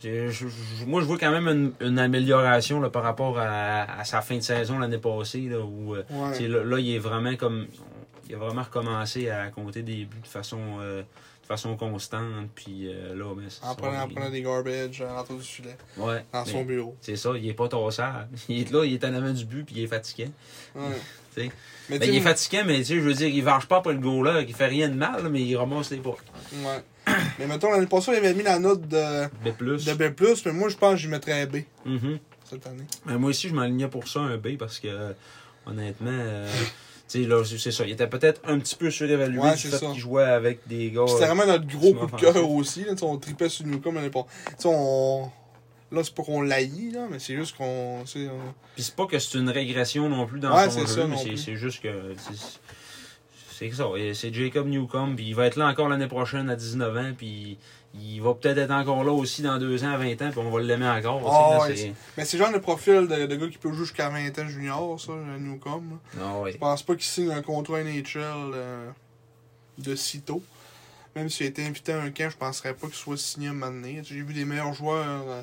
Speaker 1: j'ai- je- je- moi, je vois quand même une, une amélioration là, par rapport à, à sa fin de saison l'année passée. Là, où, euh, tu sais,
Speaker 2: Ouais.
Speaker 1: là, là, il est vraiment comme. Il a vraiment recommencé à compter des buts de façon, euh, de façon constante. Puis euh, là, mais c'est
Speaker 2: En
Speaker 1: ça,
Speaker 2: prenant, en
Speaker 1: il-
Speaker 2: prenant des garbage, en rentrant du filet,
Speaker 1: Ouais,
Speaker 2: dans
Speaker 1: mais
Speaker 2: son bureau.
Speaker 1: C'est ça, il est pas tossable. Il est là, il est en avant du but, puis il est fatigué.
Speaker 2: Ouais.
Speaker 1: Tu sais.
Speaker 2: Mais
Speaker 1: Ben,
Speaker 2: tu
Speaker 1: il est
Speaker 2: sais,
Speaker 1: fatigué, mais tu sais, je veux dire, il varge pas pour le goal là, il fait rien de mal, là, mais il ramasse les pas.
Speaker 2: ouais. mais mettons, l'année passée, il avait mis la note de,
Speaker 1: Mais plus.
Speaker 2: de B, mais moi, je pense que j'y mettrais B
Speaker 1: Mhm.
Speaker 2: cette année.
Speaker 1: Ben, moi aussi, je m'alignais pour ça un B parce que, euh, honnêtement, euh, tu sais, là, c'est ça. Il était peut-être un petit peu surévalué
Speaker 2: Ouais,
Speaker 1: du
Speaker 2: c'est
Speaker 1: fait
Speaker 2: ça.
Speaker 1: qu'il jouait avec des gars. euh,
Speaker 2: C'était vraiment notre gros
Speaker 1: Tu
Speaker 2: coup de
Speaker 1: m'as offensé.
Speaker 2: cœur aussi. Là, Tu sais, on tripait sur nous comme on est pas. Tu sais, on. Là, c'est pas qu'on l'haït, là, mais c'est juste qu'on. tu sais, on-
Speaker 1: Puis c'est pas que c'est une régression non plus dans
Speaker 2: Ouais,
Speaker 1: son
Speaker 2: c'est
Speaker 1: jeu,
Speaker 2: ça
Speaker 1: mais
Speaker 2: non
Speaker 1: c'est,
Speaker 2: plus.
Speaker 1: c'est juste que. c'est- C'est ça. Et C'est Jacob Newcomb. Puis il va être là encore l'année prochaine à 19 ans. Puis il va peut-être être encore là aussi dans 2 ans, 20 ans. Puis on va l'aimer encore. tu sais,
Speaker 2: Ah,
Speaker 1: là,
Speaker 2: ouais,
Speaker 1: c'est-
Speaker 2: Mais c'est le genre de profil de, de gars qui peut jouer jusqu'à 20 ans junior, ça, à Newcomb. là.
Speaker 1: Ah, ouais.
Speaker 2: Je pense pas qu'il signe un contrat NHL euh, de sitôt. Même s'il a été invité à un camp, je penserais pas qu'il soit signé maintenant. J'ai vu des meilleurs joueurs euh,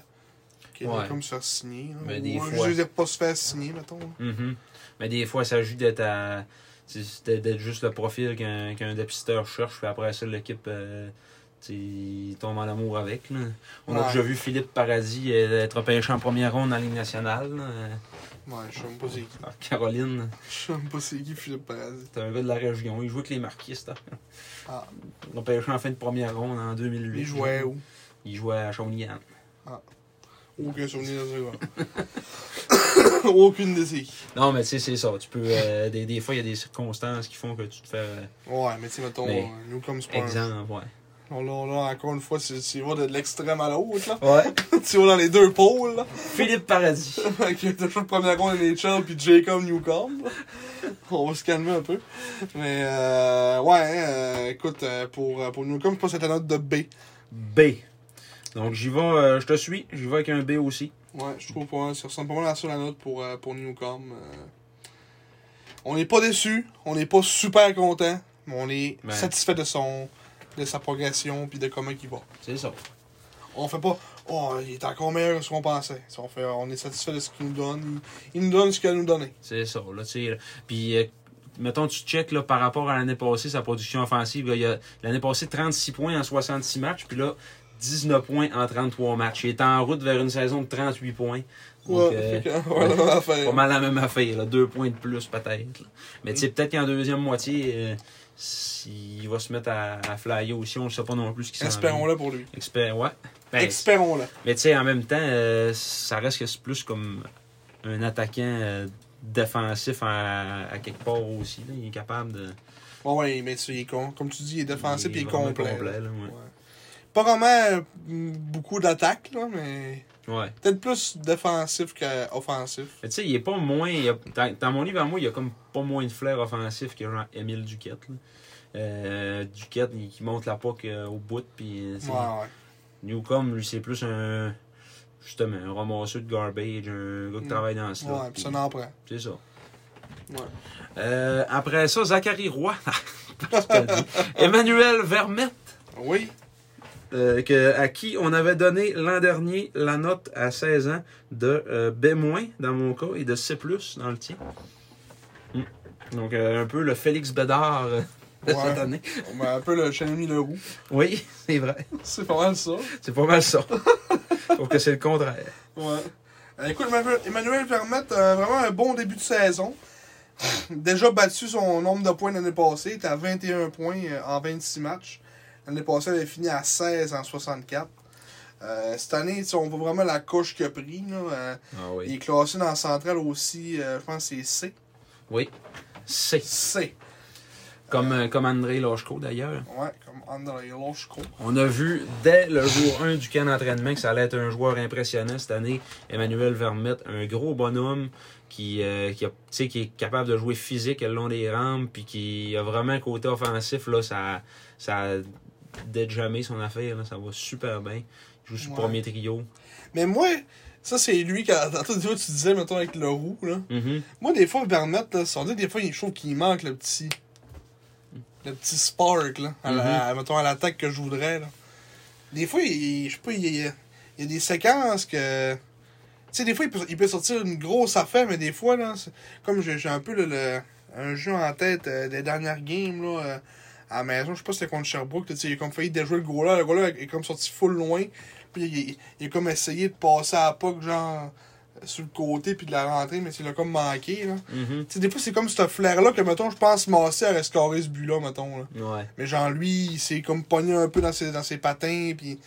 Speaker 2: qui
Speaker 1: Ouais.
Speaker 2: allaient comme se faire signer. là.
Speaker 1: Mais des
Speaker 2: Ou, euh,
Speaker 1: fois.
Speaker 2: Je les ai pas se faire signer, mettons. là.
Speaker 1: Mhm. Mais des fois, ça joue d'être à- tu sais, d'être d'être juste le profil qu'un qu'un dépisteur cherche, puis après ça, l'équipe euh, tu sais, il tombe en amour avec. là. On a
Speaker 2: Ouais.
Speaker 1: déjà vu Philippe Paradis euh, être repêché en première ronde dans la Ligue nationale. là.
Speaker 2: Ouais, je sais même pas c'est qui.
Speaker 1: Alors, Caroline,
Speaker 2: Je sais même pas c'est qui Philippe Paradis.
Speaker 1: c'est un gars de la région, il jouait avec les marquistes. hein.
Speaker 2: Ah.
Speaker 1: Repêché en fin de première ronde en 2008.
Speaker 2: Il jouait où
Speaker 1: Il jouait à Shawinigan.
Speaker 2: Aucun souvenir de ça. quoi. Aucune de ces.
Speaker 1: Non, mais tu sais, c'est ça. Tu peux, euh, des, des fois, il y a des circonstances qui font que tu te fais. euh,
Speaker 2: Ouais, mais tu sais, mettons,
Speaker 1: Mais-
Speaker 2: euh, nous comme c'est pas. un-
Speaker 1: exemple, ouais.
Speaker 2: On l'a- on l'a encore une fois, tu tu vas de l'extrême à l'autre, là.
Speaker 1: Ouais.
Speaker 2: tu vas dans les deux pôles, là.
Speaker 1: Philippe Paradis.
Speaker 2: Avec toujours le premier rond NHL puis Jacob Newcomb. là. On va se calmer un peu. Mais, euh, ouais, hein, euh, écoute, euh, pour, euh, pour Newcomb, je pense que c'est la note de B.
Speaker 1: B. Donc j'y vais, euh, je te suis, j'y vais avec un B aussi.
Speaker 2: Ouais, je trouve pas. Ça ressemble pas mal à ça la note pour, euh, pour Newcomb. euh. On n'est pas déçu, on n'est pas super content, mais on est
Speaker 1: Ouais.
Speaker 2: satisfait de son de sa progression puis de comment il va.
Speaker 1: C'est ça.
Speaker 2: On fait pas Oh, il est encore meilleur que ce qu'on pensait. Ça, On, fait, on est satisfait de ce qu'il nous donne. Il, il nous donne ce qu'il a nous donné.
Speaker 1: C'est ça. Là, tu sais, là. Puis euh, mettons tu check là, par rapport à l'année passée, sa production offensive. là, il y a- l'année passée, 36 points en 66 matchs, puis là, 19 points en 33 matchs. Il est en route vers une saison de 38 points.
Speaker 2: Ouais,
Speaker 1: Donc, euh,
Speaker 2: fait que, on
Speaker 1: pas
Speaker 2: a la même affaire.
Speaker 1: mal la même affaire, là. deux points de plus peut-être. là. Mais tu sais, peut-être qu'en deuxième moitié, euh, s'il va se mettre à, à flyer aussi, on ne sait pas non plus ce qui s'en vient.
Speaker 2: Espérons-le pour lui.
Speaker 1: Expé- ouais. hein. Ben,
Speaker 2: Espérons-le.
Speaker 1: Mais tu sais, en même temps, euh, ça reste que c'est plus comme un attaquant euh, défensif à, à quelque part aussi. là. Il est capable de.
Speaker 2: Bon, ouais, mais tu, il est con- comme tu dis, il est défensif
Speaker 1: il
Speaker 2: et
Speaker 1: est
Speaker 2: il est
Speaker 1: vraiment
Speaker 2: complet.
Speaker 1: complet,
Speaker 2: là.
Speaker 1: là, ouais.
Speaker 2: Ouais. Pas vraiment euh, beaucoup d'attaques, là, mais.
Speaker 1: Ouais.
Speaker 2: Peut-être plus défensif qu'offensif.
Speaker 1: Mais tu sais, il est pas moins. il a- dans, dans mon livre à moi, il y a comme pas moins de flair offensif que genre Émile Duquette. là. Euh, Duquette, il, qui monte la POC au bout, puis. euh,
Speaker 2: Ouais,
Speaker 1: c'est-
Speaker 2: ouais.
Speaker 1: Newcomb, lui, c'est plus un. Justement, un ramasseur de garbage, un gars qui
Speaker 2: Mm.
Speaker 1: travaille dans ce
Speaker 2: Ouais, puis ça n'en prend.
Speaker 1: C'est ça.
Speaker 2: Ouais.
Speaker 1: Euh, après ça, Zachary Roy. Parce que t'as dit. Emmanuel Vermette,
Speaker 2: Oui,
Speaker 1: euh, que- à qui on avait donné l'an dernier la note à 16 ans de euh, B- dans mon cas et de C dans le tien. Donc, euh, un peu le Félix Bédard euh, de
Speaker 2: Ouais.
Speaker 1: cette année.
Speaker 2: Ben, un peu le Chenemi Leroux.
Speaker 1: Oui, c'est vrai.
Speaker 2: C'est pas mal ça.
Speaker 1: C'est pas mal ça. Sauf que c'est le contraire.
Speaker 2: Ouais. Euh, écoute, Emmanuel- Emmanuel Vermette a vraiment un bon début de saison. Déjà battu son nombre de points l'année passée. Il était à 21 points euh, en 26 matchs. L'année passée, elle avait fini à 16 en 64. Euh, cette année, tu sais, on voit vraiment la couche qu'il a pris. là. Euh,
Speaker 1: Ah
Speaker 2: Il est
Speaker 1: oui.
Speaker 2: classé dans la centrale aussi, euh, je pense que c'est C.
Speaker 1: Oui. C'est.
Speaker 2: C.
Speaker 1: Comme, euh, comme André Lochko d'ailleurs.
Speaker 2: Ouais, comme André Lochko.
Speaker 1: On a vu dès le jour 1 du camp d'entraînement que ça allait être un joueur impressionnant cette année. Emmanuel Vermette, un gros bonhomme qui, euh, qui, a- tu sais, qui est capable de jouer physique le long des rampes, puis qui a vraiment un côté offensif. Là, ça, ça d'être jamais son affaire. là. ça va super bien. Il joue sur le
Speaker 2: Ouais.
Speaker 1: premier trio.
Speaker 2: Mais moi, ça c'est lui, quand, dans tout tu disais, mettons, avec Leroux, là.
Speaker 1: Mhm.
Speaker 2: Moi, des fois, Bernette, là, si on dit des fois, il chauffe qu'il manque le petit. Le petit spark, là. À la-
Speaker 1: Mhm.
Speaker 2: à- mettons, à l'attaque que je voudrais, là. Des fois, il, je sais pas, il, il y a des séquences que. Tu sais, des fois, il peut, il peut sortir une grosse affaire, mais des fois, là, c'est- comme j'ai j'ai un peu le, le- un jeu en tête euh, des dernières games, là. euh, à la maison, je sais pas si c'était contre Sherbrooke, là, tu sais, il a comme failli déjouer le goal là. Le goal là est comme sorti full loin. Puis il, il- il a comme essayé de passer à la puck, genre, sur le côté, puis de la rentrer, mais il a comme manqué, là.
Speaker 1: Mhm.
Speaker 2: Tu sais, des fois, c'est comme ce flair-là que, mettons, je pense Massé aurait scoré ce but-là, mettons. Là.
Speaker 1: Ouais.
Speaker 2: Mais genre, lui, il s'est comme pogné un peu dans ses, dans ses patins, puis... Tu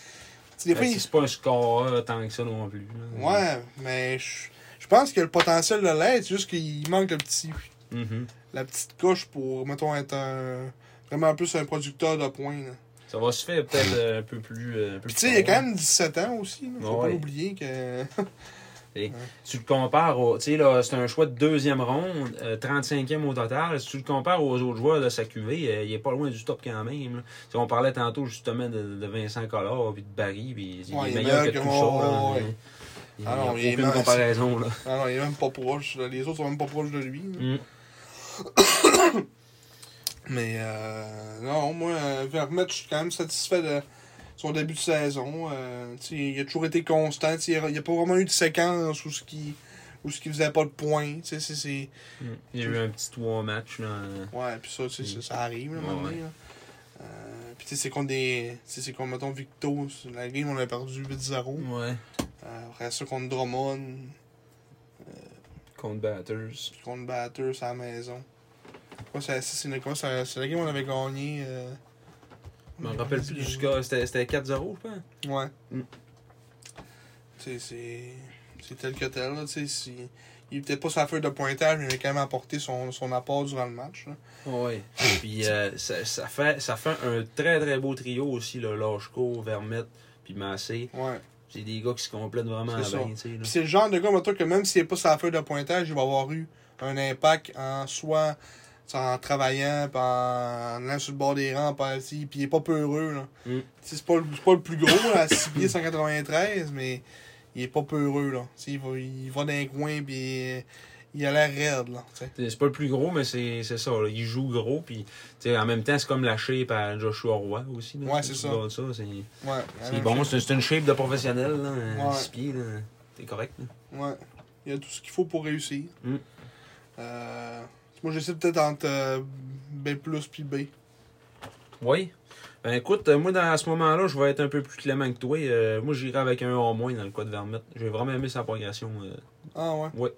Speaker 2: sais, des fois,
Speaker 1: Fait que
Speaker 2: il-
Speaker 1: C'est pas un score tant que ça non plus. là.
Speaker 2: Ouais, mais je je pense que le potentiel de l'aide, c'est juste qu'il manque le petit,
Speaker 1: Mhm.
Speaker 2: la petite couche pour, mettons, être un- vraiment plus un producteur de points. là.
Speaker 1: Ça va se faire peut-être euh, un peu plus. euh, un peu plus
Speaker 2: Puis tu sais, il a
Speaker 1: tard.
Speaker 2: quand même 17 ans aussi, là. faut
Speaker 1: Ah Ouais.
Speaker 2: pas oublier que...
Speaker 1: tu le compares au. Tu sais, là, c'est un choix de deuxième ronde, euh, 35e au total. Si tu le compares aux autres joueurs de sa cuvée, euh, il est pas loin du top quand même. là. Tu sais, on parlait tantôt justement de, de Vincent Collard puis de Barry, puis il
Speaker 2: Ouais,
Speaker 1: est meilleur que tout ça. là.
Speaker 2: ouais, ouais.
Speaker 1: Il n'y
Speaker 2: Ah
Speaker 1: a
Speaker 2: non, il est
Speaker 1: aucune
Speaker 2: meilleur.
Speaker 1: comparaison. Là.
Speaker 2: Ah non, non, il est même pas proche, là. les autres sont même pas proches de lui. là.
Speaker 1: Mm.
Speaker 2: Mais euh, non, moi, euh, Vermette, je suis quand même satisfait de son début de saison. Euh, tu sais, il a toujours été constant. Tu sais, Il n'y a pas vraiment eu de séquence où ce qui où ce qui faisait pas de points. Tu sais, c'est- c'est-
Speaker 1: Mm. Il y a eu un petit trois match. Là.
Speaker 2: Ouais, puis ça, tu sais, ça, ça arrive, là, à un
Speaker 1: Mm. Ouais,
Speaker 2: moment donné,
Speaker 1: ouais.
Speaker 2: là. Euh, Puis, tu sais, c'est contre des. Tu sais, c'est contre, mettons, Victo. c'est- La game, on a perdu 8-0.
Speaker 1: Ouais.
Speaker 2: Euh, après ça, contre Drummond.
Speaker 1: Contre Batters.
Speaker 2: Puis contre Batters à la maison. Quoi, ça, ça, c'est le- quoi, ça- c'est la game on avait gagné. euh,
Speaker 1: Je
Speaker 2: Mm.
Speaker 1: me rappelle plus du score. C'était c'était 4-0, je pense.
Speaker 2: Ouais.
Speaker 1: Mm.
Speaker 2: Tu sais, c'est. C'est tel que tel, là. Tu sais, si- il était pas sa feuille de pointage, mais il a quand même apporté son, son apport durant le match. là.
Speaker 1: Oui. Puis euh, ça, ça fait, ça fait un très très beau trio aussi, là, Lachko, Vermette, puis Massé.
Speaker 2: Ouais.
Speaker 1: C'est des gars qui se complètent vraiment
Speaker 2: C'est
Speaker 1: bien, tu sais. là.
Speaker 2: Puis c'est le genre de gars, toi, que même s'il n'est pas sa feuille de pointage, il va avoir eu un impact en soi, en travaillant, puis en allant sur le bord des rangs, puis ainsi, puis il est pas peureux, là.
Speaker 1: Mm.
Speaker 2: Tu sais, c'est pas, le- c'est pas le plus gros, là, à 6 pieds 193, mais il est pas peureux, là. Tu sais, il va, il va dans un coin, puis il a l'air raide, là. tu sais.
Speaker 1: C'est c'est pas le plus gros, mais c'est c'est ça. là. Il joue gros, puis tu sais, en même temps, c'est comme la shape à Joshua Roy aussi. là.
Speaker 2: Ouais,
Speaker 1: Tu
Speaker 2: c'est ça.
Speaker 1: regardes c'est-
Speaker 2: Ouais.
Speaker 1: C'est bon, c'est c'est une shape de professionnel, là, à
Speaker 2: Ouais.
Speaker 1: six pieds, là. T'es correct, là.
Speaker 2: Ouais. Il y a tout ce qu'il faut pour réussir.
Speaker 1: Mm.
Speaker 2: Euh, moi, j'essaie peut-être entre euh, B plus puis B.
Speaker 1: Oui. Ben écoute, euh, moi, dans, à ce moment-là, je vais être un peu plus clément que toi. Euh, moi, j'irai avec un en moins dans le quad de Vermette. J'ai vraiment aimé sa progression. euh.
Speaker 2: Ah ouais.
Speaker 1: Ouais.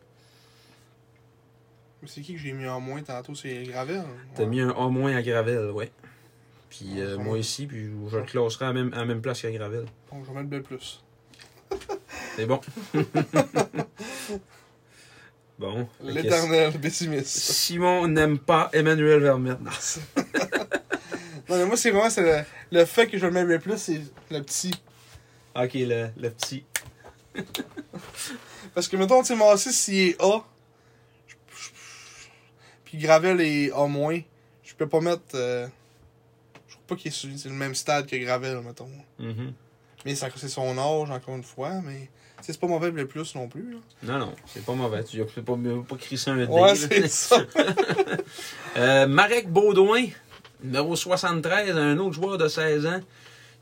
Speaker 2: Mais c'est qui que j'ai mis en moins tantôt C'est Gravel.
Speaker 1: T'as mis un A moins à Gravel, ouais. Puis
Speaker 2: Ouais,
Speaker 1: euh,
Speaker 2: ça
Speaker 1: moi
Speaker 2: va.
Speaker 1: ici, puis je le classerai à la même, à la même place qu'à Gravel.
Speaker 2: Bon, je vais mettre B plus.
Speaker 1: C'est bon. bon. fait que
Speaker 2: L'éternel
Speaker 1: si-
Speaker 2: pessimiste.
Speaker 1: Simon n'aime pas Emmanuel Vermette. Non, c'est-
Speaker 2: Non, mais moi, c'est vraiment c'est le, le fait que je le mets B plus, c'est le petit.
Speaker 1: ok, le, le petit.
Speaker 2: Parce que, mettons, tu sais, Massé, s'il est A, je- je- je- puis Gravel est A moins, je peux pas mettre. euh, je crois pas qu'il est sur c'est le même stade que Gravel, mettons.
Speaker 1: Mhm.
Speaker 2: Mais c'est c'est son âge, encore une fois, mais tu sais, c'est pas mauvais le plus non plus. Là.
Speaker 1: Non, non, c'est pas mauvais. Tu n'as pas, pas crissé un dé. là.
Speaker 2: Ouais, c'est ça.
Speaker 1: Euh, Marek Baudouin, numéro 73, un autre joueur de 16 ans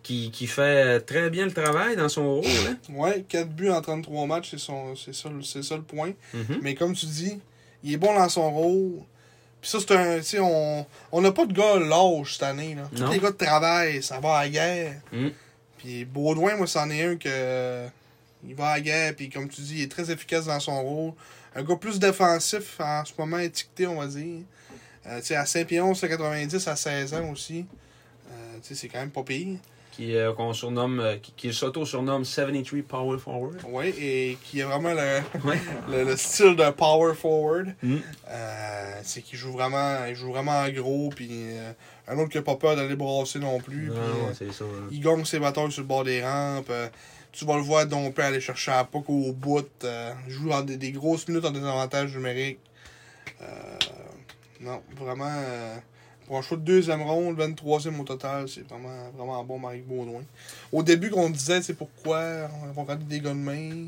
Speaker 1: qui, qui fait très bien le travail dans son rôle. hein.
Speaker 2: Ouais, 4 buts en 33 matchs, c'est son- c'est ça, le- c'est ça le point.
Speaker 1: Mhm.
Speaker 2: Mais comme tu dis, il est bon dans son rôle. Puis ça, c'est un. Tu sais, on on n'a pas de gars lâche cette année. Là. Tous
Speaker 1: Non.
Speaker 2: les gars de travail, ça va à la guerre.
Speaker 1: Mm.
Speaker 2: Puis Baudouin, moi, c'en est un que. euh, Il va à la guerre, puis comme tu dis, il est très efficace dans son rôle. Un gars plus défensif en ce moment étiqueté, on va dire. Euh, tu sais, à Saint-Pion, c'est 90 à 16 ans aussi. Euh, tu sais, c'est quand même pas pire.
Speaker 1: Qui, euh, qu'on surnomme, euh, qui, qui s'auto-surnomme 73 Power Forward.
Speaker 2: Oui, et qui est vraiment le,
Speaker 1: Ouais.
Speaker 2: le, le style d'un power forward.
Speaker 1: Mm.
Speaker 2: Euh, c'est qu'il joue vraiment il joue vraiment en gros, puis euh, un autre qui n'a pas peur d'aller brasser non plus.
Speaker 1: Non,
Speaker 2: puis, euh,
Speaker 1: non, c'est ça. là.
Speaker 2: il gagne ses batailles sur le bord des rampes. euh, tu vas le voir domper, aller chercher à puck au bout. euh, il joue en des, des grosses minutes en désavantage numérique. Euh, non, vraiment. euh, pour un choix de deuxième ronde, 23e au total, c'est vraiment, vraiment bon, Marc Baudouin. Au début, qu'on disait, c'est pourquoi on va regarder des gars de main.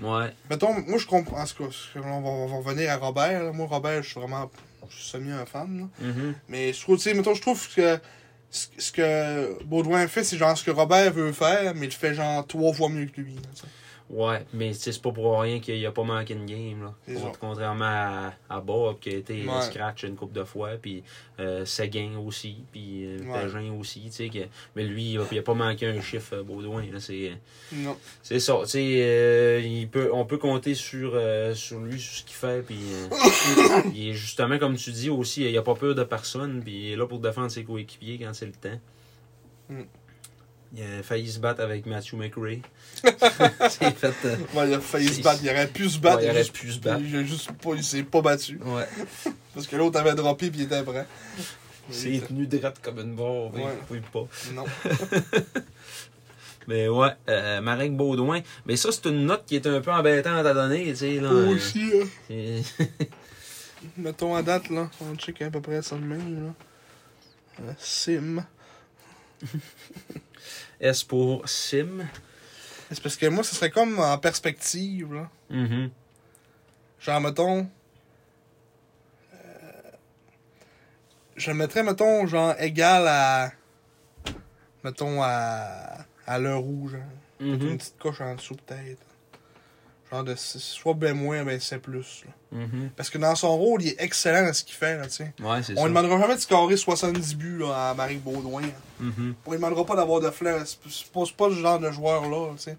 Speaker 1: Ouais.
Speaker 2: Mettons, moi je comprends. En tout cas, ce que- on va, on va revenir à Robert. là. Moi, Robert, je suis vraiment. Je suis semi un fan. là.
Speaker 1: Mhm.
Speaker 2: Mais je trouve, tu sais, mettons, je trouve que ce ce que Baudouin fait, c'est genre ce que Robert veut faire, mais il fait genre trois fois mieux que lui. là, tu sais.
Speaker 1: Ouais, mais tu sais, c'est pas pour rien qu'il a pas manqué une game. Là.
Speaker 2: C'est
Speaker 1: Contre-
Speaker 2: ça.
Speaker 1: contrairement à, à Bob qui a été euh,
Speaker 2: Ouais.
Speaker 1: scratch une couple de fois, puis euh, Seguin aussi, puis euh,
Speaker 2: Ouais.
Speaker 1: Pagin aussi. tu sais, Que, mais lui, il a, il a pas manqué un chiffre, euh, Baudouin. là, C'est
Speaker 2: Non.
Speaker 1: c'est ça. tu sais, euh, il peut, on peut compter sur, euh, sur lui, sur ce qu'il fait. Puis, euh, il est justement, comme tu dis aussi, il a pas peur de personne, puis il est là pour défendre ses coéquipiers quand c'est le temps.
Speaker 2: Mm.
Speaker 1: Il a failli se battre avec Matthew McRae. c'est fait. euh,
Speaker 2: Ouais, il a failli se
Speaker 1: C'est-
Speaker 2: battre, il aurait pu se battre.
Speaker 1: Ouais, il
Speaker 2: a
Speaker 1: aurait
Speaker 2: juste-
Speaker 1: pu se battre.
Speaker 2: Il, a juste pas, il s'est pas battu.
Speaker 1: Ouais.
Speaker 2: Parce que l'autre avait droppé puis il était prêt.
Speaker 1: C'est tenu droite comme une barre, mais
Speaker 2: Ouais.
Speaker 1: oui, pas.
Speaker 2: Non.
Speaker 1: Mais ouais, euh, Marek Baudouin. Mais ça, c'est une note qui est un peu embêtante à donner, tu sais. là.
Speaker 2: Moi aussi, là.
Speaker 1: C'est-
Speaker 2: Mettons à date, là. On check à peu près ça de même, là. Euh, Sim.
Speaker 1: S pour Sim.
Speaker 2: C'est parce que moi, ce serait comme en perspective, là. Mm-hmm.
Speaker 1: Mhm.
Speaker 2: Genre, mettons. euh, je le mettrais, mettons, genre, égal à. Mettons, à. À l'heure rouge.
Speaker 1: Mhm.
Speaker 2: Une petite coche en dessous, peut-être. Genre, de, c'est- soit ben moins, ben c'est plus. là.
Speaker 1: Mhm.
Speaker 2: Parce que dans son rôle, il est excellent à ce qu'il fait, là, tu sais.
Speaker 1: Ouais, c'est ça.
Speaker 2: On lui demandera jamais de scorer 70 buts, là, à Marie Baudouin. là.
Speaker 1: Mhm.
Speaker 2: On lui demandera pas d'avoir de flair. C'est c'est pas, c'est pas ce genre de joueur-là, tu sais.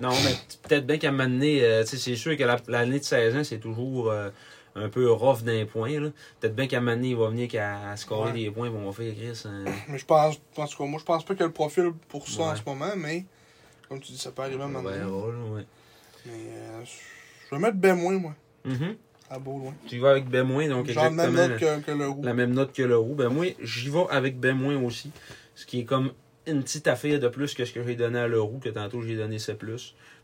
Speaker 1: Non, mais t- peut-être bien qu'à un moment donné, euh, tu sais, c'est sûr que la- l'année de 16 ans, c'est toujours euh, un peu rough d'un point. là. Peut-être bien qu'à un moment donné, il va venir qu'à à scorer
Speaker 2: Ouais.
Speaker 1: des points, bon, on va faire Chris. hein.
Speaker 2: Mais je pense, en tout cas, moi, je pense pas qu'il y a le profil pour ça en
Speaker 1: Ouais.
Speaker 2: ce moment, mais comme tu dis, ça peut arriver à un
Speaker 1: on
Speaker 2: moment donné.
Speaker 1: verra, là, ouais.
Speaker 2: Mais euh, je vais mettre ben moins, moi,
Speaker 1: Mhm.
Speaker 2: à Baudouin.
Speaker 1: Tu vas avec Bémoin, donc
Speaker 2: Genre
Speaker 1: exactement.
Speaker 2: même note que, que le roux.
Speaker 1: la même note que le haut. Ben moi, j'y vais avec ben moins aussi. Ce qui est comme une petite affaire de plus que ce que j'ai donné à l'euro, que tantôt j'ai donné C+.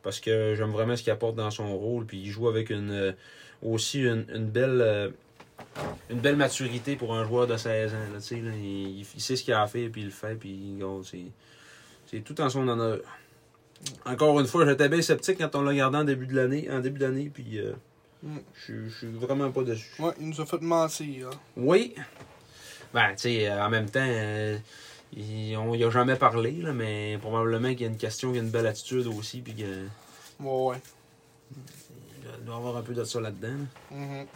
Speaker 1: Parce que j'aime vraiment ce qu'il apporte dans son rôle. Puis il joue avec une euh, aussi une, une belle euh, une belle maturité pour un joueur de 16 ans. là, tu sais, là. il, il sait ce qu'il a à faire, puis il le fait, puis gars, c'est, c'est tout en son honneur. Encore une fois, j'étais bien sceptique quand on l'a regardé en début de l'année, en début d'année, puis euh,
Speaker 2: Mm.
Speaker 1: je je suis vraiment pas dessus.
Speaker 2: Ouais, il nous a fait mentir. hein.
Speaker 1: Oui. Ben, tu sais, euh, en même temps, euh, il, on y a jamais parlé, là, mais probablement qu'il y a une question, qu'il y a une belle attitude aussi, puis qu'il
Speaker 2: Ouais, ouais.
Speaker 1: doit avoir un peu de ça là-dedans. là.
Speaker 2: Mhm.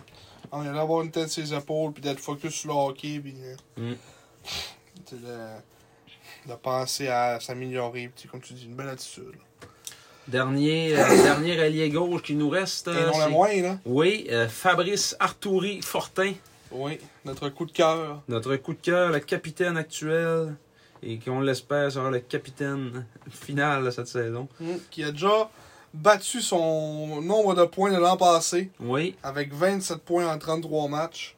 Speaker 2: On est là avoir une tête sur ses épaules, puis d'être focus sur le hockey, puis euh,
Speaker 1: Mm.
Speaker 2: c'est de, de penser à s'améliorer, puis comme tu dis, une belle attitude. là.
Speaker 1: Dernier, euh, dernier allié gauche qui nous reste.
Speaker 2: Et
Speaker 1: euh,
Speaker 2: non
Speaker 1: c'est-
Speaker 2: le moins, là.
Speaker 1: oui, euh, Fabrice Arturi Fortin,
Speaker 2: Oui, notre coup de cœur.
Speaker 1: notre coup de cœur, le capitaine actuel, et qu'on l'espère sera le capitaine final de cette saison.
Speaker 2: Mm. Qui a déjà battu son nombre de points de l'an passé.
Speaker 1: Oui,
Speaker 2: avec 27 points en 33 matchs.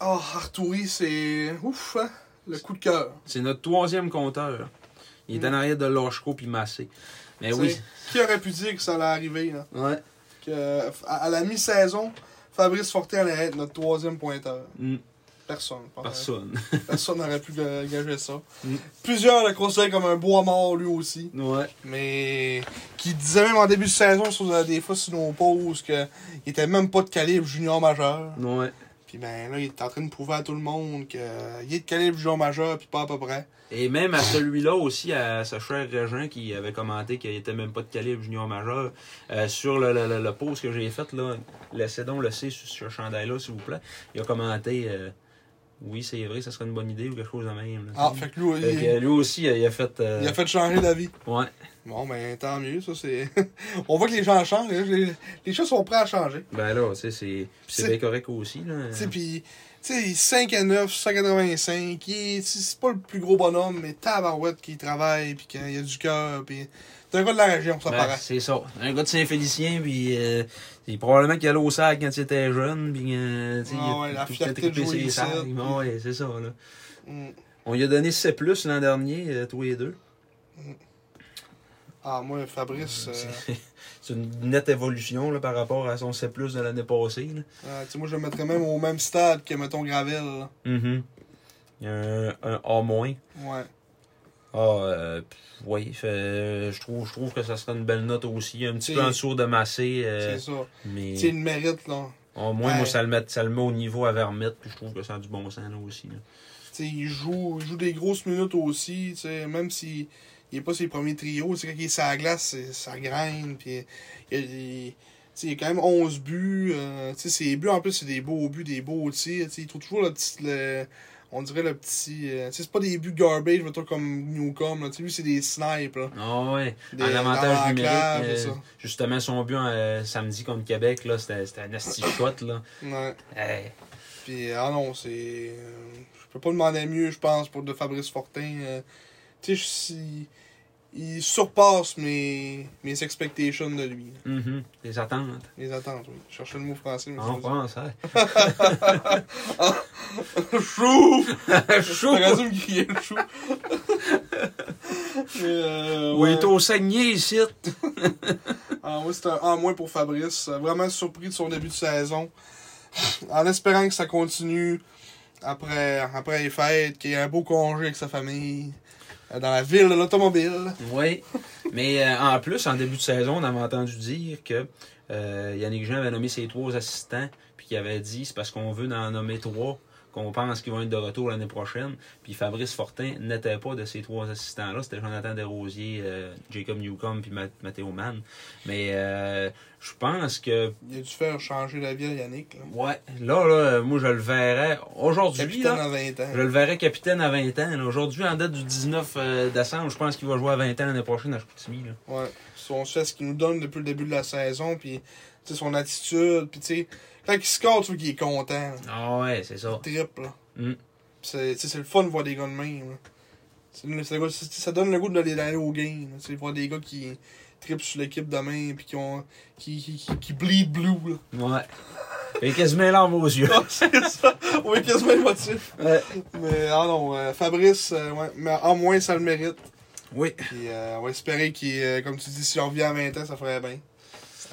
Speaker 2: Oh, Arturi, c'est. Ouf, hein? Le coup de cœur.
Speaker 1: c'est notre troisième compteur. Il est
Speaker 2: Mm.
Speaker 1: en arrière de Lochko puis Massé. Mais
Speaker 2: Tu
Speaker 1: Eh oui.
Speaker 2: sais, Qui aurait pu dire que ça allait arriver, là?
Speaker 1: Ouais.
Speaker 2: Que, euh, à, à la mi-saison, Fabrice Fortin allait être notre troisième pointeur.
Speaker 1: Mm.
Speaker 2: Personne. pas vrai.
Speaker 1: personne.
Speaker 2: Personne n'aurait pu euh, gager ça.
Speaker 1: Mm.
Speaker 2: Plusieurs le considèrent comme un bois mort, lui aussi.
Speaker 1: Ouais.
Speaker 2: Mais. Qui disait même en début de saison, sur, euh, des fois, sur nos pauses, qu'il était même pas de calibre junior majeur.
Speaker 1: Ouais.
Speaker 2: Puis ben là, il est en train de prouver à tout le monde qu'il est de calibre joueur majeur, puis pas à peu près.
Speaker 1: Et même à celui-là aussi, à ce cher Régent qui avait commenté qu'il était même pas de calibre junior majeur, euh, sur le, le, le- le post que j'ai fait, là, laissez donc le C sur ce chandail-là, s'il vous plaît. Il a commenté euh, Oui, c'est vrai, ça serait une bonne idée ou quelque chose de même. là.
Speaker 2: Ah, fait que lui,
Speaker 1: Fait que,
Speaker 2: il,
Speaker 1: euh, lui aussi, euh, il a fait. euh,
Speaker 2: il a fait changer d'avis.
Speaker 1: Ouais.
Speaker 2: Bon, ben tant mieux, ça c'est. On voit que les gens changent, hein, les, les choses sont prêts à changer.
Speaker 1: Ben là, tu sais, c'est c'est
Speaker 2: C'est-
Speaker 1: bien correct aussi. Là.
Speaker 2: Tu sais, puis, tu sais, 5 à 9, 185, il est- c'est c'est pas le plus gros bonhomme, mais tabarouette qui travaille, puis qu'il y a du cœur, puis. C'est un gars de la région, ça
Speaker 1: Ben,
Speaker 2: paraît.
Speaker 1: c'est ça. Un gars de Saint-Félicien, puis euh, c'est probablement qu'il allait au sac quand il était jeune, puis euh, tu sais,
Speaker 2: Ah
Speaker 1: il a
Speaker 2: ouais, la
Speaker 1: tout le temps
Speaker 2: fierté de
Speaker 1: trippé
Speaker 2: jouer
Speaker 1: ses
Speaker 2: ici,
Speaker 1: sacs.
Speaker 2: puis-
Speaker 1: Ben ouais, c'est ça, là.
Speaker 2: Mm.
Speaker 1: On lui a donné C+, l'an dernier, euh, tous les deux.
Speaker 2: Ah, moi, Fabrice, euh,
Speaker 1: C'est c'est une nette évolution là, par rapport à son C+, de l'année passée. Là.
Speaker 2: ah, tu sais, moi, je le mettrais même au même stade que, mettons, Gravel. là. Mm-hmm.
Speaker 1: Il y a un, un A-. moins.
Speaker 2: Ouais.
Speaker 1: Ah, euh, pff, oui, fait, euh, je trouve, je trouve que ça serait une belle note aussi. Un petit
Speaker 2: C'est-
Speaker 1: peu en dessous de Massé, euh,
Speaker 2: C'est ça.
Speaker 1: mais
Speaker 2: Tu sais, il le mérite, là.
Speaker 1: au moins,
Speaker 2: Ouais.
Speaker 1: moi, ça le, met, ça le met au niveau à Vermette, puis je trouve que ça a du bon sens là aussi. là.
Speaker 2: Tu sais, il joue, il joue des grosses minutes aussi, tu sais, même s'il n'est pas ses premiers trios, tu sais, quand il est sur la glace, c'est- ça graine, puis il, il- tu sais, il a quand même 11 buts, euh, tu sais, ses buts, en plus, c'est des beaux buts, des beaux tirs, tu sais, il trouve toujours le petit, le- on dirait le petit, euh, tu sais, c'est pas des buts garbage, mettons, comme Newcomb, là, tu sais, lui, c'est des snipes, là.
Speaker 1: Ah ouais,
Speaker 2: Des-
Speaker 1: en
Speaker 2: dans
Speaker 1: avantage
Speaker 2: la
Speaker 1: numérique,
Speaker 2: clave,
Speaker 1: euh,
Speaker 2: c'est ça.
Speaker 1: justement son but euh, samedi contre Québec, là, c'était c'était un asti shot là. Eh,
Speaker 2: Ouais.
Speaker 1: Hey,
Speaker 2: Puis, ah non, c'est. euh, Je peux pas demander mieux, je pense, pour de Fabrice Fortin. euh, tu sais, je- si- il surpasse mes, mes expectations de lui. là.
Speaker 1: mhm, les attentes
Speaker 2: Mes attentes, oui. Je cherchais le mot français, mais
Speaker 1: en
Speaker 2: je me
Speaker 1: France. hein.
Speaker 2: suis dit- Chou!
Speaker 1: Chaud.
Speaker 2: J'aurais dû me crier le chou. Mais, euh,
Speaker 1: Oui,
Speaker 2: ouais.
Speaker 1: t'es au Saguenay ici.
Speaker 2: Ah, ouais, c'est un en moins pour Fabrice. Euh, Vraiment surpris de son début de saison. En espérant que ça continue après, après les fêtes, qu'il y ait un beau congé avec sa famille euh, dans la ville de l'automobile.
Speaker 1: Oui. Mais euh, en plus, en début de saison, on avait entendu dire que euh, Yannick Jean avait nommé ses trois assistants, puis qu'il avait dit c'est parce qu'on veut en nommer trois qu'on pense qu'ils vont être de retour l'année prochaine. Puis Fabrice Fortin n'était pas de ces trois assistants-là. C'était Jonathan Desrosiers, euh, Jacob Newcomb, puis Ma- Matteo Mann. Mais euh, je pense que,
Speaker 2: Il a dû faire changer la ville, Yannick. Là.
Speaker 1: ouais, là, là moi, je le verrais aujourd'hui.
Speaker 2: Capitaine
Speaker 1: là,
Speaker 2: à 20 ans.
Speaker 1: Je le verrais capitaine à 20 ans. là. Aujourd'hui, en date du 19 euh, décembre, je pense qu'il va jouer à 20 ans l'année prochaine à Chicoutimi. là.
Speaker 2: Ouais. Si On sait ce qu'il nous donne depuis le début de la saison, puis tu sais, son attitude, puis tu sais, quand il score, tu vois qu'il est content. là.
Speaker 1: Ah ouais, c'est ça.
Speaker 2: Triple. là.
Speaker 1: Mm.
Speaker 2: Puis C'est tu sais, c'est le fun de voir des gars de même. là. C'est le- c'est le gars- c'est- Ça donne le goût d'aller d'aller au game. là. Tu sais, voir des gars qui trippent sur l'équipe demain, puis qui, ont, qui, qui, qui, qui bleed blue. Là.
Speaker 1: Ouais. Et quasiment larmes aux yeux.
Speaker 2: Ah, c'est ça. Oui, quasiment émotif.
Speaker 1: Ouais.
Speaker 2: Mais ah non, euh, Fabrice, euh, ouais, mais en moins, ça le mérite.
Speaker 1: Oui.
Speaker 2: Puis euh, on va espérer qu'il, euh, comme tu dis, si on revient à 20 ans, ça ferait bien.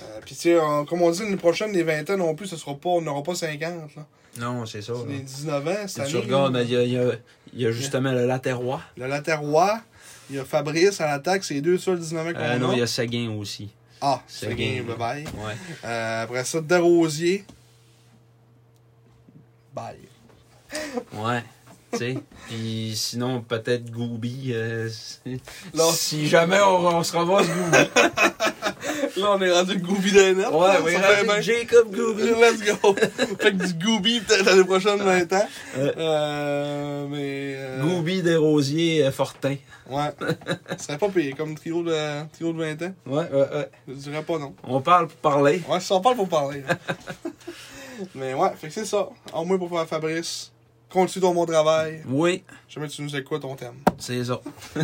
Speaker 2: Euh, puis tu sais, on- comme on dit, l'année prochaine, les 20 ans non plus, ce sera pas, on n'aura pas 50. Là.
Speaker 1: Non, c'est ça. là.
Speaker 2: Les 19 ans, cette
Speaker 1: Si tu
Speaker 2: année.
Speaker 1: regardes, il y a, il y a- il y a justement le Laterrois.
Speaker 2: Le Laterrois, il y a Fabrice à l'attaque, c'est les deux seuls 19 ans qu'on
Speaker 1: Euh,
Speaker 2: a.
Speaker 1: non, il y a Seguin aussi.
Speaker 2: Ah,
Speaker 1: Seguin,
Speaker 2: c'est game,
Speaker 1: ouais.
Speaker 2: bye bye.
Speaker 1: Ouais.
Speaker 2: Euh, après ça, Desrosiers. Bye.
Speaker 1: Ouais. tu sais. Puis sinon, peut-être Goubi. euh, si-
Speaker 2: Là-
Speaker 1: si jamais on, on se ramasse Goubi.
Speaker 2: Là, on est rendu Gooby d'un net.
Speaker 1: Ouais, oui,
Speaker 2: ça fait bien.
Speaker 1: Jacob Goubi.
Speaker 2: Let's go! fait que du Gooby peut-être l'année prochaine 20 ans.
Speaker 1: Ouais.
Speaker 2: Euh, mais. euh,
Speaker 1: Goubi, Desrosiers, euh, Fortin.
Speaker 2: Ouais. Ce serait pas payé comme trio de, trio de 20 ans.
Speaker 1: Ouais, ouais, ouais.
Speaker 2: Je dirais pas non.
Speaker 1: On parle pour parler.
Speaker 2: Ouais, ça en parle pour parler. là. Mais ouais, fait que c'est ça. En moins pour faire Fabrice. Continue ton bon travail.
Speaker 1: Oui,
Speaker 2: Jamais tu nous écoutes, on t'aime.
Speaker 1: c'est ça.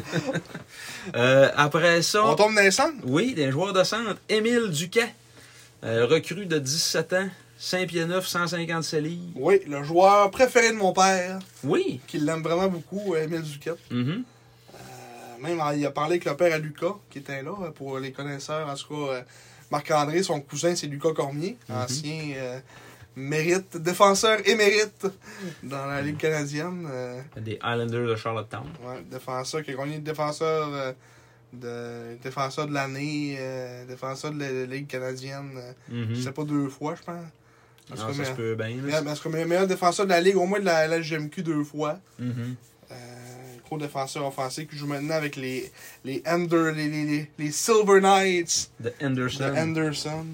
Speaker 1: Euh, après
Speaker 2: On
Speaker 1: ça,
Speaker 2: tombe dans les cendres?
Speaker 1: oui, des joueurs de centre. Émile Duquet, euh, recrue de 17 ans, 5 pieds 9, 157 livres.
Speaker 2: Oui, le joueur préféré de mon père,
Speaker 1: Oui.
Speaker 2: qui l'aime vraiment beaucoup, Emile Duquette.
Speaker 1: Mhm.
Speaker 2: Euh, Même, euh, il a parlé avec le père à Lucas, qui était là, euh, pour les connaisseurs. En tout cas, euh, Marc-André, son cousin, c'est Lucas Cormier, ancien euh, mérite, défenseur émérite dans la Ligue canadienne. Euh,
Speaker 1: Des Islanders de Charlottetown.
Speaker 2: Ouais, défenseur qui a gagné défenseur euh, de défenseur de l'année, euh, défenseur de la, la Ligue canadienne. euh,
Speaker 1: Mhm.
Speaker 2: Je sais pas deux fois, je pense. Parce
Speaker 1: Non,
Speaker 2: que
Speaker 1: ça se
Speaker 2: me-
Speaker 1: peut bien. là.
Speaker 2: me- Parce que le meilleur défenseur de la Ligue, au moins de la LHGMQ deux fois.
Speaker 1: Mhm.
Speaker 2: Euh, gros défenseur offensif qui joue maintenant avec les, les, Ender, les, les, les, les Silver Knights
Speaker 1: De
Speaker 2: de
Speaker 1: Anderson.
Speaker 2: Anderson.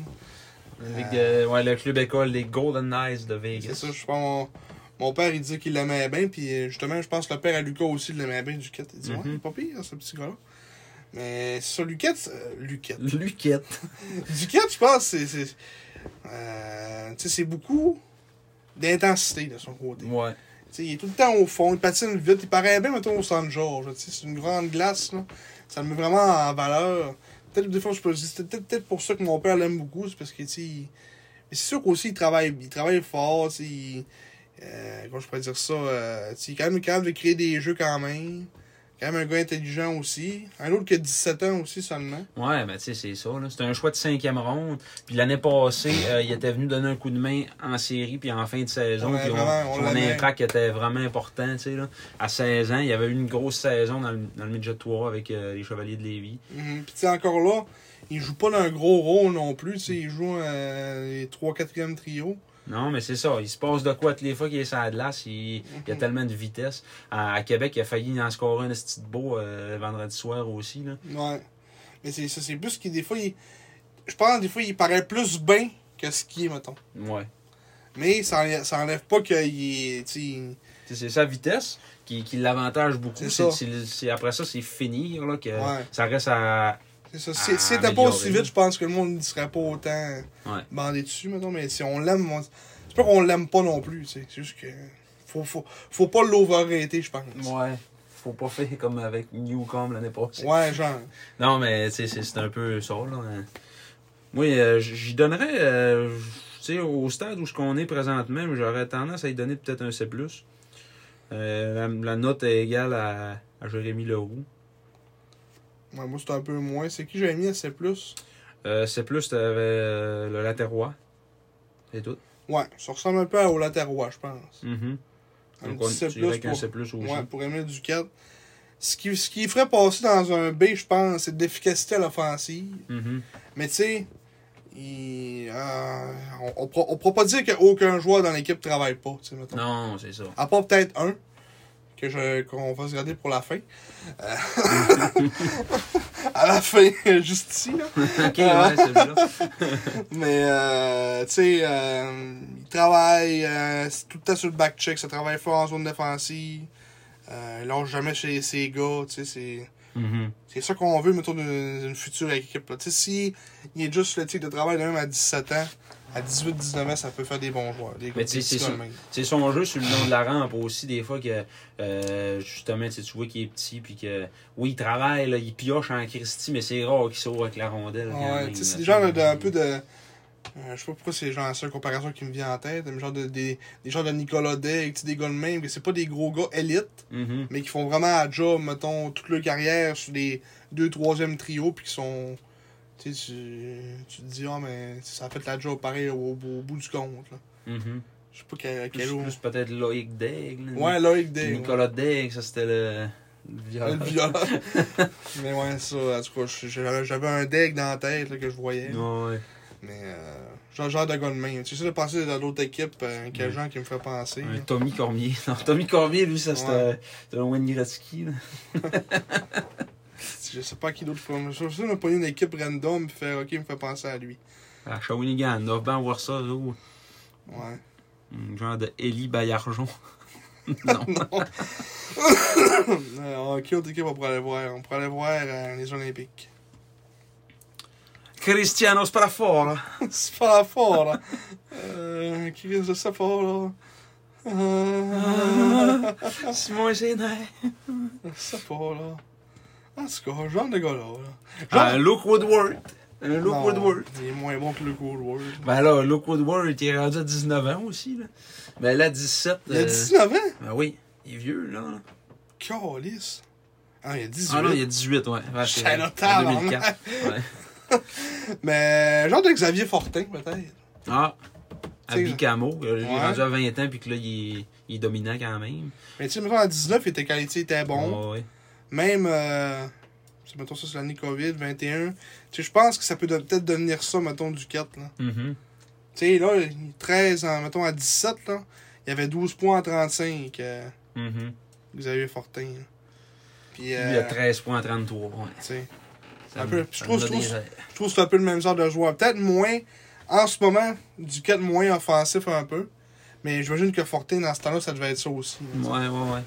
Speaker 1: La ligue de- ouais, le club école, les Golden Knights de Vegas.
Speaker 2: C'est ça, je pense. Mon, mon père, il dit qu'il l'aimait bien, puis euh, justement, je pense que le père à Lucas aussi l'aimait bien, Duquette. Il dit, ouais,
Speaker 1: Mm-hmm.
Speaker 2: il est pas pire, ce petit gars-là. Mais sur Luquette, c'est- euh, Luquette.
Speaker 1: Luquette.
Speaker 2: Duquette, je pense, c'est. c'est- euh, tu sais, c'est beaucoup d'intensité de son côté. Tu
Speaker 1: Ouais.
Speaker 2: sais, il est tout le temps au fond, il patine vite, il paraît bien, mettons, au Saint-Georges. là, tu sais, C'est une grande glace, là. Ça le met vraiment en valeur. Peut-être, des fois, je peux dire, c'est peut-être peut-être pour ça que mon père l'aime beaucoup, c'est parce que, tu sais, il- mais c'est sûr qu'aussi, il travaille, il travaille fort, tu sais, il- euh, comment je pourrais dire ça, euh, tu sais, il est quand même capable de créer des jeux quand même. Quand même un gars intelligent aussi. Un autre qui a 17 ans aussi seulement.
Speaker 1: Ouais, mais tu sais, c'est ça. là. C'était un choix de cinquième ronde. Puis l'année passée, euh, il était venu donner un coup de main en série, puis en fin de saison.
Speaker 2: Ouais,
Speaker 1: puis on-
Speaker 2: vraiment, on
Speaker 1: son
Speaker 2: l'aimait.
Speaker 1: impact était vraiment important. tu sais, Là. À 16 ans, il y avait eu une grosse saison dans le, dans le midget 3 avec euh, les Chevaliers de Lévis.
Speaker 2: Mhm. Puis tu sais, encore là, il joue pas d'un gros rôle non plus. tu sais, Il joue euh, les 3-4e trio.
Speaker 1: Non, mais c'est ça. Il se passe de quoi toutes les fois qu'il est sur la glace. Il, il
Speaker 2: Mhm.
Speaker 1: y a tellement de vitesse. À, à Québec, il a failli en scorer un petit beau euh, vendredi soir aussi. Là.
Speaker 2: Ouais. Mais c'est ça, c'est plus qu'il des fois, il- je pense des fois, il paraît plus bien que ce qu'il est, mettons.
Speaker 1: Ouais.
Speaker 2: Mais ça enlève, ça enlève pas qu'il est. tu sais, il-
Speaker 1: C'est- C'est sa vitesse qui, qui l'avantage beaucoup.
Speaker 2: C'est
Speaker 1: C'est-
Speaker 2: ça.
Speaker 1: c'est- c'est- Après ça, c'est finir. Là, que
Speaker 2: Ouais.
Speaker 1: Ça reste à.
Speaker 2: C'est ça.
Speaker 1: Ah,
Speaker 2: Si si c'était pas
Speaker 1: améliorer.
Speaker 2: aussi vite, je pense que le monde ne serait pas autant
Speaker 1: Ouais.
Speaker 2: bandé dessus, mettons. Mais si on l'aime, on- c'est pas qu'on l'aime pas non plus. tu sais, C'est juste que. Faut, faut, faut pas l'overrater, je pense.
Speaker 1: Ouais. Faut pas faire comme avec Newcomb l'année passée.
Speaker 2: Ouais, genre.
Speaker 1: Non, mais tu sais, c'est c'est un peu ça. Là. hein. Moi, euh, j'y donnerais. euh, tu sais, au stade où ce qu'on est présentement, j'aurais tendance à y donner peut-être un C. Euh, la, la note est égale à, à Jérémy Leroux.
Speaker 2: Ouais, moi, c'est un peu moins. C'est qui j'avais mis à C.
Speaker 1: Euh, C, t'avais euh, le Laterrois. C'est tout.
Speaker 2: Ouais, ça ressemble un peu au Laterrois, je pense.
Speaker 1: Mhm.
Speaker 2: Mm-hmm. Un
Speaker 1: Donc, on,
Speaker 2: petit
Speaker 1: tu irais avec
Speaker 2: C++
Speaker 1: un C aussi.
Speaker 2: pour, ouais, pour Emile Ducat. Ce qui, ce qui ferait passer dans un B, je pense, c'est de l'efficacité à l'offensive.
Speaker 1: Mhm.
Speaker 2: Mais tu sais, il- euh, on ne pourra pas dire qu'aucun joueur dans l'équipe travaille pas, tu sais, mettons.
Speaker 1: Non, c'est ça.
Speaker 2: À part peut-être un, que je, qu'on va se garder pour la fin. Euh, à la fin, juste ici, là.
Speaker 1: ok, ouais, celui-là.
Speaker 2: Mais, euh, tu sais, euh, il travaille euh, c'est tout le temps sur le back-check, ça travaille fort en zone défensive. Euh, il lâche jamais chez ses gars, tu sais, c'est...
Speaker 1: Mhm.
Speaker 2: C'est ça qu'on veut, mettons, d'une d'une future équipe. là. Tu sais, si il est juste le type de travail de même à 17 ans, à 18-19 ans, ça peut faire des bons joueurs. Des
Speaker 1: Mais tu sais,
Speaker 2: des petits
Speaker 1: c'est
Speaker 2: gars
Speaker 1: ça.
Speaker 2: de même.
Speaker 1: C'est son jeu sur le long de la rampe aussi, des fois que euh, justement, tu sais, tu vois qu'il est petit puis que oui, il travaille, là, il pioche en Christie, mais c'est rare qu'il sort avec la rondelle. quand
Speaker 2: Ouais,
Speaker 1: même,
Speaker 2: tu sais, c'est
Speaker 1: là, tu sais.
Speaker 2: des genres de, un peu de. euh, je sais pas pourquoi c'est genre la seule comparaison qui me vient en tête, mais genre de, des, des genres de Nicolas Day, des gars de même, que c'est pas des gros gars élites,
Speaker 1: Mhm.
Speaker 2: mais qui font vraiment un job, mettons, toute leur carrière sur des 2-3e trios, puis qui sont. Tu sais, tu, tu te dis, ah, mais ça a fait la job pareil au, au bout du compte. là.
Speaker 1: Mhm.
Speaker 2: Je sais pas quel,
Speaker 1: Plus,
Speaker 2: quel autre.
Speaker 1: plus peut-être Loïc Daigle.
Speaker 2: Ouais, Loïc Day. ouais.
Speaker 1: Nicolas Daigle, ça c'était le. le violeur.
Speaker 2: Le violent. mais ouais, ça, en tout cas, je- j'avais j'avais un deck dans la tête là, que je voyais.
Speaker 1: Ouais.
Speaker 2: Mais, euh, genre, genre de gars de main. Tu sais, de penser dans l'autre équipe, euh, quel
Speaker 1: Ouais.
Speaker 2: genre qui me fait penser.
Speaker 1: Un
Speaker 2: là.
Speaker 1: Tommy Cormier. Non, Tommy Cormier, lui, ça c'était
Speaker 2: Ouais.
Speaker 1: c'était un Wayne Gretzky. là.
Speaker 2: Je sais pas qui d'autre faut- Je suis sûr de pas une équipe random et faire, ok, il me fait penser à lui.
Speaker 1: À Ah, Shawinigan, on va voir ça, là, où-
Speaker 2: Ouais.
Speaker 1: un genre de Élie Bayarjon. non.
Speaker 2: Euh, ok, autre équipe, on pourrait aller voir. On pourrait aller voir euh, les Olympiques.
Speaker 1: Cristiano Sprafora.
Speaker 2: C'est pas fort, là. Euh, qui risque de ça fort, là? Euh,
Speaker 1: Simon Sénat.
Speaker 2: c'est pas, là. En tout cas, genre de gars, là. là.
Speaker 1: Ah, Luke Woodward. Un Luke
Speaker 2: Non,
Speaker 1: Woodward.
Speaker 2: Il est moins bon que Luke Woodward.
Speaker 1: Ben là, Luke Woodward, il est rendu à 19 ans aussi. Là. Ben là, 17.
Speaker 2: Il a
Speaker 1: euh,
Speaker 2: 19 ans?
Speaker 1: Ben oui, il est vieux, là. là.
Speaker 2: Calice. Ah, il a 18.
Speaker 1: Ah non, il a 18, ouais. ouais c'est vrai.
Speaker 2: Chalotard,
Speaker 1: En 2004. Ouais.
Speaker 2: Mais genre de Xavier Fortin, peut-être.
Speaker 1: Ah, à
Speaker 2: T'sais,
Speaker 1: Bicamo. Il est
Speaker 2: Ouais.
Speaker 1: rendu à 20 ans, puis que là, il est, il est dominant quand même.
Speaker 2: Mais tu sais, mettons, à 19, il était qualifié, il était bon.
Speaker 1: Ouais, ouais.
Speaker 2: Même, euh, tu sais, mettons ça, c'est l'année COVID, 21. Tu sais, je pense que ça peut de- peut-être devenir ça, mettons, du 4, là.
Speaker 1: Mhm.
Speaker 2: Tu sais, là, 13, en, mettons, à 17, là, il y avait 12 points en 35, euh,
Speaker 1: Mhm.
Speaker 2: Xavier Fortin. là. Puis,
Speaker 1: Lui, il a
Speaker 2: euh,
Speaker 1: 13 points à 33. Ouais.
Speaker 2: tu sais,
Speaker 1: Ça
Speaker 2: Un
Speaker 1: me-
Speaker 2: peu. Je
Speaker 1: ça me
Speaker 2: trouve- je
Speaker 1: donne des
Speaker 2: trouve-
Speaker 1: ailes.
Speaker 2: je trouve que c'est un peu le même genre de joueur. Peut-être moins, en ce moment, du cas moins offensif un peu. Mais j'imagine que Fortin, dans ce temps-là, ça devait être ça aussi. là.
Speaker 1: Ouais, ouais, ouais.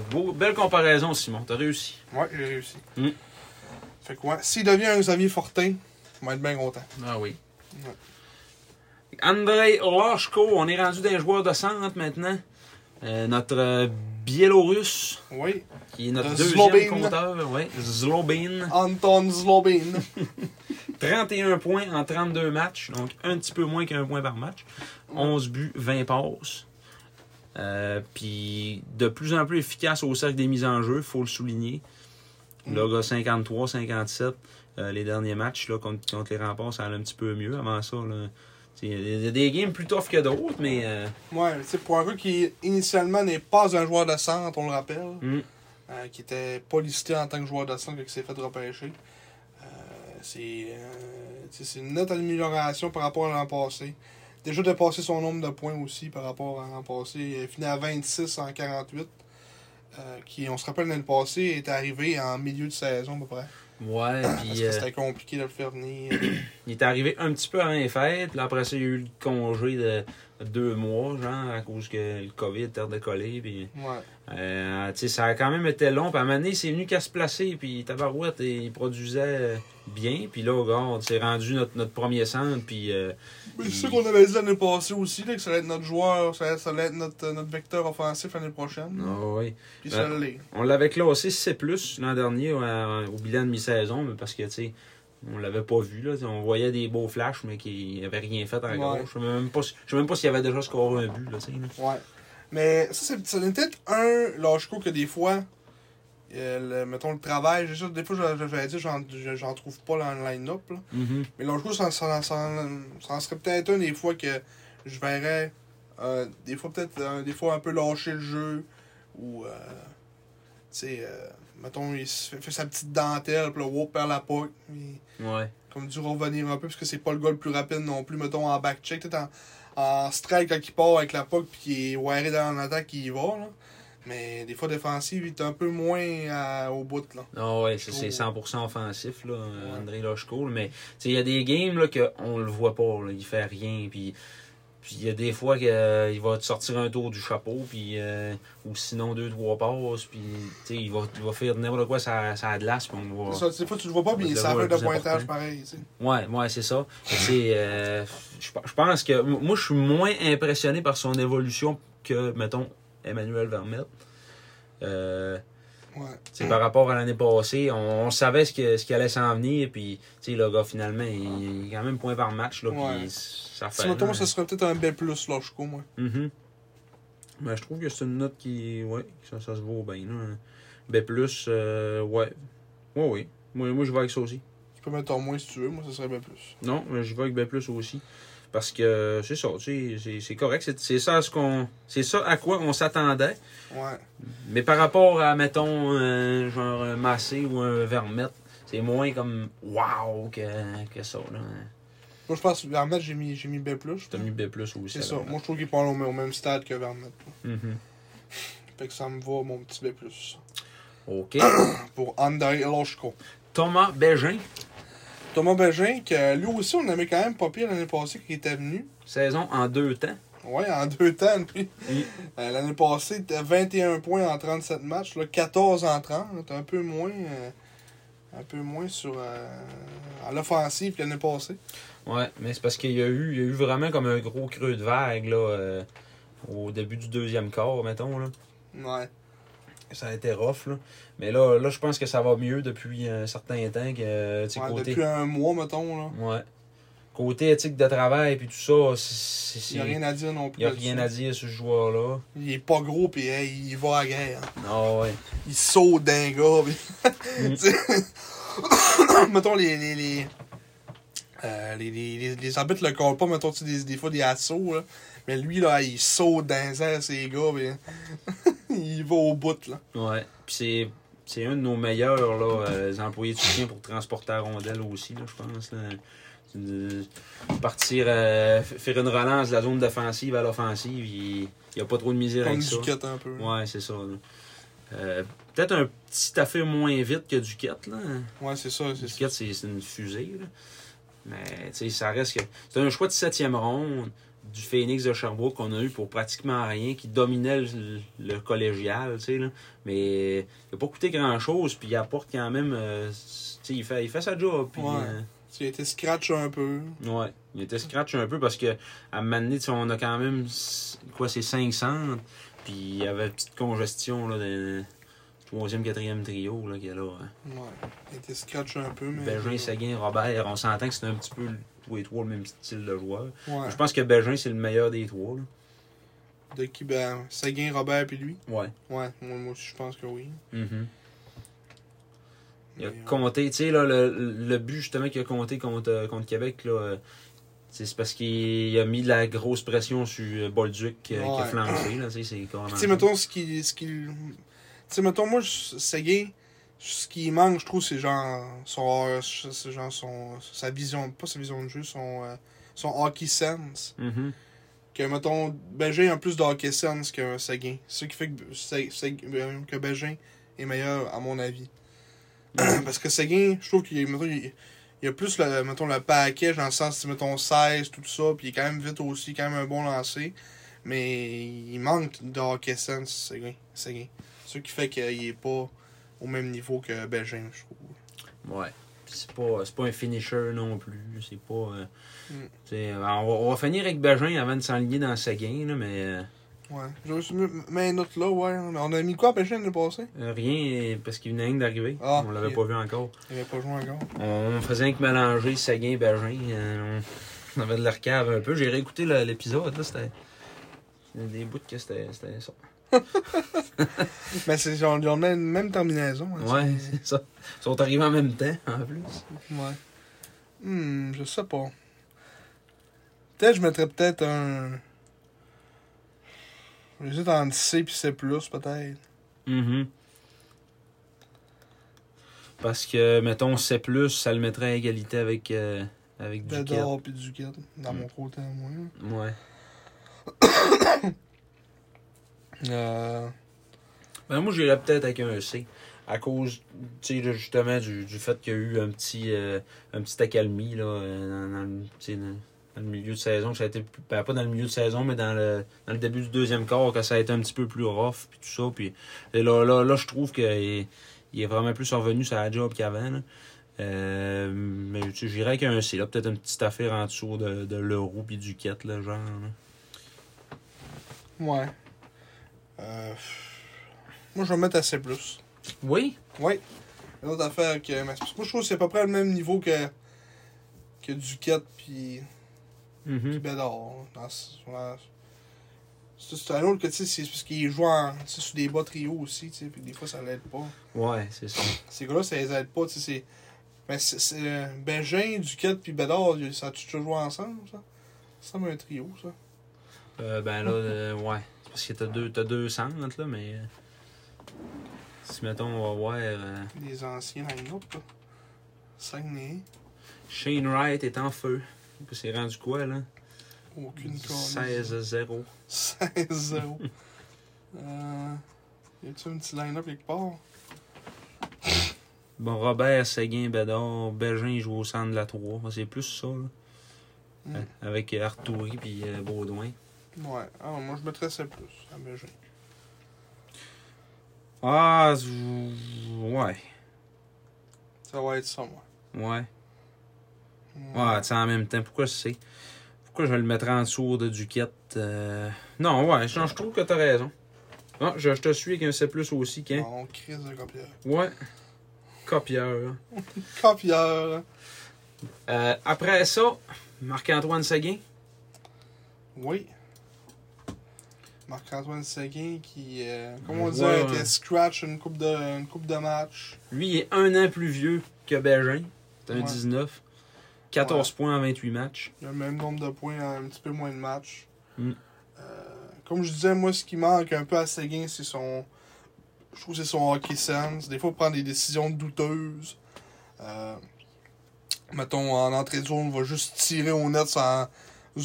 Speaker 1: Eh, beau- belle comparaison, Simon. T'as réussi.
Speaker 2: Ouais, j'ai réussi.
Speaker 1: Mm.
Speaker 2: Fait que, ouais, s'il devient un Xavier Fortin, on va être bien content.
Speaker 1: Ah oui.
Speaker 2: Ouais.
Speaker 1: Andrei Orlashko, on est rendu d'un joueur de centre maintenant. Euh, notre euh, Biélorusse,
Speaker 2: Oui.
Speaker 1: qui est notre
Speaker 2: Euh,
Speaker 1: deuxième
Speaker 2: Zlobin.
Speaker 1: compteur, ouais, Zlobin.
Speaker 2: Anton Zlobin.
Speaker 1: 31 points en 32 matchs, donc un petit peu moins qu'un point par match. 11 buts, 20 passes. Euh, Puis de plus en plus efficace au cercle des mises en jeu, faut le souligner. Là, gars, 53, 57, euh, les derniers matchs là, contre, contre les remparts, ça allait un petit peu mieux avant ça. là. T'sais, Il y a des games plus tough que d'autres, mais euh,
Speaker 2: Ouais, tu sais, pour un gars qui initialement n'est pas un joueur de centre, on le rappelle,
Speaker 1: Mm.
Speaker 2: euh, qui était pas listé en tant que joueur de centre et qui s'est fait repêcher, euh, c'est euh, tu sais, c'est une nette amélioration par rapport à l'an passé. Déjà dépassé son nombre de points aussi par rapport à l'an passé. Il a fini à 26 en 48, euh, qui, on se rappelle, l'année passée, est arrivé en milieu de saison à peu près.
Speaker 1: ouais,
Speaker 2: Parce
Speaker 1: puis
Speaker 2: que
Speaker 1: euh,
Speaker 2: c'était compliqué de le faire venir.
Speaker 1: il est arrivé un petit peu avant les fêtes, puis après ça, il y a eu le congé de deux mois, genre, à cause que le COVID était redécollé, puis...
Speaker 2: ouais.
Speaker 1: Euh, tu sais, ça a quand même été long. Puis à un moment donné, c'est venu qu'à se placer. Puis Tabarouette, il produisait euh, bien. Puis là, regarde, c'est rendu notre, notre premier centre. Puis euh,
Speaker 2: Mais c'est ça qu'on avait dit l'année passée aussi, là, que ça allait être notre joueur, ça allait, ça allait être notre, euh, notre vecteur offensif l'année prochaine.
Speaker 1: ah ouais.
Speaker 2: Puis ça l'est.
Speaker 1: on l'avait classé C, l'an dernier euh, au bilan de mi-saison. mais Parce que, tu sais, on l'avait pas vu. Là, Tu sais, on voyait des beaux flashs, mais qui n'avait rien fait encore.
Speaker 2: Ouais.
Speaker 1: Je ne sais même pas si- je sais même pas s'il avait déjà scoré un but. Là, tu sais, là.
Speaker 2: Ouais. Mais ça, c'est, ça n'est peut-être un lâche-coup que des fois, euh, le- mettons le travail, je sais, des fois, je- je vais dire, j'en, je- j'en trouve pas dans le line-up. là.
Speaker 1: Mhm.
Speaker 2: Mais lâche-coup, ça, ça, ça- ça en serait peut-être un des fois que je verrais, euh, des fois, peut-être, euh, des fois, un peu lâcher le jeu, ou, euh, tu sais, euh, mettons, il se fait, fait sa petite dentelle, puis le wow, perd la poque.
Speaker 1: Ouais.
Speaker 2: comme dû revenir un peu parce que c'est pas le gars le plus rapide non plus mettons en back check peut-être en, en strike quand il part avec la puck puis qu'il est wiré dans l'attaque il y va là. mais des fois défensif il est un peu moins euh, au bout là
Speaker 1: Non, Ah ouais, c'est
Speaker 2: trouve.
Speaker 1: c'est 100% offensif, là, euh, André Lochko. Mais tu sais, il y a des games là, qu'on le voit pas, là, il fait rien. Puis puis il y a des fois qu'il va te sortir un tour du chapeau, puis euh, ou sinon deux, trois passes. Puis tu sais, il va, il va faire n'importe quoi ça ça glace. Puis on
Speaker 2: C'est
Speaker 1: va...
Speaker 2: ça, des fois tu le vois pas
Speaker 1: On
Speaker 2: puis
Speaker 1: va
Speaker 2: ça
Speaker 1: le
Speaker 2: fait de
Speaker 1: voir le plus
Speaker 2: pointage
Speaker 1: important.
Speaker 2: pareil tu sais.
Speaker 1: Ouais, ouais, c'est ça. C'est, euh, je pe- je pense que moi, je suis moins impressionné par son évolution que, mettons, Emmanuel Vermette. Euh,
Speaker 2: ouais
Speaker 1: T'sais, par rapport à l'année passée, on, on savait ce, que, ce qui allait s'en venir, puis t'sais, le gars, finalement, il, il est quand même point par match, là,
Speaker 2: Ouais.
Speaker 1: puis ça fait...
Speaker 2: si mettons
Speaker 1: mal.
Speaker 2: ça serait peut-être un bel plus là je crois moi
Speaker 1: Mhm. Mais Ben, je trouve que c'est une note qui... Ouais, ça, ça se vaut bien, là. hein. B+, euh, ouais. Ouais, oui. Moi, moi, je vais avec ça aussi.
Speaker 2: tu peux mettre en moins si tu veux moi ça serait bien plus
Speaker 1: Non, mais je vais avec B+, aussi. Parce que c'est ça, t'sais, c'est c'est correct. C'est c'est ça, à ce qu'on- c'est ça à quoi on s'attendait.
Speaker 2: ouais
Speaker 1: Mais par rapport à, mettons, un genre un Massé ou un Vermette, c'est moins comme wow que, que ça. Là.
Speaker 2: moi je pense que Vermette j'ai mis j'ai mis B plus
Speaker 1: T'as mis B aussi.
Speaker 2: c'est ça
Speaker 1: là.
Speaker 2: moi je trouve qu'il parle au, même- au même stade que Vermette là.
Speaker 1: Mhm.
Speaker 2: fait que ça me va mon petit B plus
Speaker 1: OK.
Speaker 2: pour André Loshko
Speaker 1: Thomas Bégin,
Speaker 2: Thomas Bégin, que lui aussi, on aimait quand même pas pire l'année passée qu'il était venu.
Speaker 1: saison en deux temps.
Speaker 2: Ouais, en deux temps, lui.
Speaker 1: Oui.
Speaker 2: Euh, l'année passée, il était 21 points en 37 matchs, là, 14 en 30. là, T'es un peu moins. euh, un peu moins sur. euh, à l'offensive que l'année passée.
Speaker 1: Ouais, mais c'est parce qu'il y, a eu- il y a eu vraiment comme un gros creux de vague là, euh, au début du deuxième quart, mettons. Là.
Speaker 2: Ouais.
Speaker 1: Ça a été rough. Là. Mais là, là je pense que ça va mieux depuis un certain temps que euh, tu sais,
Speaker 2: Ouais,
Speaker 1: côté.
Speaker 2: Depuis un mois, mettons, là.
Speaker 1: Ouais. Côté éthique de travail puis tout ça, c'est- c'est.
Speaker 2: Il n'y a rien à dire non plus.
Speaker 1: Mm. Il n'y a
Speaker 2: là-dessus.
Speaker 1: rien à dire sur ce joueur-là.
Speaker 2: Il est pas gros, puis hey, il va à la guerre. hein.
Speaker 1: Ah ouais.
Speaker 2: Il saute d'un gars. pis-
Speaker 1: Mm.
Speaker 2: Tu sais, mettons les. les, les... euh, les, les, les, les arbitres le collent pas, mettons, tu sais, des, des fois des assauts, là. Mais lui, là, il saute dans les airs, ces gars, pis, il va au bout, là.
Speaker 1: Ouais. Puis c'est. C'est un de nos meilleurs là, euh, employés de soutien pour transporter la rondelle aussi, là, je pense. là. Euh, Partir, euh, f- faire une relance de la zone défensive à l'offensive, il n'y a pas trop de misère
Speaker 2: Comme
Speaker 1: avec
Speaker 2: du
Speaker 1: ça.
Speaker 2: cut un peu.
Speaker 1: Ouais, c'est ça. là. Euh, Peut-être un petit affaire moins vite que du Duquette. Là.
Speaker 2: Ouais, c'est ça. c'est ça.
Speaker 1: Duquette, c'est c'est une fusée. là. Mais tu sais, ça reste que. C'est un choix de septième ronde du Phoenix de Sherbrooke qu'on a eu pour pratiquement rien, qui dominait le, le collégial, tu sais, là. Mais il n'a pas coûté grand-chose, puis il apporte quand même. euh, tu sais, il fait, il fait sa job, puis.
Speaker 2: Ouais.
Speaker 1: euh,
Speaker 2: Tu as été scratch un peu.
Speaker 1: Ouais, il était scratch un peu parce que à un moment donné, tu sais, on a quand même s- quoi c'est 500 puis il y avait une petite congestion là de troisième quatrième trio là qui est là. hein.
Speaker 2: Ouais. Tu as été scratch un peu, mais.
Speaker 1: Bégin, Seguin, Robert, on s'entend que c'est un petit peu le- tous les trois le même style de joueur.
Speaker 2: Ouais.
Speaker 1: Je pense que Bégin c'est le meilleur des trois là.
Speaker 2: De qui ben, Seguin, Robert, puis lui.
Speaker 1: Ouais.
Speaker 2: Ouais, moi, moi aussi, je pense que oui.
Speaker 1: Mhm. Il a
Speaker 2: Mais, euh,
Speaker 1: compté, tu sais, là, le, le but justement qu'il a compté contre, euh, contre Québec, là, euh, c'est c'est parce qu'il a mis de la grosse pression sur euh, Bolduc euh, qui a
Speaker 2: Ouais.
Speaker 1: flanché, là, tu sais, c'est carrément
Speaker 2: Puis, tu sais, mettons, ce qui. Ce qui... Tu sais, mettons, moi, je- Seguin, ce qui manque, je trouve, c'est genre. Son, euh, c'est genre son. Sa vision. Pas sa vision de jeu, son. euh, son hockey sense.
Speaker 1: Mhm.
Speaker 2: Que, mettons, Bégin a plus de hockey sense que Seguin. C'est ce qui fait que, Se- Se- euh, que Bégin est meilleur, à mon avis. Parce que Seguin, je trouve qu'il est- mettons, il, il a plus le, mettons, le package dans le sens, tu sais, mettons 16, tout ça, puis il est quand même vite aussi, quand même un bon lancer. Mais il manque de hockey sense, Seguin. Seguin. Ce qui fait qu'il est pas au même niveau que Belgin, je trouve.
Speaker 1: Ouais. Puis C'est pas, c'est pas un finisher non plus. C'est pas. euh,
Speaker 2: Mm.
Speaker 1: tu sais, on, va, on va finir avec Bégin avant de s'enligner dans Seguin, là, mais euh,
Speaker 2: Ouais. Je me suis mis mais une note là, ouais. Mais on a mis quoi à Belgin l'année passée
Speaker 1: rien euh, parce qu'il venait rien que d'arriver.
Speaker 2: Ah,
Speaker 1: on l'avait
Speaker 2: ok.
Speaker 1: pas vu encore.
Speaker 2: Il avait pas joué encore.
Speaker 1: On, on faisait rien que mélanger Seguin et Bégin. euh, on, on avait de l'arcave un peu. J'ai réécouté le- l'épisode, là, c'était. c'était des bouts que c'était c'était ça.
Speaker 2: Mais Ben, c'est genre, on a une même terminaison. hein,
Speaker 1: Ouais,
Speaker 2: c'est-
Speaker 1: c'est ça. Ils sont arrivés en même temps, en plus.
Speaker 2: Ouais. Hmm, je sais pas. Peut-être je mettrais peut-être un. J'hésite entre C puis C, peut-être.
Speaker 1: Mhm. Parce que, mettons, C, ça le mettrait à égalité avec, euh, avec
Speaker 2: De
Speaker 1: Duquette.
Speaker 2: dehors puis du kit. Dans
Speaker 1: Hmm.
Speaker 2: mon côté, à moi. là.
Speaker 1: Ouais.
Speaker 2: Euh.
Speaker 1: Ben, moi, j'irais peut-être avec un C. À cause, tu sais, là, justement, du, du fait qu'il y a eu un petit, euh, un petit accalmie là, euh, dans, dans le- tu sais, dans- dans le milieu de saison. que Ça a été, plus- ben, pas dans le milieu de saison, mais dans le, dans le début du deuxième quart, que ça a été un petit peu plus rough, puis tout ça. Puis et là, là, là je trouve qu'il il est vraiment plus revenu sur la job qu'avant. là. Euh, mais tu sais, j'irais avec un C, là, peut-être une petite affaire en dessous de, de l'euro puis du quête, là, genre. là.
Speaker 2: Ouais. Euh. pff. Moi, je vais mettre à C.
Speaker 1: Oui?
Speaker 2: Ouais. Une autre affaire que. mais c'est parce que moi, je trouve que c'est à peu près le même niveau que. que Duquette puis
Speaker 1: Mhm.
Speaker 2: puis Bédard. hein, dans ce- dans- C'est c'est un autre que tu sais, c'est parce qu'il joue en, tu sais, sur des bas trios aussi, tu sais, puis des fois ça l'aide pas.
Speaker 1: Ouais, c'est ça.
Speaker 2: Ces gars-là, ça les aide pas, tu sais, c'est. Mais c'est- c'est. euh, Bégin, Duquette, puis Bédard, ils- ça a-tu toujours joué ensemble, ça Ça me un trio, ça.
Speaker 1: Euh, ben là, euh, ouais. C'est parce que t'as deux, t'as deux centres, là, mais. euh, Si, mettons, on va voir. euh,
Speaker 2: Des anciens line-up, là. Saguenay,
Speaker 1: Shane Wright est en feu. C'est rendu quoi, là
Speaker 2: aucune cause.
Speaker 1: 16-0.
Speaker 2: 16-0. euh. Y a-tu un petit line-up quelque part
Speaker 1: Bon, Robert, Seguin, Bédard, Bégin, il joue au centre de la 3. C'est plus ça, là.
Speaker 2: Mm.
Speaker 1: Euh, Avec euh, Arturi puis euh, Baudouin.
Speaker 2: Ouais, ah, moi je mettrais ça plus à Bégin.
Speaker 1: Ah, z- ouais.
Speaker 2: Ça va être ça, moi.
Speaker 1: Ouais.
Speaker 2: Mm.
Speaker 1: Ouais, tu sais, en même temps, pourquoi c'est. Pourquoi je le mettrais en dessous de Duquette euh, Non, ouais, je, je trouve que t'as raison. Ah, je, je te suis avec un C aussi, qu'un.
Speaker 2: Ah, On crise de copieur.
Speaker 1: Ouais. Copieur. hein.
Speaker 2: Copieur.
Speaker 1: Euh, après ça, Marc-Antoine Seguin.
Speaker 2: Oui. Marc-Antoine Seguin qui, euh, comme on
Speaker 1: Ouais,
Speaker 2: dit,
Speaker 1: ouais.
Speaker 2: était scratch une coupe de, une coupe de match.
Speaker 1: Lui, il est un an plus vieux que Bégin. C'est un
Speaker 2: Ouais.
Speaker 1: 19. 14 points en 28 matchs.
Speaker 2: Il a le même nombre de points, un petit peu moins de matchs.
Speaker 1: Mm.
Speaker 2: Euh, comme je disais, moi, ce qui manque un peu à Seguin, c'est son. Je trouve que c'est son hockey sense. Des fois, il prend des décisions douteuses. Euh, mettons, en entrée de zone, va juste tirer au net sans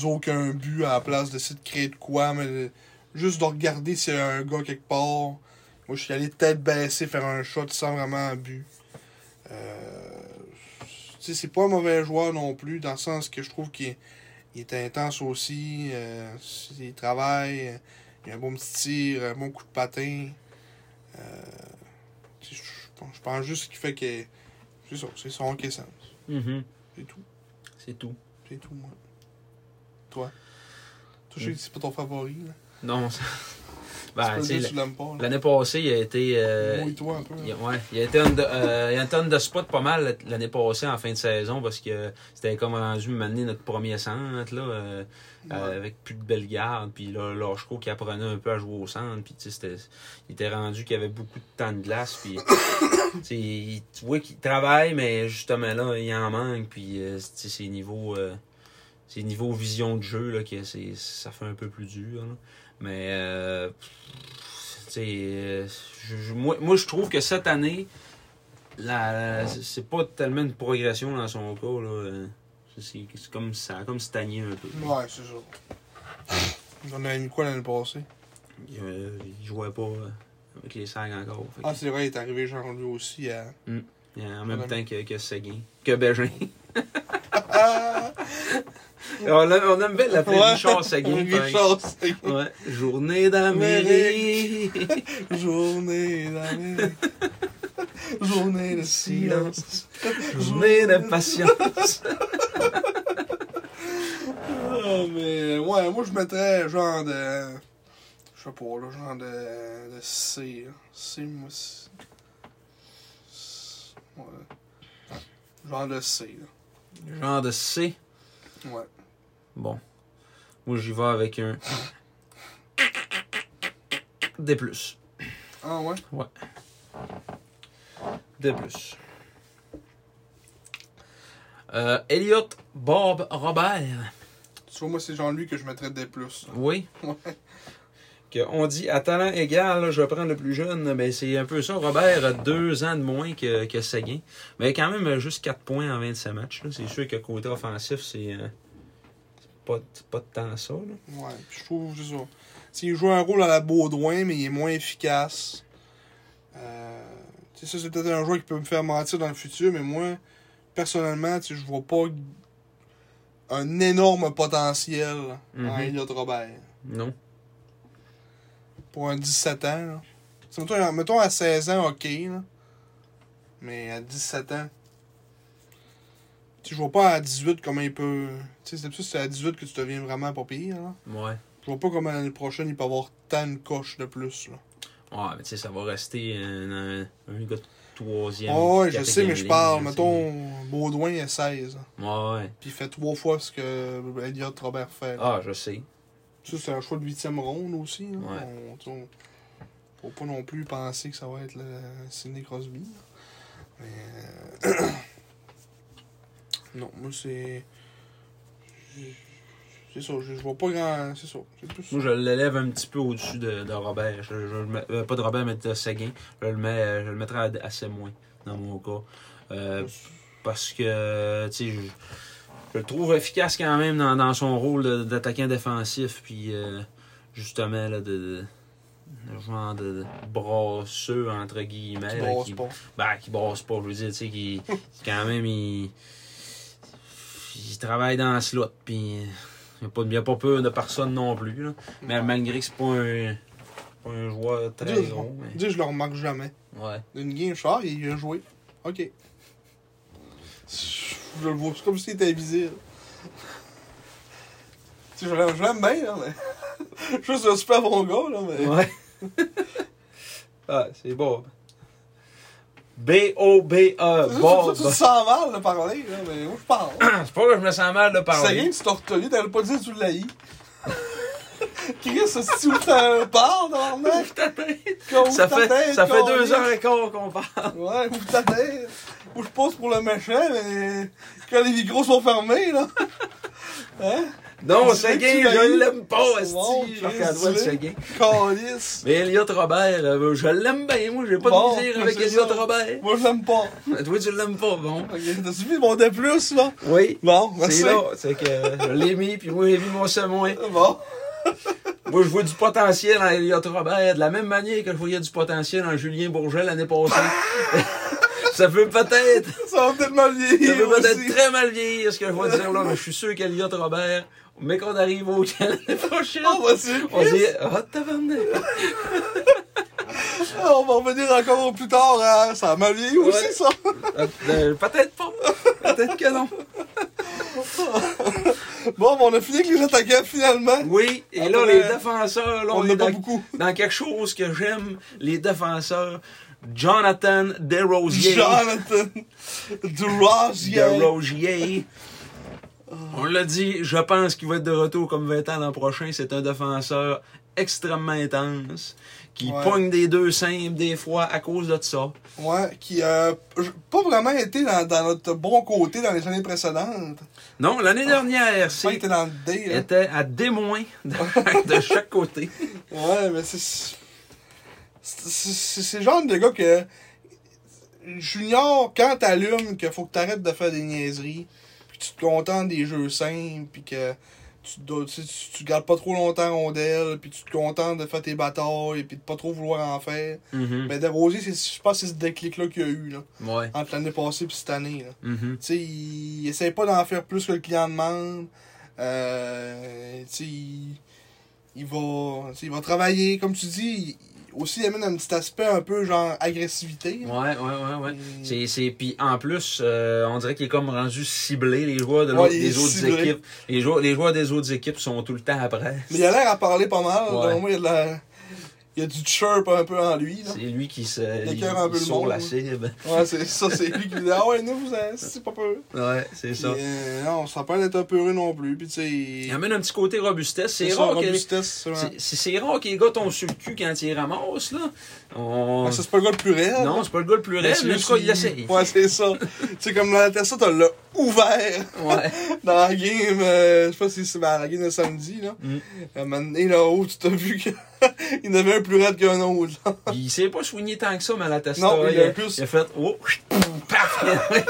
Speaker 2: aucun but à la place d'essayer de créer de quoi, mais juste de regarder s'il y a un gars quelque part. Moi, je suis allé tête baissée faire un shot sans vraiment un but. Euh, tu sais, c'est pas un mauvais joueur non plus, dans le sens que je trouve qu'il est- il est intense aussi. euh, il travaille, euh, il a un bon petit tir, un bon coup de patin. Euh, tu sais, je pense- je pense juste qu'il fait que. C'est ça, c'est son hockey sense.
Speaker 1: Mhm.
Speaker 2: C'est tout.
Speaker 1: C'est tout.
Speaker 2: C'est tout, moi. Toi. Toi, je sais que c'est pas ton favori. Là.
Speaker 1: Non. ça- Ben,
Speaker 2: tu peux
Speaker 1: tu sais,
Speaker 2: le dire, tu l'aimes pas. là.
Speaker 1: l'année passée, il a été. euh,
Speaker 2: Mouille-toi un peu.
Speaker 1: Il, ouais, il a été un de, euh, il a été un de spot pas mal l'année passée en fin de saison parce que c'était comme rendu m'amener notre premier centre là, euh, euh, avec plus de belle garde. Puis là, Lachko qui apprenait un peu à jouer au centre. Puis tu sais, c'était- il était rendu qu'il y avait beaucoup de temps de glace. Puis tu sais, il- tu vois qu'il travaille, mais justement là, il en manque. Puis euh, tu sais, c'est niveau. euh, c'est niveau vision de jeu là, que c'est- ça fait un peu plus dur. là. Mais euh, tu sais, euh, je- je- moi, moi, je trouve que cette année, la, la- c'est pas tellement une progression dans son cas. Là. Euh, C'est, c'est comme ça, a comme stagné un peu.
Speaker 2: Ouais, c'est ça. On avait mis quoi l'année passée
Speaker 1: Il, euh, il jouait pas euh, avec les sacs encore. Fait que- euh,
Speaker 2: Ah, c'est vrai, il est arrivé, genre lui aussi à.
Speaker 1: en même
Speaker 2: Ouais.
Speaker 1: temps que, que Seguin, que Bégin.
Speaker 2: Ah
Speaker 1: on, aime- on aime bien l'appeler
Speaker 2: Ouais.
Speaker 1: Richard Seguin. par exemple.
Speaker 2: Richard Seguin.
Speaker 1: Ouais. Journée d'Amérique.
Speaker 2: Journée d'année. Journée de silence.
Speaker 1: silence. Journée de patience.
Speaker 2: Ah, mais ouais, moi je mettrais genre de. Je sais pas, là, genre de, de C. là. C, moi. c'est- c'est- Ouais. Genre de C,
Speaker 1: Genre de C.
Speaker 2: là. Ouais.
Speaker 1: Bon. Moi, j'y vais avec un. D.
Speaker 2: Ah ouais?
Speaker 1: D. Euh, Elliot Bob Robert.
Speaker 2: Tu vois, moi c'est genre lui que je mettrais des plus.
Speaker 1: Oui.
Speaker 2: Ouais.
Speaker 1: Que on dit à talent égal, là, je prends le plus jeune. Ben, c'est un peu ça. Robert a deux ans de moins que, que Seguin. Mais quand même, euh, juste 4 points en 25 matchs. là. C'est sûr que côté offensif, c'est. euh, c'est pas, c'est pas de temps ça. là.
Speaker 2: Ouais, puis je trouve c'est ça. Tu sais, il joue un rôle à la Baudouin, mais il est moins efficace. Euh, tu sais, ça, c'est peut-être un joueur qui peut me faire mentir dans le futur, mais moi, personnellement, tu sais, je vois pas un énorme potentiel en
Speaker 1: Mhm.
Speaker 2: Elliot Robert.
Speaker 1: Non.
Speaker 2: Pour un 17 ans, là. Tu sais, Mettons, mettons à 16 ans, ok, là. Mais à 17 ans. Tu sais, je vois pas à 18 comment il peut. Tu sais, c'est plus à 18 que tu deviens vraiment pas pire, là.
Speaker 1: Ouais.
Speaker 2: Je vois pas comment l'année prochaine il peut avoir tant de coches de plus. Là.
Speaker 1: Ouais, mais tu sais, ça va rester un, un, un gars de troisième.
Speaker 2: Ah Ouais, ouais, je sais, mais je parle.
Speaker 1: quatrième
Speaker 2: Mettons, Baudouin est 16. hein,
Speaker 1: ligne, là, tu sais. Ouais, ouais.
Speaker 2: Puis il fait trois fois ce que Elliot Robert fait. là.
Speaker 1: Ah, je sais.
Speaker 2: Ça, c'est un choix de huitième ronde aussi. Hein.
Speaker 1: Ouais.
Speaker 2: On- tu sais, on- faut pas non plus penser que ça va être le Sidney Crosby. là. Mais. euh, non, moi, c'est. C'est ça, je je vois pas grand. C'est ça. C'est plus.
Speaker 1: Moi, je l'élève un petit peu au-dessus de, de Robert. Je, je le mets- euh, pas de Robert, mais de Seguin. Je le, mets, euh, je le mettrais à assez moins, dans mon cas. Euh, parce que, tu sais, je, je le trouve efficace quand même dans, dans son rôle de- d'attaquant défensif. Puis, euh, justement, là, de. de de genre de, de brasseux, entre guillemets.
Speaker 2: Tu
Speaker 1: là,
Speaker 2: brasses
Speaker 1: qui-
Speaker 2: pas.
Speaker 1: Ben, qui brasse pas, je veux dire, tu sais, qui, quand même, il, il travaille dans la slot, puis il n'y a, pas- il y a pas peu de personnes non plus, là. Mais malgré que c'est pas un, pas un joueur très
Speaker 2: Dis-
Speaker 1: gros, mais...
Speaker 2: Dis, je le remarque jamais.
Speaker 1: Ouais.
Speaker 2: Une game char, il a joué. Ok. Je le vois, c'est comme s'il était invisible. Tu sais, je l'aime je l'aime bien, là, mais. Juste un super bon gars, là, mais.
Speaker 1: Ouais. ah, c'est Bob. B-O-B-E,
Speaker 2: C'est juste-
Speaker 1: E, Bob.
Speaker 2: Tu, tu te sens mal de parler, là, mais moi je parle.
Speaker 1: C'est pas là que je me sens mal de
Speaker 2: C'est
Speaker 1: parler.
Speaker 2: rien que tu t'es retenu, t'avais pas dit que tu l'haïs. Chris, si où t'en parles, tabarnak? Ouvre
Speaker 1: Ça
Speaker 2: ta
Speaker 1: fait,
Speaker 2: tête,
Speaker 1: ça fait
Speaker 2: câlisse.
Speaker 1: deux heures et quart qu'on parle.
Speaker 2: Ouais, ouvre ta tête. Moi je pose pour le méchant, mais. Quand les micros sont fermés, là. Hein?
Speaker 1: Non,
Speaker 2: Tu
Speaker 1: Seguin,
Speaker 2: sais que tu
Speaker 1: je
Speaker 2: l'as
Speaker 1: l'aime pas,
Speaker 2: Bon,
Speaker 1: Esti.
Speaker 2: Chris,
Speaker 1: Marc-Antoine
Speaker 2: tu l'as.
Speaker 1: Seguin.
Speaker 2: Calice.
Speaker 1: Mais Elliot Robert, euh, je l'aime bien, moi, j'ai pas
Speaker 2: Bon,
Speaker 1: de misère avec
Speaker 2: c'est
Speaker 1: Elliot
Speaker 2: ça.
Speaker 1: Robert.
Speaker 2: Moi, je l'aime pas.
Speaker 1: Toi, tu l'aimes pas, bon.
Speaker 2: Ok, T'as suivi mon dé plus, là?
Speaker 1: Oui.
Speaker 2: Bon, merci.
Speaker 1: C'est là, c'est que euh, je l'ai mis, puis moi, j'ai mis mon semoin.
Speaker 2: Bon.
Speaker 1: Moi, je vois du potentiel en Elliot Robert, de la même manière que je voyais du potentiel en Julien Bourget l'année passée. Ça peut peut-être,
Speaker 2: Ça va tellement
Speaker 1: ça
Speaker 2: vieillir
Speaker 1: peut peut-être
Speaker 2: aussi.
Speaker 1: très mal vieillir, ce que je vais dire là, mais je suis sûr qu'Elliot Robert, mais qu'on arrive au camp l'année prochaine,
Speaker 2: On va se-
Speaker 1: on se dit, ah, tabarnak!
Speaker 2: On va revenir encore plus tard. hein. Ça va mal vieillir
Speaker 1: Ouais.
Speaker 2: aussi, ça.
Speaker 1: Euh, euh, peut-être pas, peut-être que non.
Speaker 2: Bon, ben, on a fini avec les attaquants, finalement.
Speaker 1: Oui, et là,
Speaker 2: Après,
Speaker 1: les
Speaker 2: euh,
Speaker 1: défenseurs, là,
Speaker 2: on
Speaker 1: est
Speaker 2: n'a pas
Speaker 1: dans-
Speaker 2: beaucoup.
Speaker 1: Dans quelque chose que j'aime, les défenseurs, Jonathan Desrosiers.
Speaker 2: Jonathan Durosier.
Speaker 1: Desrosiers. On l'a dit, je pense qu'il va être de retour comme 20 ans l'an prochain. C'est un défenseur extrêmement intense, qui
Speaker 2: Ouais.
Speaker 1: pogne des deux simples des fois à cause de ça.
Speaker 2: Ouais, qui a pas vraiment été dans, dans notre bon côté dans les années précédentes.
Speaker 1: Non, l'année dernière,
Speaker 2: Ça, Ah.
Speaker 1: c'était
Speaker 2: il était dans le dé, là.
Speaker 1: était à des moins de, de chaque côté.
Speaker 2: Ouais, mais c'est. c'est- C'est c'est- c'est le genre de gars que. Junior, quand t'allumes qu'il faut que t'arrêtes de faire des niaiseries, puis tu te contentes des jeux simples, puis que tu, dois- tu, sais, tu- tu gardes pas trop longtemps en rondelle, puis tu te contentes de faire tes batailles, puis de pas trop vouloir en faire.
Speaker 1: Mhm.
Speaker 2: Mais Desrosiers, c'est- je pense que c'est ce déclic-là qu'il y a eu, là,
Speaker 1: Ouais.
Speaker 2: entre l'année passée puis cette année. Là.
Speaker 1: Mhm.
Speaker 2: Tu sais, il essaie pas d'en faire plus que le client demande. Euh, tu sais, il, il va, tu sais, il va travailler, comme tu dis. il- aussi, il amène un petit aspect un peu genre agressivité.
Speaker 1: Ouais, ouais, ouais, ouais.
Speaker 2: Et-
Speaker 1: C'est, c'est... Puis en plus, euh, on dirait qu'il est comme rendu ciblé, les joueurs de
Speaker 2: Ouais,
Speaker 1: l'autre-
Speaker 2: il est
Speaker 1: des autres
Speaker 2: ciblé.
Speaker 1: équipes. Les joueurs, les joueurs des autres équipes sont tout le temps après.
Speaker 2: Mais il a l'air à parler pas mal.
Speaker 1: Ouais.
Speaker 2: Donc, moi, il, y a de la- il y a du chirp un peu en lui. Là.
Speaker 1: C'est lui qui se
Speaker 2: Il
Speaker 1: il,
Speaker 2: écœure un peu
Speaker 1: il
Speaker 2: le
Speaker 1: sort
Speaker 2: monde,
Speaker 1: la
Speaker 2: hein.
Speaker 1: cible.
Speaker 2: Ouais, c'est ça, c'est lui qui dit Ah ouais, nous, vous avez- c'est pas peu.
Speaker 1: Ouais, c'est ça.
Speaker 2: Puis, euh, non, ça peut être un peu heureux non plus. Puis, tu sais,
Speaker 1: Il amène un petit côté robustesse. C'est,
Speaker 2: sa
Speaker 1: rare que les-
Speaker 2: robustesse, ça.
Speaker 1: c'est, c'est- c'est rare que les gars tombent sur le cul quand ils ramassent, là. On-
Speaker 2: Ah, ça, c'est pas le gars le plus raide.
Speaker 1: non, c'est pas le gars le plus
Speaker 2: Mais
Speaker 1: raide, mais en tout cas, il
Speaker 2: c'est-
Speaker 1: essaye.
Speaker 2: Ouais, c'est ça. tu sais, comme dans la Tessa, t'as le ouvert
Speaker 1: Ouais.
Speaker 2: dans la game, euh, je sais pas si c'est dans la game de samedi, là.
Speaker 1: Mm.
Speaker 2: Euh, maintenant, là-haut, tu t'as vu qu'il y en avait un plus raide qu'un autre. là.
Speaker 1: Il s'est pas soigné tant que ça, mais la testa,
Speaker 2: Non, il a plus-
Speaker 1: il a fait, oh, paf!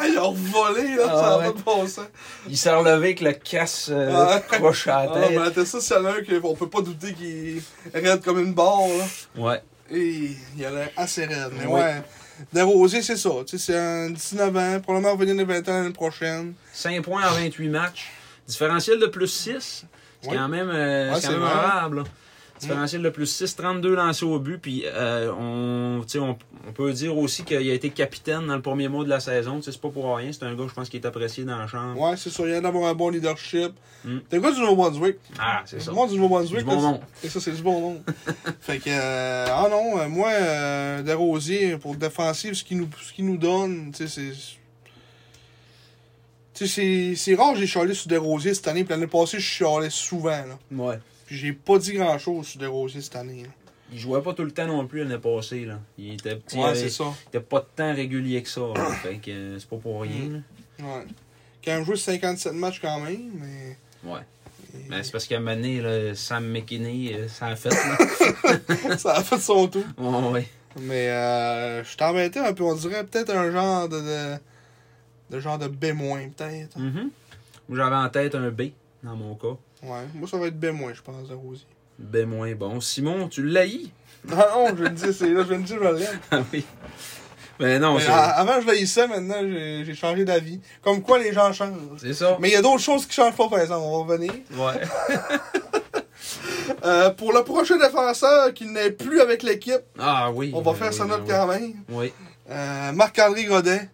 Speaker 2: Ah, il a revolé, là,
Speaker 1: Ah,
Speaker 2: ça a
Speaker 1: ouais.
Speaker 2: pas de bon sens.
Speaker 1: Il s'est relevé avec le casse euh,
Speaker 2: Ouais.
Speaker 1: croche à la
Speaker 2: Ah, mais
Speaker 1: tête.
Speaker 2: la Tessa, s'il y en a un qu'on peut pas douter qu'il est raide comme une barre, là.
Speaker 1: Ouais.
Speaker 2: Et il a l'air assez raide. Mais
Speaker 1: Oui.
Speaker 2: ouais, Desrosiers, c'est ça. Tu sais, c'est un 19 ans, probablement revenir de 20 ans l'année prochaine.
Speaker 1: 5 points en 28 matchs. Différentiel de plus 6. C'est
Speaker 2: Ouais.
Speaker 1: quand même, euh,
Speaker 2: Ouais,
Speaker 1: c'est quand
Speaker 2: Ah, c'est
Speaker 1: même
Speaker 2: vrai. Mm.
Speaker 1: honorable. là. Différentiel de plus 6, 32 lancés au but. Puis euh, on, tu sais, on, on peut dire aussi qu'il a été capitaine dans le premier mois de la saison. Tu sais, C'est pas pour rien. C'est un gars, je pense, qui est apprécié dans la chambre.
Speaker 2: Ouais, c'est ça. Il a l'air d'avoir un bon leadership.
Speaker 1: Ah. Mm.
Speaker 2: T'es quoi du Nouveau-Brunswick?
Speaker 1: Ah, c'est
Speaker 2: Du
Speaker 1: ça.
Speaker 2: monde du Nouveau-Brunswick.
Speaker 1: Du bon
Speaker 2: là,
Speaker 1: monde.
Speaker 2: c'est- Et ça, c'est du bon nom. fait que, euh, ah non, euh, moi, euh, Desrosiers, pour le défensif, ce qu'il nous, ce qu'il nous donne, tu sais, c'est. Tu sais, c'est- c'est rare que j'ai chialé sur Desrosiers cette année. Puis l'année passée, je chialais souvent, là.
Speaker 1: Ouais.
Speaker 2: Puis j'ai pas dit grand-chose sur Desrosiers cette année, là.
Speaker 1: Il jouait pas tout le temps non plus l'année passée. Là. Il était petit.
Speaker 2: Ouais,
Speaker 1: euh,
Speaker 2: c'est ça.
Speaker 1: il était pas de temps régulier que ça. là. fait que euh, c'est pas pour
Speaker 2: Mm.
Speaker 1: rien. là.
Speaker 2: Ouais. Quand même joué 57 matchs quand même, mais.
Speaker 1: Ouais. Ben, c'est parce qu'à un moment donné, là, Sam McKinney, euh, ça a fait. Là.
Speaker 2: ça a fait son tour.
Speaker 1: Ouais, ouais.
Speaker 2: Mais euh, je t'embêtais un peu, on dirait peut-être un genre de. de, de genre de B-, peut-être.
Speaker 1: Mhm. Moi, J'avais en tête un B, dans mon cas.
Speaker 2: Ouais, moi ça va être B-, je pense, de Rosier.
Speaker 1: B moins bon. Simon, tu l'haïs?
Speaker 2: Ah non, je le dis, c'est là, je le dis, je l'aime.
Speaker 1: Ah oui. Mais non,
Speaker 2: Mais ah,
Speaker 1: c'est-
Speaker 2: a- Avant, je l'haïssais, maintenant, j'ai j'ai changé d'avis. Comme quoi, les gens changent.
Speaker 1: c'est ça.
Speaker 2: Mais il y a d'autres choses qui changent pas, par exemple, on va revenir.
Speaker 1: Ouais.
Speaker 2: Euh, pour le prochain défenseur qui n'est plus avec l'équipe,
Speaker 1: Ah oui.
Speaker 2: on va
Speaker 1: ben
Speaker 2: faire
Speaker 1: oui,
Speaker 2: sa note
Speaker 1: ben
Speaker 2: quand même.
Speaker 1: Oui.
Speaker 2: Euh, Marc-André Godet,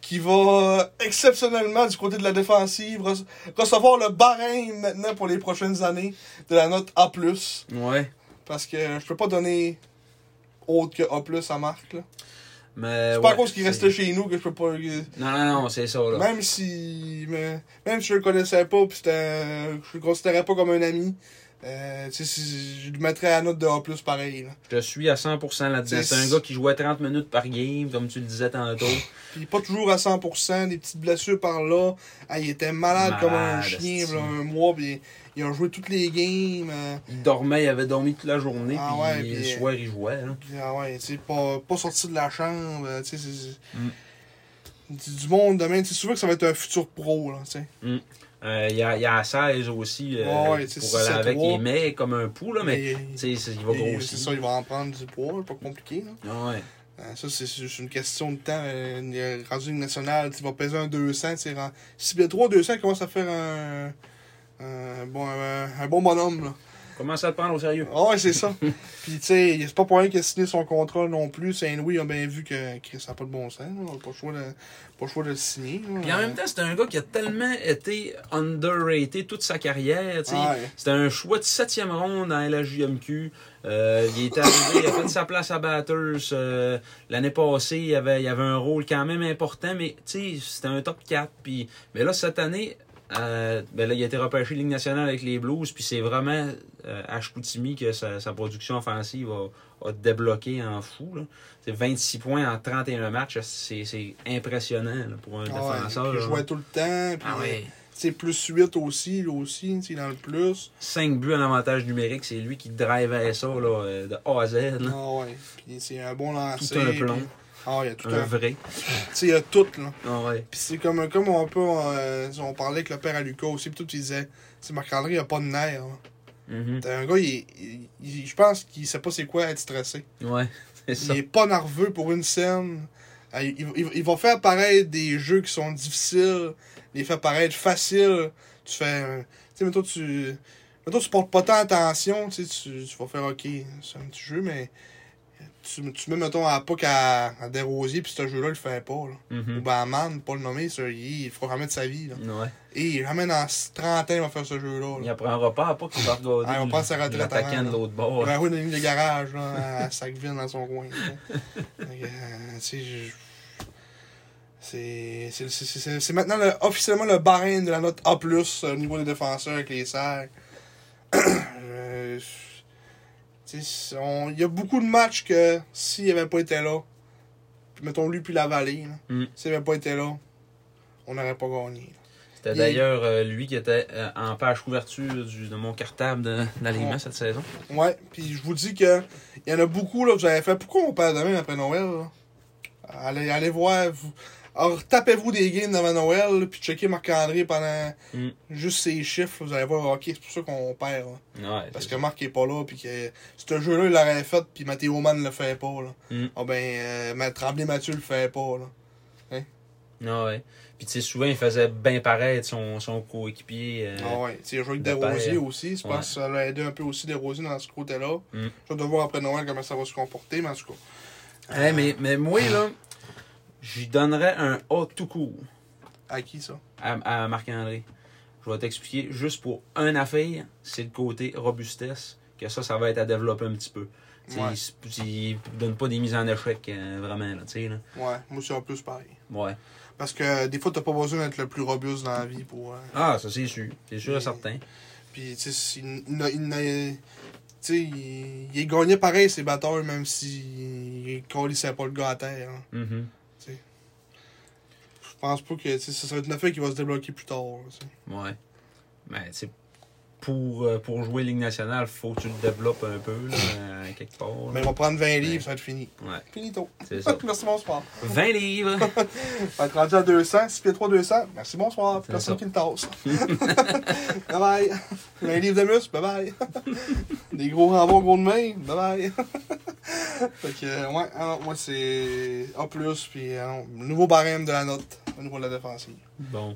Speaker 2: qui va exceptionnellement du côté de la défensive re- recevoir le barème maintenant pour les prochaines années de la note A+.
Speaker 1: Oui. Ouais.
Speaker 2: Parce que je peux pas donner autre que A+, à Marc, là.
Speaker 1: Mais.
Speaker 2: C'est pas à
Speaker 1: ouais,
Speaker 2: cause qu'il
Speaker 1: c'est-
Speaker 2: restait chez nous que je peux pas.
Speaker 1: Non, non, non, c'est ça, là.
Speaker 2: Même si. mais- Même si je le connaissais pas, pis c'était. Je le considérais pas comme un ami. Euh, tu sais, si- je le mettrais à la note de A+, pareil. là.
Speaker 1: Je te suis à 100% là-dedans.
Speaker 2: C'est-
Speaker 1: C'est un gars qui jouait 30 minutes par game, comme tu le disais tantôt.
Speaker 2: Puis pas toujours à 100%, des petites blessures par là. Ah, il était malade,
Speaker 1: Malade,
Speaker 2: comme un chien,
Speaker 1: esti.
Speaker 2: là, un mois, puis il a joué toutes les games. euh,
Speaker 1: Il dormait, il avait dormi toute la journée,
Speaker 2: Ah
Speaker 1: puis,
Speaker 2: ouais,
Speaker 1: le
Speaker 2: puis-
Speaker 1: soir, il jouait. hein. là.
Speaker 2: puis, ah ouais, tu sais, pas, pas sorti de la chambre, euh, tu sais, c'est- c'est-
Speaker 1: Mm.
Speaker 2: Du du monde demain, tu sais, souvent que ça va être un futur pro, là, tu sais.
Speaker 1: Euh, il, y a, il y a 16 aussi euh,
Speaker 2: Ouais, ouais, c'est
Speaker 1: pour aller
Speaker 2: six à
Speaker 1: avec.
Speaker 2: trois.
Speaker 1: Il met comme un pou, là, mais
Speaker 2: Mais-
Speaker 1: tu sais, c'est- il va
Speaker 2: Et
Speaker 1: grossir.
Speaker 2: C'est ça, il va en prendre du poids, là, pas compliqué. là.
Speaker 1: Ouais.
Speaker 2: Euh, Ça, c'est c'est une question de temps. euh, il est rendu une nationale, tu vas peser un 200. tu sais, rend- Si le 3 200 commence à faire un, un bon, un, un bon bonhomme. Là.
Speaker 1: Commence à le prendre au sérieux.
Speaker 2: Ah ouais, c'est ça. Puis, tu sais, c'est pas pour rien qu'il a signé son contrat non plus. Saint-Louis a bien vu que, que ça n'a pas de bon sens. là. On n'a pas le choix de, pas le choix de le signer. là.
Speaker 1: Puis en même temps, c'est un gars qui a tellement été underrated toute sa carrière. tu sais.
Speaker 2: Ah ouais.
Speaker 1: C'était un choix de septième ronde à LHJMQ. Euh, il est arrivé, il a fait sa place à Batters. euh, L'année passée, il avait, il avait un rôle quand même important, mais tu sais, c'était un top 4. Puis, mais là, cette année, euh, ben là, il a été repêché Ligue nationale avec les Blues. Puis c'est vraiment euh, à Chicoutimi que sa, sa production offensive a, a débloqué en fou. là. C'est 26 points en 31 matchs. C'est c'est impressionnant là, pour un
Speaker 2: Ah ouais,
Speaker 1: défenseur.
Speaker 2: puis il
Speaker 1: là.
Speaker 2: jouait tout le temps. Puis,
Speaker 1: Ah ouais.
Speaker 2: tu sais, plus 8 aussi, là aussi, tu sais, dans le plus.
Speaker 1: 5 buts en avantage numérique, c'est lui qui drivait ça là, euh, de A à Z. là.
Speaker 2: Ah ouais. Puis, c'est un bon
Speaker 1: Tout
Speaker 2: lancer.
Speaker 1: un
Speaker 2: puis-
Speaker 1: plomb,
Speaker 2: Ah, il y a tout
Speaker 1: un
Speaker 2: un. Tu
Speaker 1: vrai.
Speaker 2: sais, il y a tout, là.
Speaker 1: Ah ouais.
Speaker 2: Puis c'est comme, comme on peut, euh, on parlait avec le père à Lucas aussi, pis tout, il disait, c'est Marc-André, il a pas de nerfs. hein.
Speaker 1: Mhm.
Speaker 2: T'as Un gars, il, il- il- je pense qu'il sait pas c'est quoi être stressé.
Speaker 1: Ouais, c'est ça.
Speaker 2: Il est pas nerveux pour une scène. Euh, Il, il- il va faire apparaître des jeux qui sont difficiles, les faire paraître faciles. Tu fais, euh, tu sais, mettons, tu, mettons, tu portes pas tant attention, tu, sais, tu, tu vas faire, ok, c'est un petit jeu, mais tu, tu mets, mettons, à Puck à, à Desrosiers, puis ce jeu-là, il le fait pas, là. Ou
Speaker 1: Mhm.
Speaker 2: ben, Man, pas le nommer, ça, il, il fera jamais de sa vie, là.
Speaker 1: Ouais.
Speaker 2: Et jamais dans 30 ans, il va faire ce jeu-là.
Speaker 1: Il
Speaker 2: là.
Speaker 1: apprendra pas à pas qu'il va regarder
Speaker 2: Ah, on prend sa retraite
Speaker 1: l'attaquant
Speaker 2: avant,
Speaker 1: de
Speaker 2: là.
Speaker 1: l'autre bord.
Speaker 2: Ben oui, dans le garage, là, à Sacville, dans son coin. là. Fait que, euh, tu sais, je- C'est c'est- c'est- c'est- c'est maintenant le- officiellement le barème de la note A, euh, au niveau des défenseurs avec les serres. Euh, tu sais, c'est- on- Il y a beaucoup de matchs que s'il n'avait pas été là, puis mettons lui puis la vallée, là,
Speaker 1: Mm.
Speaker 2: s'il n'avait pas été là, on n'aurait pas gagné.
Speaker 1: C'était
Speaker 2: il-
Speaker 1: d'ailleurs euh, lui qui était euh, en page couverture du, de mon cartable de, de l'alignement
Speaker 2: Ouais.
Speaker 1: cette saison.
Speaker 2: Ouais, puis je vous dis que il y en a beaucoup là, vous avez fait pourquoi on perd demain après Noël là? Allez, allez voir, vous... alors tapez-vous des games avant Noël, puis checkez Marc-André pendant
Speaker 1: Mm.
Speaker 2: juste ses chiffres, vous allez voir, ok, c'est pour ça qu'on perd. là.
Speaker 1: Ouais,
Speaker 2: Parce
Speaker 1: c'est
Speaker 2: que Marc est pas là, puis que ce jeu-là, il l'aurait fait, puis Mathéo Mann le fait pas. Là.
Speaker 1: Mm.
Speaker 2: Ah ben, euh, Ma- Tremblay Mathieu le fait pas. Là.
Speaker 1: ça. Ah Ouais. Puis tu sais, souvent, il faisait bien paraître son, son coéquipier. euh,
Speaker 2: Ah ouais, tu sais, il a joué avec
Speaker 1: de
Speaker 2: Desrosiers
Speaker 1: pair.
Speaker 2: aussi, je
Speaker 1: Ouais.
Speaker 2: pense que ça l'a aidé un peu aussi Desrosiers dans ce côté-là.
Speaker 1: Mm.
Speaker 2: Je vais voir après Noël comment ça va se comporter, mais en tout cas.
Speaker 1: Hey, Eh, mais, mais moi, là, j'y donnerais un A tout court.
Speaker 2: À qui ça?
Speaker 1: à, à Marc-André. Je vais t'expliquer juste pour un affaire, c'est le côté robustesse, que ça, ça va être à développer un petit peu. Tu sais,
Speaker 2: Ouais.
Speaker 1: Il s- Il ne donne pas des mises en échec, euh, vraiment. Là, tu sais, là.
Speaker 2: Ouais, moi c'est en plus pareil.
Speaker 1: Ouais.
Speaker 2: Parce que euh, des fois, t'as pas besoin d'être le plus robuste dans la vie pour. euh,
Speaker 1: Ah, ça, c'est sûr. C'est sûr et
Speaker 2: Mais-
Speaker 1: certain.
Speaker 2: Puis, tu sais, il, il, n'a- il n'a- tu sais, il, il gagnait pareil ses batailles, même s'il il collissait pas le gars à terre. hein.
Speaker 1: Mhm.
Speaker 2: Je pense pas que tu sais, ça serait une affaire qui va se débloquer plus tard. là, tu sais.
Speaker 1: Ouais. Mais tu sais, pour, euh, pour jouer Ligue nationale, faut que tu le développes un peu, là, euh, quelque part. là.
Speaker 2: Mais il va prendre 20 livres, ça va être fini.
Speaker 1: Ouais,
Speaker 2: Finito.
Speaker 1: c'est ça.
Speaker 2: Merci, bonsoir.
Speaker 1: 20 livres!
Speaker 2: On va être rendu à 200, 6 pieds 3, 200. Merci, bonsoir.
Speaker 1: C'est
Speaker 2: Personne
Speaker 1: ça.
Speaker 2: qui le tasse. bye bye. 20 livres de muscle, bye bye. Des gros rambons, gros de main, bye bye. fait que, euh, ouais, ah non, moi c'est A, puis ah non, nouveau barème de la note au niveau de la défensive.
Speaker 1: Bon.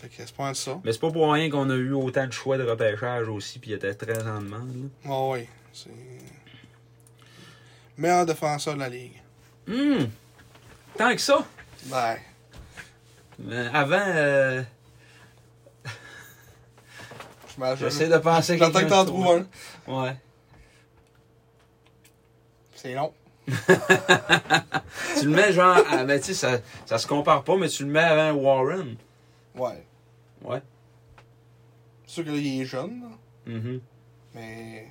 Speaker 2: Fait que c'est pas mal ça.
Speaker 1: Mais c'est pas pour rien qu'on a eu autant de choix de repêchage aussi, puis il était très en demande. là.
Speaker 2: Ouais, ouais. C'est. Meilleur défenseur de la ligue.
Speaker 1: Hum! Tant que ça!
Speaker 2: Ben,
Speaker 1: Mais avant, euh,
Speaker 2: je m'ajoute.
Speaker 1: j'essaie de penser
Speaker 2: J'entends que t'en trouves un.
Speaker 1: un. Ouais.
Speaker 2: C'est long.
Speaker 1: Tu le mets genre. à- ben, tu sais, ça, ça se compare pas, mais tu le mets avant Warren.
Speaker 2: Ouais.
Speaker 1: Ouais.
Speaker 2: C'est sûr que là, il est jeune, là.
Speaker 1: Mhm.
Speaker 2: Mais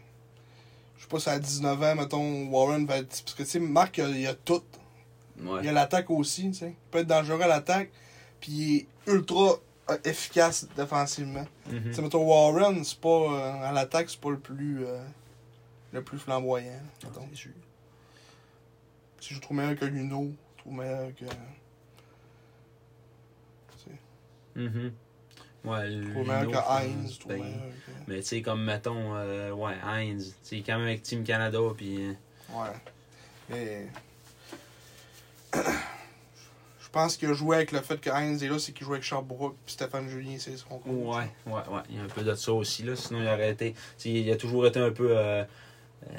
Speaker 2: je sais pas si à 19 ans, mettons, Warren va être. Parce que tu sais, Marc, il y a, il a tout. Il y
Speaker 3: Ouais.
Speaker 2: a l'attaque aussi, tu sais. Il peut être dangereux à l'attaque, puis il est ultra euh, efficace défensivement.
Speaker 1: Mhm.
Speaker 2: Tu sais, mettons, Warren, c'est pas. euh, à l'attaque, c'est pas le plus. euh, le plus flamboyant. mettons.
Speaker 1: C'est sûr.
Speaker 2: Si je trouve meilleur que Luno, je trouve meilleur que.
Speaker 1: Mhm. Ouais,
Speaker 2: Je
Speaker 1: Luno,
Speaker 2: trouve meilleur que
Speaker 1: euh,
Speaker 2: Heinz, je trouve
Speaker 1: ben,
Speaker 2: meilleur que.
Speaker 1: Mais tu sais, comme mettons, euh, ouais, Heinz, tu sais, quand même avec Team Canada, puis. euh,
Speaker 2: Ouais. Mais. Je pense qu'il a joué avec le fait que Heinz est là, c'est qu'il joue avec Sherbrooke puis Stéphane Julien, c'est ce qu'on compte.
Speaker 1: Ouais, ouais, ouais. Il y a un peu de ça aussi, là. Sinon, il aurait été. tu sais, il a toujours été un peu. euh, euh,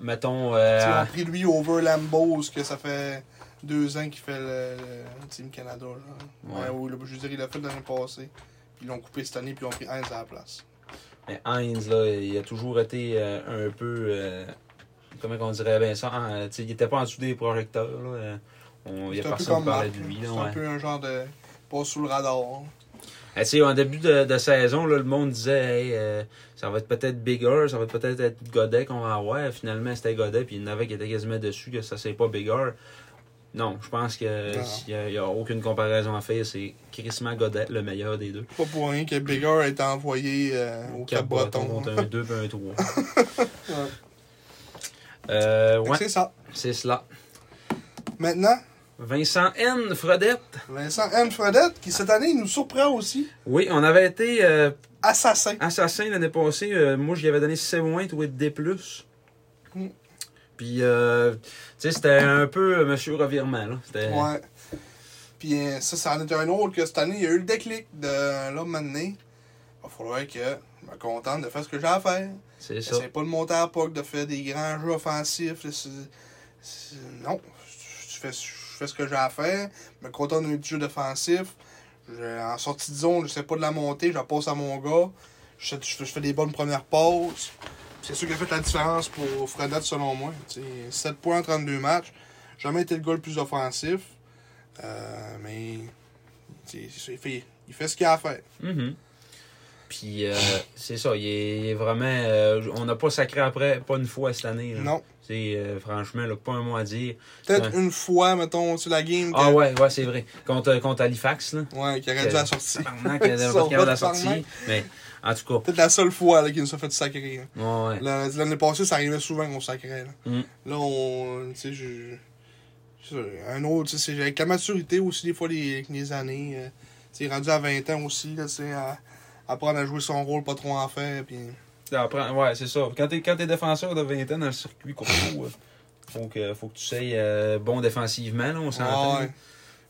Speaker 1: mettons. euh,
Speaker 2: Tu sais, Ils ont pris lui over Lambeau, ce que ça fait deux ans qu'il fait le, le Team Canada. Là.
Speaker 1: Ouais.
Speaker 2: Ouais. ou le- je veux dire, il l'a fait l'année passée. Puis ils l'ont coupé cette année, puis ils ont pris Heinz à la place.
Speaker 1: mais Heinz, là, il a toujours été euh, un peu. euh, comment on dirait bien ça? hein, tu sais, il était pas en dessous des projecteurs, là. euh, on- Il n'y a
Speaker 2: C'est un peu
Speaker 1: personne qui
Speaker 2: comme
Speaker 1: parlait
Speaker 2: Marc.
Speaker 1: de lui,
Speaker 2: C'est
Speaker 1: là.
Speaker 2: un
Speaker 1: Ouais.
Speaker 2: peu un genre de. pas sous le radar. hein. là.
Speaker 1: Eh, tu sais, en début de, de saison, là, le monde disait hey, euh, ça va être peut-être Bigger, ça va peut-être être, Godet qu'on va avoir. Finalement, c'était Godet, puis il y en avait qui était quasiment dessus que ça c'est pas Bigger. Non, je pense que
Speaker 2: Non.
Speaker 1: s'il y a- il n'y a, aucune comparaison à faire. C'est Chrisman Godet, le meilleur des deux.
Speaker 2: Pas pour rien que Bigger a été envoyé euh, au
Speaker 1: Cap-Breton
Speaker 2: Cap-Breton.
Speaker 1: contre un 2 et un 3.
Speaker 2: Ouais.
Speaker 1: Euh,
Speaker 2: Fait que
Speaker 1: ouais,
Speaker 2: C'est ça.
Speaker 1: c'est cela.
Speaker 2: Maintenant,
Speaker 1: Vincent N. Fredette.
Speaker 2: Vincent M. Fredette, qui cette année nous surprend aussi.
Speaker 1: Oui, on avait été euh,
Speaker 2: Assassin.
Speaker 1: Assassin l'année passée, euh, moi j'y avais donné 6 moins, toi D.
Speaker 2: Mm.
Speaker 1: Puis, euh, tu sais, c'était un peu euh, monsieur revirement, là. C'était-
Speaker 2: Ouais. Puis euh, ça, ça en est un autre que cette année, il y a eu le déclic de là, maintenant. Il va falloir que je me contente de faire ce que j'ai à faire.
Speaker 1: C'est ça.
Speaker 2: J'essaie pas de monter à la POC, de faire des grands jeux offensifs. là, c'est- c'est- Non. Je fais, je fais ce que j'ai à faire. Je me contente d'un petit jeu défensif. Je- en sortie de zone, je sais pas de la monter, je la passe à mon gars. Je, je- je fais des bonnes premières pauses. C'est sûr qu'il a fait la différence pour Fredette, selon moi. Tu sais, 7 points en 32 matchs. Jamais été le gars le plus offensif. Euh, mais tu sais, c'est ça, il fait, il fait ce qu'il a à faire.
Speaker 1: Mhm. Puis, euh, c'est ça, il est, il est vraiment. euh, on n'a pas sacré après, pas une fois cette année. Là.
Speaker 2: Non.
Speaker 1: Tu sais, euh, franchement, là, pas un mot à dire.
Speaker 2: Peut-être
Speaker 1: Ouais.
Speaker 2: une fois, mettons, sur la game.
Speaker 1: Ah
Speaker 2: que-
Speaker 1: ouais, ouais, c'est vrai. Contre, contre Halifax, là.
Speaker 2: Ouais, qui aurait dû la sortir.
Speaker 1: Tabarnak, il y avait
Speaker 2: Ils
Speaker 1: pas
Speaker 2: sont
Speaker 1: de caméra à la
Speaker 2: pas de
Speaker 1: sortie.
Speaker 2: parler.
Speaker 1: Mais, en tout cas,
Speaker 2: Peut-être la seule fois là, qu'ils nous a fait sacrer. hein.
Speaker 1: ouais, ouais.
Speaker 2: La- L'année passée, ça arrivait souvent qu'on sacrait. Là,
Speaker 1: Mm.
Speaker 2: Là, on. Tu sais, je. je- Un autre, tu sais, c'est avec la maturité aussi, des fois, les, avec les années. euh, tu sais, rendu à 20 ans aussi, là, tu sais, à- apprendre à jouer son rôle, pas trop en faire. Puis...
Speaker 1: T'apprends- ouais, c'est ça. Quand t'es, quand t'es défenseur de 20 ans dans le circuit court, euh, faut que, faut que tu sois euh, bon défensivement, là, on s'entend.
Speaker 2: Ouais.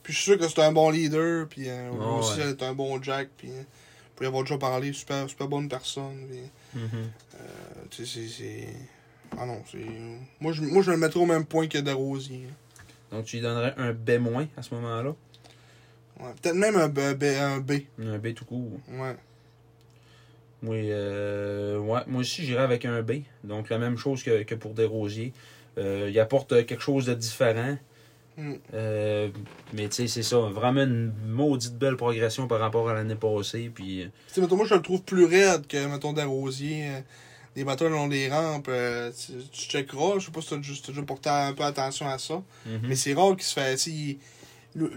Speaker 2: Puis je suis sûr que c'est un bon leader, puis euh,
Speaker 1: Ouais,
Speaker 2: aussi,
Speaker 1: Ah ouais.
Speaker 2: c'est un bon Jack, puis. euh, Pour y avoir déjà parlé, super, super bonne personne. puis,
Speaker 1: Mhm.
Speaker 2: euh, tu sais, c'est- c'est. Ah non, c'est. Moi, je, moi, je le mettrais au même point que hein. Desrosiers. là.
Speaker 1: Donc tu lui donnerais un B- moins à ce moment-là.
Speaker 2: Ouais, peut-être même un B, B- un B.
Speaker 1: Un B tout court.
Speaker 2: Ouais.
Speaker 1: Moi, euh, ouais, moi aussi, j'irais avec un B. Donc la même chose que, que pour Desrosiers. Euh, il apporte euh, quelque chose de différent.
Speaker 2: Mm.
Speaker 1: Euh, mais tu sais, c'est ça. Vraiment une maudite belle progression par rapport à l'année passée. Puis, euh,
Speaker 2: Tu sais, mettons, moi, je le trouve plus raide que, mettons, Desrosiers. euh, Les bateaux le long des rampes, euh, tu, tu checkeras. Je sais pas si t'as juste déjà porté un peu attention à ça. Mais c'est rare qu'il se fait. tu sais, il- Lui,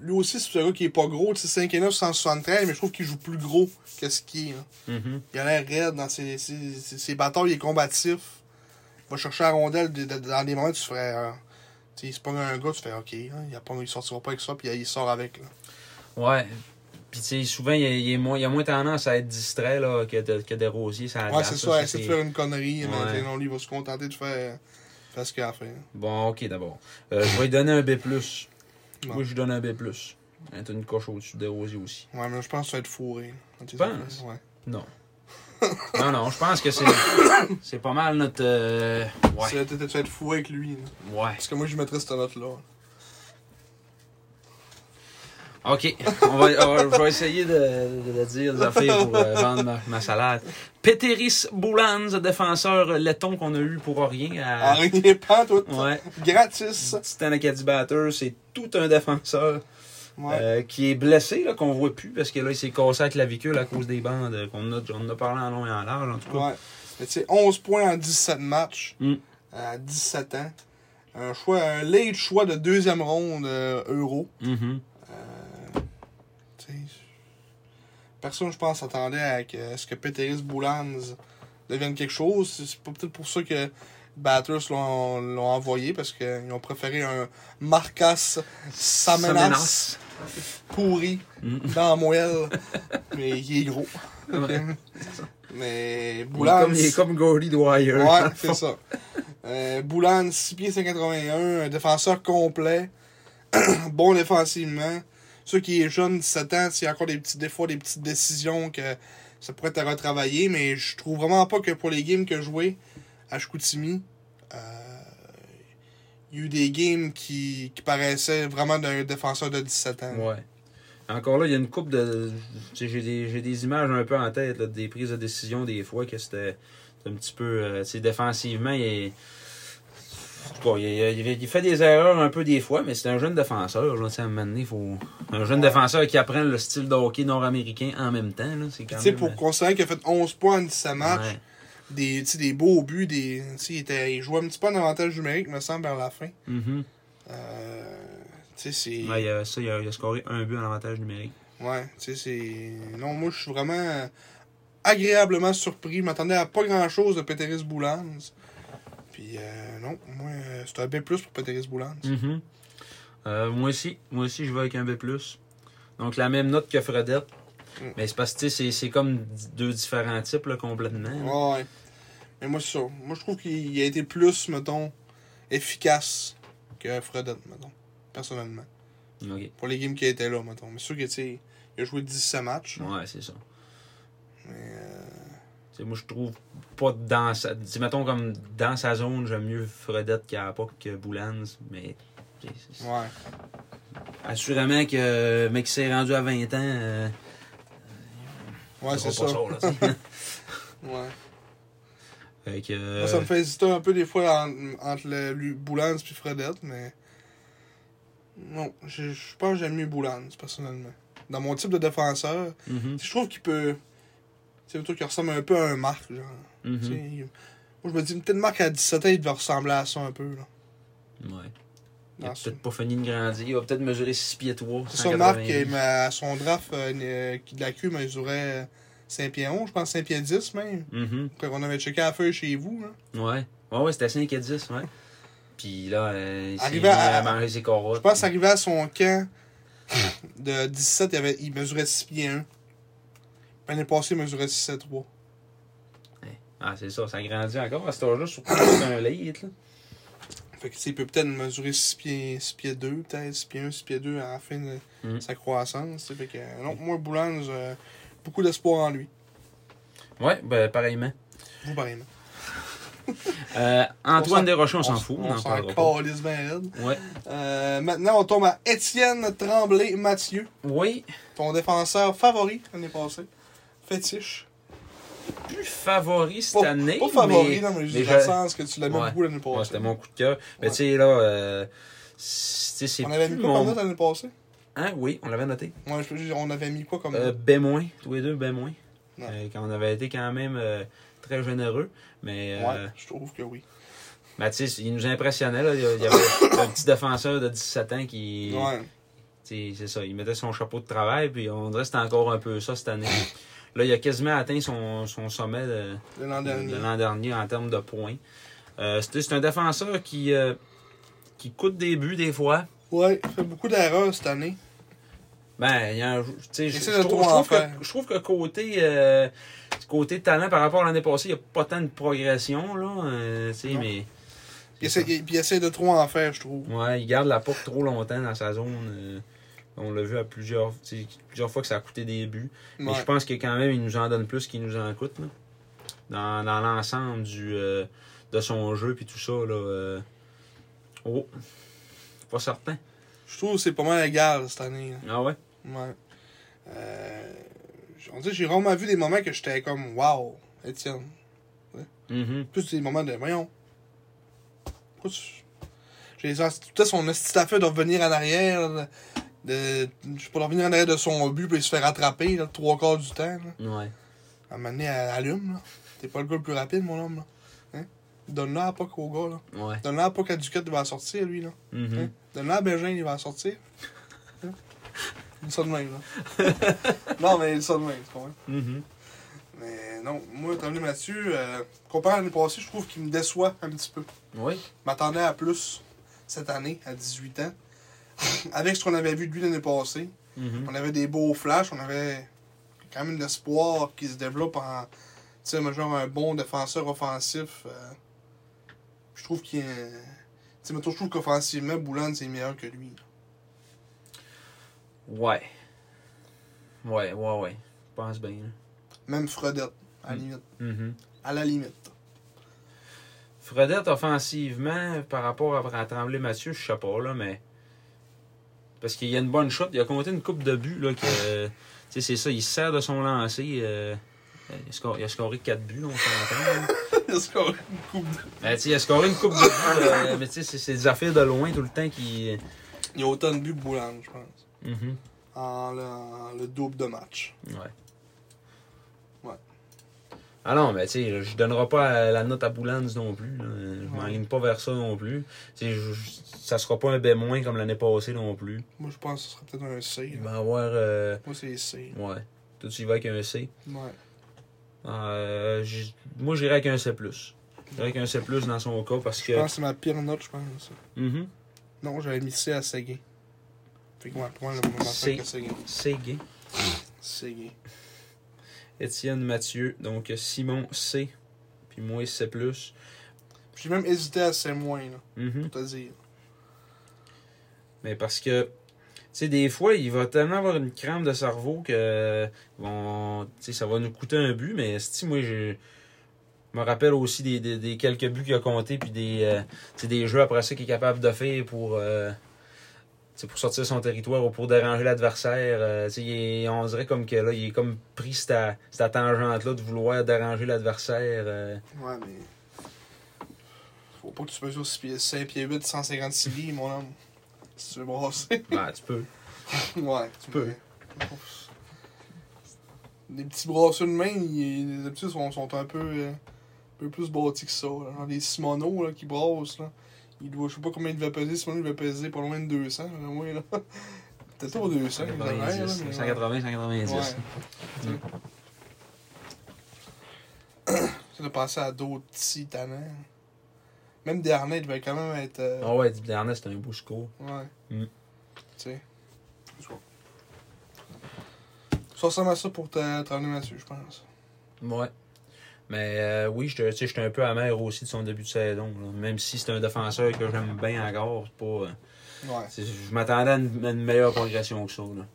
Speaker 2: lui aussi, c'est un gars qui est pas gros. Tu sais, 5 et 9, 173, mais je trouve qu'il joue plus gros que ce qu'il est. hein.
Speaker 1: Mhm.
Speaker 2: Il a l'air raide dans ses, ses, ses- ses batailles, il est combatif. Il va chercher la rondelle de- de- dans des moments où tu ferais. euh, tu sais, il se pogne un gars, tu fais OK, hein, il, a pas, il sortira pas avec ça, puis il sort avec. Là.
Speaker 1: Ouais. Puis, tu sais, souvent, il y a, il y a moins, il y a moins tendance à être distrait là, que, de, que des rosiers. Ça
Speaker 2: Ouais, c'est ça, essayer de faire une connerie,
Speaker 1: Ouais.
Speaker 2: mais non, lui, il va se contenter de faire, faire ce qu'il a à faire.
Speaker 1: Bon, ok, d'abord. Euh, je vais lui donner un B.
Speaker 2: Bon.
Speaker 1: Oui, je lui donne un B. Elle est une coche au-dessus des rosiers aussi.
Speaker 2: Ouais, mais je pense que ça va être fourré. Tu
Speaker 1: penses?
Speaker 2: Ouais.
Speaker 1: Non. non, non, je pense que c'est c'est pas mal notre. euh,
Speaker 2: Ça
Speaker 1: ouais.
Speaker 2: va peut-être être fourré avec lui. là.
Speaker 1: Ouais.
Speaker 2: Parce que moi, je mettrais cette note-là.
Speaker 1: Ok. On va, on va- je vais essayer de, de- de dire des affaires pour euh, vendre ma, ma salade. Peteris Boulans, défenseur laiton qu'on a eu pour rien
Speaker 2: En
Speaker 1: à.
Speaker 2: rien pas, toi.
Speaker 1: Ouais.
Speaker 2: Gratis.
Speaker 1: Titan Acadie Batter, c'est tout un défenseur.
Speaker 2: Ouais.
Speaker 1: euh, qui est blessé, là, qu'on voit plus, parce que là, il s'est cassé avec la clavicule à cause des bandes euh, qu'on a, on en a parlé en long et en large, en tout cas.
Speaker 2: Ouais. Mais tu sais, 11 points en 17 matchs,
Speaker 1: Mm.
Speaker 2: à 17 ans. Un choix, un late choix de deuxième ronde euh, euro.
Speaker 1: Mhm.
Speaker 2: Tu sais, Personne, je pense, s'attendait à, que- à ce que Peteris Boulans devienne quelque chose. C'est- C'est pas peut-être pour ça que Batters l'ont l'ont envoyé, parce qu'ils ont préféré un Marcas Samenas
Speaker 1: menace.
Speaker 2: pourri
Speaker 1: Mm.
Speaker 2: dans Moelle. mais il est gros.
Speaker 1: Ouais.
Speaker 2: Mais
Speaker 1: Il est
Speaker 2: Boulans.
Speaker 1: comme, il est comme Gordy Dwyer.
Speaker 2: Ouais, c'est ça. Euh, Boulan, 6 pieds 181, un défenseur complet, bon défensivement. Ceux qui est jeune, 17 ans, s'il y a encore des petits défauts, des petites décisions que ça pourrait être à retravailler, mais je trouve vraiment pas que pour les games que joué à Chicoutimi, euh, il y a eu des games qui, qui paraissaient vraiment d'un défenseur de 17 ans.
Speaker 1: Ouais. Encore là, il y a une coupe de. tu sais, J'ai des, j'ai des images un peu en tête, là, des prises de décision des fois que c'était c'était un petit peu. euh, tu sais, défensivement, il est. en tout cas, il, il- il fait des erreurs un peu des fois, mais c'est un jeune défenseur. Là, tu sais, à un moment donné, faut... Un jeune défenseur qui apprend le style de hockey nord-américain en même temps. là, C'est quand
Speaker 2: Tu sais,
Speaker 1: même,
Speaker 2: pour
Speaker 1: euh,
Speaker 2: considérer qu'il a fait 11 points en 17 matchs,
Speaker 1: ouais.
Speaker 2: des, tu sais, des beaux buts, des, tu sais, il, était, il jouait un petit peu en avantage numérique, me semble, vers la fin.
Speaker 1: Mhm.
Speaker 2: Euh, tu sais, c'est.
Speaker 1: Ouais, il a, ça, il a, il a scoré un but en avantage numérique.
Speaker 2: Ouais, tu sais, c'est. Non, moi, je suis vraiment agréablement surpris. Je m'attendais à pas grand-chose de Peteris Boulans. Puis, euh, non, moi, euh, c'est un B pour Peteris Boulans.
Speaker 1: Mhm. Euh, moi aussi, moi aussi, je vais avec un B+. Donc la même note que Fredette.
Speaker 2: Mm.
Speaker 1: Mais c'est parce que tu sais, c'est c'est comme d- deux différents types là, complètement. là.
Speaker 2: Ouais. Mais moi, c'est ça. Moi, je trouve qu'il a été plus, mettons, efficace que Fredette, mettons, personnellement.
Speaker 1: Ok.
Speaker 2: Pour les games qui étaient là, mettons. Mais c'est sûr que, tu sais, il a joué 17 matchs.
Speaker 1: Ouais, c'est ça.
Speaker 2: Mais, euh,
Speaker 1: Tu sais, moi je trouve pas dans sa. tu sais, mettons comme dans sa zone, j'aime mieux Fredette qu'à pas que Boulans, mais. tu sais, c'est-
Speaker 2: ouais.
Speaker 1: Assurément que mec qui s'est rendu à 20 ans, euh,
Speaker 2: Ouais,
Speaker 1: il fera
Speaker 2: c'est ça.
Speaker 1: pas
Speaker 2: Ouais.
Speaker 1: là, tu sais. Fait que,
Speaker 2: Moi, ça me fait hésiter un peu des fois en- entre le, lui- Boulans et Fredette, mais. Non, je, je pense que j'aime mieux Boulans, personnellement. Dans mon type de défenseur,
Speaker 1: Mhm,
Speaker 2: je trouve qu'il peut. C'est un truc qui ressemble un peu à un Marc, genre.
Speaker 1: mhm.
Speaker 2: Tu sais, il- Moi, je me dis, peut-être Marc à 17 ans, il devait ressembler à ça un peu, là.
Speaker 1: Ouais. Il a
Speaker 2: Dans ce-
Speaker 1: peut-être pas fini de grandir. Il va peut-être mesurer 6 pieds 3.
Speaker 2: Ah, C'est ça, Marc, il m'a- à son draft euh, euh, de la Q, il mesurait 5 pieds 11, je pense 5 pieds 10 même. Après qu'on avait checké à la feuille chez vous, là.
Speaker 1: Mhm, Ouais. Ouais, ouais, c'était 5 et 10, ouais. Puis là, euh, il s'est mis
Speaker 2: Arrivé à-
Speaker 1: à manger ses carottes.
Speaker 2: Je pense arrivé à son camp de 17, il, avait, il mesurait 6 pieds 1. L'année passée, il mesurait 6 3.
Speaker 1: Ah, c'est ça, ça grandit encore à cet âge-là, surtout que c'est un late, là.
Speaker 2: Fait que, tu sais, il peut peut-être mesurer 6 pieds, 6 pieds 2, peut-être 6 pieds 1, 6 pieds 2 à la fin de
Speaker 1: Mm.
Speaker 2: sa croissance. tu sais. Fait que, euh, non, moi, Boulan, j'ai beaucoup d'espoir en lui.
Speaker 1: Ouais, ben, pareillement.
Speaker 2: Vous, pareillement.
Speaker 1: Euh, Antoine
Speaker 2: s'en-
Speaker 1: Desrochers, on s'en fout, on
Speaker 2: On
Speaker 1: en
Speaker 2: s'en
Speaker 1: parlera pas.
Speaker 2: calisse bien raide.
Speaker 1: Ouais.
Speaker 2: Euh, maintenant, on tombe à Étienne Tremblay-Mathieu,
Speaker 1: Oui,
Speaker 2: ton défenseur favori l'année passée. Fétiche.
Speaker 1: plus favori cette
Speaker 2: Pas,
Speaker 1: année.
Speaker 2: pas favori,
Speaker 1: mais-
Speaker 2: non, mais
Speaker 1: mais
Speaker 2: juste
Speaker 1: je-
Speaker 2: dans le sens que tu l'aimais
Speaker 1: Ouais.
Speaker 2: beaucoup l'année
Speaker 1: Ouais,
Speaker 2: passée.
Speaker 1: c'était mon coup de cœur. Mais
Speaker 2: Ouais.
Speaker 1: tu sais, là, euh, c'est c'est
Speaker 2: On avait
Speaker 1: plus
Speaker 2: mis quoi comme
Speaker 1: mon-
Speaker 2: note l'année passée?
Speaker 1: Hein, oui, on l'avait noté.
Speaker 2: Moi, je peux juste- on avait mis quoi comme
Speaker 1: Euh,
Speaker 2: note?
Speaker 1: ben moins, tous les deux, ben moins.
Speaker 2: Ouais.
Speaker 1: Euh, quand on avait été quand même euh, très généreux. Mais euh,
Speaker 2: Ouais, je trouve que oui.
Speaker 1: Mathis, il nous impressionnait. Là. Il y a- il y avait un petit défenseur de 17 ans qui.
Speaker 2: Ouais.
Speaker 1: tu sais, C'est ça, il mettait son chapeau de travail, puis on dirait que c'était encore un peu ça cette année. Là, il a quasiment atteint son, son sommet de,
Speaker 2: De l'an
Speaker 1: de
Speaker 2: dernier.
Speaker 1: l'an dernier en termes de points. Euh, c'est c'est un défenseur qui, euh, qui coûte des buts des fois.
Speaker 2: Ouais, il fait beaucoup d'erreurs cette année.
Speaker 1: Ben, il y a un- tu sais, je,
Speaker 2: Essaie
Speaker 1: je
Speaker 2: de
Speaker 1: trouve,
Speaker 2: trop
Speaker 1: je
Speaker 2: en
Speaker 1: trouve
Speaker 2: faire.
Speaker 1: que, je trouve que côté, euh, côté talent par rapport à l'année passée, il n'y a pas tant de progression. Là, euh, tu sais,
Speaker 2: Non.
Speaker 1: mais,
Speaker 2: Il essaie, il- puis il essaie de trop en faire, je trouve.
Speaker 1: Ouais, il garde la porte trop longtemps dans sa zone. euh, on l'a vu à plusieurs, tu sais, plusieurs fois que ça a coûté des buts. Mais
Speaker 2: Ouais.
Speaker 1: je pense que quand même, il nous en donne plus qu'il nous en coûte. là. Dans, dans l'ensemble du euh, de son jeu puis tout ça. Là, euh, Oh, pas certain.
Speaker 2: Je trouve que c'est pas mal égal cette année. hein.
Speaker 1: Ah ouais?
Speaker 2: Ouais. Euh, on dirait que j'ai vraiment vu des moments que j'étais comme, wow, Étienne.
Speaker 1: Mhm.
Speaker 2: Plus des moments de, voyons. Pourquoi tu. J'ai les sens- tout à son esti d'affaire de revenir en arrière. là. de, je sais pas, de revenir en arrière de son but puis se faire attraper là, trois quarts du temps. Là.
Speaker 1: Ouais.
Speaker 2: À un moment donné, elle allume. là. T'es pas le gars le plus rapide, mon homme. Là. Hein? Donne-le à Puck au gars. Là.
Speaker 1: Ouais.
Speaker 2: Donne-le à Puck à Duquette, il va la sortir, lui. Là.
Speaker 1: Mhm.
Speaker 2: Hein? Donne-le à Bégin, il va la sortir. Hein? Dis ça de même. Là. non, mais dis ça de même, c'est pas vrai.
Speaker 1: Mhm.
Speaker 2: Mais non, moi, étant donné Mathieu, euh, comparé à l'année passée, je trouve qu'il me déçoit un petit peu.
Speaker 1: Oui.
Speaker 2: Je m'attendais à plus cette année, à 18 ans. Avec ce qu'on avait vu de lui l'année passée,
Speaker 1: Mhm.
Speaker 2: on avait des beaux flashs, on avait quand même l'espoir qui se développe en. Tu sais, mais genre un bon défenseur offensif. euh, je trouve qu'il. est- Tu sais, mettons, je trouve qu'offensivement, Boulan, c'est meilleur que lui.
Speaker 1: Ouais. Ouais, ouais, ouais. Je pense bien. là.
Speaker 2: Même Fredette, à la
Speaker 1: Mm.
Speaker 2: limite.
Speaker 1: Mhm.
Speaker 2: À la limite.
Speaker 1: Fredette, offensivement, par rapport à, à Tremblay Mathieu, je sais pas, là, mais. Parce qu'il y a une bonne shot. Il a compté une coupe de buts, là, que. euh, Tu sais, c'est ça, il se sert de son lancer. euh, il, a scoré, il a scoré 4 buts, on s'entend. là.
Speaker 2: Est-ce qu'on a une coupe de-
Speaker 1: Mais tu sais, il a scoré une coupe de buts, euh, mais tu sais, c'est- c'est des affaires de loin tout le temps qui.
Speaker 2: Il y a autant de buts que Boulan, je pense.
Speaker 1: Mhm.
Speaker 2: En le, en le double de match.
Speaker 1: Ouais.
Speaker 2: Ouais.
Speaker 1: Ah non, mais tu sais, je donnerai pas la note à Boulans non plus. là. Je m'enligne pas vers ça non plus. Tu sais, je- je- ça sera pas un B- moins comme l'année passée non plus.
Speaker 2: Moi, je pense que ce serait peut-être un C.
Speaker 1: Il
Speaker 2: là.
Speaker 1: va avoir. euh,
Speaker 2: Moi, c'est C.
Speaker 1: ouais. Tout tu y vas avec un C.
Speaker 2: Ouais.
Speaker 1: Euh, j- moi, j'irai avec un C. J'irai avec un C dans son cas parce que.
Speaker 2: Je pense que c'est ma pire note, je pense.
Speaker 1: Mhm.
Speaker 2: Non, j'avais mis C à Seguin. Fait que ouais, pour moi, le moment
Speaker 1: C.
Speaker 2: que Seguin.
Speaker 1: C'est gay.
Speaker 2: Seguin.
Speaker 1: Étienne Mathieu. Donc Simon C. Puis moi C.
Speaker 2: J'ai même hésité à C moins, là,
Speaker 1: Mhm.
Speaker 2: pour te dire.
Speaker 1: Mais parce que, tu sais, des fois, il va tellement avoir une crème de cerveau que bon, tu sais, ça va nous coûter un but, mais si moi, je je me rappelle aussi des, des, des quelques buts qu'il a comptés, puis des, euh, tu sais, des jeux après ça qu'il est capable de faire pour, euh, tu sais, pour sortir son territoire ou pour déranger l'adversaire. Euh, tu sais, il est- on dirait comme que là, il est comme pris cette, cette tangente-là de vouloir déranger l'adversaire. euh.
Speaker 2: Ouais, mais. Faut pas que tu mesures 6 pieds, 5 pieds 8, 156 livres, mon homme. Si tu veux brasser.
Speaker 1: Ben, tu peux.
Speaker 2: ouais, tu
Speaker 1: peux.
Speaker 2: Les petits brasseurs de main, ils- les habitudes sont, sont un peu, euh, un peu plus bâtis que ça. Là. Genre les Simono là, qui brassent. Là. Il doit, je sais pas combien il devait peser. Simono, il devait peser pas loin de 200. Là, au moins, là. Peut-être pas 200. il devait être, là,
Speaker 1: 190,
Speaker 2: mais-
Speaker 1: 180, 190.
Speaker 2: Ouais. Tu de passer à d'autres petits talents. Même Darnay devait quand même être. euh,
Speaker 1: Ah ouais, Deep Darnay, c'est un beau score.
Speaker 2: Ouais.
Speaker 1: Mm.
Speaker 2: Tu sais. Ça ressemble à ça pour te t'emmener Mathieu, je pense.
Speaker 1: Ouais. Mais euh, oui, j'étais tu sais, j'étais un peu amer aussi de son début de saison. là. Même si c'est un défenseur que j'aime bien encore, c'est pas. euh,
Speaker 2: Ouais.
Speaker 1: c'est- je m'attendais à une, à une meilleure progression que ça. là.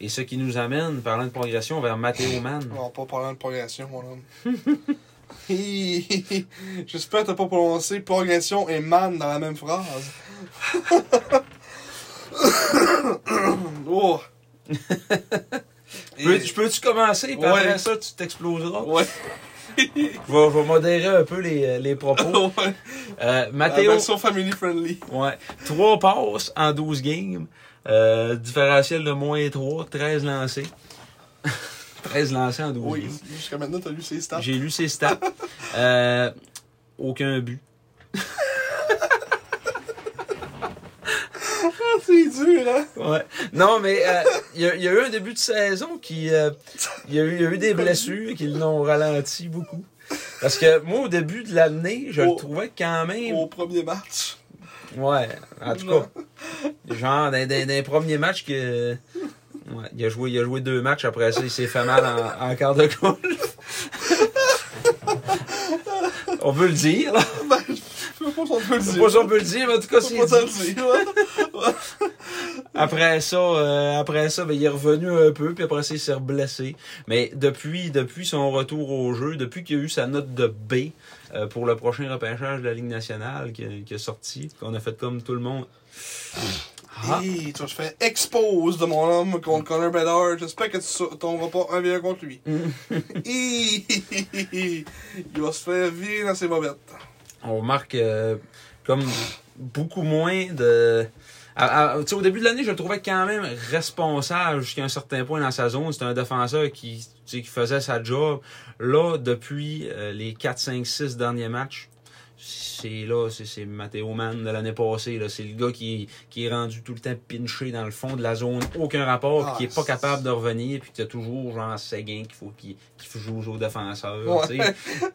Speaker 1: Et ce qui nous amène, parlant de progression, vers Matteo Mann.
Speaker 2: On va pas parler de progression, mon homme. Hi, hi, hi. J'espère que t'as pas prononcé progression et man dans la même phrase. oh.
Speaker 1: Peux- tu- Peux-tu commencer? Puis après
Speaker 2: Ouais.
Speaker 1: ça, tu t'exploseras.
Speaker 2: Ouais.
Speaker 1: Je vais, je vais modérer un peu les, euh, les propos.
Speaker 2: ouais.
Speaker 1: Euh,
Speaker 2: La
Speaker 1: Matteo,
Speaker 2: version family friendly.
Speaker 1: ouais. 3 passes en 12 games. Euh, différentiel de moins 3, 13 lancés. 13 lancés en 12
Speaker 2: Oui,
Speaker 1: games.
Speaker 2: jusqu'à maintenant, t'as lu ses stats.
Speaker 1: J'ai lu ses stats. Euh, aucun but.
Speaker 2: C'est dur, hein?
Speaker 1: Ouais. Non, mais euh, il y, a- il y a eu un début de saison qui. euh, Il y, a eu- il y a eu des blessures qui l'ont ralenti beaucoup. Parce que moi, au début de l'année, je
Speaker 2: Oh.
Speaker 1: le trouvais quand même.
Speaker 2: Au premier match.
Speaker 1: Ouais, en tout cas. Genre, d'un d'un- d'un premier match que. Ouais, il a joué, il a joué deux matchs après ça, il s'est fait mal en, en quart de golf. On veut le dire, là.
Speaker 2: ben, je peux pas s'en peut le
Speaker 1: Je
Speaker 2: dire.
Speaker 1: sais pas si on peut le dire, mais en tout cas,
Speaker 2: Je
Speaker 1: c'est.
Speaker 2: peux pas s'en
Speaker 1: dit.
Speaker 2: dire, ouais.
Speaker 1: Après ça, euh, après ça, ben, il est revenu un peu, puis après ça, il s'est blessé. Mais depuis, depuis son retour au jeu, depuis qu'il a eu sa note de B euh, pour le prochain repêchage de la Ligue nationale qui, a- qui a sorti, qu'on a fait comme tout le monde. Ah,
Speaker 2: Hey, toi, je fais expose de mon homme contre Connor Bedard. J'espère que tu so- tomberas pas un v contre lui. Hi, hi, hi, hi. Il va se faire virer dans ses bobettes.
Speaker 1: on remarque euh, comme beaucoup moins de à- à- tu sais, au début de l'année, je le trouvais quand même responsable jusqu'à un certain point dans sa zone. C'était un défenseur qui, tu sais, qui faisait sa job. Là, depuis euh, les 4, 5, 6 derniers matchs, c'est là, c'est- c'est Matteo Mann de l'année passée. là. C'est le gars qui, qui est rendu tout le temps pinché dans le fond de la zone, aucun rapport,
Speaker 2: Ah,
Speaker 1: puis qui est pas
Speaker 2: c'est-
Speaker 1: capable de revenir, puis qui a toujours genre Seguin qu'il faut qu'il qu'il joue aux défenseurs.
Speaker 2: Ouais.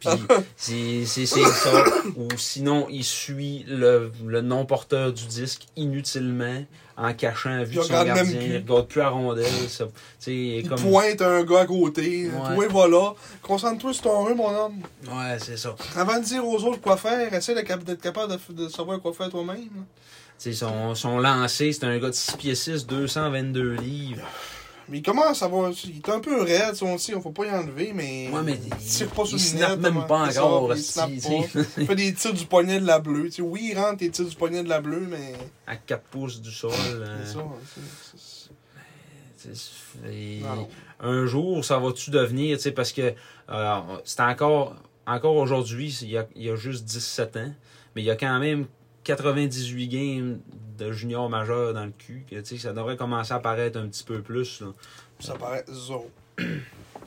Speaker 1: tu sais. Puis c'est- c'est c'est ça. Ou sinon, il suit le, le non-porteur du disque inutilement en cachant la vue
Speaker 2: Il
Speaker 1: de son
Speaker 2: regarde
Speaker 1: gardien.
Speaker 2: même plus.
Speaker 1: Il regarde plus à rondelle. Ça, tu sais, il est
Speaker 2: Il
Speaker 1: comme...
Speaker 2: pointe un gars à côté.
Speaker 1: Ouais.
Speaker 2: Toi, voilà. Concentre-toi sur ton rue, mon homme.
Speaker 1: Ouais, c'est ça.
Speaker 2: Avant de dire aux autres quoi faire, essaie de cap- d'être capable de, f- de savoir quoi faire toi-même.
Speaker 1: Tu sais, son, son lancé, c'est un gars de 6 pieds 6, 222 livres.
Speaker 2: Mais il commence à avoir. Il est un peu raide, son aussi, on faut pas y enlever, mais.
Speaker 1: Ouais, mais il-
Speaker 2: tire pas
Speaker 1: il
Speaker 2: sur le
Speaker 1: snappe
Speaker 2: net,
Speaker 1: même
Speaker 2: hein.
Speaker 1: pas
Speaker 2: C'est ça,
Speaker 1: encore,
Speaker 2: Il
Speaker 1: hostie,
Speaker 2: snappe
Speaker 1: tu
Speaker 2: pas. Il fait des tirs du poignet de la bleue. Tu sais, oui, il rentre des tirs du poignet de la bleue, mais.
Speaker 1: À 4 pouces du sol. euh,
Speaker 2: C'est ça. c'est- c'est-
Speaker 1: tu sais, et-
Speaker 2: non, non.
Speaker 1: un jour, ça va-tu devenir, tu sais, parce que euh, c'est encore, encore aujourd'hui, il y, a, il y a juste 17 ans, mais il y a quand même 98 games de junior majeur dans le cul, que, tu sais, ça devrait commencer à apparaître un petit peu plus. là.
Speaker 2: Ça paraît zéro.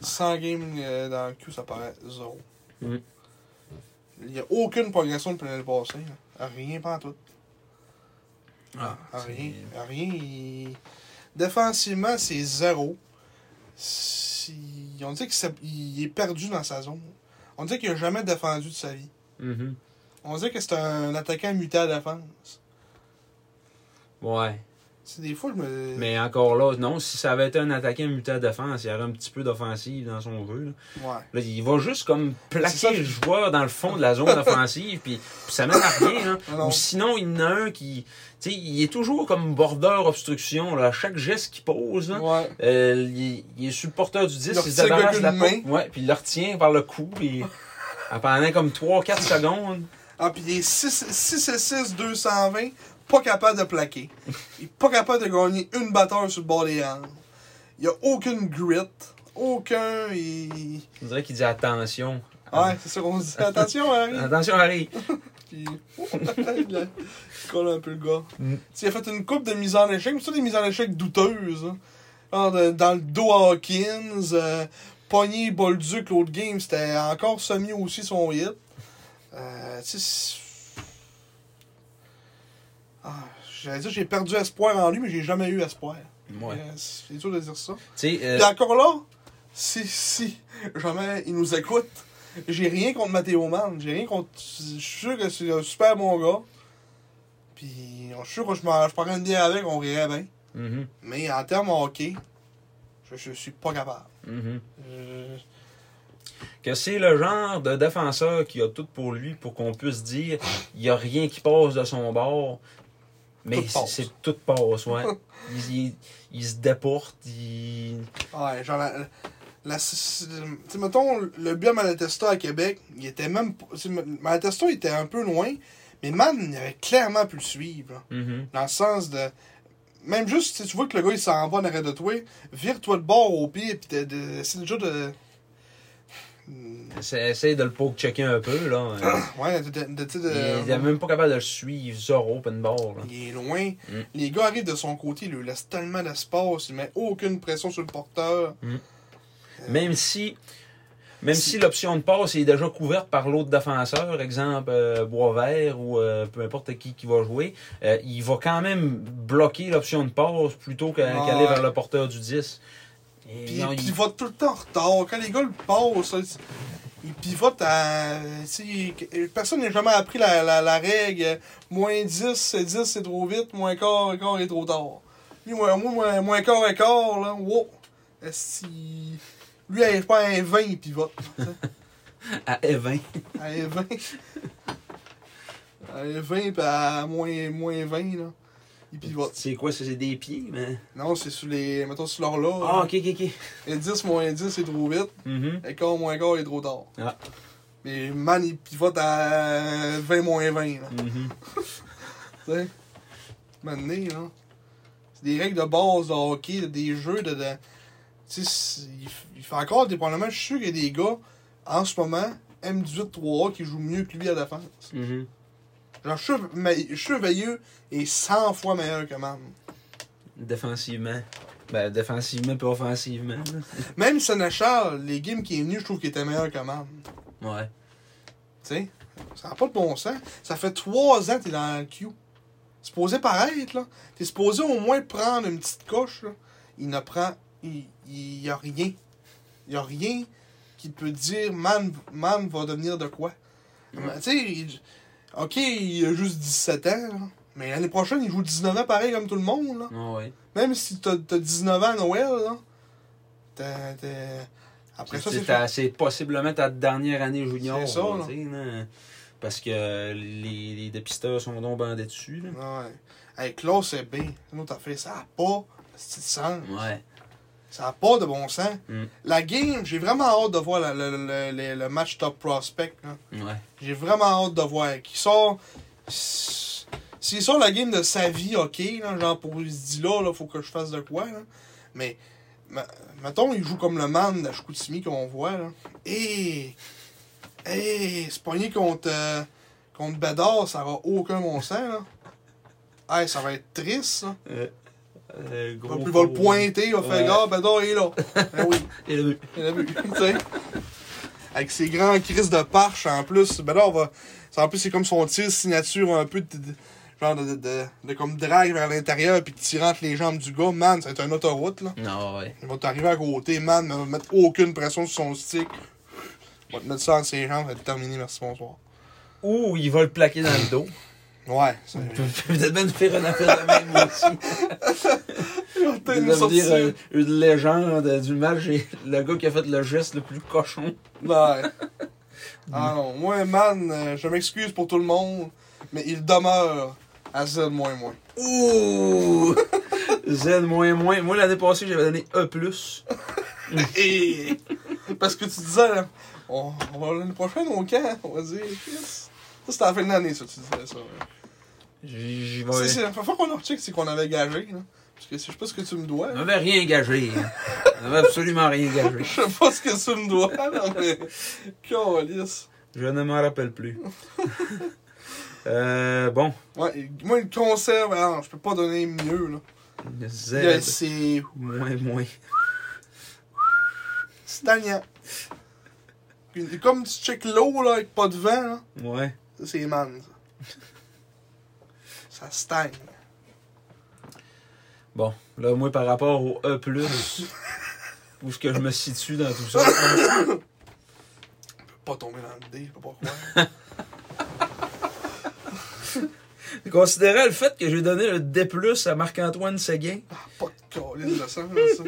Speaker 2: 100 games euh, dans le cul, ça paraît zéro.
Speaker 1: Mm.
Speaker 2: Il n'y a aucune progression depuis l'année passée. là. Rien, pas en tout. À
Speaker 1: c'est-
Speaker 2: ah, rien. à rien. il- Défensivement, c'est zéro. Si- On dit qu'il est perdu dans sa zone. On dit qu'il n'a jamais défendu de sa vie.
Speaker 1: Mhm.
Speaker 2: On dit que c'est un attaquant muté à la défense.
Speaker 1: Ouais.
Speaker 2: C'est des fois, je me.
Speaker 1: Mais encore là, non, si ça avait été un attaquant muté à défense, il y aurait un petit peu d'offensive dans son jeu. là.
Speaker 2: Ouais.
Speaker 1: Là, il va juste comme plaquer
Speaker 2: C'est ça.
Speaker 1: le joueur dans le fond de la zone offensive, puis, puis ça mène à rien. hein.
Speaker 2: Non, Ah non.
Speaker 1: Ou sinon, il y en a un qui. Tu sais, il est toujours comme border obstruction. Là. À Chaque geste qu'il pose, là,
Speaker 2: Ouais.
Speaker 1: euh, il, il est sur le porteur du 10,
Speaker 2: Il
Speaker 1: il se
Speaker 2: retient le
Speaker 1: débarrasse
Speaker 2: gars
Speaker 1: de la
Speaker 2: d'une
Speaker 1: peau. Ouais, puis il le retient par le cou, puis en pendant comme 3-4 secondes.
Speaker 2: Ah, puis il est 6, 6 et 6, 220, pas capable de plaquer. Il est pas capable de gagner une batteur sur le bord des hanches. Il n'y a aucune grit. Aucun. il-
Speaker 1: On dirait qu'il dit attention.
Speaker 2: Ouais, c'est ça qu'on se dit. Attention, Harry.
Speaker 1: Attention, Harry.
Speaker 2: Puis. il a- il colle un peu le gars.
Speaker 1: Mm.
Speaker 2: Tu sais, Il a fait une coupe de mise en échec, mais c'est ça des mises en échec douteuses. hein. Genre de- dans le dos à Hawkins, euh, Pogné, Bolduc, l'autre game, c'était encore semi aussi son hit. Euh, tu sais, c'est- ah, J'allais dire, j'ai perdu espoir en lui, mais j'ai jamais eu espoir.
Speaker 1: Ouais.
Speaker 2: Euh, c'est dur de dire ça.
Speaker 1: Tu sais, euh,
Speaker 2: Puis encore là, si, si jamais il nous écoute, j'ai rien contre Matteo Mann. J'ai rien contre. Je suis sûr que c'est un super bon gars. Puis, je suis sûr que je, m'en- je prendrais une bière avec, on rirait bien.
Speaker 1: mhm,
Speaker 2: Mais en termes hockey, je, je suis pas capable. Euh,
Speaker 1: mhm.
Speaker 2: Je-
Speaker 1: que c'est le genre de défenseur qui a tout pour lui pour qu'on puisse dire il n'y a rien qui passe de son bord. Mais
Speaker 2: Tout
Speaker 1: c'est
Speaker 2: passe.
Speaker 1: c'est tout passe, ouais. il, il- il se déporte, il.
Speaker 2: Ouais, genre, la, la- tu sais, mettons, le but à Malatesta à Québec, il était même. pas- tu sais, Malatesta était un peu loin, mais Mann, il avait clairement pu le suivre. là.
Speaker 1: Mhm.
Speaker 2: Dans le sens de. Même juste, si tu vois que le gars il s'en va en arrêt de toi, vire-toi le bord au pied, puis t'es- de- essaie déjà de. Hmm,
Speaker 1: Essaie- Essaye de le poke-checker un peu, là.
Speaker 2: Ouais, de. de, de- tu sais,
Speaker 1: il
Speaker 2: de-
Speaker 1: il est même pas capable de le suivre, Zorro, open ball. là.
Speaker 2: il est loin.
Speaker 1: Hmm.
Speaker 2: Les gars arrivent de son côté, il lui laisse tellement d'espace, il met aucune pression sur le porteur.
Speaker 1: Même si. Même
Speaker 2: Si-
Speaker 1: si l'option de passe est déjà couverte par l'autre défenseur, exemple euh, Boisvert ou euh, peu importe qui qui va jouer, euh, il va quand même bloquer l'option de passe plutôt qu'à-
Speaker 2: Ouais.
Speaker 1: qu'aller vers le porteur du 10. Et
Speaker 2: Puis
Speaker 1: non,
Speaker 2: il
Speaker 1: il-
Speaker 2: pivote tout le temps en retard. Quand les gars le passent, là, il pivote à. tu sais, Personne n'a jamais appris la, la, la règle. Moins 10, c'est 10, c'est trop vite. Moins quart, quart est trop tard. Lui, moins, moins, moins quart, et quart, là. Wow! Si. Lui, il pas à 20, il pivote.
Speaker 1: à Evin.
Speaker 2: À 20. À 20 pis à moins, moins 20, là. Il pivote.
Speaker 1: C'est quoi ça? C'est des pieds, mais.
Speaker 2: Non, c'est sur les. Mettons sur l'horloge.
Speaker 1: Ah, ok, ok, ok.
Speaker 2: Et 10, moins 10, c'est trop vite.
Speaker 1: Mhm.
Speaker 2: Et quart moins quart est trop tard.
Speaker 1: Ah.
Speaker 2: Mais man, il pivote à 20 moins 20. Là.
Speaker 1: Mhm.
Speaker 2: Tu sais? Maintenant, là. C'est des règles de base de hockey, des jeux de. de- tu sais, c'est- il, f- il fait encore des problèmes. Je suis sûr qu'il y a des gars, en ce moment, M18-3A, qui jouent mieux que lui à la défense.
Speaker 1: Mhm.
Speaker 2: Genre, Cheve- mais- Chevalier est 100 fois meilleur que Mam.
Speaker 1: Défensivement. Ben, défensivement puis offensivement.
Speaker 2: Même Sénéchal, les games qui est venu, je trouve qu'il était meilleur que Mam.
Speaker 1: Ouais.
Speaker 2: Tu sais, ça n'a pas de bon sens. Ça fait trois ans que t'es dans le queue. T'es supposé paraître, là. T'es supposé au moins prendre une petite coche, là. Il ne prend... Il n'y a rien. Il n'y a rien qui peut dire « Man man va devenir de quoi? Mais Tu sais, il- OK, il a juste 17 ans, là. Mais l'année prochaine, il joue 19 ans pareil comme tout le monde, là.
Speaker 1: Ouais, ouais.
Speaker 2: Même si t'as t'as 19 ans à Noël, là, t'as- t'as- Après ça,
Speaker 1: C'est
Speaker 2: c'est...
Speaker 1: ta- c'est possiblement ta dernière année junior.
Speaker 2: C'est ça, là.
Speaker 1: tu sais, non? hein. Parce que les, les dépisteurs sont donc bandés dessus. Là.
Speaker 2: Ouais. Hey, Klaus et B, c'est une autre affaire. Ça n'a pas de sens.
Speaker 1: Ouais.
Speaker 2: Ça n'a pas de bon sens.
Speaker 1: Mm.
Speaker 2: La game, j'ai vraiment hâte de voir la- le, le- le- le match top prospect. là.
Speaker 1: Ouais.
Speaker 2: J'ai vraiment hâte de voir. Qui sort. S'il sort la game de sa vie, ok, là, genre pour il se dit là, là, faut que je fasse de quoi. Là. Mais, ma- mettons, il joue comme le man de Chicoutimi qu'on voit. Là. Et. Et. Se pogner contre. euh, contre Bédard, ça va aucun bon sens. Là. Hey, ça va être triste. Là.
Speaker 1: Euh, gros
Speaker 2: Puis il va le
Speaker 1: coup.
Speaker 2: pointer, il va faire
Speaker 1: Ouais.
Speaker 2: gars, Bédard est là. Ben oui.
Speaker 1: Et le-
Speaker 2: Il a vu, tu sais. Avec ses grands crises de parche en plus. Ben là, on va. ça, En plus, c'est comme son tir signature un peu de. de- genre de, de, de- de comme drague vers l'intérieur puis de tirer entre les jambes du gars. Man, c'est une autoroute, là.
Speaker 1: Non, ouais.
Speaker 2: Il va t'arriver à côté, man, ne va mettre aucune pression sur son stick. Il va te mettre ça entre ses jambes, ça va être terminé, merci, bonsoir.
Speaker 1: Ou il va le plaquer dans le dos.
Speaker 2: Ouais, c'est.
Speaker 1: Peut-être même faire une affaire de même aussi.
Speaker 2: T'as
Speaker 1: Il
Speaker 2: une
Speaker 1: va
Speaker 2: sortie.
Speaker 1: dire euh, une légende euh, du match. et Le gars qui a fait le geste le plus cochon.
Speaker 2: Ouais. Ah non, moi, man, euh, je m'excuse pour tout le monde, mais il demeure à Z moins moins.
Speaker 1: Ouh! Z moins moins. Moi, l'année passée, j'avais donné E.
Speaker 2: Et- Parce que tu disais, là, on, on va l'année prochaine au camp, on va dire, Chris. Ça, c'était à la fin de l'année, ça, tu disais ça. là.
Speaker 1: J'y j'y
Speaker 2: C'est- C'est
Speaker 1: vais.
Speaker 2: la première fois qu'on a recheck, c'est qu'on avait gagé, là. Parce que je sais pas ce que tu me dois.
Speaker 1: On
Speaker 2: là.
Speaker 1: n'avait rien gagé. hein. On n'avait absolument rien gagé.
Speaker 2: Je sais pas ce que tu me dois, là, mais. Câlisse.
Speaker 1: Je ne m'en rappelle plus. Euh, bon.
Speaker 2: Ouais, et- moi, il conserve, ah, non, je peux pas donner mieux, là.
Speaker 1: Z
Speaker 2: Il y a- C'est
Speaker 1: moins moins.
Speaker 2: stagnant. Puis, Comme tu check l'eau, là, avec pas de vent, là.
Speaker 1: Ouais.
Speaker 2: Ça, c'est man, ça. Ça stagne.
Speaker 1: Bon. Là, moi, par rapport au E, où est-ce que je me situe dans tout ça?
Speaker 2: Pas tomber dans le dé, je peux pas croire.
Speaker 1: Considérant le fait que j'ai donné le D à Marc-Antoine Seguin,
Speaker 2: Pas de câlisse de sang, là, ça.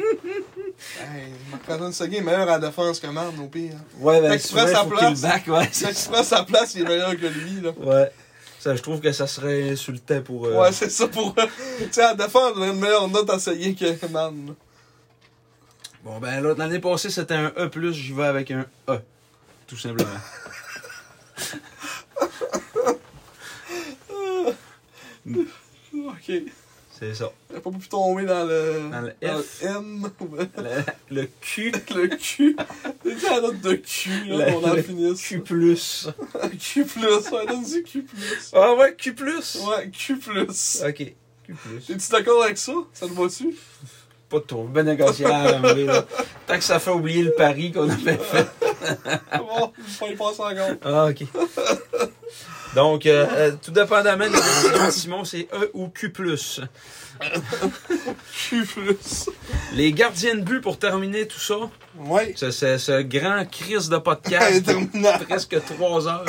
Speaker 2: hey, Marc-Antoine Seguin est meilleur à la défense que Marne, au pire.
Speaker 1: Ouais, ben,
Speaker 2: Fait que tu
Speaker 1: tu
Speaker 2: prends
Speaker 1: vois,
Speaker 2: sa
Speaker 1: faut
Speaker 2: place.
Speaker 1: qu'il back, ouais.
Speaker 2: Si
Speaker 1: c'est-
Speaker 2: tu prends sa place, il est meilleur que lui, là.
Speaker 1: Ouais. Ça, je trouve que ça serait insultant pour. euh,
Speaker 2: Ouais, c'est ça pour eux. tu sais, à la défense, on a une meilleure note à Seguin que Marne, là.
Speaker 1: Bon, ben, là, l'année passée, c'était un E, j'y vais avec un E. Tout simplement.
Speaker 2: Ok. Il
Speaker 1: C'est ça.
Speaker 2: a pas pu tomber dans le.
Speaker 1: Dans le F.
Speaker 2: le N.
Speaker 1: Le, le Q.
Speaker 2: le Q. Tu sais, la note de Q, là,
Speaker 1: Le-
Speaker 2: on en
Speaker 1: le
Speaker 2: finisse.
Speaker 1: Q. plus.
Speaker 2: Q plus, ouais, donne du Q plus.
Speaker 1: Ah ouais, Q. plus.
Speaker 2: Ouais, Q plus.
Speaker 1: Ok. Q. plus.
Speaker 2: Es-tu d'accord avec ça? Ça te va-tu?
Speaker 1: Pas de trouble. Ben négociable, oui, là. Tant que ça fait oublier le pari qu'on avait fait.
Speaker 2: Bon, faut y passer encore.
Speaker 1: Ah, ok. Donc, euh, euh, tout dépendamment de la décision de Simon, c'est E ou Q. plus.
Speaker 2: Q plus.
Speaker 1: Les gardiens de but pour terminer tout ça.
Speaker 2: Ouais.
Speaker 1: Ce, ce, ce grand crise de podcast de
Speaker 2: Interminable.
Speaker 1: presque trois heures.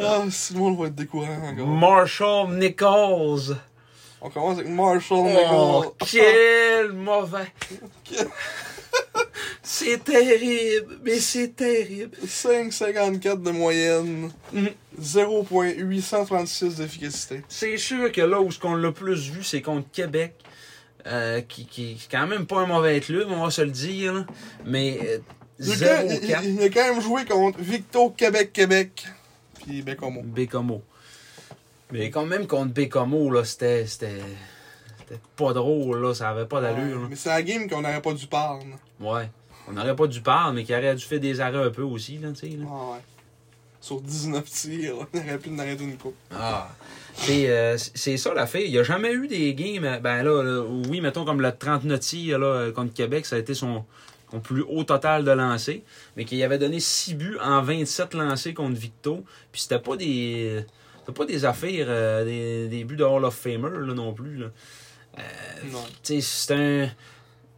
Speaker 2: Ah, sinon on va être découragé encore.
Speaker 1: Marshall Nichols.
Speaker 2: On commence avec Marshall
Speaker 1: Oh,
Speaker 2: Nichols.
Speaker 1: quel mauvais. c'est terrible, mais c'est terrible.
Speaker 2: 5,54 de moyenne.
Speaker 1: Mm.
Speaker 2: 0.836 d'efficacité.
Speaker 1: C'est sûr que là où ce qu'on l'a plus vu, c'est contre Québec. euh, qui, qui est quand même pas un mauvais club, on va se le dire. là. Mais euh,
Speaker 2: Il a, quand,
Speaker 1: 0-4.
Speaker 2: il- il- il a quand même joué contre Victo Québec-Québec. Puis Bécomo.
Speaker 1: Bécomo. Mais quand même contre Bécomo, là, c'était. C'était c'était pas drôle, là. Ça avait pas d'allure.
Speaker 2: mais c'est la game qu'on n'aurait pas dû perdre.
Speaker 1: là. Ouais. On n'aurait pas dû parler, mais qui aurait dû faire des arrêts un peu aussi, là, tu sais. là.
Speaker 2: Ah ouais. sur 19 tirs, on aurait pu en arrêter une coupe.
Speaker 1: Ah. C'est, euh, c'est ça l'affaire. Il n'y a jamais eu des games. Ben là, là, oui, mettons comme le 39 tirs là, euh, contre Québec, ça a été son, son plus haut total de lancers. Mais qu'il avait donné 6 buts en 27 lancers contre Victo. Puis c'était pas des. C'était pas des affaires, euh, des, des buts de Hall of Famer là, non plus. Là. Euh,
Speaker 2: Non.
Speaker 1: tu sais, c'est un.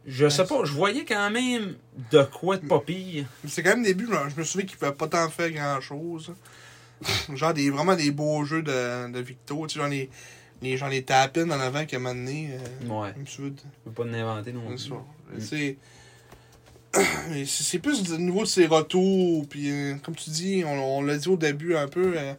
Speaker 1: Je sais pas, je voyais quand même de quoi de pas pire.
Speaker 2: Mais C'est quand même des buts, là. je me souviens qu'il pouvait pas tant faire grand chose. genre des vraiment des beaux jeux de, de Victo, tu sais, genre les, les, genre les tap-ins en avant qui a mené. Euh,
Speaker 1: Ouais, Mhm.
Speaker 2: je me souviens de-
Speaker 1: je peux pas l'inventer non
Speaker 2: Bien
Speaker 1: plus.
Speaker 2: sûr. C'est. Mais c'est- C'est plus du niveau de ses retours, puis euh, comme tu dis, on, on l'a dit au début un peu, euh,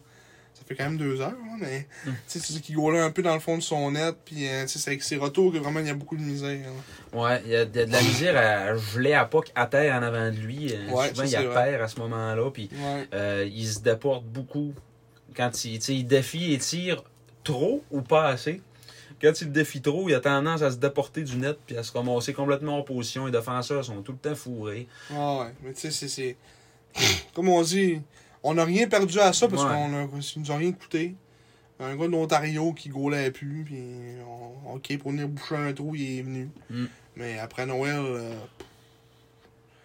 Speaker 2: ça fait quand même deux heures, hein, mais tu sais, c'est qu'il gaulait un peu dans le fond de son net, puis euh, tu sais, c'est avec ses retours que vraiment il y a beaucoup de misère. hein. là.
Speaker 1: Ouais, il y a de, de la misère à geler à Puck à terre en avant de lui. Euh,
Speaker 2: Ouais,
Speaker 1: Souvent,
Speaker 2: ça,
Speaker 1: il y a
Speaker 2: c'est vrai.
Speaker 1: terre à ce moment-là. Puis
Speaker 2: Ouais.
Speaker 1: euh, il se déporte beaucoup. Quand il, tu sais, il défie et tire trop ou pas assez. Quand il le défie trop, il a tendance à se déporter du net puis à se ramasser complètement en position. Les défenseurs sont tout le temps fourrés.
Speaker 2: Ah ouais, mais tu sais, c'est- c'est. Comme on dit, on n'a rien perdu à ça parce
Speaker 1: Ouais.
Speaker 2: qu'on a- ça nous a rien coûté. Un gars de l'Ontario qui gaulait plus, puis on- ok, pour venir boucher un trou, il est venu.
Speaker 1: Mm.
Speaker 2: Mais après Noël, euh,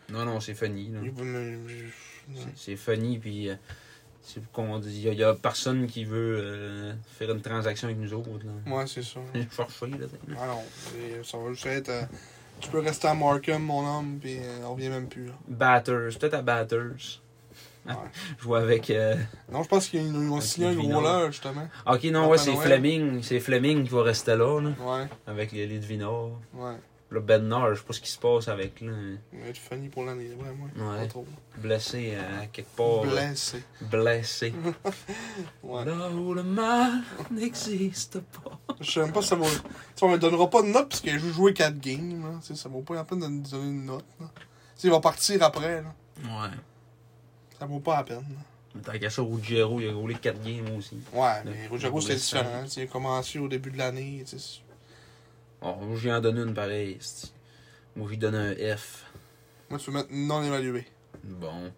Speaker 1: Non, non, c'est funny. là.
Speaker 2: il va me- je-
Speaker 1: C'est- C'est funny, puis euh, c'est qu'on dit, il n'y a, personne qui veut euh, faire une transaction avec nous autres. Là.
Speaker 2: Ouais, c'est ça.
Speaker 1: Forfait, là, t'sais.
Speaker 2: Ah non, c'est- ça va juste être. euh, tu peux rester à Markham, mon homme, puis euh, on revient même plus. là.
Speaker 1: Batters, peut-être à Batters.
Speaker 2: Ouais.
Speaker 1: Je vois avec. euh,
Speaker 2: Non, je pense qu'ils nous ont signé un
Speaker 1: Divino.
Speaker 2: gros là, justement.
Speaker 1: Ok, non,
Speaker 2: Papa
Speaker 1: ouais, c'est
Speaker 2: Noël.
Speaker 1: Fleming. C'est Fleming qui va rester là, là,
Speaker 2: Ouais,
Speaker 1: avec les, les Divinors.
Speaker 2: ouais.
Speaker 1: Le Bednar, je sais pas ce qui se passe avec là.
Speaker 2: Il va être funny pour l'année, vraiment.
Speaker 1: Ouais. Oh,
Speaker 2: Pas trop.
Speaker 1: Blessé à quelque part. là.
Speaker 2: Blessé.
Speaker 1: Blessé.
Speaker 2: Ouais.
Speaker 1: Là où le mal n'existe pas.
Speaker 2: Je sais même pas si ça vaut. Tu sais, on ne donnera pas de note parce qu'il a juste joué 4 games. Là. Tu sais, Ça vaut pas la peine de nous donner une note. Là. Tu sais, il va partir après. Là.
Speaker 1: Ouais.
Speaker 2: Ça vaut pas la peine. là.
Speaker 1: Mais Tant qu'à ça, Ruggiero, il a roulé 4 games aussi.
Speaker 2: Ouais,
Speaker 1: Le-
Speaker 2: mais Rogero, c'est
Speaker 1: le-
Speaker 2: différent. Tu sais, Il a commencé au début de l'année. tu sais.
Speaker 1: Oh, moi, j'y en donne une pareille. c'ti. Moi, j'y donne un F.
Speaker 2: Moi, tu veux mettre non évalué.
Speaker 1: Bon.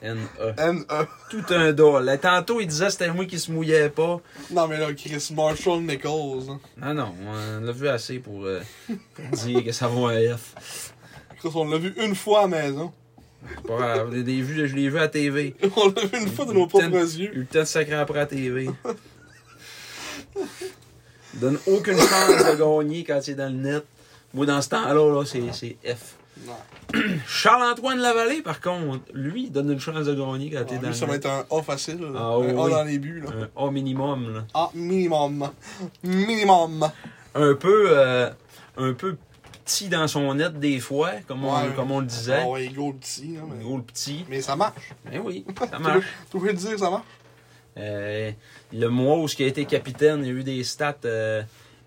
Speaker 1: N-E.
Speaker 2: N-E.
Speaker 1: Tout un doll. Tantôt, il disait que c'était moi qui se mouillais pas.
Speaker 2: Non, mais là, Chris Marshall Nichols. hein.
Speaker 1: Non, non, on l'a vu assez pour, euh, pour dire que ça vaut un F.
Speaker 2: Chris, on l'a vu une fois à la maison.
Speaker 1: Pas grave, je l'ai vu, je l'ai vu à TV.
Speaker 2: On l'a vu une fois de nos propres
Speaker 1: Il
Speaker 2: yeux.
Speaker 1: y a eu le temps de sacrer après à TV. Donne aucune chance de gagner quand c'est dans le net. Moi, dans ce temps-là, là, c'est c'est F.
Speaker 2: Non.
Speaker 1: Charles-Antoine Lavallée, par contre, lui, il donne une chance de gagner quand
Speaker 2: Ah,
Speaker 1: t'es dans
Speaker 2: lui, ça
Speaker 1: le
Speaker 2: va
Speaker 1: net.
Speaker 2: être un A facile. là.
Speaker 1: Ah,
Speaker 2: un A
Speaker 1: oui.
Speaker 2: dans les buts. Là.
Speaker 1: Un A minimum. Là.
Speaker 2: Ah, minimum.
Speaker 1: Hein?
Speaker 2: Minimum.
Speaker 1: Un peu euh, un peu petit dans son net des fois, comme on,
Speaker 2: Ouais.
Speaker 1: comme on le disait.
Speaker 2: Ah, ouais, il go le petit. là, mais...
Speaker 1: Gros le petit.
Speaker 2: mais ça marche.
Speaker 1: Mais oui, ça marche.
Speaker 2: Tu veux le dire, ça marche?
Speaker 1: Euh, le mois où il a été capitaine, il a eu des stats euh,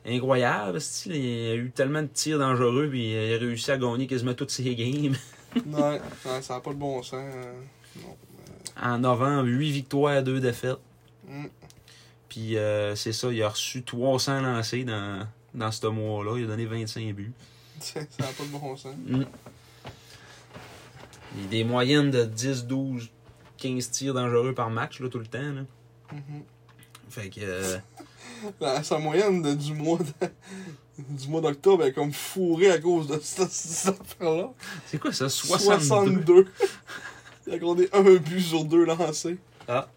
Speaker 1: incroyables. c'ti. Il a eu tellement de tirs dangereux, puis il a réussi à gagner quasiment toutes ses games.
Speaker 2: non, non, ça n'a pas de bon sens. euh, non.
Speaker 1: En novembre, 8 victoires, 2 défaites.
Speaker 2: Mm.
Speaker 1: Puis euh, c'est ça, il a reçu 300 lancés dans, dans ce mois-là. Il a donné 25 buts.
Speaker 2: ça n'a pas de bon sens.
Speaker 1: Mm. Il a des moyennes de 10, 12, 15 tirs dangereux par match, là, tout le temps. là.
Speaker 2: Mhm.
Speaker 1: Fait que. euh,
Speaker 2: La- Sa moyenne de- du mois de- du mois d'octobre est comme fourrée à cause de cette, cette affaire-là.
Speaker 1: c'est quoi ça? 62.
Speaker 2: 62. Il a accordé un but sur deux lancés.
Speaker 1: Ah.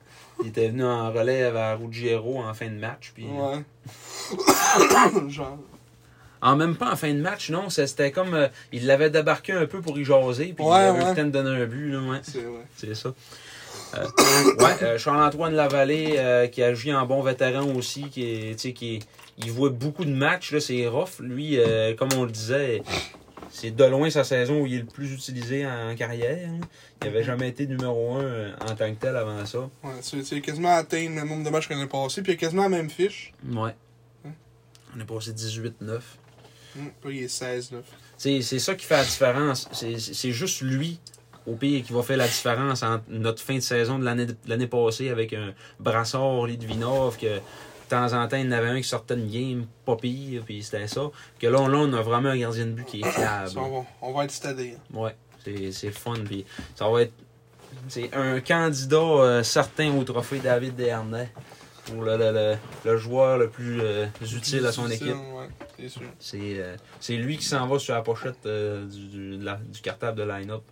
Speaker 1: Il était venu en relève à Ruggiero en fin de match. Puis... euh,
Speaker 2: Ouais. Genre.
Speaker 1: En même pas en fin de match, non. ça, C'était comme. euh, il l'avait débarqué un peu pour y jaser. Puis
Speaker 2: Ouais,
Speaker 1: il avait eu
Speaker 2: ouais.
Speaker 1: le temps de donner un but. Là, ouais.
Speaker 2: C'est vrai.
Speaker 1: C'est ça. Euh, ouais, euh, Charles-Antoine Lavallée, euh, qui agit en bon vétéran aussi, qui est, tu sais, qui est- il voit beaucoup de matchs, là, c'est rough. Lui, euh, comme on le disait, c'est de loin sa saison où il est le plus utilisé en carrière. hein. Il
Speaker 2: Mhm.
Speaker 1: n'avait jamais été numéro un euh, en tant que tel avant ça.
Speaker 2: Ouais, tu tu as quasiment atteint le nombre de matchs qu'on a passé, puis il a quasiment la même fiche.
Speaker 1: Ouais.
Speaker 2: Hein?
Speaker 1: On est passé 18-9.
Speaker 2: Hum, puis il est 16-9.
Speaker 1: C'est c'est ça qui fait la différence. C'est- C'est c'est juste lui, au pire, qui va faire la différence entre notre fin de saison de l'année de l'année passée avec un Brassard, Litvinov, que de temps en temps, il y en avait un qui sortait une game, pas pire, puis c'était ça. Que là, on- là, on a vraiment un gardien de but qui est
Speaker 2: Ça,
Speaker 1: fiable.
Speaker 2: on, va, on va être stadé. hein.
Speaker 1: Ouais, c'est c'est le fun. Puis ça va être C'est un candidat euh, certain au trophée David Desharnais pour le, le- le- le joueur le plus euh, utile à son
Speaker 2: Difficile,
Speaker 1: équipe.
Speaker 2: ouais, c'est sûr.
Speaker 1: C'est euh, c'est lui qui s'en va sur la pochette euh, du, du- de la- du cartable de line-up.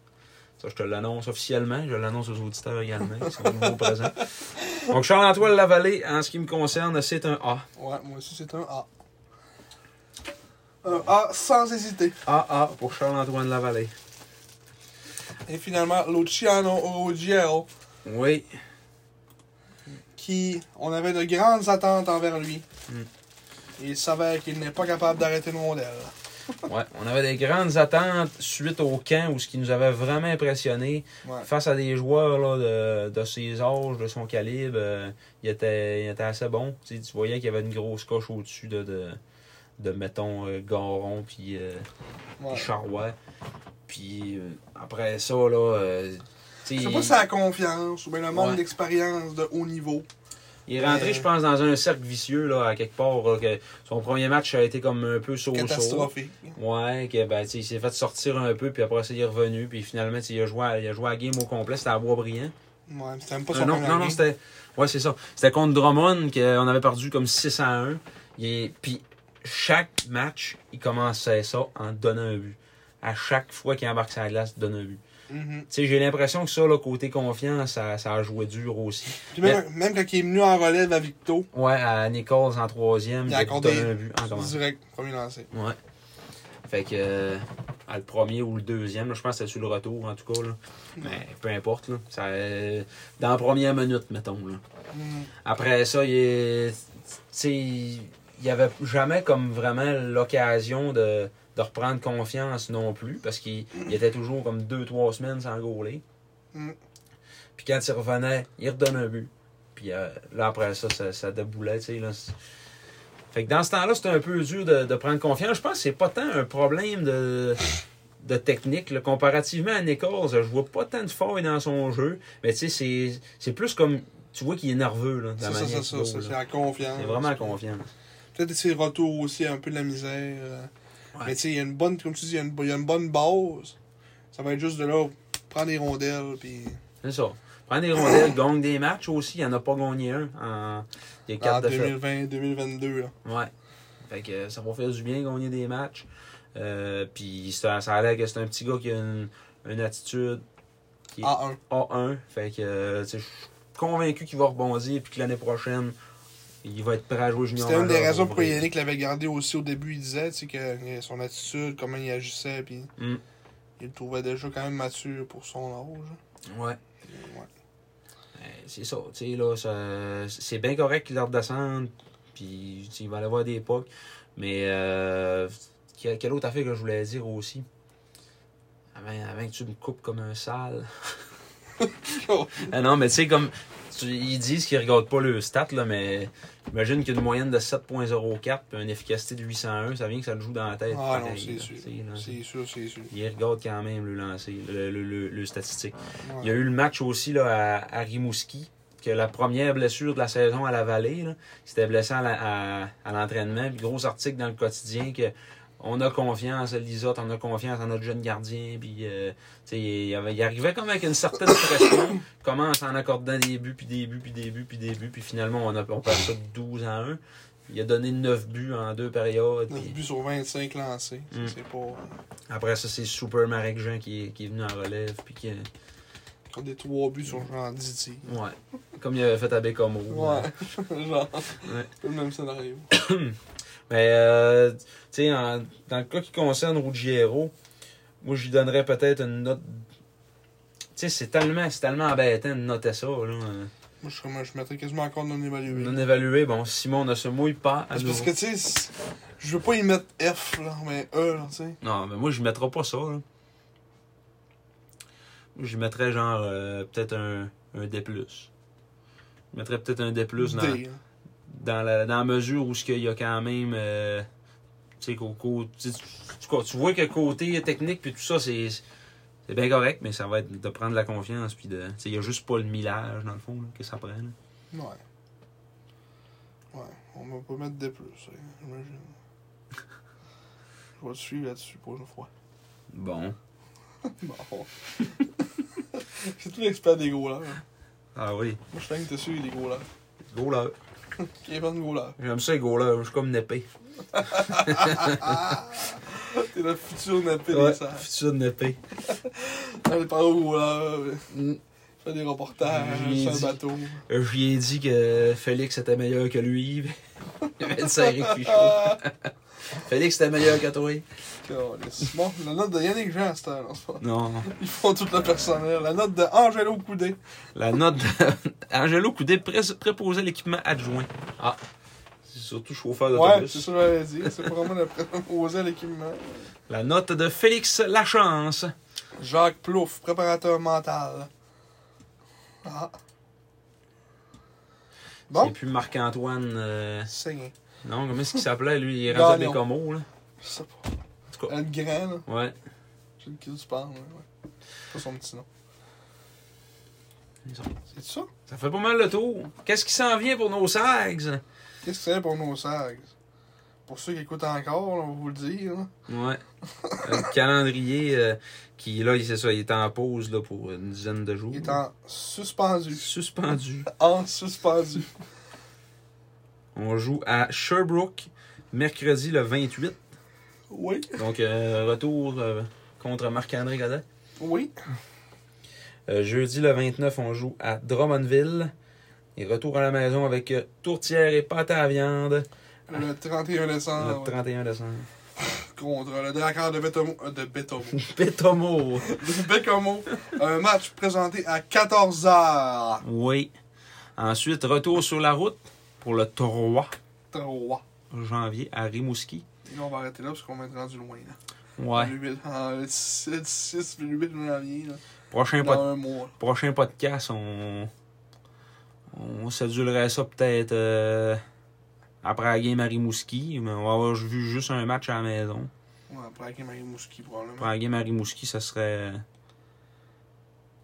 Speaker 1: Ça, je te l'annonce officiellement. Je l'annonce aux auditeurs également qui sont de nouveau présents. Donc, Charles-Antoine Lavallée, en ce qui me concerne, c'est un A.
Speaker 2: Ouais, moi aussi, c'est un A. Un A sans hésiter.
Speaker 1: A, A pour Charles-Antoine Lavallée.
Speaker 2: Et finalement, Luciano Ruggiero,
Speaker 1: Oui.
Speaker 2: qui, on avait de grandes attentes envers lui.
Speaker 1: Mm.
Speaker 2: Il s'avère qu'il n'est pas capable d'arrêter une rondelle.
Speaker 1: Ouais, on avait des grandes attentes suite au camp où ce qui nous avait vraiment impressionné,
Speaker 2: Ouais.
Speaker 1: face à des joueurs là, de, de ses âges, de son calibre, euh, il, était, il était assez bon. Tu, sais, tu voyais qu'il y avait une grosse coche au-dessus de, de, de, mettons, euh, Garon puis euh,
Speaker 2: Ouais.
Speaker 1: puis Charrois. Puis euh, après ça, là, euh, tu sais,
Speaker 2: C'est pas sa confiance ou bien le manque
Speaker 1: Ouais.
Speaker 2: d'expérience de haut niveau.
Speaker 1: il est rentré,
Speaker 2: mais-
Speaker 1: je pense, dans un cercle vicieux, là, à quelque part. là, que son premier match a été comme un peu so-so.
Speaker 2: Catastrophique.
Speaker 1: Ouais, que, ben, tu sais, il s'est fait sortir un peu, puis après ça, il est revenu, puis finalement, tu sais, il a, joué à, il a joué à la game au complet, c'était à Boisbriand.
Speaker 2: Ouais, c'était même pas
Speaker 1: Euh,
Speaker 2: son
Speaker 1: non,
Speaker 2: premier
Speaker 1: non, non,
Speaker 2: ami.
Speaker 1: c'était. Ouais, c'est ça. C'était contre Drummond, qu'on avait perdu comme 6 à 1. Il est- Puis chaque match, il commençait ça en donnant un but. À chaque fois qu'il embarque sa glace, il donne un but.
Speaker 2: Mhm.
Speaker 1: Tu sais, j'ai l'impression que ça, là, côté confiance, ça, ça a joué dur aussi.
Speaker 2: Puis même, même quand il est venu en relève à Victo,
Speaker 1: Ouais, à Nichols en troisième,
Speaker 2: Il
Speaker 1: il
Speaker 2: a
Speaker 1: a
Speaker 2: accordé-
Speaker 1: donné un but en commençant.
Speaker 2: direct, premier lancé.
Speaker 1: Ouais. Fait que euh, à le premier ou le deuxième, là, je pense que c'est sur le retour en tout cas. Là. Mais peu importe. Là, ça, euh, dans la première minute, mettons. Là.
Speaker 2: Mhm.
Speaker 1: Après ça, il est- tu sais, il n'y avait jamais comme vraiment l'occasion de, de reprendre confiance non plus, parce qu'il il était toujours comme deux, trois semaines sans gauler.
Speaker 2: Mm.
Speaker 1: Puis quand il revenait, il redonne un but. Puis euh, là, après ça, ça, ça déboulait, tu sais. là. Fait que dans ce temps-là, c'était un peu dur de, de prendre confiance. Je pense que c'est pas tant un problème de, de technique. là. Comparativement à Nichols, je vois pas tant de failles dans son jeu. Mais tu sais, c'est- c'est plus comme... Tu vois qu'il est nerveux, là, de la
Speaker 2: C'est ça,
Speaker 1: manière
Speaker 2: c'est
Speaker 1: qu'il
Speaker 2: ça,
Speaker 1: goal,
Speaker 2: ça,
Speaker 1: là.
Speaker 2: c'est la confiance.
Speaker 1: C'est vraiment la confiance.
Speaker 2: Peut-être ses retours aussi, un peu de la misère. euh.
Speaker 1: Ouais.
Speaker 2: Mais tu sais, il y a une bonne, comme tu dis, il y a une, il y a une bonne base. Ça va être juste de là, prendre des rondelles, puis.
Speaker 1: C'est ça. Prends des rondelles, gagne des matchs aussi. Il en a pas gagné un en des
Speaker 2: En
Speaker 1: quatre de fait.
Speaker 2: 2020, 2022, là.
Speaker 1: Ouais. Fait que euh, ça va faire du bien gagner des matchs. Euh, Puis ça, ça a l'air que c'est un petit gars qui a une, une attitude qui est
Speaker 2: A1.
Speaker 1: A1. Fait que euh, tu sais, je suis convaincu qu'il va rebondir. Puis que l'année prochaine, il va être prêt à jouer junior.
Speaker 2: C'était une des
Speaker 1: majeur
Speaker 2: raisons
Speaker 1: au
Speaker 2: pourquoi
Speaker 1: Brésil.
Speaker 2: Yannick l'avait gardé aussi au début. Il disait, tu sais, que euh, son attitude, comment il agissait, puis.
Speaker 1: Mm.
Speaker 2: Il le trouvait déjà quand même mature pour son âge. hein.
Speaker 1: Ouais.
Speaker 2: Ouais.
Speaker 1: Euh, C'est ça, tu sais, là, ça- c'est bien correct qu'ils leur descendent, puis tu sais, il va aller voir des pucks. Mais, euh, que- quelle autre affaire que je voulais dire aussi? Avant, avant que tu me coupes comme un sale. Ah non, mais tu sais, comme, tu- ils disent qu'ils regardent pas le stat, là, mais imagine qu'une moyenne de 7.04 puis une efficacité de 801, ça vient que ça te joue dans la tête.
Speaker 2: Ah non,
Speaker 1: pareil,
Speaker 2: c'est
Speaker 1: là,
Speaker 2: sûr.
Speaker 1: tu sais, là.
Speaker 2: C'est sûr, c'est sûr.
Speaker 1: Ils regardent quand même le lancer, le, le, le- le statistique.
Speaker 2: Ouais.
Speaker 1: Il y a eu le match aussi là, à, à Rimouski, que la première blessure de la saison à la vallée, là, il s'était blessé à la- à à l'entraînement. Puis gros article dans le quotidien que on a confiance à Lisotte, on a confiance à notre jeune gardien. Puis euh, tu sais, il, y avait- il arrivait comme avec une certaine pression, commence en accordant des buts, puis des buts, puis des buts, puis des buts. Puis finalement, on, a, on perd ça de 12 à 1. Il a donné 9 buts en deux périodes.
Speaker 2: 9
Speaker 1: puis-
Speaker 2: buts sur 25 lancés. Ça,
Speaker 1: Mm.
Speaker 2: C'est pas. euh,
Speaker 1: après ça, c'est Super Marek Jean qui, est- qui est venu en relève. Puis qui, a-
Speaker 2: Quand des 3 buts sur genre 10 tirs.
Speaker 1: ouais, comme il avait fait à Bécamo.
Speaker 2: Ouais, genre.
Speaker 1: Ouais.
Speaker 2: C'est le même scénario.
Speaker 1: Mais, euh, tu sais, en- dans le cas qui concerne Ruggiero, moi, je lui donnerais peut-être une note. Tu sais, c'est tellement, c'est tellement embêtant de noter ça, là. euh,
Speaker 2: Moi, je, serais- je mettrais quasiment encore non évalué.
Speaker 1: Non évalué, bon, Simon ne se mouille pas à
Speaker 2: C'est parce
Speaker 1: nouveau.
Speaker 2: que, tu sais, c'est- je veux pas y mettre F, là, mais E, là, tu sais.
Speaker 1: Non, mais moi, je ne mettrai pas ça, là. Moi, je lui mettrais genre, euh, peut-être un, un D. Je mettrais peut-être un D dans,
Speaker 2: D, hein.
Speaker 1: dans la, dans la mesure où ce qu'il y a quand même euh, tu sais qu'au- qu'au- tu, sais, tu- tu- tu vois que côté technique puis tout ça c'est c'est bien correct mais ça va être de prendre la confiance puis de tu sais, il y a juste pas le millage dans le fond là, que ça prend là.
Speaker 2: Ouais. Ouais, on va pas mettre D, plus, hein, j'imagine. je vais te suivre là-dessus pour une fois.
Speaker 1: bon
Speaker 2: Bon. C'est tout l'expert des gros là. Moi,
Speaker 1: Ah oui.
Speaker 2: je suis dingue dessus, les gros là.
Speaker 1: Goaler.
Speaker 2: Kevin Goulard.
Speaker 1: J'aime ça, les goalers. Je suis comme une épée.
Speaker 2: T'es le futur nappé des salles.
Speaker 1: futur une épée.
Speaker 2: Allez, parle au Goulard.
Speaker 1: Mm.
Speaker 2: Fais des reportages
Speaker 1: Je l'ai
Speaker 2: sur le
Speaker 1: dit.
Speaker 2: bateau.
Speaker 1: Euh, Je lui ai dit que Félix était meilleur que lui. Il avait dit ça à Eric Fichaud.
Speaker 2: Ah!
Speaker 1: Félix était meilleur que toi.
Speaker 2: Calisse. Bon, la note de Yannick Jean à cette heure, en ce moment.
Speaker 1: Non, non.
Speaker 2: Ils font tout le personnel. La note de Angelo Coudé.
Speaker 1: La note de Angelo Coudé pré- préposait l'équipement adjoint. Ah. C'est surtout chauffeur
Speaker 2: Ouais,
Speaker 1: d'autobus.
Speaker 2: c'est ça que j'avais dit. C'est vraiment le préposé à l'équipement.
Speaker 1: La note de Félix Lachance.
Speaker 2: Jacques Plouf, préparateur mental. Ah.
Speaker 1: Et
Speaker 2: Bon,
Speaker 1: puis Marc-Antoine. euh,
Speaker 2: c'est rien.
Speaker 1: Non, comment est-ce qu'il s'appelait, lui Il est rendu à
Speaker 2: Gagnon.
Speaker 1: Bécomo, là.
Speaker 2: Je sais pas.
Speaker 1: tout cas.
Speaker 2: Elle est grande, là.
Speaker 1: Ouais.
Speaker 2: Je sais de qui tu parles, mais ouais. Pas son petit nom. C'est ça?
Speaker 1: Ça fait pas mal le tour. Qu'est-ce qui s'en vient pour nos sags
Speaker 2: Qu'est-ce que c'est pour nos sags? Pour ceux qui écoutent encore, là, on va vous le dire. là.
Speaker 1: Ouais. le calendrier euh, qui, là, il- c'est ça, il est en pause là, pour une dizaine de jours.
Speaker 2: Il est en suspendu.
Speaker 1: suspendu.
Speaker 2: En suspendu.
Speaker 1: On joue à Sherbrooke mercredi le 28.
Speaker 2: Oui.
Speaker 1: Donc, euh, retour euh, contre Marc-André Godet.
Speaker 2: Oui.
Speaker 1: Euh, jeudi le 29, on joue à Drummondville. Et retour à la maison avec euh, tourtière et pâte à la viande
Speaker 2: Le 31
Speaker 1: le
Speaker 2: décembre,
Speaker 1: 31 décembre.
Speaker 2: contre le Drakkar de Bétomo. euh, de Bétomo.
Speaker 1: Pétomo!
Speaker 2: de Bécomo. Un match présenté à 14h03.
Speaker 1: Oui. Ensuite, retour sur la route pour le 3 janvier à Rimouski.
Speaker 2: Et là, on va arrêter là parce qu'on va être rendu loin. Là.
Speaker 1: Ouais.
Speaker 2: Le 8, euh, le 7, 6, le 8 janvier. Là,
Speaker 1: Prochain, pod-
Speaker 2: dans un mois.
Speaker 1: prochain podcast, on, on s'adulerait ça peut-être euh, après la game à Rimouski. Mais on va avoir vu juste un match à la maison.
Speaker 2: Ouais, après avec Marie Mouski, probablement.
Speaker 1: Après la game à Rimouski, ça serait. euh,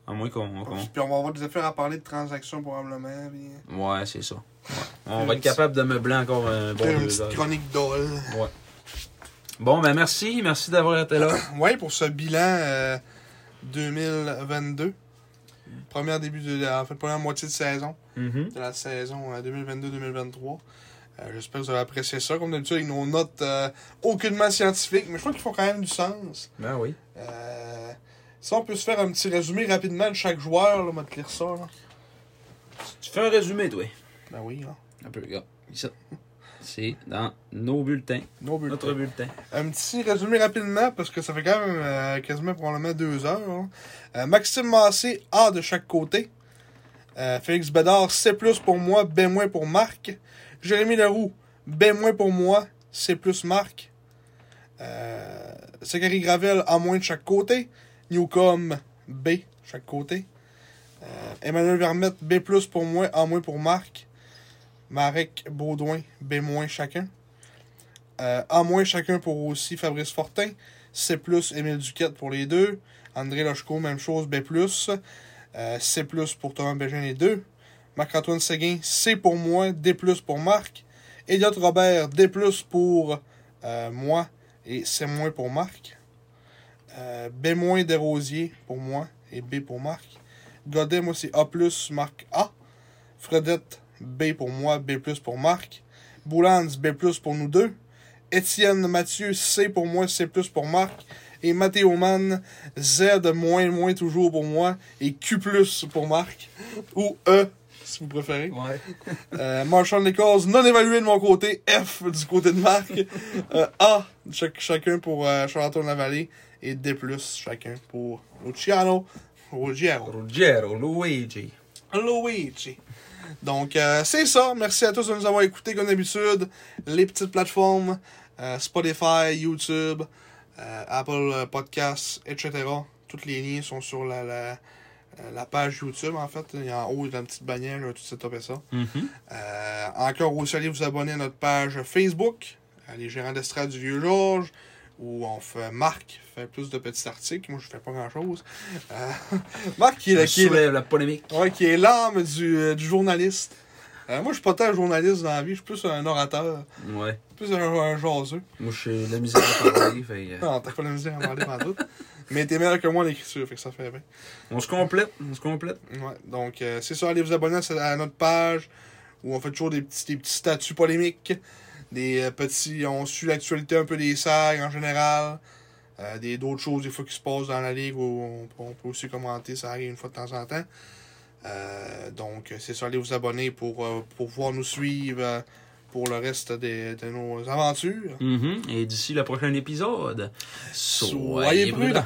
Speaker 1: À moins qu'on. qu'on-
Speaker 2: Puis on va avoir des affaires à parler de transactions, probablement. Puis... euh,
Speaker 1: Ouais, c'est ça. Ouais. On va être capable de meubler encore un bon
Speaker 2: Faire une
Speaker 1: deux
Speaker 2: petite
Speaker 1: heures.
Speaker 2: chronique d'ol.
Speaker 1: Bon, ben merci. Merci d'avoir été là.
Speaker 2: Ouais, pour ce bilan euh, 2022. Première début de en fait, première moitié de saison
Speaker 1: Mhm.
Speaker 2: de la saison euh, 2022-2023. Euh, J'espère que vous avez apprécié ça. Comme d'habitude, avec nos notes euh, aucunement scientifiques, mais je crois qu'ils font quand même du sens.
Speaker 1: Ben oui.
Speaker 2: Euh, si on peut se faire un petit résumé rapidement de chaque joueur, là, on va te lire ça. Là.
Speaker 1: Tu fais un résumé, toi.
Speaker 2: Ben oui, là.
Speaker 1: Un peu, regarde. Ici. C'est dans nos bulletins.
Speaker 2: No bulletin.
Speaker 1: Notre bulletin.
Speaker 2: Un petit résumé rapidement, parce que ça fait quand même euh, quasiment probablement deux heures. hein. Euh, Maxime Massé, A de chaque côté. Euh, Félix Bédard, C pour moi, B moins pour Marc. Jérémy Leroux, B moins pour moi, C plus Marc. Euh, Zachary Gravel, A moins de chaque côté. Newcomb, B de chaque côté. Euh, Emmanuel Vermette, B pour moi, A moins pour Marc. Marek Baudouin, B moins chacun. Euh, A moins chacun pour aussi Fabrice Fortin. C plus Émile Duquette pour les deux. André Lochko, même chose, B plus. Euh, C plus pour Thomas Bégin les deux. Marc-Antoine Séguin, C pour moi, D plus pour Marc. Elliot Robert, D plus pour euh, moi et C moins pour Marc. Euh, B moins Desrosiers pour moi et B pour Marc. Godet, moi c'est A plus, Marc A. Fredette, B pour moi, B plus pour Marc. Boulans, B plus pour nous deux. Étienne Mathieu, C pour moi, C plus pour Marc. Et Mathéo Mann, Z moins, moins toujours pour moi. Et Q plus pour Marc. Ou E, si vous préférez.
Speaker 1: Ouais.
Speaker 2: Euh, Marshall Nichols, non évalué de mon côté. F du côté de Marc. Euh, A, chac- chacun pour euh, Charlotte Lavallée. Et D plus, chacun pour Luciano Ruggiero.
Speaker 1: Ruggero, Luigi.
Speaker 2: Luigi. Donc, euh, c'est ça. Merci à tous de nous avoir écoutés comme d'habitude. Les petites plateformes, euh, Spotify, YouTube, euh, Apple Podcasts, etc. Toutes les liens sont sur la, la, la page YouTube, en fait. Il y a en haut, il y a une petite bannière, là, tout ça, tapez ça.
Speaker 1: Mhm.
Speaker 2: Euh, encore aussi, allez vous abonner à notre page Facebook, euh, les gérants d'estrade du Vieux Georges, où on fait Marc fait plus de petits articles. Moi, je fais pas grand-chose. Euh, Marc, qui est,
Speaker 1: Je
Speaker 2: là- qui est là-
Speaker 1: soulève la polémique.
Speaker 2: Ouais, qui est l'âme du, euh, du journaliste. Euh, moi, je suis pas tant journaliste dans la vie, je suis plus un orateur,
Speaker 1: Ouais.
Speaker 2: plus un, un jaseux.
Speaker 1: Moi, je suis la misère à parler, fait, euh,
Speaker 2: Non, t'as pas la misère à parler pendant tout. Mais t'es meilleur que moi en écriture, fait que ça fait bien.
Speaker 1: On se complète, on se complète.
Speaker 2: Ouais, donc euh, c'est ça, allez vous abonner à, ce- à notre page où on fait toujours des petits, des petits statuts polémiques, des euh, petits. On suit l'actualité un peu des sages en général, euh, des d'autres choses des fois qui se passent dans la ligue où on, on peut aussi commenter, ça arrive une fois de temps en temps. Euh, donc c'est ça, allez vous abonner pour, euh, pour pouvoir nous suivre euh, pour le reste des- de nos aventures.
Speaker 1: Mm-hmm. Et d'ici le prochain épisode,
Speaker 2: Soyez prudents.